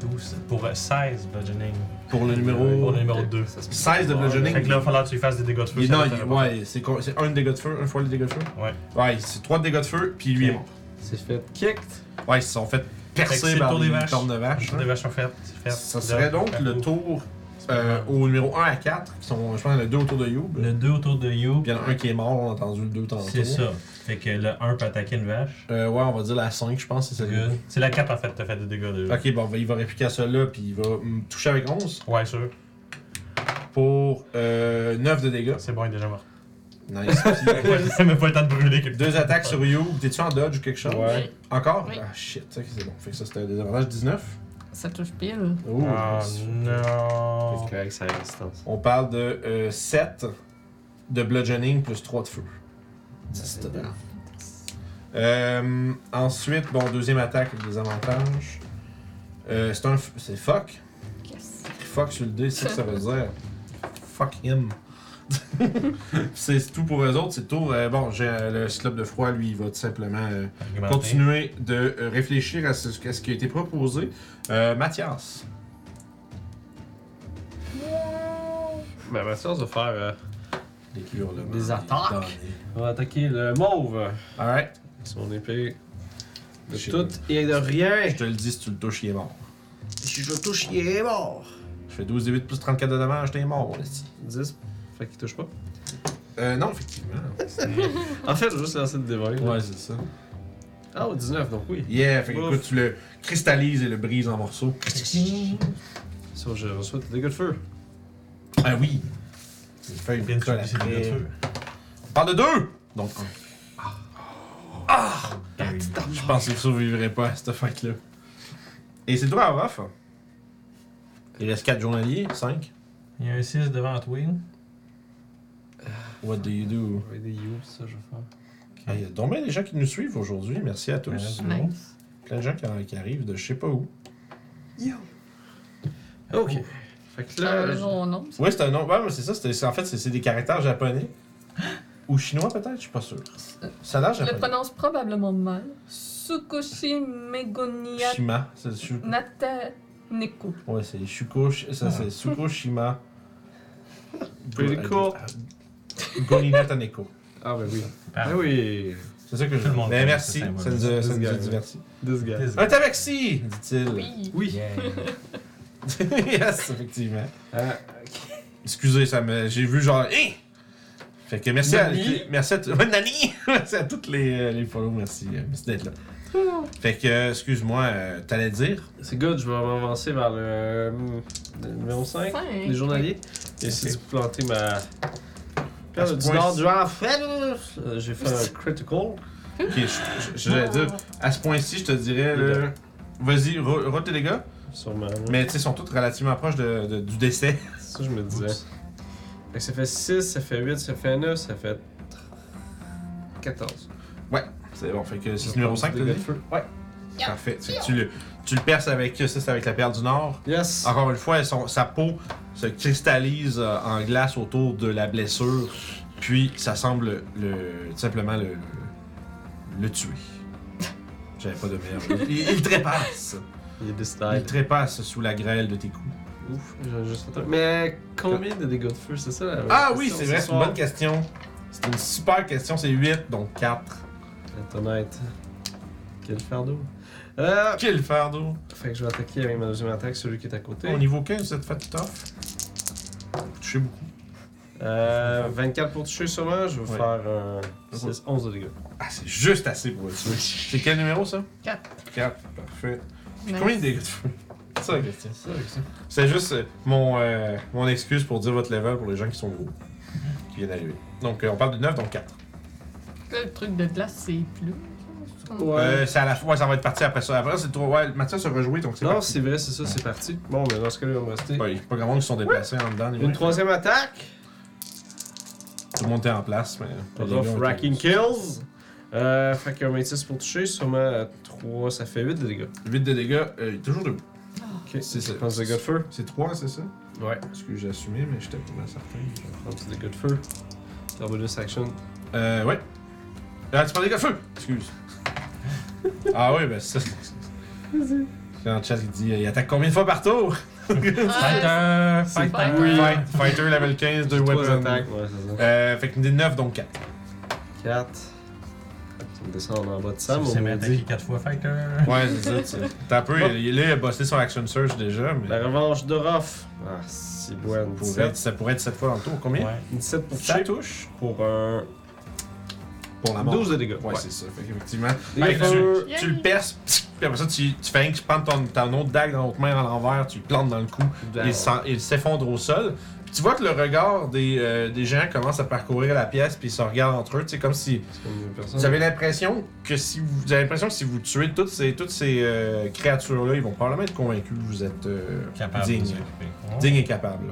Speaker 4: 12, pour euh, 16 bludgeoning. Euh,
Speaker 2: Pour le
Speaker 4: Pour
Speaker 2: numéro
Speaker 4: le numéro 2.
Speaker 2: 16 de
Speaker 4: Fait que
Speaker 2: bludgeoning.
Speaker 4: là, il va falloir que tu lui fasses des dégâts de feu.
Speaker 2: Il-
Speaker 4: ça
Speaker 2: non,
Speaker 4: va
Speaker 2: il-
Speaker 4: faire un
Speaker 2: ouais, c'est quoi- c'est un dégât de feu, un fois le dégât de feu.
Speaker 4: Ouais.
Speaker 2: Ouais, c'est trois dégâts de feu, puis lui
Speaker 4: Ok.
Speaker 2: est mort.
Speaker 6: C'est fait kicked.
Speaker 2: Ouais, ils se sont fait
Speaker 4: Fait que c'est
Speaker 2: percer
Speaker 4: le
Speaker 2: par
Speaker 4: tour des
Speaker 2: des
Speaker 4: vaches.
Speaker 2: cornes de
Speaker 4: Je
Speaker 2: vache.
Speaker 4: suis
Speaker 2: hein.
Speaker 4: des vaches sont faites. faites.
Speaker 2: Ça serait donc le tour euh, au numéro 1 à 4, qui sont, je pense, le 2 autour de Youb.
Speaker 4: Le 2 autour de You.
Speaker 2: Puis il y en a un qui est mort, on a entendu le 2 tantôt.
Speaker 4: C'est ça. Fait que le 1 peut attaquer une vache.
Speaker 2: Euh, ouais, on va dire la 5, je pense, c'est celle-là.
Speaker 4: Good. C'est la 4 en fait, t'as fait des dégâts de.
Speaker 2: Ok, bon, ben, il va répliquer à celle-là, puis il va mm, toucher avec 11
Speaker 4: Ouais, sûr.
Speaker 2: pour euh, 9 de dégâts.
Speaker 4: C'est bon, il est
Speaker 2: *laughs*
Speaker 4: déjà mort.
Speaker 2: Nice. Puis, euh,
Speaker 4: Ça même pas le temps de brûler. quelque
Speaker 2: deux
Speaker 4: chose.
Speaker 2: attaques sur You. T'es-tu en dodge ou quelque chose
Speaker 3: Ouais.
Speaker 2: Encore Encore
Speaker 3: Oui. Oui.
Speaker 2: Ah shit, ok, c'est bon. Fait que ça, c'était un désavantage 19.
Speaker 3: Ça touche pile.
Speaker 9: Oh,
Speaker 4: Ah
Speaker 2: Oh.
Speaker 4: non.
Speaker 5: C'est correct, c'est la résistance.
Speaker 2: On parle de 7 de bludgeoning plus 3 de feu. Euh, ensuite, bon, deuxième attaque avec des avantages. Euh, c'est un. f- C'est fuck.
Speaker 3: Yes.
Speaker 2: Fuck sur le dé, c'est ça que ça veut dire. Fuck him. *laughs* c'est tout pour eux autres, c'est tout. Euh, bon, j'ai euh, le cyclope de froid, lui, il va tout simplement euh,
Speaker 4: Argumenté.
Speaker 2: continuer de euh, réfléchir à ce, à ce qui a été proposé. Euh, Mathias.
Speaker 5: Mais ma science va faire. euh,
Speaker 2: Des hurlements,
Speaker 9: Des attaques.
Speaker 2: damnés.
Speaker 5: on va attaquer le mauve.
Speaker 2: Alright.
Speaker 5: Avec Son épée. De
Speaker 2: J'ai-
Speaker 5: tout et de rien.
Speaker 2: Je te le dis, si tu le touches, il est mort.
Speaker 5: Si je le touche, il est mort.
Speaker 2: Je fais 12 8 plus 34 de dommages, t'es mort, ici.
Speaker 5: 10. Fait qu'il touche pas.
Speaker 2: Euh, non, effectivement.
Speaker 5: En fait, je vais juste lancer le dévin.
Speaker 2: ouais, c'est ça.
Speaker 5: Ah, oh, 19, donc oui.
Speaker 2: Yeah, fait que,
Speaker 5: Ouf.
Speaker 2: écoute, tu le cristallises et le brises en morceaux.
Speaker 5: Ça, je reçois des dégâts de feu.
Speaker 2: Ah oui! Il fait une
Speaker 4: Bien
Speaker 2: colle
Speaker 4: sûr, c'est des
Speaker 2: après.
Speaker 4: gars de feu.
Speaker 2: On parle de deux! Donc, un. Ah! Je pense qu'il survivrait pas à cette fight-là. Et c'est toi, Aurof. Il reste 4 journaliers, 5.
Speaker 4: Il y a un 6 devant toi. là.
Speaker 2: What do you do?
Speaker 5: Je vais aider You, ça, je vais faire.
Speaker 2: Ah, il y a donc bien des gens qui nous suivent aujourd'hui. Merci à tous.
Speaker 4: Ouais.
Speaker 3: Nice.
Speaker 2: Plein de gens qui, qui arrivent de je sais pas où.
Speaker 5: Ok. Oh. Fait que là,
Speaker 3: Euh, le bon nom. c'est-
Speaker 2: Oui, c'est un nom. Ouais, mais c'est ça. c'est- c'est- En fait, c'est c'est des caractères japonais. Ou chinois, peut-être, je suis pas sûr. Ça a l'air
Speaker 3: Je le
Speaker 2: japonais.
Speaker 3: prononce probablement mal. Tsukushi Megonia
Speaker 2: Shima. C'est Shu-
Speaker 3: Nata Neko.
Speaker 2: Ouais, c'est Shuko. Ça,
Speaker 4: Ah.
Speaker 2: c'est Tsukushima.
Speaker 5: Pretty cool.
Speaker 2: Goninataneko.
Speaker 5: Ah, ben oui.
Speaker 4: Ah.
Speaker 5: Ben oui.
Speaker 2: C'est ça que je
Speaker 4: Tout le monde
Speaker 2: Mais
Speaker 4: connaît
Speaker 2: merci.
Speaker 4: ce symbole.
Speaker 2: Ça nous a, ça
Speaker 5: This
Speaker 2: nous a
Speaker 5: guy.
Speaker 2: divertis.
Speaker 5: This guy.
Speaker 4: This
Speaker 2: Un
Speaker 4: guy.
Speaker 2: tabaxi, dit-il.
Speaker 3: Oui.
Speaker 5: Oui.
Speaker 2: *laughs*
Speaker 6: *laughs*
Speaker 2: yes, effectivement.
Speaker 5: Euh,
Speaker 2: Excusez, ça me... j'ai vu genre. Hein! Fait que merci à,
Speaker 5: Nani.
Speaker 2: merci à, t- Ouais, Nani! *laughs* merci à toutes les, euh, les follow, merci, euh, merci d'être là. Fait que, euh, excuse-moi, euh, t'allais dire?
Speaker 5: C'est good, je vais m'avancer vers le, euh, le numéro 5,
Speaker 3: Cinq.
Speaker 5: les journaliers. Et si tu peux planter ma.
Speaker 2: À ce
Speaker 5: Perle du
Speaker 2: point-
Speaker 5: Nord, du Nord, Fred, euh, J'ai fait un critical.
Speaker 2: Ok, je- je- je- j'allais dire, à ce point-ci, je te dirais,
Speaker 4: ben.
Speaker 2: là, vas-y, ro- rote tes dégâts.
Speaker 5: Sûrement. là.
Speaker 2: Mais tu sais, ils sont tous relativement proches de- de- du décès. *laughs*
Speaker 5: Ça, je me disais. Fait que ça fait 6, ça fait 8, ça fait 9, ça fait. 14.
Speaker 2: C'est bon, fait que c'est numéro 5,
Speaker 5: Dégâts
Speaker 2: t'as
Speaker 5: de
Speaker 2: dit?
Speaker 5: feu. Ouais.
Speaker 2: Parfait. Fait que Tu le, tu le perces avec, ça, c'est avec la perle du Nord.
Speaker 5: Yes.
Speaker 2: Encore une fois, son- sa peau se cristallise euh, en glace autour de la blessure, puis ça semble le, tout simplement le, le- le tuer. J'avais pas de merde. Il, il trépasse.
Speaker 5: Il est
Speaker 2: Il
Speaker 5: décidé.
Speaker 2: trépasse sous la grêle de tes coups.
Speaker 5: Ouf, j'ai juste fait un. Mais combien de dégâts de feu, c'est ça la
Speaker 2: Ah oui, c'est vrai,
Speaker 5: ce
Speaker 2: c'est une bonne
Speaker 5: soir?
Speaker 2: question. C'est une super question, c'est 8, donc 4.
Speaker 5: Être honnête. Quel fardeau. Euh,
Speaker 2: Kill fardeau.
Speaker 5: Fait que je vais attaquer avec ma deuxième attaque, celui qui est à côté.
Speaker 2: Au niveau 15, vous êtes fait tough. Touchez beaucoup.
Speaker 5: Euh, 24 pour toucher sûrement, je vais
Speaker 2: Ouais.
Speaker 5: faire un 6, 11 de dégâts.
Speaker 2: Ah, c'est juste assez pour le tuer. C'est quel numéro ça
Speaker 3: Quatre.
Speaker 2: 4, parfait.
Speaker 3: Nice.
Speaker 2: Combien de dégâts de feu? C'est ça la question. C'est juste euh, mon, euh, mon excuse pour dire votre level pour les gens qui sont gros. Qui viennent d'arriver. Donc euh, on parle de 9, donc 4.
Speaker 3: Là, Le truc de glace, c'est plus.
Speaker 2: Euh, c'est à la fois, ça va être parti après ça. Après, c'est trop. Ouais, Mathias a rejoué, donc c'est
Speaker 5: Non,
Speaker 2: parti.
Speaker 5: c'est vrai, c'est ça, c'est parti. Bon, mais dans ce cas-là, il va me rester
Speaker 2: Ouais, il y a pas grand monde qui sont déplacés en dedans.
Speaker 5: une
Speaker 2: anyway.
Speaker 5: troisième attaque.
Speaker 2: Tout le monde était en place, mais. les gars
Speaker 5: Off
Speaker 2: ont été-
Speaker 5: Racking Kills. Euh, fait qu'un 26 pour toucher, sûrement 3, ça fait 8 de dégâts.
Speaker 2: 8 de dégâts, euh, il est toujours debout.
Speaker 3: Ah,
Speaker 5: Ok,
Speaker 2: C'est ça.
Speaker 5: je prends des dégâts de feu.
Speaker 2: C'est 3, c'est ça
Speaker 5: Ouais,
Speaker 2: Parce que j'ai assumé, mais j'étais pas mal certain.
Speaker 5: je prends des dégâts de feu. T'as bonus action.
Speaker 2: Euh, ouais. Ah, tu parles des gars feu Excuse. ah, ouais, ben ça. C'est un chat qui dit euh, il attaque combien de fois par tour
Speaker 4: Fighter!
Speaker 3: C'est
Speaker 4: Fighter!
Speaker 3: Oui.
Speaker 2: Fight- Fighter level 15, 2
Speaker 5: 3
Speaker 2: weapons.
Speaker 5: attaques, ouais, c'est ça.
Speaker 2: Euh, fait que des 9, donc 4.
Speaker 5: 4. Ça me descend en bas de ça,
Speaker 4: Ça,
Speaker 5: mon
Speaker 4: c'est
Speaker 5: maudit.
Speaker 4: attaqué 4 fois Fighter.
Speaker 2: Ouais, c'est ça. tu- Ben, T'as un peu, il, il- là, il a bossé son action search déjà, mais.
Speaker 5: La revanche de Rof. Ah, c'est
Speaker 2: ça,
Speaker 5: bon.
Speaker 2: pourrait
Speaker 5: 17.
Speaker 2: être, ça pourrait être 7 fois dans le tour. Combien
Speaker 4: Ouais.
Speaker 5: 17 pour
Speaker 2: Ça
Speaker 5: toucher.
Speaker 2: touche
Speaker 5: Pour un.
Speaker 2: Pour
Speaker 6: Ah,
Speaker 2: la mort.
Speaker 5: 12 de dégâts.
Speaker 2: Ouais, c'est ça. Fait qu'effectivement.
Speaker 5: Dégâts
Speaker 2: Fait que
Speaker 5: feu.
Speaker 2: tu, tu le perces, puis après ça, tu, tu fais un
Speaker 5: Ben,
Speaker 2: qui prends ton, ton autre dague dans l'autre main à l'envers, tu le plantes dans le cou, il s'en- il s'effondre au sol, Puis tu vois que le regard des, euh, des gens commence à parcourir la pièce, puis ils se regardent entre eux. C'est comme si
Speaker 6: C'est comme une personne.
Speaker 2: vous avez l'impression que si vous, vous avez l'impression que si vous tuez toutes ces, toutes ces euh, créatures-là, ils vont probablement être convaincus que vous êtes euh,
Speaker 4: Capable de
Speaker 2: digne,
Speaker 4: s'occuper.
Speaker 2: digne et capable.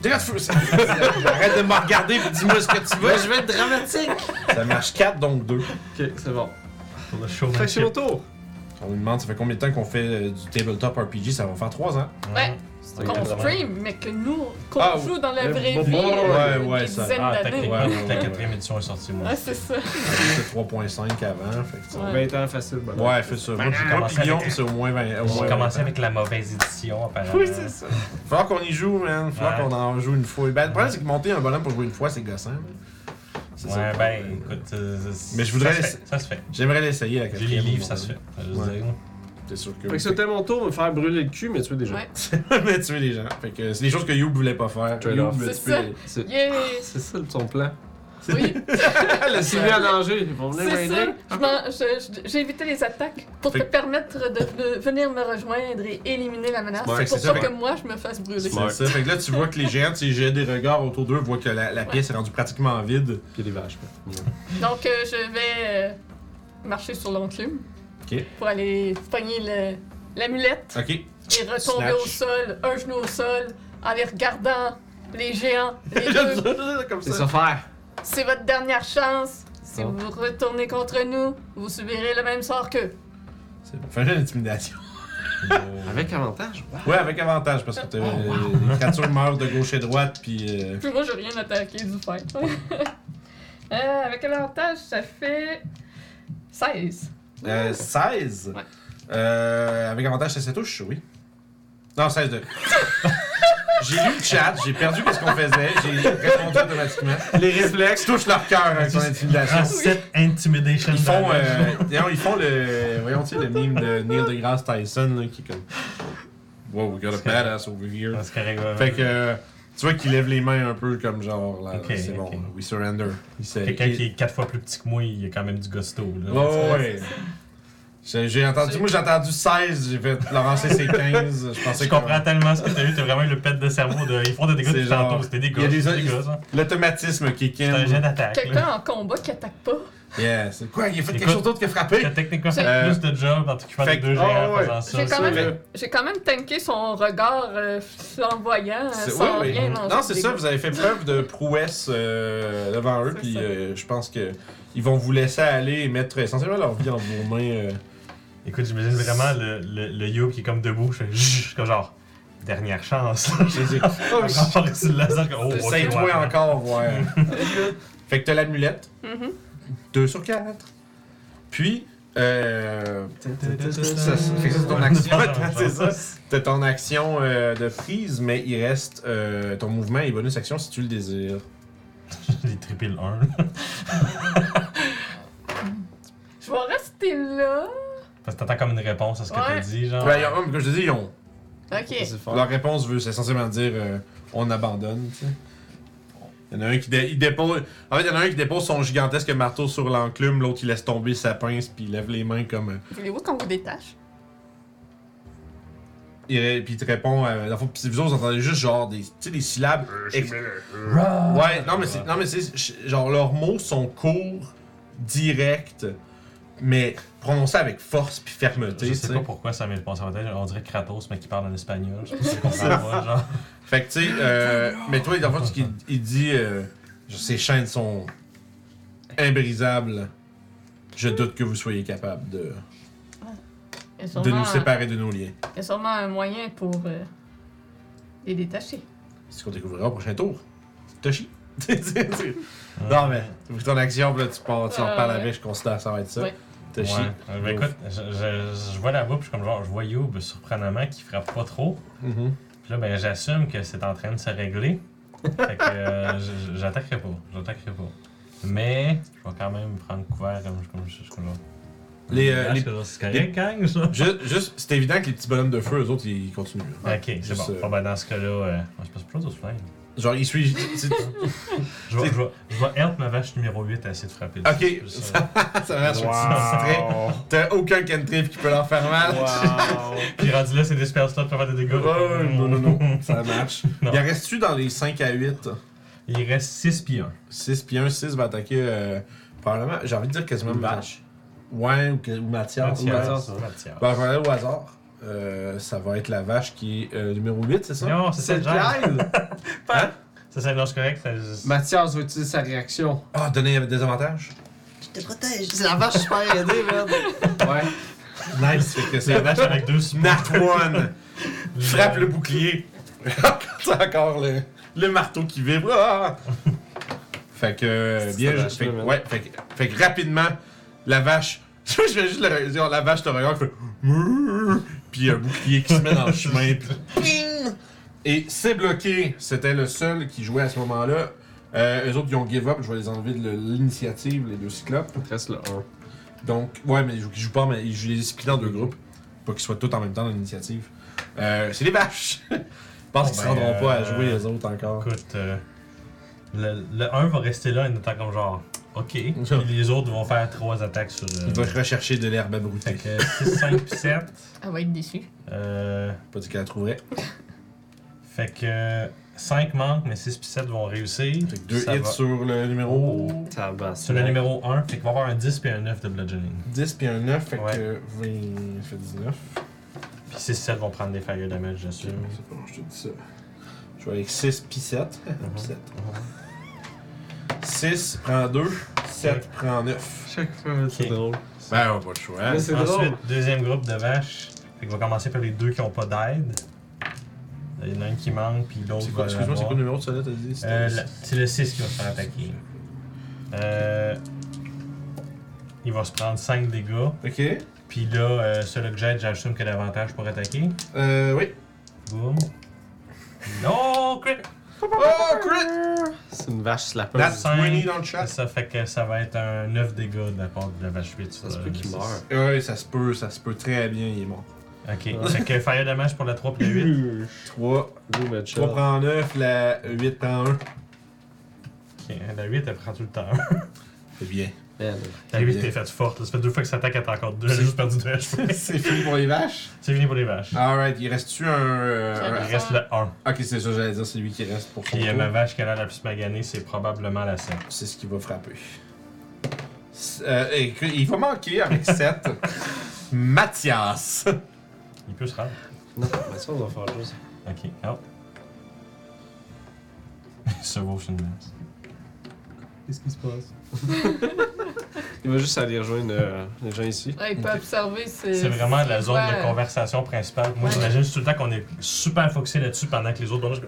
Speaker 2: T'es gars de feu, ça. Arrête de me regarder et dis-moi ce que tu veux, je vais être dramatique! Ça marche 4, donc 2.
Speaker 6: Ok, c'est bon.
Speaker 4: Pour le
Speaker 6: Fait que c'est mon
Speaker 4: showmanship.
Speaker 6: tour.
Speaker 2: On nous demande, ça fait combien de temps qu'on fait euh, du tabletop RPG? Ça va faire 3 ans.
Speaker 3: Ouais.
Speaker 4: C'est
Speaker 3: Qu'on
Speaker 4: exactement.
Speaker 3: stream, mais que nous, qu'on
Speaker 2: Ah,
Speaker 3: joue dans la
Speaker 2: ouais,
Speaker 3: vraie
Speaker 2: bon,
Speaker 3: vie,
Speaker 2: bon,
Speaker 3: euh,
Speaker 2: ouais, ouais,
Speaker 3: des
Speaker 2: ça-
Speaker 3: dizaines
Speaker 4: Ah,
Speaker 3: d'années.
Speaker 2: Ouais, ouais,
Speaker 4: techniquement,
Speaker 2: ouais.
Speaker 4: la quatrième édition est sortie, moi.
Speaker 3: Ouais, Ah, c'est ça.
Speaker 2: C'était 3.5 avant. Fait que, tu
Speaker 3: Ouais.
Speaker 6: 20 ans facile, bon.
Speaker 2: sais. ouais, fais ça. Moi,
Speaker 4: j'ai
Speaker 2: j'ai
Speaker 4: commencé
Speaker 2: papillon,
Speaker 4: avec-
Speaker 2: c'est au moins 20. Au moins
Speaker 4: J'ai
Speaker 2: 20.
Speaker 4: commencé avec la mauvaise édition, apparemment. Oui, c'est ça.
Speaker 2: Faut qu'on y joue, man. Faut
Speaker 4: Ouais.
Speaker 2: qu'on en joue une fois. Ben, le problème, c'est que monter un bonhomme pour jouer une fois, c'est gossant. man. C'est ça.
Speaker 4: Ouais, ben, écoute. euh, c'est-
Speaker 2: Mais je voudrais-
Speaker 4: Ça se fait. ça se fait.
Speaker 2: J'aimerais l'essayer la
Speaker 4: J'ai
Speaker 2: quatrième.
Speaker 4: les livres,
Speaker 2: mon
Speaker 4: ça se
Speaker 2: ami.
Speaker 4: fait. Je veux
Speaker 2: Ouais.
Speaker 4: dire.
Speaker 2: T'es sûr que.
Speaker 6: Fait
Speaker 2: *laughs*
Speaker 6: que c'était mon tour, me faire brûler le cul, mais tu es déjà.
Speaker 3: Ouais.
Speaker 2: Mais tuer les gens. Fait que c'est des choses que Youb voulait pas faire.
Speaker 6: Trade
Speaker 2: Youb
Speaker 6: off.
Speaker 2: voulait
Speaker 3: C'est
Speaker 2: tuer
Speaker 3: ça.
Speaker 2: les-
Speaker 6: C'est
Speaker 3: Yeah!
Speaker 6: c'est ça son plan.
Speaker 3: Oui,
Speaker 6: Le *laughs* Sylvie à danger, ils vont venir
Speaker 3: c'est
Speaker 6: m'aider.
Speaker 3: ça. Je m'en- je- je- J'ai évité les attaques pour te
Speaker 2: Fait-
Speaker 3: permettre de, de venir me rejoindre et éliminer la menace.
Speaker 2: Smart. Fait que
Speaker 3: pour
Speaker 2: c'est
Speaker 3: pas
Speaker 2: ça,
Speaker 3: que
Speaker 2: fait-
Speaker 3: moi, je me fasse brûler.
Speaker 2: C'est ça. Fait que là, tu vois que les géants, tu sais, jettent des regards autour d'eux, voient que la, la pièce est rendue pratiquement vide.
Speaker 6: Puis les vaches,
Speaker 3: Donc, euh, je vais euh, marcher sur l'enclume
Speaker 2: Ok.
Speaker 3: pour aller pogner le- l'amulette
Speaker 2: Ok. *laughs*
Speaker 3: et retomber
Speaker 2: Snatch.
Speaker 3: au sol, un genou au sol, en les regardant, les géants,
Speaker 2: *laughs*
Speaker 3: les deux.
Speaker 2: comme
Speaker 6: C'est ça faire.
Speaker 3: C'est votre dernière chance. Si
Speaker 6: Ah.
Speaker 2: Oh.
Speaker 3: vous retournez contre nous, vous subirez le même sort qu'eux.
Speaker 2: C'est bon. Fais un jeu d'intimidation.
Speaker 4: *laughs*
Speaker 6: Avec avantage. wow.
Speaker 2: Ouais, avec avantage, parce que t'as- euh, les créatures meurent de gauche et droite, puis. euh,
Speaker 3: *laughs* Puis moi, j'ai rien attaqué du fait. *laughs* Euh, avec l'avantage, ça fait 16.
Speaker 2: euh, 16.
Speaker 3: Ouais.
Speaker 2: Euh, avec avantage, c'est 7 touches, oui. Non, 16 de. *laughs* j'ai lu le chat, j'ai perdu qu'est-ce qu'on faisait, j'ai répondu automatiquement. Les réflexes touchent leur cœur avec son intimidation.
Speaker 4: Ah, cette intimidation.
Speaker 2: Ils font,
Speaker 4: damage.
Speaker 2: euh, voyons, ils font le, voyons, tu sais, le meme de Neil deGrasse Tyson, là, qui est comme, wow, we got a badass over here.
Speaker 4: Ouais, C'est correct. ouais.
Speaker 2: Fait que euh, tu vois qu'il lève les mains un peu comme genre là,
Speaker 4: Ok,
Speaker 2: c'est bon,
Speaker 4: ok.
Speaker 2: là, we surrender. Il s'est-
Speaker 4: Quelqu'un
Speaker 2: il-
Speaker 4: qui est quatre fois plus petit que moi, il y a quand même du gusto. Là.
Speaker 2: Ouais, ouais, ouais. J'ai j'ai entendu, moi j'ai entendu 16, j'ai fait lancer ses 15, je pensais
Speaker 4: Je
Speaker 2: que-
Speaker 4: comprends tellement ce que t'as eu, t'as vraiment eu le pet de cerveau de. Ils font des dégâts
Speaker 2: C'est
Speaker 4: de
Speaker 2: genre-
Speaker 4: tantôt, c'était des
Speaker 2: il y
Speaker 4: gars,
Speaker 2: a des-
Speaker 4: c'était des gars, ça.
Speaker 2: L'automatisme kick
Speaker 4: C'est un jet
Speaker 2: in.
Speaker 4: d'attaque. là.
Speaker 3: Quelqu'un en combat qui attaque pas.
Speaker 2: Yeah, c'est quoi, il a fait
Speaker 4: Écoute,
Speaker 2: quelque chose d'autre que
Speaker 4: T'as
Speaker 2: frapper?
Speaker 4: techniquement fait
Speaker 2: Euh,
Speaker 4: plus de job en t'occupant
Speaker 2: fait
Speaker 4: de
Speaker 2: que-
Speaker 4: deux géants
Speaker 2: oh,
Speaker 4: en
Speaker 2: ouais.
Speaker 4: faisant ça.
Speaker 3: J'ai quand,
Speaker 4: ça.
Speaker 3: même- j'ai quand même tanké son regard euh, flamboyant euh,
Speaker 2: C'est-
Speaker 3: sans
Speaker 2: ouais, ouais.
Speaker 3: rien manger
Speaker 2: Non, c'est
Speaker 3: des
Speaker 2: ça,
Speaker 3: gars.
Speaker 2: vous avez fait preuve de prouesse euh, devant eux,
Speaker 3: C'est
Speaker 2: puis
Speaker 3: ça.
Speaker 2: euh, je pense que ils vont vous laisser aller et mettre essentiellement leur vie entre vos mains.
Speaker 4: *laughs*
Speaker 2: euh.
Speaker 4: Écoute, j'imagine vraiment le, le, le Youb qui est comme debout, je fais Zzz comme genre, dernière chance.
Speaker 2: Je les ai-
Speaker 6: Oh,
Speaker 4: Après avoir reçu le laser, je fais, oh, ok,
Speaker 2: Essaye-toi
Speaker 4: ouais, ouais.
Speaker 2: encore, ouais. fait que t'as l'amulette.
Speaker 3: Mhm.
Speaker 2: 2 sur 4. Puis, euh,
Speaker 4: Ça,
Speaker 2: ça, fait que ça, c'est ton *laughs*
Speaker 4: Ouais,
Speaker 2: action.
Speaker 4: pas la même
Speaker 2: C'est
Speaker 4: chose.
Speaker 2: t'as ton action euh, de prise, mais il reste euh, ton mouvement et bonus action si tu le désires.
Speaker 4: J'ai triplé le 1.
Speaker 3: Je vais rester là.
Speaker 4: Parce que t'attends comme une réponse à ce que
Speaker 3: Ouais.
Speaker 4: t'as dit, genre.
Speaker 2: Ben, ils ont- comme je te dis, ils ont-
Speaker 3: Ok.
Speaker 2: leur réponse veut c'est essentiellement dire euh, on abandonne. tu sais. Il y en a un qui dé- il dépose. En fait, il y en a un qui dépose son gigantesque marteau sur l'enclume, l'autre il laisse tomber sa pince, puis il lève les mains comme. euh,
Speaker 3: Voulez-vous qu'on vous détache?
Speaker 2: il ré- puis il te répond. euh, dans le fond, puis vous autres, vous entendez juste genre des, tu sais, des syllabes ex- Ouais, non mais c'est non mais c'est ch- genre leurs mots sont courts, directs, mais prononcés avec force puis fermeté.
Speaker 4: Je
Speaker 2: tu
Speaker 4: sais
Speaker 2: sais.
Speaker 4: pas pourquoi ça m'est pensé en tête. On dirait Kratos, mais qui parle en espagnol. Je sais pas si on comprend pas, genre.
Speaker 2: Fait que tu sais, euh, mais toi, dans le fond, ce qu'il- il dit, euh, ces chaînes sont imbrisables. Je doute que vous soyez capable de,
Speaker 3: Il y a
Speaker 2: de
Speaker 3: sûrement
Speaker 2: nous
Speaker 3: un-
Speaker 2: séparer de nos liens.
Speaker 3: il y a sûrement un moyen pour euh, les détacher.
Speaker 2: C'est ce qu'on découvrira au prochain tour. Toshi. *laughs* non mais tu ton action, puis là tu pars, tu en
Speaker 3: Euh,
Speaker 2: reparles
Speaker 3: ouais.
Speaker 2: avec, je considère que ça va être ça.
Speaker 3: Ouais.
Speaker 2: Toshi.
Speaker 4: Ouais. Euh, ben écoute, je, je- je vois la bouche comme genre, je vois Youb surprenamment qui frappe pas trop.
Speaker 2: Mhm.
Speaker 4: Puis là, ben j'assume que c'est en train de se régler. Fait que euh, je- je- j'attaquerai pas. J'attaquerai pas. Mais je vais quand même prendre couvert comme, comme, comme, comme genre.
Speaker 2: Les, euh,
Speaker 8: Ah,
Speaker 2: les-
Speaker 8: c'est correct, C'est correct, gang, ça.
Speaker 2: Juste, juste, c'est évident que les petits bonhommes de feu, eux autres, ils continuent. hein.
Speaker 4: Ok, c'est
Speaker 2: Juste,
Speaker 4: bon.
Speaker 2: euh,
Speaker 4: Bon, ben dans ce cas-là, euh, on se passe plus aux flingues.
Speaker 2: Genre, il suit. c'est-
Speaker 4: Je vais, je, vais, je vais help ma vache numéro 8 à essayer de frapper.
Speaker 2: Ok.
Speaker 4: dessus, c'est ça.
Speaker 2: *laughs* ça marche, wow. T'as aucun cantrip qui peut leur faire mal. *laughs*
Speaker 4: euh, Puis rendu là, c'est des spell slots pour faire des dégâts.
Speaker 2: Oh, non, non, non, ça marche.
Speaker 4: Non.
Speaker 2: Il en reste-tu dans les 5 à 8
Speaker 4: Il reste 6 puis 1.
Speaker 2: 6 puis 1, 6 va attaquer euh, probablement, j'ai envie de dire quasiment
Speaker 1: Une
Speaker 2: vache. Ouais, ou, que- ou Mathias.
Speaker 4: Mathias.
Speaker 2: Ah, Mathias. Ben, je vais aller au hasard. Euh, ça va être la vache qui est euh, numéro 8, c'est ça?
Speaker 4: Non, c'est ça,
Speaker 5: C'est
Speaker 4: Jack.
Speaker 5: Kyle!
Speaker 4: Ça, c'est un lance correct. ça, je-
Speaker 5: Mathias va utiliser sa réaction.
Speaker 2: Ah, donner des avantages?
Speaker 10: Je te protège.
Speaker 5: C'est la vache super aidée, merde. Ouais.
Speaker 2: Nice, fait que
Speaker 4: C'est la
Speaker 2: c'est
Speaker 4: vache avec deux sous.
Speaker 2: *laughs* Nat one! Frappe le bouclier! T'as *laughs* encore le, le marteau qui vibre. Ah! Fait que, euh, bien,
Speaker 5: vache,
Speaker 2: fait,
Speaker 5: là,
Speaker 2: que-
Speaker 5: man.
Speaker 2: ouais, fait, que- fait que rapidement, la vache, *laughs* je vais juste le dire, la vache te regarde, fait *laughs* Mouh puis un bouclier qui se met dans le chemin, puis ping! Et c'est bloqué, c'était le seul qui jouait à ce moment-là. Euh, eux autres, ils ont give up, je vais les enlever de le- l'initiative, les deux cyclopes.
Speaker 5: *laughs* Reste le 1.
Speaker 2: Donc, ouais, mais ils jouent, ils jouent pas, mais ils jouent les split en deux groupes. Pas qu'ils soient tous en même temps dans l'initiative. Euh, c'est les vaches! *laughs* Je pense
Speaker 4: Bon,
Speaker 2: qu'ils
Speaker 4: ben,
Speaker 2: se rendront pas à
Speaker 4: euh,
Speaker 2: jouer les autres encore.
Speaker 4: Écoute, euh, le, le 1 va rester là en étant comme genre, ok. Puis les autres vont faire 3 attaques sur
Speaker 2: Il va
Speaker 4: le.
Speaker 2: rechercher de l'herbe
Speaker 4: euh, Fait
Speaker 2: abroutée.
Speaker 4: que 6, 5 puis 7.
Speaker 3: Elle va être déçue.
Speaker 4: Euh,
Speaker 2: Pas dit qu'elle la trouverait.
Speaker 4: fait que 5 manquent, mais 6 puis 7 vont réussir.
Speaker 2: Fait que deux
Speaker 4: Ça
Speaker 2: hits
Speaker 4: va. Oh.
Speaker 2: sur le numéro
Speaker 4: Sur le numéro 1, fait qu'il va avoir un 10 puis un 9 de bludgeoning.
Speaker 2: 10 puis un 9, fait
Speaker 4: Ouais.
Speaker 2: que 20, fait 19.
Speaker 4: Puis 6 7 vont prendre des fire damage, j'assume.
Speaker 2: C'est bon, je te dis ça. Je vais avec 6 puis 7.
Speaker 4: Mhm.
Speaker 2: *laughs* 6 prend 2, 7 prend 9.
Speaker 5: Chaque fois,
Speaker 4: c'est
Speaker 5: drôle.
Speaker 2: Ben, on a pas le choix.
Speaker 5: Mais c'est
Speaker 4: Ensuite,
Speaker 5: drôle.
Speaker 4: deuxième groupe de vaches. Fait qu'on va commencer par les deux qui ont pas d'aide. Il y en a un qui manque, puis l'autre.
Speaker 2: C'est quoi,
Speaker 4: va
Speaker 2: excuse-moi, c'est
Speaker 4: avoir-
Speaker 2: quoi le numéro de celui-là, t'as dit? C'était-
Speaker 4: Euh, la- C'est le 6 qui va se faire attaquer. Euh, il va se prendre 5 dégâts.
Speaker 2: Ok.
Speaker 4: Puis là, euh, celui que j'aide, j'assume qu'il a l'avantage pour attaquer.
Speaker 2: Euh, oui.
Speaker 4: Boum. Non, crit!
Speaker 2: Oh, crit!
Speaker 5: C'est une vache slapper.
Speaker 2: That's
Speaker 4: Cinq.
Speaker 2: 20 dans le chat.
Speaker 4: Ça fait que ça va être un 9 dégâts de la part de la vache 8.
Speaker 5: Ça se peut qu'il meure.
Speaker 2: Ouais, ça se peut, ça se peut très bien, il est mort.
Speaker 4: Ok, fait que fire damage pour la 3 puis la 8.
Speaker 2: *laughs* 3,
Speaker 5: Gros
Speaker 2: 3
Speaker 5: match-up.
Speaker 2: prend 9, la 8 prend 1.
Speaker 4: Ok, la 8 elle prend tout le temps. *laughs*
Speaker 2: C'est bien.
Speaker 5: Man.
Speaker 4: La 8 t'es faite forte, là. ça fait deux fois que ça attaque, elle t'a encore deux. Elle a juste perdu deux HP.
Speaker 2: c'est fini pour les vaches.
Speaker 4: C'est fini pour les vaches.
Speaker 2: Alright, il reste-tu un,
Speaker 3: Ça
Speaker 2: euh,
Speaker 3: va.
Speaker 4: Il reste le 1.
Speaker 2: un- Ok, c'est ça, j'allais dire, c'est lui qui reste pour son
Speaker 4: Puis euh,
Speaker 2: tour.
Speaker 4: ma vache qui a l'air la plus maganée, c'est probablement la 7.
Speaker 2: C'est ce qui va frapper. C'est- euh, écoute, il va manquer
Speaker 4: *laughs*
Speaker 2: avec 7. Mathias.
Speaker 4: Il peut se rendre.
Speaker 5: Non, mais ça, on va faire juste.
Speaker 4: Ok, out. *laughs* Il se vaut sur une lance.
Speaker 5: Qu'est-ce qui se passe? Il va juste aller rejoindre euh, les gens ici.
Speaker 3: Ouais, il peut observer.
Speaker 4: C'est vraiment la zone de
Speaker 3: conversion.
Speaker 4: conversation principale. Moi,
Speaker 3: Euh, Ouais.
Speaker 4: j'imagine tout le temps qu'on est super focusé là-dessus pendant que les autres, dans le-
Speaker 3: Ouais,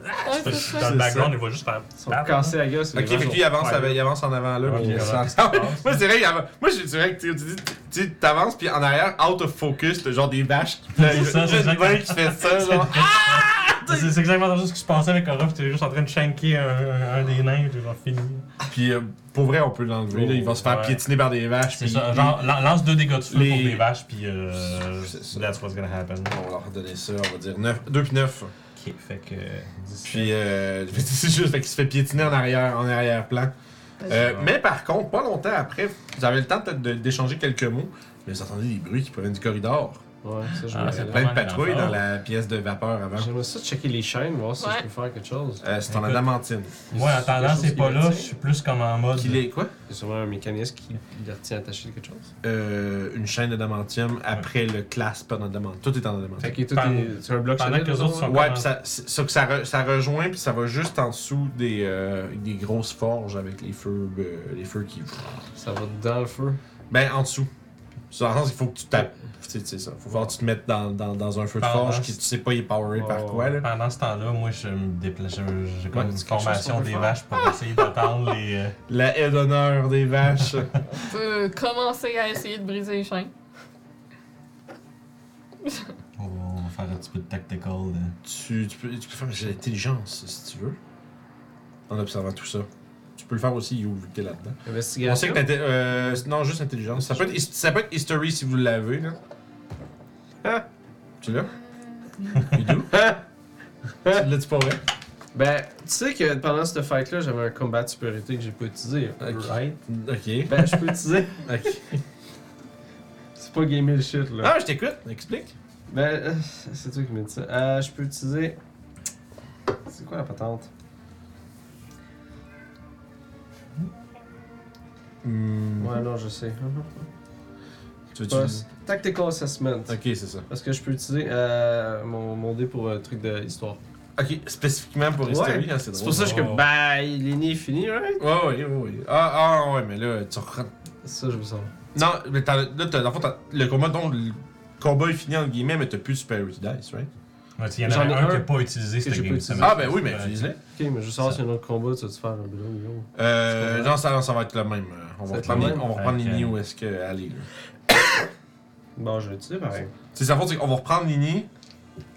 Speaker 3: c'est ça.
Speaker 4: dans
Speaker 2: C'est
Speaker 4: le background, ils vont juste faire. ah,
Speaker 5: Ils sont cassés la gueule. c'est
Speaker 2: Ok,
Speaker 5: des
Speaker 2: fait que
Speaker 5: vaches.
Speaker 2: lui, il avance, avec- il avance en avant là.
Speaker 4: Ouais,
Speaker 2: puis
Speaker 4: il
Speaker 2: il
Speaker 4: avance,
Speaker 2: s'en-
Speaker 4: qu'est-ce qui se passe?
Speaker 2: Moi, c'est vrai, il avance- moi, je dirais que tu tu dis- tu dis, t'avances, puis en arrière, out of focus, le genre des vaches.
Speaker 4: *laughs*
Speaker 2: qui-
Speaker 4: C'est ça, c'est
Speaker 2: le
Speaker 4: ça.
Speaker 2: vin qui fait
Speaker 4: *laughs*
Speaker 2: ça, genre.
Speaker 4: C'est c'est exactement ça ce qui se passait avec Orof, t'es juste en train de shanker un, un des nains, puis genre fini.
Speaker 2: Puis euh, pour vrai, on peut l'enlever. là. Il va se faire
Speaker 4: Ouais.
Speaker 2: piétiner par des vaches.
Speaker 4: C'est
Speaker 2: puis
Speaker 4: ça, genre lan- lance deux dégâts de feu pour
Speaker 2: Les-
Speaker 4: des vaches, puis euh,
Speaker 2: C'est ça.
Speaker 4: that's what's gonna happen.
Speaker 2: On va leur donner ça, on va dire 9, 2 puis 9.
Speaker 4: Ok, fait que.
Speaker 2: Puis euh, *laughs* c'est juste fait qu'il se fait piétiner en arrière, en arrière-plan. Euh, mais par contre, pas longtemps après, vous avez le temps peut-être de- d'échanger quelques mots, mais vous entendez des bruits qui proviennent du corridor.
Speaker 5: Ouais, ça, je
Speaker 4: Ah,
Speaker 5: me-
Speaker 4: c'est
Speaker 2: Plein de
Speaker 4: vraiment
Speaker 2: patrouilles
Speaker 4: l'enfer.
Speaker 2: dans la pièce de vapeur avant.
Speaker 5: J'aimerais ça checker les chaînes, voir si
Speaker 3: Ouais.
Speaker 5: je peux faire quelque chose.
Speaker 2: Euh, c'est en
Speaker 4: Écoute.
Speaker 2: adamantine.
Speaker 4: Moi, en attendant,
Speaker 5: quelque
Speaker 4: c'est
Speaker 5: chose
Speaker 4: pas
Speaker 5: qui
Speaker 4: là, je
Speaker 5: retient.
Speaker 4: suis plus comme en mode.
Speaker 2: Qu'il est quoi
Speaker 5: C'est sûrement un mécanisme qui les retient attaché à quelque chose.
Speaker 2: Euh, Une chaîne d'adamantium après le clasp en adamantine. Tout est en
Speaker 5: Fait
Speaker 2: adamantium.
Speaker 5: que tout
Speaker 4: Pendant-
Speaker 5: est. C'est un bloc
Speaker 4: pendant
Speaker 5: solide.
Speaker 4: que les
Speaker 5: mettons,
Speaker 4: autres sont-
Speaker 5: hein?
Speaker 2: Ouais, puis ça, c'est- ça, que ça, re- ça rejoint, puis ça va juste en dessous des, euh, des grosses forges avec les feux, euh, les feux qui.
Speaker 5: Ça va dans le feu.
Speaker 2: Ben, en dessous. Ça, dans le sens, il faut que tu tapes. C'est c'est ça. Faut voir que tu te mettes dans, dans, dans un feu de
Speaker 4: Par-
Speaker 2: forge
Speaker 4: dans-
Speaker 2: qui tu sais pas il est poweré
Speaker 5: Ouais,
Speaker 2: par
Speaker 5: ouais.
Speaker 2: quoi, là.
Speaker 4: Pendant ce temps-là, moi, je me déplace. je- J'ai comme
Speaker 5: Ouais, c'est quelque
Speaker 4: une
Speaker 5: chose qu'on
Speaker 4: formation
Speaker 5: peut
Speaker 4: des
Speaker 5: faire.
Speaker 4: vaches pour essayer d'attendre les. euh,
Speaker 2: La haie d'honneur des vaches. *laughs*
Speaker 3: On peut commencer à essayer de briser les chaînes.
Speaker 4: *laughs* On va faire un petit peu de tactical. euh. là.
Speaker 2: tu, tu, peux, tu peux faire de l'intelligence, si tu veux. En observant tout ça. Tu peux le faire aussi, You, vu que t'es là-dedans. On sait
Speaker 5: Investigation.
Speaker 2: que t'as... Euh, non, juste intelligence. Ça peut, être, his- ça peut être history si vous l'avez, là.
Speaker 5: Hein? *laughs* Hein?
Speaker 2: Ah! Tu l'as? You do? tu l'as-tu pas vrai?
Speaker 5: Ben, tu sais que pendant cette fight-là, j'avais un combat de supériorité que j'ai pas utilisé.
Speaker 2: Right. Ok.
Speaker 5: Ben, je peux utiliser.
Speaker 2: Ok.
Speaker 5: C'est pas gamer le shit, là.
Speaker 2: Ah, je t'écoute. Explique.
Speaker 5: Ben, euh, c'est toi qui me dis ça. Euh, je peux utiliser. C'est quoi la patente? Ouais, non, je sais.
Speaker 2: Hmm. Mhm. Tu veux-tu-
Speaker 5: Boss. Tactical assessment.
Speaker 2: Ok, c'est ça.
Speaker 5: Parce que je peux utiliser euh, mon, mon dé pour euh, truc de histoire.
Speaker 2: Ok, spécifiquement pour History, hein, c'est
Speaker 5: C'est
Speaker 2: drôle.
Speaker 5: pour ça que je suis comme,
Speaker 4: Oh.
Speaker 5: bah, l'aîné est fini, right?
Speaker 2: Ouais, ouais, ouais, ouais. Ah, ah, ouais, mais là, tu re-
Speaker 5: Ça, je me sens.
Speaker 2: Non, mais t'as, là, t'as, dans le fond, t'as- le combat, donc, le combat est fini, entre guillemets, mais t'as plus de Superiority Dice, right?
Speaker 4: Ouais, tu sais, Il y en
Speaker 5: J'en
Speaker 4: avait
Speaker 5: ai
Speaker 4: un
Speaker 5: un
Speaker 4: qui n'a pas utilisé
Speaker 5: que
Speaker 4: cette
Speaker 5: j'ai pas
Speaker 4: game.
Speaker 5: utilisé.
Speaker 2: Ah, ben oui, mais
Speaker 4: Ouais.
Speaker 2: utilise-le.
Speaker 5: Ok, mais je sors si un autre combat, tu vas te faire un bleu, gros.
Speaker 2: Euh, genre, ça, ça va être le même. euh, On
Speaker 5: Ça
Speaker 2: va
Speaker 5: va être
Speaker 2: reprendre,
Speaker 5: le
Speaker 2: les-
Speaker 5: même?
Speaker 2: on va reprendre
Speaker 4: Ok.
Speaker 2: les nids où est-ce que aller. là.
Speaker 5: Bon, je l'utilise pareil.
Speaker 2: C'est ça, c'est qu'on va reprendre les nids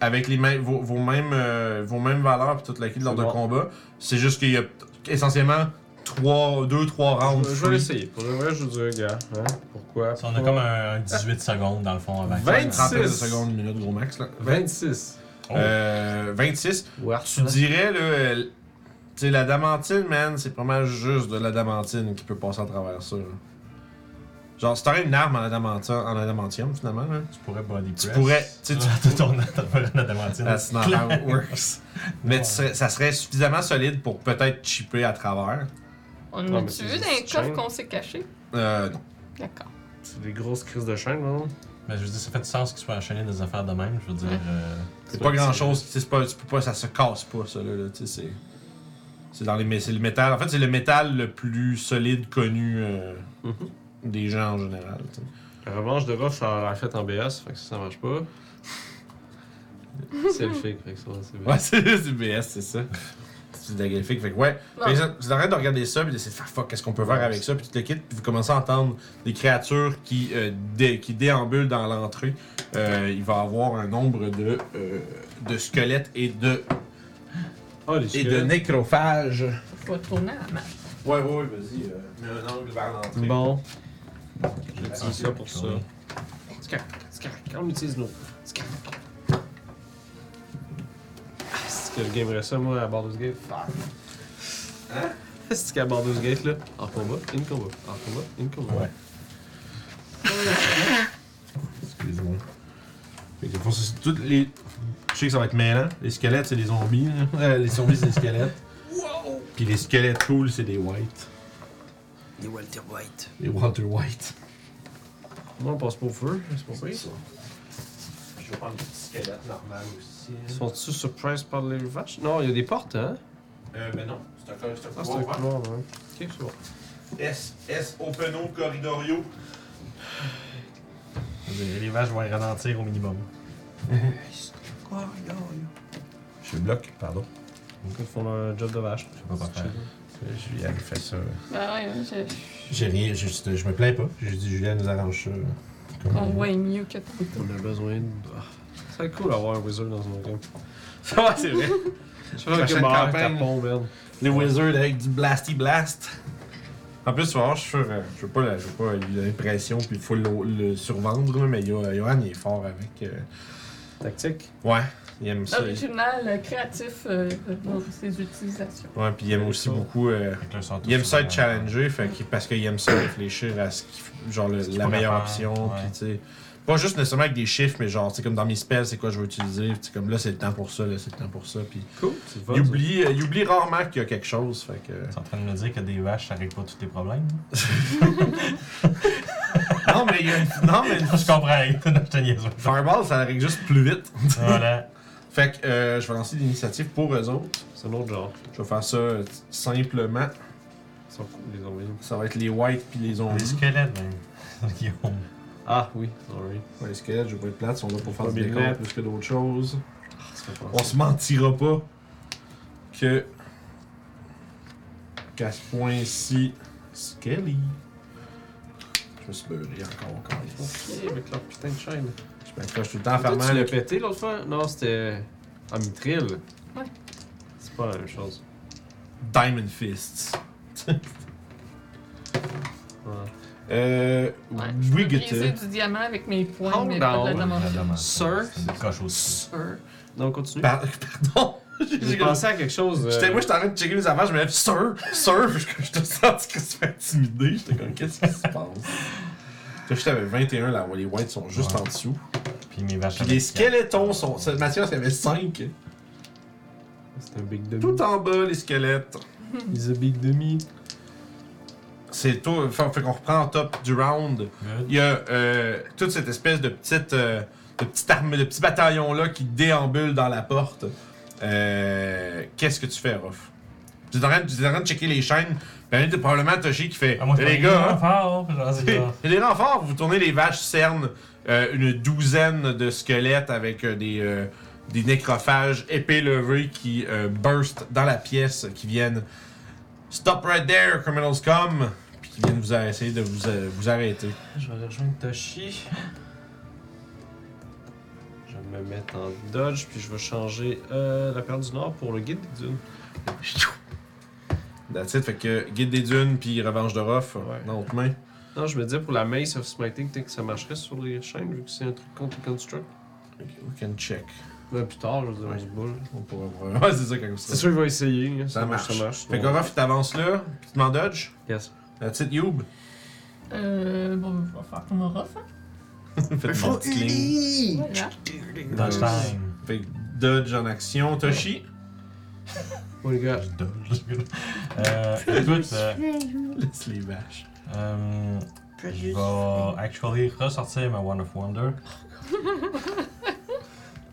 Speaker 2: avec les mêmes, vos, vos mêmes, euh, vos mêmes valeurs puis toute la quête lors
Speaker 5: C'est
Speaker 2: de
Speaker 5: bon.
Speaker 2: combat. C'est juste qu'il y a essentiellement 3, 2, 3 rounds.
Speaker 5: Je- Je vais
Speaker 2: free.
Speaker 5: l'essayer. Pour le vrai, je vous dis, gars, hein, pourquoi?
Speaker 4: On a comme un 18 secondes dans le fond avant.
Speaker 5: Vingt-
Speaker 2: 30
Speaker 5: 26.
Speaker 2: secondes, une minute, gros max. Là.
Speaker 5: 26.
Speaker 4: Oh.
Speaker 2: Euh, 26.
Speaker 5: Ouais.
Speaker 2: Tu dirais, là, euh, tu sais, la damantine, man, c'est pas mal juste de la damantine qui peut passer à travers ça. là. Genre, si t'aurais une arme en adamantium, en adamantium finalement, là,
Speaker 4: Tu pourrais body press.
Speaker 2: tu pourrais. Tu sais, tu
Speaker 4: Tu tournes à Adamantine.
Speaker 2: That's not how it *laughs* works. Mais tu serais- ça serait suffisamment solide pour peut-être chipper à travers.
Speaker 3: On
Speaker 5: Non, mais
Speaker 3: a-tu
Speaker 5: c'est
Speaker 3: vu
Speaker 5: juste
Speaker 3: dans les
Speaker 5: une chaîne.
Speaker 3: coffres qu'on s'est cachés?
Speaker 2: Euh, non.
Speaker 3: D'accord.
Speaker 5: C'est des grosses crises de chaîne, non?
Speaker 4: Mais je veux dire, ça fait du sens qu'ils soient enchaînés des affaires de même. Je veux dire.
Speaker 3: Ouais.
Speaker 4: euh,
Speaker 2: C'est pas grand chose. C'est pas, tu peux pas, ça se casse pas, ça, là. là, tu sais, c'est. C'est dans les. mé- C'est le métal. En fait, c'est le métal le plus solide connu euh,
Speaker 5: Mhm.
Speaker 2: des gens en général. tu sais.
Speaker 5: La revanche de Ruff, ça l'a fait en BS, fait que ça, ça marche pas. c'est le fake, fait que ça, c'est bien.
Speaker 2: Ouais, *laughs* c'est du BS, c'est ça. C'est de la graphique. Fait que ouais.
Speaker 3: Non.
Speaker 2: Fait que ça, Vous arrêtez de regarder ça, puis d'essayer de faire fuck, qu'est-ce qu'on peut faire avec ça, puis tout le kit, puis vous commencez à entendre des créatures qui, euh, dé- qui déambulent dans l'entrée. Euh, il va y avoir un nombre de, euh, de squelettes et de,
Speaker 5: Oh, les
Speaker 2: et de
Speaker 5: chiens.
Speaker 2: nécrophages.
Speaker 3: Faut tourner à la map.
Speaker 2: Ouais, ouais, ouais, vas-y. euh, mets un angle vers l'entrée.
Speaker 5: Bon.
Speaker 2: J'utilise
Speaker 5: J'utilise ça pour ça.
Speaker 4: Ouais.
Speaker 5: C'est correct, c'est correct. On utilise nos. C'est correct. Ah, C'est que je gamerais ça, moi, à Baldur's Gate. Fuck. C'est qu'à Baldur's Gate, là, en combat, in combat, en combat, in combat.
Speaker 2: Ouais. Excuse-moi. Fait que pour ça, c'est toutes les. Je sais que ça va être mêlant. Les squelettes, c'est des zombies. là. *laughs* Euh, les zombies, c'est des squelettes. Puis les squelettes cool, c'est des whites.
Speaker 6: Les Walter White.
Speaker 2: Les Walter White.
Speaker 5: Moi, on passe pas au feu, c'est pour ça.
Speaker 2: Je vais prendre des squelettes normales aussi.
Speaker 5: Sont-tu surprise par les vaches? Non, il y a des portes, hein?
Speaker 2: Euh, ben non. C'est un col- c'est un
Speaker 5: Ah, c'est un
Speaker 2: couloir.
Speaker 5: couloir, ouais. Ok, c'est bon.
Speaker 2: S, S, Openo Corridorio.
Speaker 4: je veux dire, Les vaches vont ralentir au minimum.
Speaker 2: Je suis bloqué, pardon.
Speaker 5: Ils font un job de vache.
Speaker 2: Je sais pas quoi faire. Julien fait ça.
Speaker 3: Ben ouais, je-
Speaker 2: J'ai rien, je, je, me plains pas. J'ai dit Julien nous arrange euh, ça. Comme
Speaker 3: on
Speaker 2: on
Speaker 3: voit mieux que toi.
Speaker 5: On a besoin de. Ah, Ça serait cool d'avoir un wizard dans un game. *laughs*
Speaker 2: veut. Ouais, c'est vrai.
Speaker 5: Je fais un
Speaker 2: Prochaine
Speaker 5: camarade
Speaker 2: campagne.
Speaker 5: tapon, merde.
Speaker 2: Les Wizards avec du Blasty Blast. En plus, tu vas voir, je suis sûr, euh, je veux pas, la- je veux pas lui donner pression, puis il faut le, le survendre, là, mais Yo- Johan, il est fort avec. euh,
Speaker 5: Tactique.
Speaker 2: Ouais, il aime ça.
Speaker 3: Original, euh, créatif euh, dans ses utilisations.
Speaker 2: Ouais, puis il aime aussi beaucoup. euh,
Speaker 4: Fait que là, sont tous
Speaker 2: il aime ça
Speaker 4: sur-
Speaker 2: être challengé, fait qu'il- parce qu'il aime ça réfléchir à ce qui, f- genre le-
Speaker 4: Ce qu'il
Speaker 2: la
Speaker 4: pourrait
Speaker 2: meilleure
Speaker 4: faire,
Speaker 2: option,
Speaker 4: ouais.
Speaker 2: puis tu sais. Pas juste nécessairement avec des chiffres, mais genre, tu sais, comme dans mes spells, c'est quoi je veux utiliser, puis tu sais, comme là, c'est le temps pour ça, là, c'est le temps pour ça, puis.
Speaker 5: Cool. C'est le fun,
Speaker 2: Il
Speaker 5: ça.
Speaker 2: oublie, euh, il oublie rarement qu'il y a quelque chose, fait que.
Speaker 4: T'es en train de me dire que des vaches, ça règle pas tous tes problèmes? *laughs*
Speaker 2: Non, mais il y a une- Non, mais.
Speaker 4: je comprends, je te niaise.
Speaker 2: Fireball, ça règle juste plus vite.
Speaker 4: Voilà.
Speaker 2: Fait que euh, je vais lancer l'initiative pour eux autres.
Speaker 5: C'est un autre genre.
Speaker 2: Je vais faire ça euh, simplement.
Speaker 5: Ils sont cool, les envoyés.
Speaker 2: Ça va être les whites puis les
Speaker 4: Des
Speaker 2: zombies.
Speaker 4: squelettes, ben, même. *laughs* Guillaume.
Speaker 5: Ah oui, sorry.
Speaker 2: Ouais, les squelettes, je vais pas être plate, ils sont là pour faire
Speaker 5: Pas
Speaker 2: du
Speaker 5: bien
Speaker 2: décor
Speaker 5: net.
Speaker 2: plus que d'autres choses.
Speaker 5: Ah, Ça fait pas
Speaker 2: On se mentira pas que. Qu'à ce point-ci. Skelly. Je me suis beurré encore, encore.
Speaker 5: Ok, avec leur putain de chaîne.
Speaker 2: Je m'accroche tout le temps à faire
Speaker 5: Toi, tu l'as
Speaker 2: mal.
Speaker 5: pété l'autre fois? Ah, Non, c'était en mitril.
Speaker 3: Ouais.
Speaker 5: C'est pas la même chose.
Speaker 2: Diamond Fists.
Speaker 5: Ouais.
Speaker 2: Euh.
Speaker 3: Ouais,
Speaker 2: oui,
Speaker 3: Je peux briser
Speaker 2: Goethe.
Speaker 3: du diamant avec mes poings,
Speaker 5: Calm
Speaker 3: mais pas de la
Speaker 5: down.
Speaker 3: diamantine.
Speaker 5: Sir.
Speaker 4: C'est une coche aussi.
Speaker 5: Sir. Non, continue.
Speaker 2: Par- *laughs* Pardon. J'ai
Speaker 5: Bah, J'ai
Speaker 2: comme-
Speaker 5: pensé à quelque chose. euh,
Speaker 2: J'étais, moi, j'étais en train de checker mes affaires, je me lève, Sir, Sir, je, je te sens que se fait intimider. J'étais comme, qu'est-ce qui se passe? Toi, j'étais avec 21, là, les whites sont juste
Speaker 4: Ouais.
Speaker 2: en dessous.
Speaker 4: Puis mes vaches.
Speaker 2: Puis les squelettons sont. c'est- Mathias, il y avait 5.
Speaker 5: C'est un big demi.
Speaker 2: Tout en bas, les squelettes.
Speaker 5: He's a big demi.
Speaker 2: C'est tout. Fait, fait qu'on reprend en top du round. Il y a euh, toute cette espèce de petite, euh, de petite armée, de petit bataillon là qui déambule dans la porte. Euh, Qu'est-ce que tu fais, Ruff? Tu es en train de- tu es en train de checker les chaînes. Ben, t'es probablement Toshi qui fait.
Speaker 4: Ah, moi, je
Speaker 2: Eh,
Speaker 4: fais
Speaker 2: les gars, hein?
Speaker 4: Fort, puis genre, c'est genre-
Speaker 2: *laughs* Il y a des renforts, vous tournez les vaches cernes, euh, une douzaine de squelettes avec euh, des, euh, des nécrophages épais levés qui euh, burst dans la pièce, qui viennent Stop right there, criminals come! Puis qui viennent vous essayer de vous, euh, vous arrêter.
Speaker 5: Je vais aller rejoindre Toshi.
Speaker 6: Je vais me mettre en dodge, puis je vais changer euh, la perle du Nord pour le guide des dunes.
Speaker 2: That's it, fait que Guide des Dunes puis Revanche de Roff
Speaker 6: Ouais.
Speaker 2: dans l'autre main.
Speaker 6: Non, je me disais pour la Mace of Smiting, peut-être que ça marcherait sur les chaînes, vu que c'est un truc contre le Construct.
Speaker 2: We can check.
Speaker 6: Mais plus tard, je veux dire,
Speaker 2: Ouais.
Speaker 6: on se boule.
Speaker 2: On pourra voir. *laughs* Ouais, c'est ça quand on se
Speaker 6: C'est sûr qu'il va essayer. hein,
Speaker 2: Ça marche.
Speaker 6: Ça marche.
Speaker 2: Fait que Roff, t'avances là, puis tu m'en dodge.
Speaker 6: Yes.
Speaker 2: That's it, Youb. *laughs*
Speaker 3: Euh, bon, je vais faire comme un rough, hein.
Speaker 2: Faites mon petit cling.
Speaker 3: Voilà.
Speaker 4: Dodge time.
Speaker 2: Fait que dodge en action. Toshi.
Speaker 6: Oh les gars,
Speaker 4: Dodge. Euh, écoute, euh,
Speaker 2: Laisse les vaches.
Speaker 4: euh, je vais actually ressortir ma One of Wonder.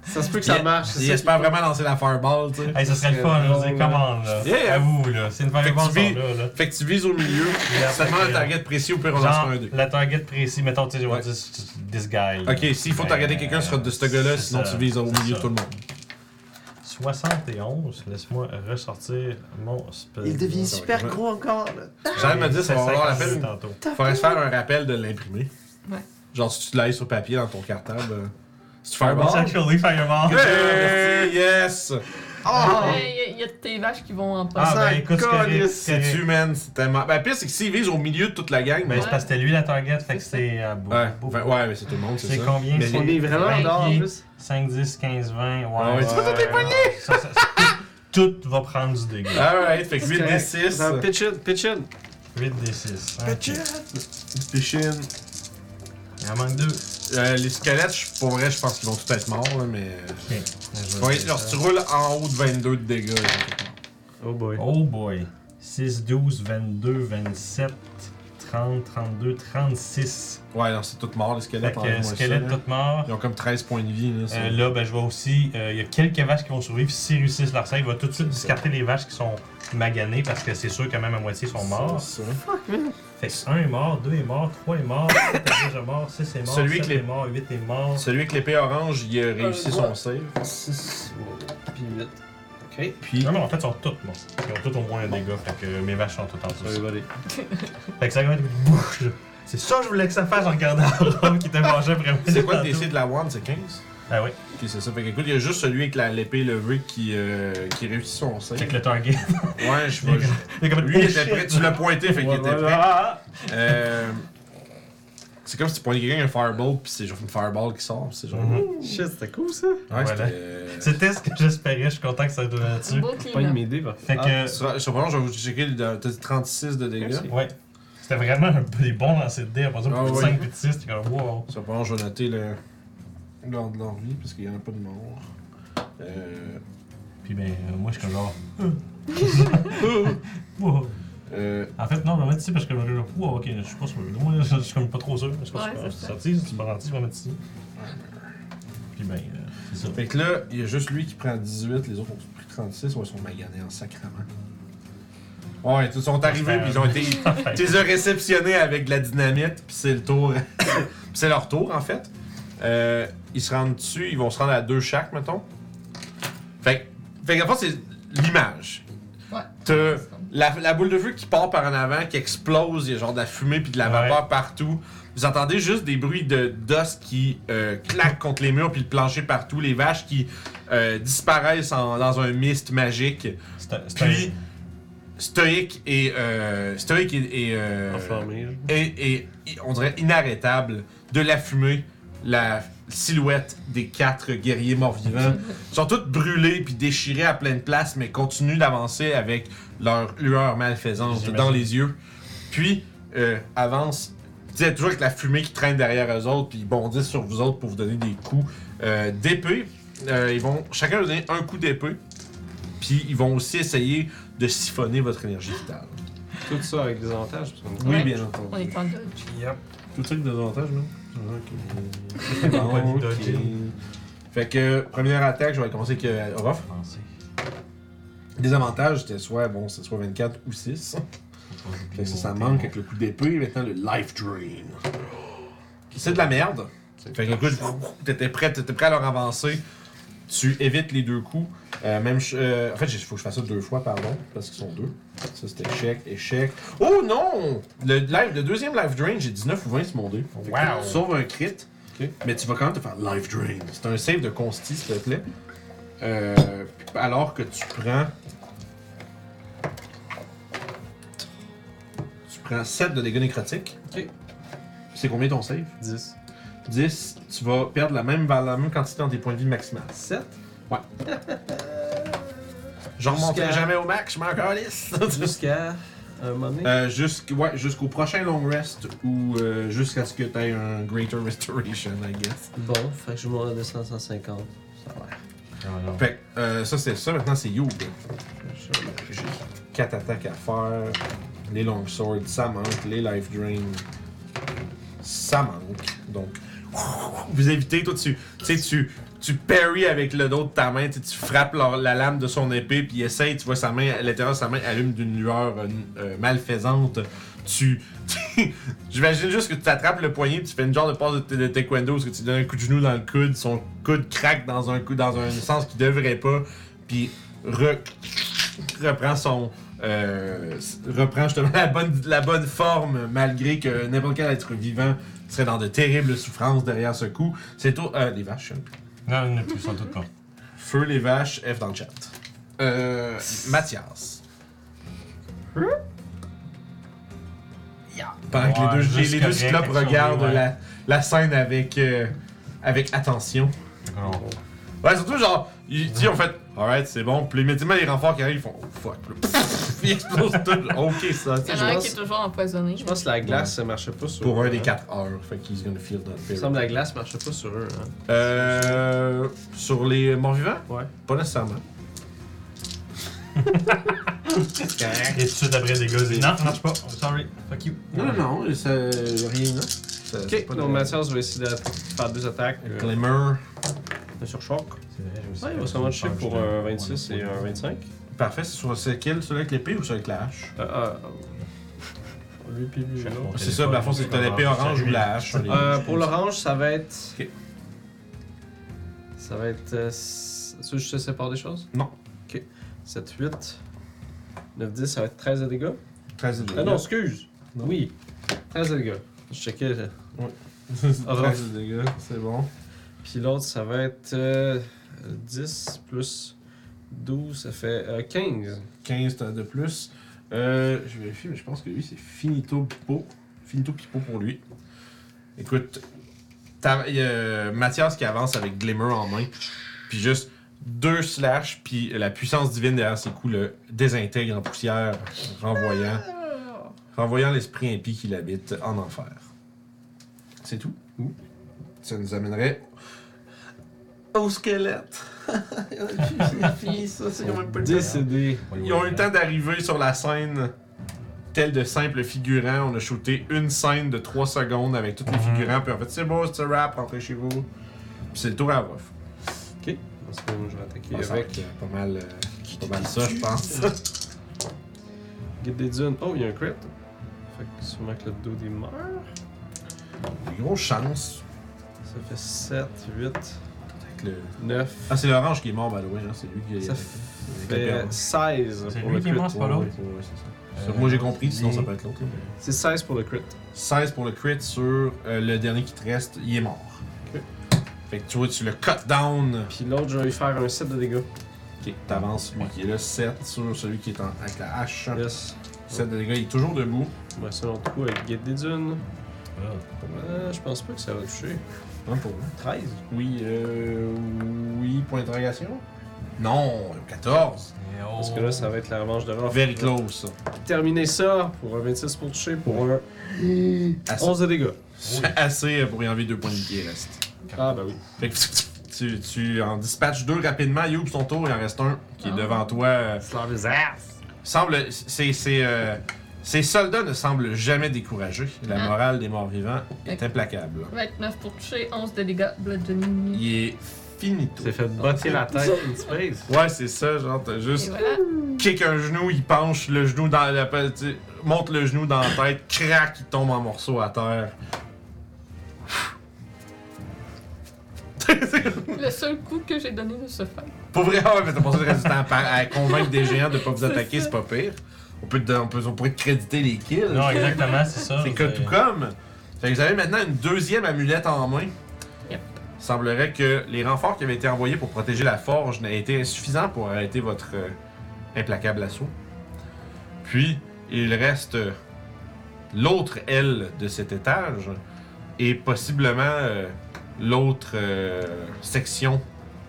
Speaker 6: ça se peut que ça
Speaker 2: Il-
Speaker 6: marche. c'est
Speaker 2: Il
Speaker 6: ça.
Speaker 2: espère vraiment lancer la fireball, tu sais.
Speaker 4: Hey, ça serait le fun, je veux dire, comment là?
Speaker 2: Yeah.
Speaker 4: Avoue, là, c'est une
Speaker 2: Fait que
Speaker 4: fireball,
Speaker 2: tu
Speaker 4: ça,
Speaker 2: vis-
Speaker 4: là, là.
Speaker 2: Fait que tu vises au milieu,
Speaker 4: Yeah,
Speaker 2: *laughs* ça te demande
Speaker 4: fait
Speaker 2: un
Speaker 4: que-
Speaker 2: target précis, au pire on lance
Speaker 4: Genre,
Speaker 2: un deux.
Speaker 4: la target précis, mettons, tu sais, je vais
Speaker 2: Ouais.
Speaker 4: dire, c'est- c'est- this guy.
Speaker 2: Ok, s'il faut
Speaker 4: Ben,
Speaker 2: targeter quelqu'un, ce sera de ce gars-là,
Speaker 4: c'est
Speaker 2: sinon
Speaker 4: ça,
Speaker 2: tu vises au
Speaker 4: c'est
Speaker 2: milieu de
Speaker 4: ça.
Speaker 2: tout le monde.
Speaker 4: 71, laisse-moi ressortir mon spell.
Speaker 10: Il devient
Speaker 2: ça va
Speaker 10: super
Speaker 2: être-
Speaker 10: gros
Speaker 8: *laughs*
Speaker 10: encore, là.
Speaker 2: J'arrête de me dire, ça va avoir l'appel.
Speaker 4: tantôt.
Speaker 2: Faudrait se faire un rappel de l'imprimer.
Speaker 3: Ouais.
Speaker 2: Genre, si tu l'as sur papier dans ton cartable. euh, Si tu
Speaker 4: C'est
Speaker 2: fireball.
Speaker 4: actually fireball.
Speaker 2: Hey, yes!
Speaker 5: Ah!
Speaker 3: Il Euh, y, a tes vaches qui vont en passer.
Speaker 4: Ah, ben écoute, c'est correct, c'est
Speaker 2: C'est
Speaker 4: correct.
Speaker 2: humain, c'est tellement. Ben, pire, c'est que s'il vise au milieu de toute la gang, ben,
Speaker 4: Ben, c'est parce que c'était lui la target, fait que c'est. euh, beau,
Speaker 2: Ouais,
Speaker 4: beau.
Speaker 2: Enfin, ouais, mais c'est tout le monde, c'est
Speaker 4: C'est
Speaker 2: ça.
Speaker 4: combien
Speaker 2: Mais-
Speaker 4: c'est
Speaker 6: On est vraiment en dehors, en
Speaker 4: 20,
Speaker 6: plus.
Speaker 4: 5, 10, 15, 20.
Speaker 2: Ah
Speaker 4: Ouais.
Speaker 2: ouais, tu peux toutes les
Speaker 4: poignées! Tout va prendre du dégât.
Speaker 2: Alright, fait que 8 des 6.
Speaker 6: Non, pitch it, pitch it.
Speaker 4: 8 des 6. Il en manque 2.
Speaker 2: Euh, les squelettes, je- pour vrai, je pense qu'ils vont tous être morts, là, mais. euh,
Speaker 4: Ok.
Speaker 2: Ouais, genre, tu roules en haut de 22 de dégâts. là.
Speaker 6: Oh boy.
Speaker 4: Oh boy. 6, 12, 22, 27, 30, 32, 36.
Speaker 2: Ouais, non, c'est tout mort, les
Speaker 4: Fait
Speaker 2: squelettes.
Speaker 4: que
Speaker 2: enlève-moi
Speaker 4: euh,
Speaker 2: ça,
Speaker 4: squelette
Speaker 2: là.
Speaker 4: tout mort.
Speaker 2: Ils ont comme 13 points de vie, là. ça.
Speaker 4: Euh, là, ben, je vais aussi. euh, Il y a quelques vaches qui vont survivre. S'ils réussissent leur save, il va tout de suite discarter les vaches qui sont maganées parce que c'est sûr que même à moitié sont morts.
Speaker 2: Ça, ça.
Speaker 4: Fait que 1 est mort, 2 est mort, 3 est mort, 4 est mort, 6 est mort,
Speaker 2: Celui
Speaker 4: 7
Speaker 2: que les-
Speaker 4: est mort, 8 est mort.
Speaker 2: Celui avec l'épée orange, il a réussi
Speaker 6: Euh,
Speaker 2: son
Speaker 6: ouais.
Speaker 2: save.
Speaker 6: 6, puis 8. Ok.
Speaker 2: Puis.
Speaker 4: Non, non, en fait, ils sont toutes morts. Ils ont toutes au moins un dégât, fait que mes vaches sont toutes en dessous.
Speaker 6: Everybody.
Speaker 4: Fait que ça va être bouche. C'est ça que je voulais que ça fasse en regardant *laughs* Ron qui était mangé après moi.
Speaker 2: C'est quoi le
Speaker 4: tantôt.
Speaker 2: DC de la Wand C'est 15
Speaker 4: Ah oui,
Speaker 2: Ok, c'est ça. Fait que écoute, il y a juste celui avec la- l'épée levée qui, euh, qui réussit son save.
Speaker 4: check le target. *laughs*
Speaker 2: Ouais, je vois. *laughs*
Speaker 4: Il est comme
Speaker 2: Lui,
Speaker 4: oh,
Speaker 2: il était
Speaker 4: shit.
Speaker 2: prêt. Tu l'as pointé, fait qu'il était prêt.
Speaker 4: Voilà.
Speaker 2: Euh, c'est comme si tu pointais quelqu'un un fireball, puis c'est genre une fireball qui sort. C'est genre.
Speaker 4: Mhm.
Speaker 6: Shit, c'était cool ça.
Speaker 2: Ouais,
Speaker 4: Voilà.
Speaker 2: c'était.
Speaker 4: C'était ce que j'espérais, je suis content que ça donne là-dessus.
Speaker 3: Beau
Speaker 6: Pas une
Speaker 3: clean-up.
Speaker 6: m'aider, par
Speaker 4: Fait que.
Speaker 2: Sur sur- ah, vraiment, je vais vous checker. le- T'as dit 36 de dégâts.
Speaker 4: Ouais. C'était vraiment un peu des bons lancers de dés. Après ça,
Speaker 2: Ah
Speaker 4: plus de
Speaker 2: oui.
Speaker 4: 5 puis de 6, t'es comme wow.
Speaker 2: Sur vraiment, je vais noter le. L'ordre de leur vie, parce qu'il n'y en a pas de mort. Euh.
Speaker 4: Puis ben, euh, moi, je suis comme
Speaker 2: *laughs*
Speaker 4: genre. wow.
Speaker 2: Euh.
Speaker 4: En fait, non, je vais mettre ici parce que je me dis, wow, ok, je suis pas sûr. Moi, hein, *laughs* je je suis comme pas trop sûr. Je suis pas
Speaker 3: Ouais,
Speaker 4: sûr.
Speaker 3: c'est
Speaker 4: C'est
Speaker 3: ça.
Speaker 4: sorti, si tu m'as menti, je vais mettre ici. Puis ben, euh, c'est ça.
Speaker 2: Fait que là, il y a juste lui qui prend 18, les autres ont pris 36, ouais, ils sont maganés en sacrament. Ouais, ils sont arrivés, puis ils ont été. Tu les as réceptionnés avec de la dynamite, puis c'est le tour. *laughs* puis c'est leur tour, en fait. Euh, ils se rendent dessus, ils vont se rendre à deux chaque, mettons. Fait que, fait que, en fait, c'est l'image.
Speaker 3: Ouais.
Speaker 2: T'as la, la boule de feu qui part par en avant, qui explose, il y a genre de la fumée puis de la
Speaker 4: Ouais.
Speaker 2: vapeur partout. Vous entendez juste des bruits de d'os qui euh, claquent contre les murs puis le plancher partout, les vaches qui euh, disparaissent en- dans un mist magique.
Speaker 4: C'est un- c'est un-
Speaker 2: Puis, stoïque et. euh, stoïque et. et, euh,
Speaker 6: hein. Enflammé. genre.
Speaker 2: et, et- et on dirait inarrêtable de la fumée, la, silhouettes des quatre guerriers morts-vivants. Ils sont tous brûlés puis déchirés à pleine place, mais continuent d'avancer avec leur lueur malfaisante
Speaker 4: J'imagine.
Speaker 2: dans les yeux. Puis euh, avancent, tu sais, toujours avec la fumée qui traîne derrière eux autres, puis ils bondissent sur vous autres pour vous donner des coups euh, d'épée. Euh, ils vont chacun vous donner un coup d'épée, puis ils vont aussi essayer de siphonner votre énergie vitale.
Speaker 5: Tout ça avec des avantages. parce qu'on-
Speaker 2: Oui,
Speaker 3: Ouais.
Speaker 2: bien
Speaker 3: On
Speaker 2: entendu.
Speaker 3: est en dodge.
Speaker 4: Yep.
Speaker 5: Tout ça avec des avantages, même.
Speaker 2: *laughs*
Speaker 4: Pas
Speaker 2: Ah, Ok.
Speaker 4: de dodger.
Speaker 2: Fait que, première attaque, je vais commencer avec euh, Orof. Les avantages, c'était soit, bon, c'est soit 24 ou 6. Fait que ça, ça manque avec le coup d'épée. Maintenant, le Life Drain. C'est de la merde. Fait que, écoute, t'étais prêt, t'étais prêt à leur avancer. Tu évites les deux coups. Euh, même, ch- euh, en fait, il faut que je fasse ça deux fois, pardon, parce qu'ils sont deux. Ça, c'était échec, échec. Oh non! Le, live, le deuxième Life Drain, j'ai 19 ou 20 sur mon dé. Fait que
Speaker 4: Wow.
Speaker 2: tu sauves un crit, mais tu vas quand même te faire Life Drain. C'est un save de consti, s'il te plaît. Euh, alors que tu prends. Tu prends 7 de dégâts nécrotiques.
Speaker 5: Ok.
Speaker 2: C'est combien ton save?
Speaker 5: 10.
Speaker 2: 10. Tu vas perdre la même, val- la même quantité dans tes points de vie maximale.
Speaker 5: 7.
Speaker 2: Je remonterai
Speaker 5: Jusqu'à-
Speaker 2: jamais au max, je m'en calisse.
Speaker 5: Jusqu'à un moment donné.
Speaker 2: Euh, jusqu'- ouais, jusqu'au prochain long rest ou euh, jusqu'à ce que tu aies un greater *laughs* restoration, I guess.
Speaker 5: Bon, fait que je monte à 250. Ça va.
Speaker 2: Fait que, euh, ça c'est ça, maintenant c'est you. J'ai 4 attaques à faire. Les longswords, ça manque. Les life drain, ça manque. Donc, vous évitez, toi tu, tu sais, tu, tu parries avec le dos de ta main, tu sais, tu frappes leur- la lame de son épée, puis il essaye, tu vois sa main, à l'intérieur de sa main allume d'une lueur euh, euh, malfaisante. Tu. *laughs* J'imagine juste que tu t'attrapes le poignet, tu fais une genre de passe de, t- de taekwondo, parce que tu donnes un coup de genou dans le coude, son coude craque dans un coup, dans un sens qui devrait pas, puis re- reprend son. euh, s- reprend justement la bonne, la bonne forme, malgré que n'importe quel être vivant serait dans de terribles souffrances derrière ce coup. C'est tout. Euh, les vaches.
Speaker 4: Non, il n'y en a plus, ils sont toutes morts.
Speaker 2: Feu les vaches, F dans le chat. Euh, Mathias. Ya. Pendant que les
Speaker 4: Ouais,
Speaker 2: deux, les-
Speaker 4: juste
Speaker 2: les deux
Speaker 4: correct,
Speaker 2: cyclopes
Speaker 4: action,
Speaker 2: regardent
Speaker 4: ouais.
Speaker 2: la, la scène avec, euh, avec attention.
Speaker 4: D'accord.
Speaker 2: Ouais, surtout genre, ils disent en fait, alright, c'est bon. Puis immédiatement, les renforts qui arrivent, ils font, oh fuck. Puis là, *laughs* pfff, ils explosent
Speaker 5: *laughs*
Speaker 2: tout. Ok, ça.
Speaker 3: Il y en
Speaker 5: Je
Speaker 3: a un
Speaker 5: pense-
Speaker 3: qui est toujours empoisonné.
Speaker 5: Je pense que la glace, ça marchait pas sur
Speaker 2: Pour
Speaker 5: eux,
Speaker 2: un des
Speaker 5: hein.
Speaker 2: quatre heures. Fait qu'ils gonna feel that
Speaker 5: Il me
Speaker 2: fear.
Speaker 5: semble que la glace marchait pas sur eux. Hein.
Speaker 2: Euh. Sur les morts-vivants
Speaker 5: Ouais.
Speaker 2: Pas nécessairement.
Speaker 4: Et tout de suite après, des gars, ils disent, Non, ça marche pas. Oh, Sorry. Fuck you.
Speaker 2: non, non, ça. Rien, hein. non. Ça- c'est
Speaker 5: Ok,
Speaker 2: pas
Speaker 5: donc
Speaker 2: de-
Speaker 5: Mathias va essayer de faire deux attaques.
Speaker 2: Le
Speaker 5: Euh,
Speaker 2: Glimmer.
Speaker 5: de surchoc.
Speaker 8: C'est vrai, j'ai aussi
Speaker 5: Ouais, il va
Speaker 8: fait
Speaker 5: se rendre chez
Speaker 8: ça.
Speaker 5: pour
Speaker 2: euh,
Speaker 5: un 26 et un 25.
Speaker 2: Parfait, c'est sur ce kill, celui avec l'épée ou celui avec la hache
Speaker 5: Euh, euh, lui puis lui, là.
Speaker 8: Mon
Speaker 2: C'est ça,
Speaker 8: téléphone,
Speaker 2: ben, à fond, c'est
Speaker 8: je vais
Speaker 2: l'épée
Speaker 8: avoir
Speaker 2: orange ou
Speaker 8: celui-
Speaker 2: la hache. sur les-
Speaker 5: Euh, pour l'orange, ça va être.
Speaker 2: Ok.
Speaker 5: Ça va être. Euh, s- Est-ce que je te sépare des choses
Speaker 2: Non.
Speaker 5: Ok. 7, 8, 9, 10, ça va être 13 de dégâts.
Speaker 2: 13
Speaker 5: Ah non, excuse
Speaker 2: Non.
Speaker 5: Oui
Speaker 4: Ah,
Speaker 5: 13 de dégâts. Je checkais. là.
Speaker 2: Treize de dégâts, c'est bon.
Speaker 5: *laughs* Puis l'autre, ça va être euh, 10 plus 12, ça fait euh, 15.
Speaker 2: 15 t'as de plus. Euh, je vérifie, mais je pense que lui, c'est Finito Pipo. Finito Pipo pour lui. Écoute, t'as- il y a euh, Mathias qui avance avec Glimmer en main, puis juste deux slash, puis la puissance divine derrière ses coups le désintègre en poussière, renvoyant,
Speaker 3: Oh.
Speaker 2: renvoyant l'esprit impie qui l'habite en enfer. C'est tout. Ça nous amènerait au squelette. Fini, ça, c'est même pas le temps.
Speaker 5: Décédé.
Speaker 2: Ils ont eu le temps d'arriver sur la scène tel de simples figurants. On a shooté une scène de 3 secondes avec tous les figurants. Puis en fait, c'est beau, c'est un rap, rentrez chez vous. Puis c'est le tour à Ruff.
Speaker 5: Parce que moi, je vais attaquer
Speaker 4: Ah,
Speaker 2: Avec
Speaker 5: avec.
Speaker 2: euh, pas mal, euh, pas mal ça, je pense.
Speaker 5: Guide des dunes. Oh, il y a un crit. Fait que sûrement que le dos des meurt.
Speaker 2: Une grosse chance.
Speaker 5: Ça fait 7, 8,
Speaker 2: Avec le-
Speaker 5: 9.
Speaker 2: Ah, c'est l'orange qui est mort, by the way. hein. C'est lui qui est.
Speaker 5: Ça
Speaker 2: qui est
Speaker 5: fait
Speaker 2: perdu.
Speaker 5: 16
Speaker 4: C'est
Speaker 5: pour
Speaker 4: lui
Speaker 5: le
Speaker 4: qui est
Speaker 5: crit.
Speaker 4: mort, c'est pas
Speaker 2: Ouais, ouais,
Speaker 4: l'autre.
Speaker 2: ouais, c'est ça. Moi j'ai compris, sinon ça peut être l'autre. là, mais-
Speaker 5: C'est 16 pour le crit.
Speaker 2: 16 pour le crit sur euh, le dernier qui te reste, il est mort.
Speaker 5: Ok.
Speaker 2: Fait que tu vois, tu le cut down.
Speaker 5: Puis l'autre, je vais lui faire un 7 de dégâts.
Speaker 2: Ok, t'avances, lui qui est là, 7 sur celui qui est en, avec la hache.
Speaker 4: Ah.
Speaker 5: Yes.
Speaker 2: 7 de dégâts, il est toujours debout.
Speaker 5: Moi, c'est l'autre coup avec Guide des dunes.
Speaker 8: Ah.
Speaker 5: Euh, je pense pas que ça va toucher.
Speaker 6: Hein, pour vous?
Speaker 2: 13? Oui, euh. Oui, point d'interrogation? Non, 14.
Speaker 6: Parce que là, ça va être la revanche de Rof.
Speaker 2: Very close,
Speaker 6: Terminer ça pour un 26 pour toucher pour un
Speaker 2: Ah, ça. Assez,
Speaker 6: 11 de dégâts.
Speaker 2: *laughs* assez pour y enlever deux points de vie qui restent.
Speaker 6: Ah, bah oui.
Speaker 2: Fait que tu, tu en dispatches deux rapidement. Youb, son tour, il en reste un qui est devant toi. euh, semble, ces, ces, euh, ces soldats ne semblent jamais découragés. La
Speaker 3: Ah.
Speaker 2: morale des morts vivants est
Speaker 3: Ok.
Speaker 2: implacable.
Speaker 3: 29 pour toucher, 11 de dégâts, blood de
Speaker 2: Il est finito.
Speaker 10: C'est fait botter la tête in space.
Speaker 2: Ouais, c'est ça, genre, t'as
Speaker 3: Et
Speaker 2: juste
Speaker 3: voilà.
Speaker 2: kick un genou, il penche le genou dans la. pe- tu sais, monte le genou dans la tête, crac, il tombe en morceaux à terre. *laughs*
Speaker 3: Le seul coup que j'ai donné de ce fait.
Speaker 2: Pour vrai, ouais, mais t'as passé le reste du temps à, à convaincre des géants de pas vous
Speaker 3: C'est
Speaker 2: attaquer,
Speaker 3: ça.
Speaker 2: c'est pas pire. On, peut te- on, peut- on pourrait te créditer les kills.
Speaker 4: Non, exactement, c'est
Speaker 6: Ah,
Speaker 4: ça.
Speaker 2: C'est que tout comme. Fait que vous avez maintenant une deuxième amulette en main.
Speaker 3: Yep.
Speaker 2: Il semblerait que les renforts qui avaient été envoyés pour protéger la forge n'aient été insuffisants pour arrêter votre euh, implacable assaut. Puis, il reste euh, l'autre aile de cet étage et possiblement euh, l'autre euh, section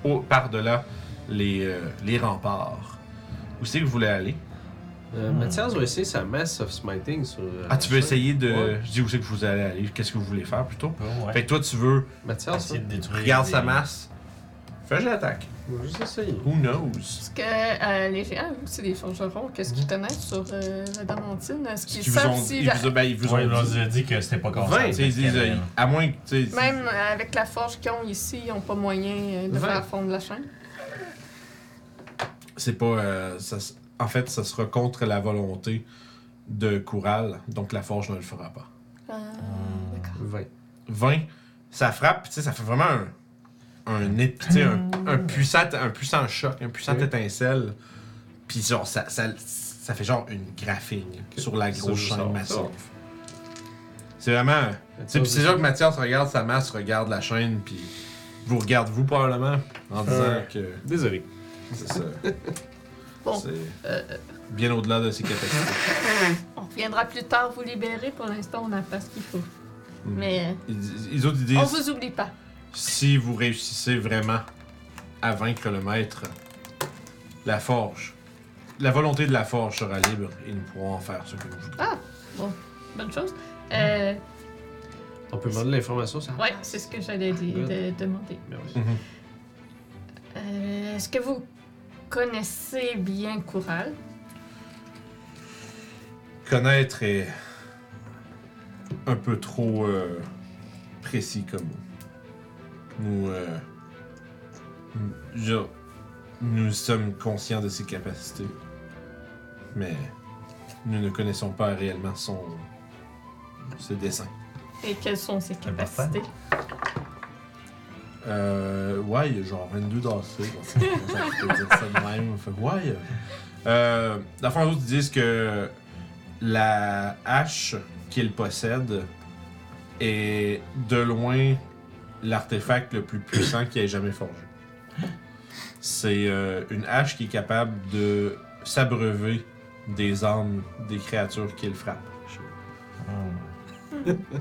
Speaker 2: au- par-delà les, euh, les remparts. Où c'est que vous voulez aller?
Speaker 6: Euh, Mathias va essayer sa Mass of Smiting sur. euh,
Speaker 2: Ah, tu veux
Speaker 6: ça.
Speaker 2: essayer de...
Speaker 6: Ouais.
Speaker 2: Je dis où c'est que vous allez aller, qu'est-ce que vous voulez faire plutôt?
Speaker 4: Ouais.
Speaker 2: Fait que toi, tu veux
Speaker 6: Mathias,
Speaker 4: Essayer
Speaker 6: ouais.
Speaker 4: de détruire.
Speaker 2: Regarde
Speaker 4: les-
Speaker 2: sa masse. Fais l'attaque.
Speaker 6: on va juste essayer.
Speaker 2: Who knows?
Speaker 3: Parce que euh, les géants, eux, c'est des forgerons. Qu'est-ce qu'ils tenaient sur euh, la damantine? Est-ce
Speaker 2: Ils Mhm.
Speaker 3: qu'ils
Speaker 2: vous
Speaker 3: savent
Speaker 2: ont
Speaker 3: si...
Speaker 2: ils vous ont- ben, ils vous
Speaker 4: Ouais,
Speaker 2: ont
Speaker 4: il
Speaker 2: dit.
Speaker 4: nous a dit que c'était pas
Speaker 2: Vingt, tu
Speaker 4: concentré.
Speaker 2: sais, ils disent, euh, à moins que, tu sais,
Speaker 3: Même avec la forge qu'ils ont ici, ils n'ont pas moyen euh, de
Speaker 6: Vingt.
Speaker 3: faire fondre la chaîne.
Speaker 2: c'est pas, euh, ça s- en fait, ça sera contre la volonté de Coural, donc la forge ne le fera pas.
Speaker 3: Euh,
Speaker 2: Ah.
Speaker 3: D'accord.
Speaker 6: 20.
Speaker 2: 20, ça frappe, tu sais, ça fait vraiment un, un, ép- tu sais,
Speaker 3: *clears throat*
Speaker 2: un, un puissant, un puissant choc, un puissant
Speaker 6: Ok.
Speaker 2: étincelle, puis genre, ça, ça, ça fait genre une graphigne sur la
Speaker 6: Ça,
Speaker 2: grosse
Speaker 6: je
Speaker 2: chaîne
Speaker 6: sors
Speaker 2: massive.
Speaker 6: ça.
Speaker 2: C'est vraiment... Tu sais, pis c'est sûr que Mathias regarde sa masse, regarde la chaîne, puis vous regarde vous probablement en disant
Speaker 6: Euh.
Speaker 2: que
Speaker 6: Désolé.
Speaker 2: c'est ça.
Speaker 3: *laughs* Bon.
Speaker 2: C'est
Speaker 3: Euh,
Speaker 2: bien au-delà de ses capacités.
Speaker 3: On reviendra plus tard vous libérer. Pour l'instant, on a pas ce qu'il faut.
Speaker 2: Mm.
Speaker 3: Mais euh,
Speaker 2: Ils, dis- ils autres ils
Speaker 3: on
Speaker 2: disent
Speaker 3: vous oublie pas.
Speaker 2: si vous réussissez vraiment à vaincre le maître, la forge, la volonté de la forge sera libre et nous pourrons en faire ce que nous voulons.
Speaker 3: Bonne chose.
Speaker 2: Hmm.
Speaker 3: Euh,
Speaker 6: On peut demander l'information, ça.
Speaker 3: ouais, c'est ce que j'allais dire- de- demander.
Speaker 6: Merveilleux.
Speaker 2: Mm-hmm.
Speaker 3: Euh, Est-ce que vous connaissez bien Coural?
Speaker 2: Connaître est un peu trop euh, précis comme mot. Nous, euh, nous- je- nous sommes conscients de ses capacités, mais nous ne connaissons pas réellement son ses desseins.
Speaker 3: Et quelles sont ses
Speaker 4: Important.
Speaker 3: capacités?
Speaker 2: Euh, ouais, il y a genre 22 d'AC. Ça peut dire ça de même. Fait que ouais. Euh, dans le fond, eux autres, ils disent que la hache qu'il possède est de loin l'artefact le plus puissant qu'il ait jamais forgé. C'est euh, une hache qui est capable de s'abreuver des âmes des créatures qu'il frappe.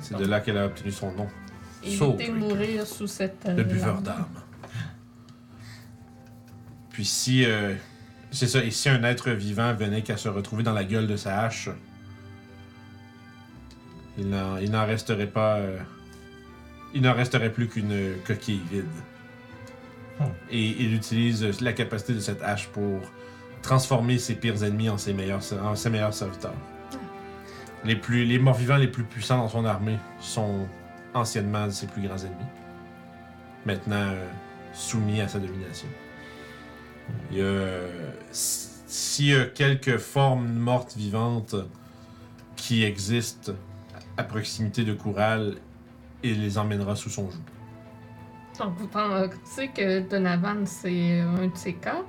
Speaker 2: C'est de là qu'elle a obtenu son nom. Soul
Speaker 3: Évitez de
Speaker 2: Drink.
Speaker 3: mourir sous cette. euh,
Speaker 2: Le buveur
Speaker 3: lame.
Speaker 2: d'âme. Puis si. euh, c'est ça, et si un être vivant venait qu'à se retrouver dans la gueule de sa hache, il n'en il n'en resterait pas. euh, il n'en resterait plus qu'une euh, coquille vide.
Speaker 4: Hmm.
Speaker 2: Et il utilise euh, la capacité de cette hache pour transformer ses pires ennemis en ses meilleurs, ser- en ses meilleurs serviteurs. Les, plus, les morts vivants les plus puissants dans son armée sont anciennement ses plus grands ennemis maintenant euh, soumis à sa domination. Il y a, euh, s- s'il y a quelques formes mortes vivantes qui existent à proximité de Coural, il les emmènera sous son joug.
Speaker 3: Donc, vous pensez que Donavan, c'est un de ses cas?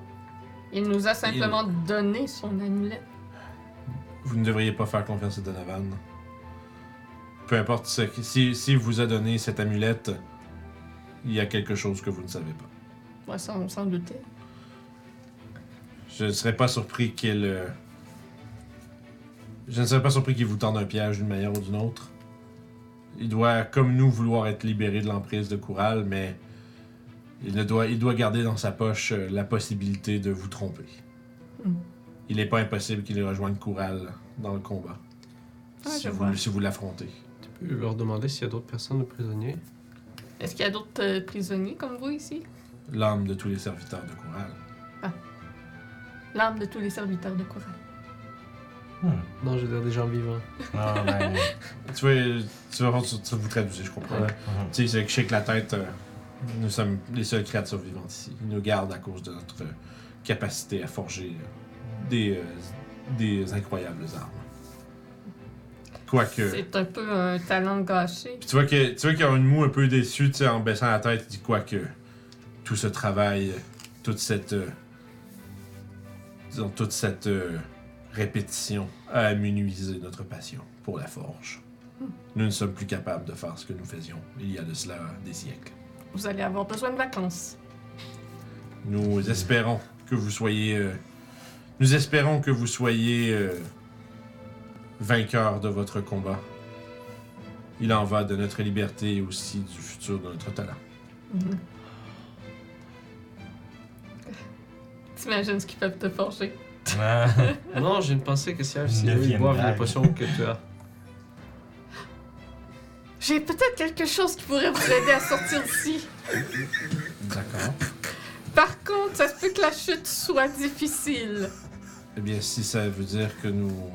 Speaker 3: Il nous a simplement donné son amulette.
Speaker 2: Vous ne devriez pas faire confiance à Donovan. Peu importe ce qui- si, si vous a donné cette amulette, il y a quelque chose que vous ne savez pas.
Speaker 3: Moi, ça, on s'en doutait.
Speaker 2: Je ne serais pas surpris qu'il. euh, Je ne serais pas surpris qu'il vous tende un piège d'une manière ou d'une autre. Il doit, comme nous, vouloir être libéré de l'emprise de Coural, mais il, ne doit, il doit garder dans sa poche euh, la possibilité de vous tromper.
Speaker 3: Mm.
Speaker 2: Il n'est pas impossible qu'il rejoigne Coural dans le combat. si,
Speaker 3: Ouais, Ah, je
Speaker 2: vous,
Speaker 3: vois.
Speaker 2: si vous l'affrontez.
Speaker 6: Tu peux leur demander s'il y a d'autres personnes de prisonniers.
Speaker 3: Est-ce qu'il y a d'autres euh, prisonniers comme vous ici?
Speaker 2: L'âme de tous les serviteurs de Coural.
Speaker 3: L'âme de tous les serviteurs de Coran.
Speaker 6: Non, je veux dire des gens vivants.
Speaker 4: Ah,
Speaker 2: *laughs*
Speaker 4: ben.
Speaker 2: Tu veux, tu vas voir, tu- tu- vous traduisez, je comprends.
Speaker 6: Ouais.
Speaker 4: mhm.
Speaker 2: Tu sais, c'est que je sais que la tête, euh, nous sommes les seules créatures vivantes ici. Ils nous gardent à cause de notre euh, capacité à forger euh, des, euh, des incroyables armes. Quoique.
Speaker 3: C'est un peu un talent gâché.
Speaker 2: Puis tu vois que tu vois qu'il y a une moue un peu déçu, tu sais, en baissant la tête, il dit quoi que tout ce travail, toute cette euh, disons, toute cette euh, répétition a amenuisé notre passion pour la forge. Nous ne sommes plus capables de faire ce que nous faisions il y a de cela des siècles.
Speaker 3: Vous allez avoir besoin de vacances.
Speaker 2: Nous espérons que vous soyez euh, nous espérons que vous soyez euh, vainqueurs de votre combat. Il en va de notre liberté et aussi du futur de notre talent.
Speaker 3: T'imagines ce qu'ils peuvent te forger.
Speaker 4: Ah.
Speaker 6: Non, j'ai une pensée que si eux,
Speaker 4: Une
Speaker 6: ils
Speaker 4: neuvième
Speaker 6: boivent la
Speaker 4: blague.
Speaker 6: potion que tu as.
Speaker 3: J'ai peut-être quelque chose qui pourrait vous aider à sortir d'ici.
Speaker 2: D'accord.
Speaker 3: Par contre, ça se peut que la chute soit difficile.
Speaker 2: Eh bien, si ça veut dire que nous.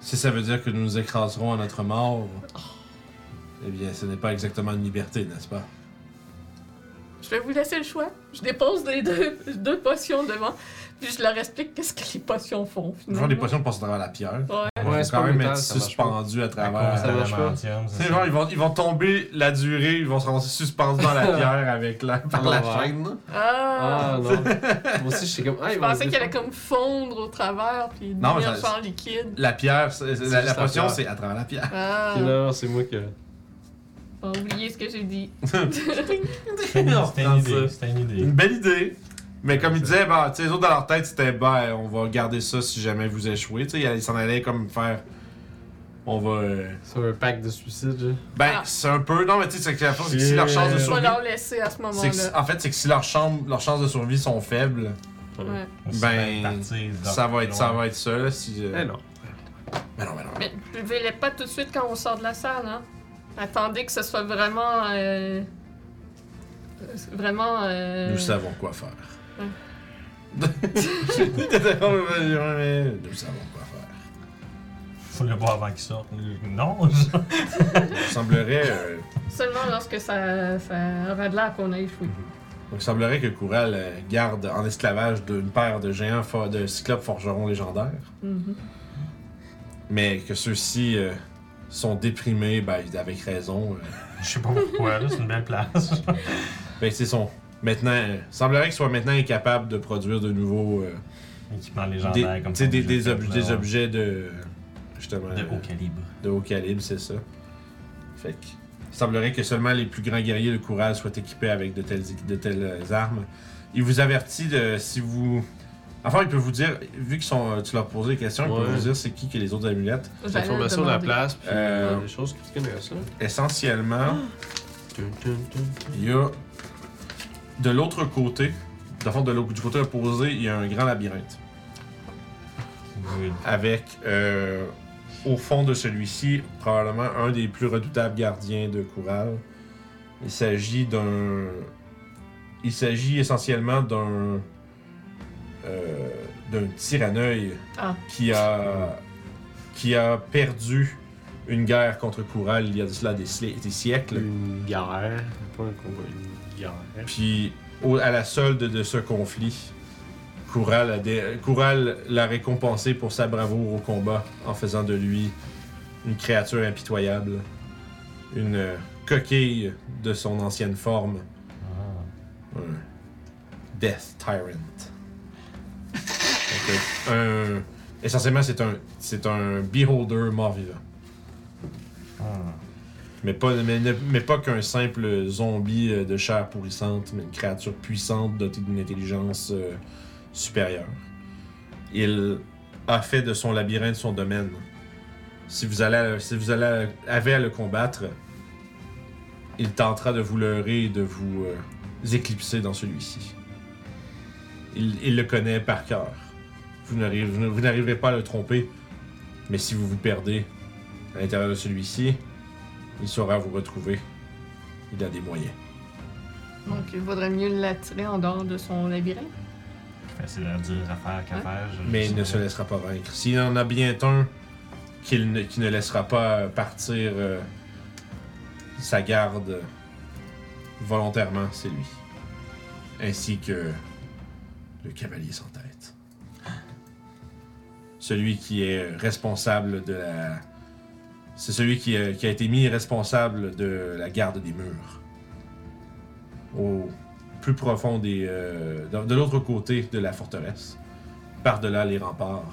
Speaker 2: Si ça veut dire que nous nous écraserons à notre mort, eh bien, ce n'est pas exactement une liberté, n'est-ce pas?
Speaker 3: Je vais vous laisser le choix. Je dépose les deux, *laughs* deux potions devant, puis je leur explique qu'est-ce que les potions font.
Speaker 2: Genre, les
Speaker 3: finalement.
Speaker 2: potions passent à travers la pierre.
Speaker 3: Ouais.
Speaker 2: Ils
Speaker 6: Ouais,
Speaker 2: vont
Speaker 6: c'est
Speaker 2: quand
Speaker 6: pas
Speaker 2: même
Speaker 6: métal,
Speaker 2: être
Speaker 6: ça marche pas.
Speaker 2: suspendus à
Speaker 4: Ah,
Speaker 2: travers.
Speaker 6: ça marche pas.
Speaker 4: l'adamantium,
Speaker 2: Tu sais,
Speaker 4: c'est
Speaker 2: genre,
Speaker 4: ça.
Speaker 2: ils vont, ils vont tomber la durée, ils vont se rendre suspendus
Speaker 6: *laughs*
Speaker 2: dans la pierre avec la, par la
Speaker 6: Ah, ouais.
Speaker 2: chaîne.
Speaker 3: Ah!
Speaker 6: Ah non. Moi aussi, j'étais comme. Ah,
Speaker 3: Je pensais qu'elle allait comme fondre au travers, puis
Speaker 2: Non, mais
Speaker 3: devenir
Speaker 2: ça-
Speaker 3: genre liquide.
Speaker 2: La pierre, c'est- c'est-
Speaker 6: C'est
Speaker 2: la, la
Speaker 6: juste la
Speaker 2: potion,
Speaker 6: pierre.
Speaker 2: c'est à travers la pierre.
Speaker 3: Ah!
Speaker 6: Non, c'est moi qui.
Speaker 3: Bon, oubliez ce que j'ai dit.
Speaker 4: C'était une- c'était une
Speaker 2: Non,
Speaker 4: idée,
Speaker 2: ça.
Speaker 4: c'était une idée.
Speaker 2: Une belle idée. Mais comme ils disaient, bah, tu sais, les autres dans leur tête, c'était ben, on va garder ça si jamais vous échouez. Tu sais, ils s'en allaient comme faire. On va. euh,
Speaker 6: Sur un pack de suicide, là.
Speaker 2: Ben,
Speaker 3: Ah.
Speaker 2: c'est un peu. Non, mais tu sais, c'est que la force, c'est que si leur chance de
Speaker 3: Je vais
Speaker 2: survie.
Speaker 3: leur laisser à ce
Speaker 2: c'est que si-
Speaker 3: moment-là.
Speaker 2: en fait, c'est que si leurs chambre- leurs chances de survie sont faibles,
Speaker 5: Euh,
Speaker 3: Ouais.
Speaker 4: On s'est
Speaker 2: Ben,
Speaker 4: parti dans-
Speaker 2: ça va être ça,
Speaker 4: loin.
Speaker 2: va être ça. là, si, euh,
Speaker 6: Eh non.
Speaker 2: Mais non, mais non.
Speaker 3: Mais buvez-les pas tout de suite quand on sort de la salle, hein. Attendez que ce soit vraiment. euh, euh, Vraiment. euh,
Speaker 2: Nous savons quoi *laughs* faire.
Speaker 3: Ouais.
Speaker 2: J'ai dit, d'accord, mais Nous savons quoi faire.
Speaker 4: Faut le boire avant qu'il sorte. Non, *laughs* genre.
Speaker 2: Il semblerait, euh,
Speaker 3: Seulement lorsque ça, ça aura de l'air qu'on a échoué.
Speaker 2: il semblerait que Coural euh, garde en esclavage d'une paire de géants fo- de cyclopes forgerons légendaires.
Speaker 3: Mhm.
Speaker 2: mais que ceux-ci euh, sont déprimés, ben, avec raison. euh.
Speaker 4: Je sais pas pourquoi, là, c'est une belle place. *laughs*
Speaker 2: Ben, c'est son. Maintenant, euh, semblerait qu'ils soient maintenant incapables de produire de nouveaux. euh,
Speaker 4: Équipement
Speaker 2: des,
Speaker 4: légendaire comme
Speaker 2: tu sais,
Speaker 4: ça.
Speaker 2: des, des, ob- des objets de. Justement.
Speaker 4: De
Speaker 2: euh,
Speaker 4: haut calibre.
Speaker 2: de haut calibre, c'est ça. Fait que. Il semblerait que seulement les plus grands guerriers de Coural soient équipés avec de telles, de telles euh, armes. Il vous avertit de. Si vous. Enfin, il peut vous dire, vu qu'ils sont. euh, Tu leur poses des questions, il peut
Speaker 6: Ouais.
Speaker 2: vous dire c'est qui qui a les autres amulettes.
Speaker 3: J'allais le
Speaker 6: L'information de la
Speaker 3: demander.
Speaker 6: place, puis
Speaker 2: Euh,
Speaker 6: des choses que tu connais,
Speaker 5: hein.
Speaker 6: ça.
Speaker 2: Essentiellement. Il y a de l'autre côté, dans le fond, de l'au- du côté opposé, il y a un grand labyrinthe.
Speaker 4: Good.
Speaker 2: Avec euh, au fond de celui-ci, probablement un des plus redoutables gardiens de Coural. Il s'agit d'un. Il s'agit essentiellement d'un. euh, d'un tyranneuil
Speaker 3: Ah.
Speaker 2: qui a. qui a perdu une guerre contre Coural il y a de cela des sli- des siècles.
Speaker 6: Une guerre. Pas un combat, une guerre.
Speaker 2: Puis, au- à la solde de ce conflit, Coural, a dé- Coural l'a récompensé pour sa bravoure au combat en faisant de lui une créature impitoyable, une euh, coquille de son ancienne forme, un Death Tyrant. Donc, euh, un- essentiellement, c'est un, c'est un beholder mort-vivant.
Speaker 4: Ah.
Speaker 2: Mais pas, mais, ne- mais pas qu'un simple zombie euh, de chair pourrissante, mais une créature puissante dotée d'une intelligence euh, supérieure. Il a fait de son labyrinthe son domaine, Si vous allez, si vous allez, avez à le combattre, il tentera de vous leurrer et de vous euh, éclipser dans celui-ci. Il, il le connaît par cœur. Vous n'arri- vous ne- vous n'arriverez pas à le tromper, mais si vous vous perdez à l'intérieur de celui-ci, il saura vous retrouver. Il a des moyens.
Speaker 3: Donc, il vaudrait mieux l'attirer en dehors de son labyrinthe.
Speaker 4: Facile à dire, à faire, qu'à
Speaker 3: Ouais.
Speaker 4: faire. je-
Speaker 2: Mais
Speaker 4: je
Speaker 2: il ne
Speaker 4: sais
Speaker 2: se
Speaker 4: pas.
Speaker 2: laissera pas vaincre. S'il en a bien un qu'il ne, qui ne laissera pas partir euh, sa garde euh, volontairement, c'est lui. Ainsi que le cavalier sans tête. Celui qui est responsable de la... C'est celui qui, euh, qui a été mis responsable de la garde des murs. Au plus profond des... euh, de- de l'autre côté de la forteresse par-delà les remparts,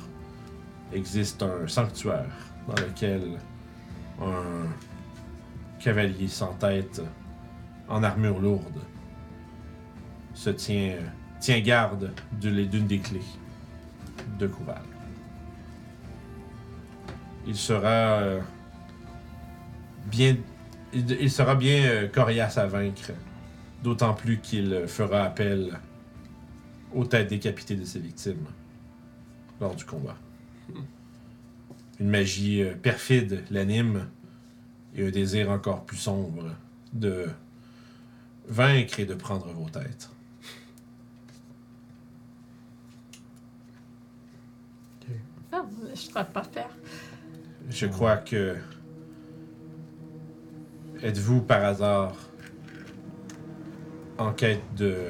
Speaker 2: existe un sanctuaire dans lequel un cavalier sans tête, en armure lourde, se tient, tient garde de les- d'une des clés de Kouval. Il sera euh, bien, il, il sera bien euh, coriace à vaincre, d'autant plus qu'il fera appel aux têtes décapitées de ses victimes lors du combat. Une magie euh, perfide l'anime et un désir encore plus sombre de vaincre et de prendre vos têtes.
Speaker 3: Ah, je ne crois pas faire.
Speaker 2: Je crois que êtes-vous par hasard en quête de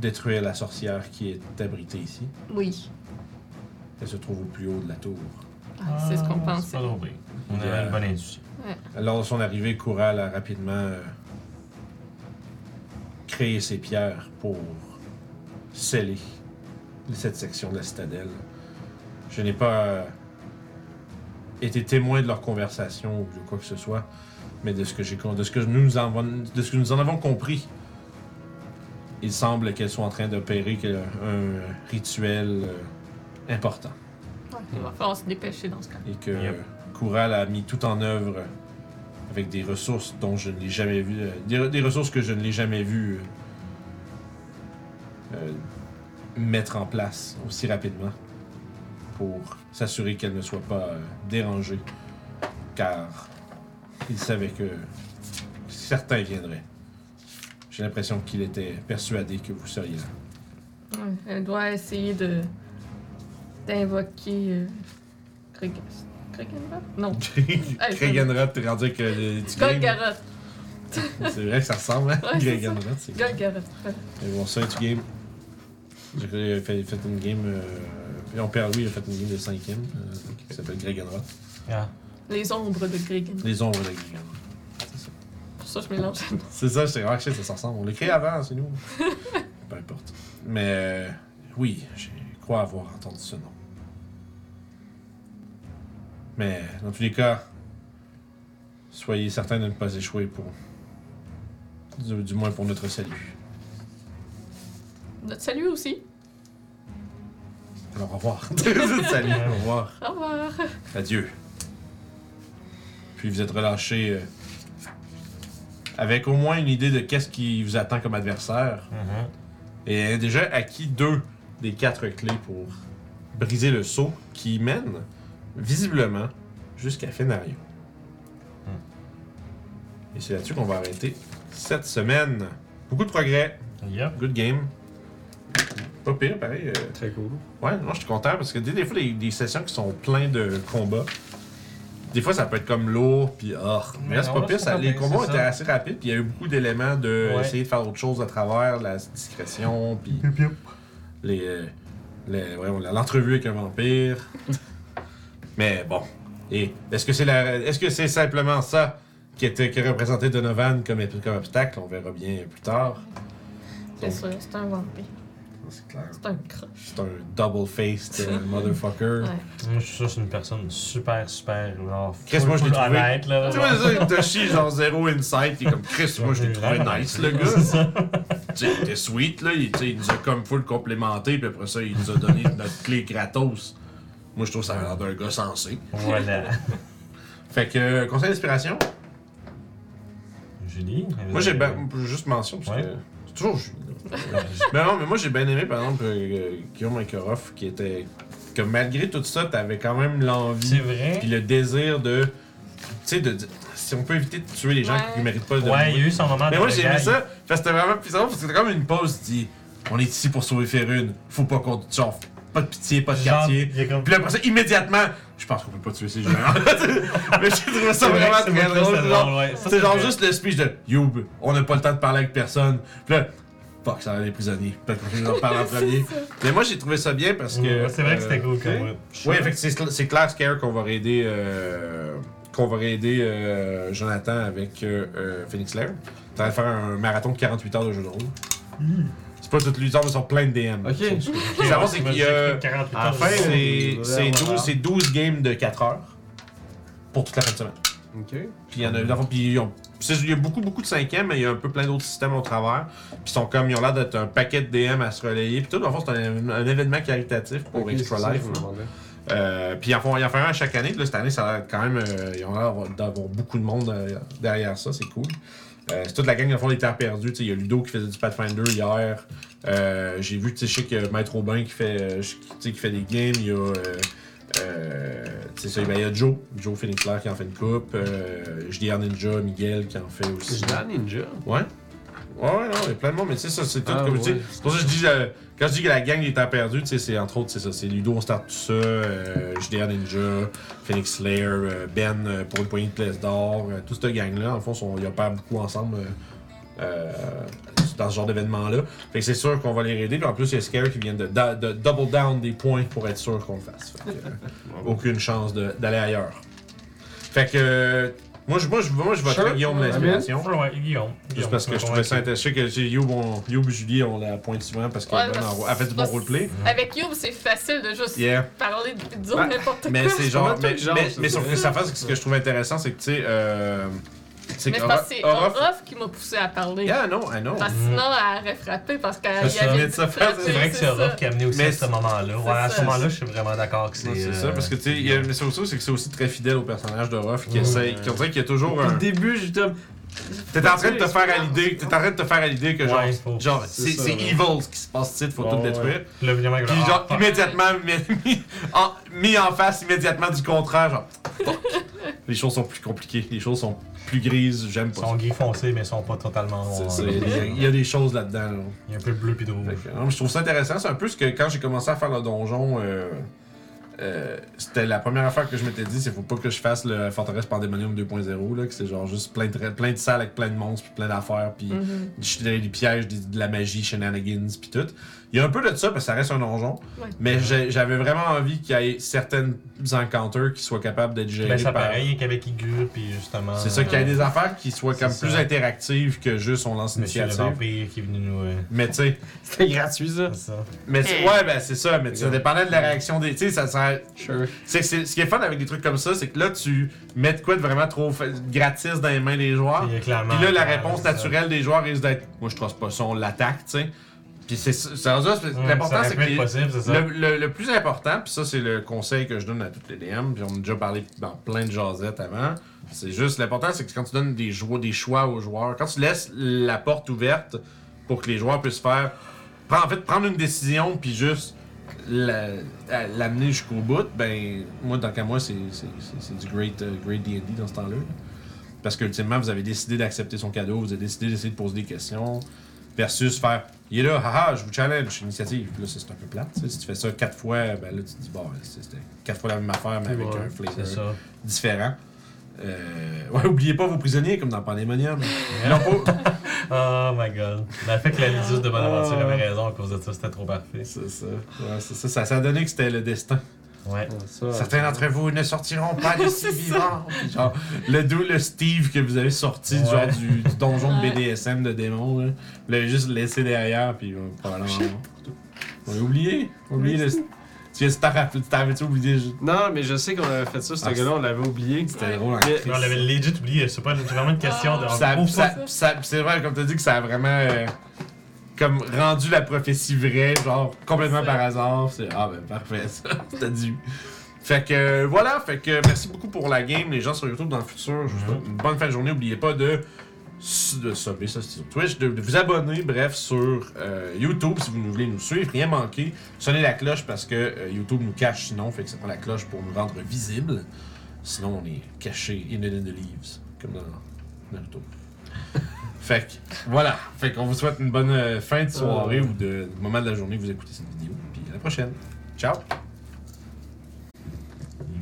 Speaker 2: détruire la sorcière qui est abritée ici.
Speaker 3: Oui,
Speaker 2: Elle se trouve au plus haut de la tour.
Speaker 3: Ah, c'est ce qu'on
Speaker 4: Ah,
Speaker 3: pensait.
Speaker 4: C'est pas drôle. On
Speaker 2: Yeah.
Speaker 4: a une bonne industrie.
Speaker 2: Lors de son arrivée, Koural a rapidement euh, créé ses pierres pour sceller cette section de la citadelle. Je n'ai pas euh, été témoin de leur conversation ou de quoi que ce soit, mais de ce que j'ai con- de ce que nous en avons- de ce que nous en avons compris, il semble qu'elles soient en train d'opérer que- euh, un rituel euh, important
Speaker 3: Ouais, Il va falloir se dépêcher dans ce cas.
Speaker 2: et que
Speaker 4: Yep.
Speaker 2: Koural a mis tout en œuvre avec des ressources dont je ne l'ai jamais vu, euh, des, des ressources que je ne l'ai jamais vu euh, euh, mettre en place aussi rapidement pour s'assurer qu'elle ne soit pas euh, dérangée, car il savait que certains viendraient. J'ai l'impression qu'il était persuadé que vous seriez là. *laughs*
Speaker 3: Ouais, elle doit essayer de d'invoquer euh, Kreg- Kregenrod? Non, Hey,
Speaker 2: Greganrod, t'es rendu que le- du game.
Speaker 3: Golgaroth.
Speaker 2: C'est vrai que ça ressemble, hein?
Speaker 3: Ouais, c'est ça.
Speaker 2: Greganrod, c'est
Speaker 3: Golgaroth. ouais.
Speaker 2: Ils vont ça, tu game. J'ai cru qu'il a fait, fait une game. Euh, on perd lui, il a fait une game de cinquième. Euh, qui s'appelle Greg and Roth.
Speaker 4: Ah.
Speaker 3: Les ombres de Gregan.
Speaker 2: Les ombres de Greg and Roth.
Speaker 3: Pour ça, je mélange. *laughs*
Speaker 2: C'est ça, c'est vrai que ça ça ressemble. On l'a créé avant, c'est nous. Peu importe. Mais euh, oui, je crois avoir entendu ce nom. Mais dans tous les cas, soyez certains de ne pas échouer pour. Du, du moins pour notre salut.
Speaker 3: Notre salut aussi.
Speaker 2: Alors au revoir. *laughs* salut, au revoir.
Speaker 3: Au revoir.
Speaker 2: Adieu. Puis vous êtes relâché euh, avec au moins une idée de qu'est-ce qui vous attend comme adversaire.
Speaker 4: Mhm.
Speaker 2: Et elle a déjà acquis deux des quatre clés pour briser le saut qui mène visiblement jusqu'à Fenario. Hmm. Et c'est là-dessus qu'on va arrêter cette semaine. Beaucoup de progrès,
Speaker 4: Yep.
Speaker 2: good game. Pas pire, pareil. euh,
Speaker 5: Très cool.
Speaker 2: Ouais, non, je suis content parce que des, des fois, des, des sessions qui sont pleines de combats, des fois ça peut être comme lourd, puis oh, mais là c'est
Speaker 4: Mais
Speaker 2: pas
Speaker 4: non,
Speaker 2: pire,
Speaker 4: c'est
Speaker 2: ça-
Speaker 4: pas
Speaker 2: les
Speaker 4: pire,
Speaker 2: combats
Speaker 4: c'est
Speaker 2: étaient
Speaker 4: ça.
Speaker 2: assez rapides, puis il y a eu beaucoup d'éléments de
Speaker 4: Ouais.
Speaker 2: essayer de faire autre chose à travers la discrétion, puis les, euh, les- voyons, la- l'entrevue avec un
Speaker 4: *laughs*
Speaker 2: vampire. mais bon, et est-ce que c'est la, est-ce que c'est simplement ça qui était qui représentait Donovan comme, comme obstacle On verra bien plus tard.
Speaker 3: C'est sûr, c'est un vampire.
Speaker 2: C'est clair.
Speaker 3: C'est un crush.
Speaker 2: C'est un double-faced
Speaker 4: *laughs*
Speaker 2: euh, motherfucker.
Speaker 3: Ouais.
Speaker 4: Moi, je suis sûr que c'est une personne super, super. genre,
Speaker 2: Chris,
Speaker 4: full,
Speaker 2: moi, je l'ai
Speaker 4: full
Speaker 2: trouvé.
Speaker 4: honnête, là.
Speaker 2: Tu vois, c'est ça, Toshi, genre zéro insight, il est comme Chris, moi je l'ai trouvé nice le
Speaker 4: C'est
Speaker 2: gars.
Speaker 4: ça.
Speaker 2: Tu sais, il était sweet là, il, tu sais, il nous a comme full complémenté, puis après ça, il nous a donné notre clé gratos. Moi, je trouve ça a l'air d'un gars sensé.
Speaker 4: Voilà. *laughs*
Speaker 2: Fait que, euh, conseil d'inspiration,
Speaker 4: Julie?
Speaker 2: moi, j'ai ben, juste mention, parce que
Speaker 4: Ouais.
Speaker 2: c'est toujours Julie. Mais non, mais moi, j'ai bien aimé, par exemple, euh, Guillaume Akeroff, qui était... Que malgré tout ça, t'avais quand même l'envie
Speaker 4: C'est vrai?
Speaker 2: puis le désir de. Tu sais, de dire. Si on peut éviter de tuer les gens
Speaker 3: Ouais.
Speaker 2: qui ne méritent pas de.
Speaker 4: Ouais,
Speaker 2: mourir.
Speaker 4: il y a eu son moment
Speaker 2: Mais
Speaker 4: de
Speaker 2: moi, j'ai aimé
Speaker 4: réveil.
Speaker 2: ça, parce que c'était vraiment bizarre, parce que c'était comme une pause, tu dis on est ici pour sauver Férune, faut pas qu'on. Genre, pas de pitié, pas de
Speaker 4: Genre,
Speaker 2: quartier.
Speaker 4: il y a comme-
Speaker 2: Puis là, après ça, immédiatement, je pense qu'on peut pas tuer ces
Speaker 4: *laughs*
Speaker 2: gens. *laughs* Mais j'ai trouvé ça
Speaker 4: C'est vrai
Speaker 2: vraiment
Speaker 4: que c'est
Speaker 2: très
Speaker 4: moi qui trouve ça
Speaker 2: drôle. genre,
Speaker 4: drôle, ouais. Ça,
Speaker 2: C'est genre
Speaker 4: vrai.
Speaker 2: juste le speech de Youb, on n'a pas le temps de parler avec personne. Puis là, fuck, ça a l'air des prisonniers. Peut-être qu'on en parle en premier. Mais moi, j'ai trouvé ça bien parce que.
Speaker 4: Ouais, C'est vrai que c'était
Speaker 2: euh,
Speaker 4: cool comme route.
Speaker 2: oui, fait que c'est cl- c'est clair, Scare, qu'on va aider, qu'on va aider Jonathan avec euh, euh, Phoenix Lair. T'as à faire un marathon de 48 heures de jeu de rôle. C'est pas toute l'usure, mais sur plein de DM.
Speaker 5: Hmm. Ok.
Speaker 2: Ce que j'avance, c'est qu'il y a.
Speaker 4: 48
Speaker 10: à la
Speaker 4: heures.
Speaker 10: fin,
Speaker 2: C'est
Speaker 5: Ouais,
Speaker 2: c'est
Speaker 5: voilà.
Speaker 2: 12, c'est 12 games de 4 heures pour toute la fin de semaine.
Speaker 5: Ok.
Speaker 2: Puis il y en a, dans le fond, puis ils ont- c'est- il y a beaucoup, beaucoup de cinquièmes, mais il y a un peu plein d'autres systèmes au travers. Puis ils sont comme, ils ont l'air d'être un paquet de DM à se relayer. Puis tout, dans le fond, c'est un, un événement caritatif pour
Speaker 5: Ok,
Speaker 2: Extra
Speaker 5: c'est ça,
Speaker 2: Life. hein.
Speaker 5: je me
Speaker 2: là.
Speaker 5: demandais.
Speaker 2: Euh, puis ils en font, ils en font un à chaque année. Puis Là, cette année, ça a l'air quand même. euh, ils ont l'air d'avoir- d'avoir beaucoup de monde euh, derrière ça. C'est cool. Euh, c'est toute la gang qui font les terres perdues. Tu sais, Il y a Ludo qui faisait du Pathfinder hier. Euh, J'ai vu, tu sais, je sais que Maître Aubin qui fait, euh, je- tu sais, qui fait des games. Il y a. euh, euh, tu sais, ça, ben, il y a Joe, Joe Phoenix Lair qui en fait une coupe, euh, JDR Ninja, Miguel qui en fait aussi.
Speaker 5: C'est un ninja.
Speaker 2: Ouais. Ouais, ouais, non, il y a plein de monde, mais tu sais, ça, c'est tout
Speaker 5: Ah,
Speaker 2: comme
Speaker 5: ouais.
Speaker 2: tu sais. C'est pour ça que je dis, euh, quand je dis que la gang des temps perdus, tu sais, c'est entre autres, c'est ça. C'est Ludo, on start tout ça, euh, JDR Ninja, Phoenix Slayer, euh, Ben euh, pour une poignée de pièces d'or, euh, toute cette gang-là, en fond, sont- ils opèrent beaucoup ensemble. euh, euh, dans ce genre d'événement-là. Fait que c'est sûr qu'on va les aider. Puis en plus, il y a Scare qui vient de, da- de double down des points pour être sûr qu'on le fasse. Fait que, euh, aucune chance de- d'aller ailleurs. Fait que euh, moi, je, moi, je, moi, je voterais
Speaker 5: Sure.
Speaker 2: Guillaume l'inspiration.
Speaker 4: Ouais, ouais, Guillaume.
Speaker 2: Juste
Speaker 4: Guillaume,
Speaker 2: parce que
Speaker 4: tu
Speaker 2: je
Speaker 4: m'as
Speaker 2: trouvais ça
Speaker 4: convaincu.
Speaker 2: intéressant. Je sais que j'ai Youb, on- Youb et Julie, on la pointe souvent parce qu'elle
Speaker 3: Ouais,
Speaker 2: donne
Speaker 3: parce-
Speaker 2: en- elle fait du bon
Speaker 3: parce-
Speaker 2: roleplay.
Speaker 3: Avec You, c'est facile de juste
Speaker 2: Yeah.
Speaker 3: parler de dire
Speaker 2: Ouais.
Speaker 3: n'importe quoi.
Speaker 2: Mais c'est genre.
Speaker 5: pas
Speaker 2: Mais,
Speaker 5: tout genre,
Speaker 2: mais,
Speaker 5: ça,
Speaker 2: mais sauf
Speaker 5: c'est
Speaker 2: que ça fait, ce que je trouve intéressant, c'est que tu sais. Euh, c'est
Speaker 3: Mais
Speaker 2: que
Speaker 3: c'est parce que c'est
Speaker 2: Orof- Orof-
Speaker 3: Orof qui m'a poussé à parler.
Speaker 2: Yeah, non, I know.
Speaker 3: Parce que sinon, elle aurait frappé parce qu'elle
Speaker 2: Parce
Speaker 3: y
Speaker 2: que ça
Speaker 3: avait
Speaker 2: vient de se
Speaker 3: dit
Speaker 2: faire,
Speaker 3: frapper,
Speaker 4: C'est vrai que c'est
Speaker 3: ça.
Speaker 4: Orof qui a amené aussi
Speaker 2: Mais
Speaker 4: à ce
Speaker 2: c'est-
Speaker 4: moment-là. Ouais, à ce
Speaker 3: ça.
Speaker 4: moment-là, je suis vraiment d'accord que c'est.
Speaker 2: Non, C'est ça,
Speaker 4: euh,
Speaker 2: parce que tu sais, il y a- mais c'est aussi, c'est que c'est aussi très fidèle au personnage de Ruff qui
Speaker 4: Ouais.
Speaker 2: essaye, qui on dirait qu'il y a toujours
Speaker 5: Au
Speaker 2: un.
Speaker 5: début, j'étais comme.
Speaker 2: T'es en train de te faire à l'idée, t'es en train de te faire à l'idée que genre,
Speaker 4: Ouais, faut-
Speaker 2: genre c'est
Speaker 5: c'est ça,
Speaker 2: c'est
Speaker 5: ouais.
Speaker 2: evil ce qui se passe ici, faut
Speaker 4: Ouais,
Speaker 2: tout
Speaker 4: ouais.
Speaker 2: détruire.
Speaker 4: Là, évidemment,
Speaker 2: Puis
Speaker 4: ah,
Speaker 2: genre
Speaker 4: fuck.
Speaker 2: immédiatement mis, mis- en, mis en face immédiatement du contraire, genre. fuck. les choses sont plus compliquées, les choses sont plus grises, j'aime
Speaker 4: Ils
Speaker 2: pas.
Speaker 4: sont
Speaker 2: ça.
Speaker 4: gris foncé, mais ils sont pas totalement
Speaker 2: C'est-
Speaker 4: noirs.
Speaker 2: c'est- Il y a- hein. il y, a des choses là-dedans. là.
Speaker 4: Il y a un peu de bleu pis de
Speaker 2: Fait
Speaker 4: rouge.
Speaker 2: que, non, mais je trouve ça intéressant. C'est un peu ce que quand j'ai commencé à faire le donjon, euh, euh, c'était la première affaire que je m'étais dit, c'est faut pas que je fasse le Forteresse Pandemonium 2.0, là, que c'est genre juste plein de, tra- plein de salles avec plein de monstres, puis plein d'affaires, puis
Speaker 3: Mhm.
Speaker 2: des, des pièges, des- de la magie, shenanigans, puis tout. Il y a un peu de ça, parce que ça reste un donjon,
Speaker 3: Ouais.
Speaker 2: mais j'ai- j'avais vraiment envie qu'il y ait certaines encounters qui soient capables d'être gérées
Speaker 4: Ben, ça
Speaker 2: par-
Speaker 4: pareil qu'avec Igur, pis justement. euh,
Speaker 2: C'est ça, qu'il y ait des affaires qui soient comme
Speaker 4: C'est
Speaker 2: plus
Speaker 4: ça.
Speaker 2: interactives que juste on lance
Speaker 4: Monsieur le
Speaker 2: initiative.
Speaker 4: vampire qui est venu nous. euh,
Speaker 2: Mais tu sais,
Speaker 5: C'était gratuit, ça.
Speaker 4: c'est ça.
Speaker 2: Mais c'est-
Speaker 3: Hey.
Speaker 2: ouais, ben c'est ça, mais ça dépendait de la réaction des. Tu sais, ça serait.
Speaker 5: Sure.
Speaker 2: c'est- c'est- Ce qui est fun avec des trucs comme ça, c'est que là, tu mets de quoi de vraiment trop fa- gratis dans les mains des joueurs.
Speaker 4: Il y a euh, clairement-
Speaker 2: Ah. Puis là, la
Speaker 4: clairement,
Speaker 2: réponse
Speaker 4: c'est ça.
Speaker 2: naturelle des joueurs risque d'être Moi, je trace pas ça, on l'attaque, tu sais. Puis c'est ça. c'est-
Speaker 4: Ouais,
Speaker 2: L'important,
Speaker 4: Mmh, ça
Speaker 2: c'est que.
Speaker 4: aurait pu
Speaker 2: les-
Speaker 4: être possible, c'est ça.
Speaker 2: le, le- le plus important, puis ça, c'est le conseil que je donne à toutes les DM, puis on a déjà parlé dans plein de jasettes avant. C'est juste, l'important, c'est que quand tu donnes des, jou- des choix aux joueurs, quand tu laisses la porte ouverte pour que les joueurs puissent faire. prends- en fait, prendre une décision, puis juste la- à- l'amener jusqu'au bout, ben, moi, dans le cas, moi, c'est c'est- c'est- c'est du great euh, great DD dans ce temps-là. Parce que, ultimement, vous avez décidé d'accepter son cadeau, vous avez décidé d'essayer de poser des questions, versus faire il est là, haha, je vous challenge, initiative. Puis là, ça, c'est un peu plate. tu sais. Si tu fais ça quatre fois, ben là, tu te dis, bon, c'est- c'était quatre fois la même affaire, mais avec
Speaker 5: Ouais,
Speaker 2: un flavor
Speaker 4: C'est ça.
Speaker 2: différent. Euh, ouais, oubliez pas vos prisonniers, comme dans Pandémonium. Ils l'ont pas-
Speaker 4: Oh my god. Mais fait que la Lidus de Bonaventure
Speaker 2: Ah.
Speaker 4: avait raison à cause de ça, c'était trop parfait.
Speaker 2: C'est ça. Ouais, c'est ça. Ça ça a donné que c'était le destin.
Speaker 4: Ouais.
Speaker 5: Ça.
Speaker 2: Certains d'entre vous ne sortiront pas d'ici vivants. Puis genre, le, dou- le Steve que vous avez sorti du
Speaker 4: Ouais.
Speaker 2: genre du, du donjon de BDSM de démon, là. vous l'avez juste laissé derrière, puis euh, probablement. On l'a oublié. On a oublié le. Tu viens de t'en rappeler- tu t'avais-tu oublié? je-
Speaker 5: Non, mais je sais qu'on avait fait ça, ce
Speaker 2: Ah,
Speaker 5: gars-là, on l'avait oublié.
Speaker 2: C'était drôle. hein.
Speaker 5: Mais-
Speaker 4: Non, on l'avait legit oublié, c'est pas c'est vraiment une question de.
Speaker 2: Puis Ah. ça-
Speaker 4: Oh,
Speaker 2: puis ça- puis ça- puis c'est vrai, comme t'as dit, que ça a vraiment euh, comme rendu la prophétie vraie, genre complètement
Speaker 3: C'est
Speaker 2: *laughs*
Speaker 3: ça.
Speaker 2: par hasard. C'est ah ben parfait, ça. C'était dû. Fait que euh, voilà, fait que merci beaucoup pour la game, les gens sur YouTube dans le futur. Je vous souhaite une bonne fin de journée. N'oubliez pas de s- de subber, ça c'est sur Twitch, de, de vous abonner, bref, sur euh, YouTube si vous nous voulez nous suivre, rien manquer. Sonnez la cloche parce que euh, YouTube nous cache sinon, fait que ça prend la cloche pour nous rendre visibles. Sinon, on est caché in the, in the leaves, comme dans Naruto. fait que voilà, fait qu'on vous souhaite une bonne euh, fin de soirée ou de, moment de la journée que vous écoutez cette vidéo. Puis à la prochaine. Ciao!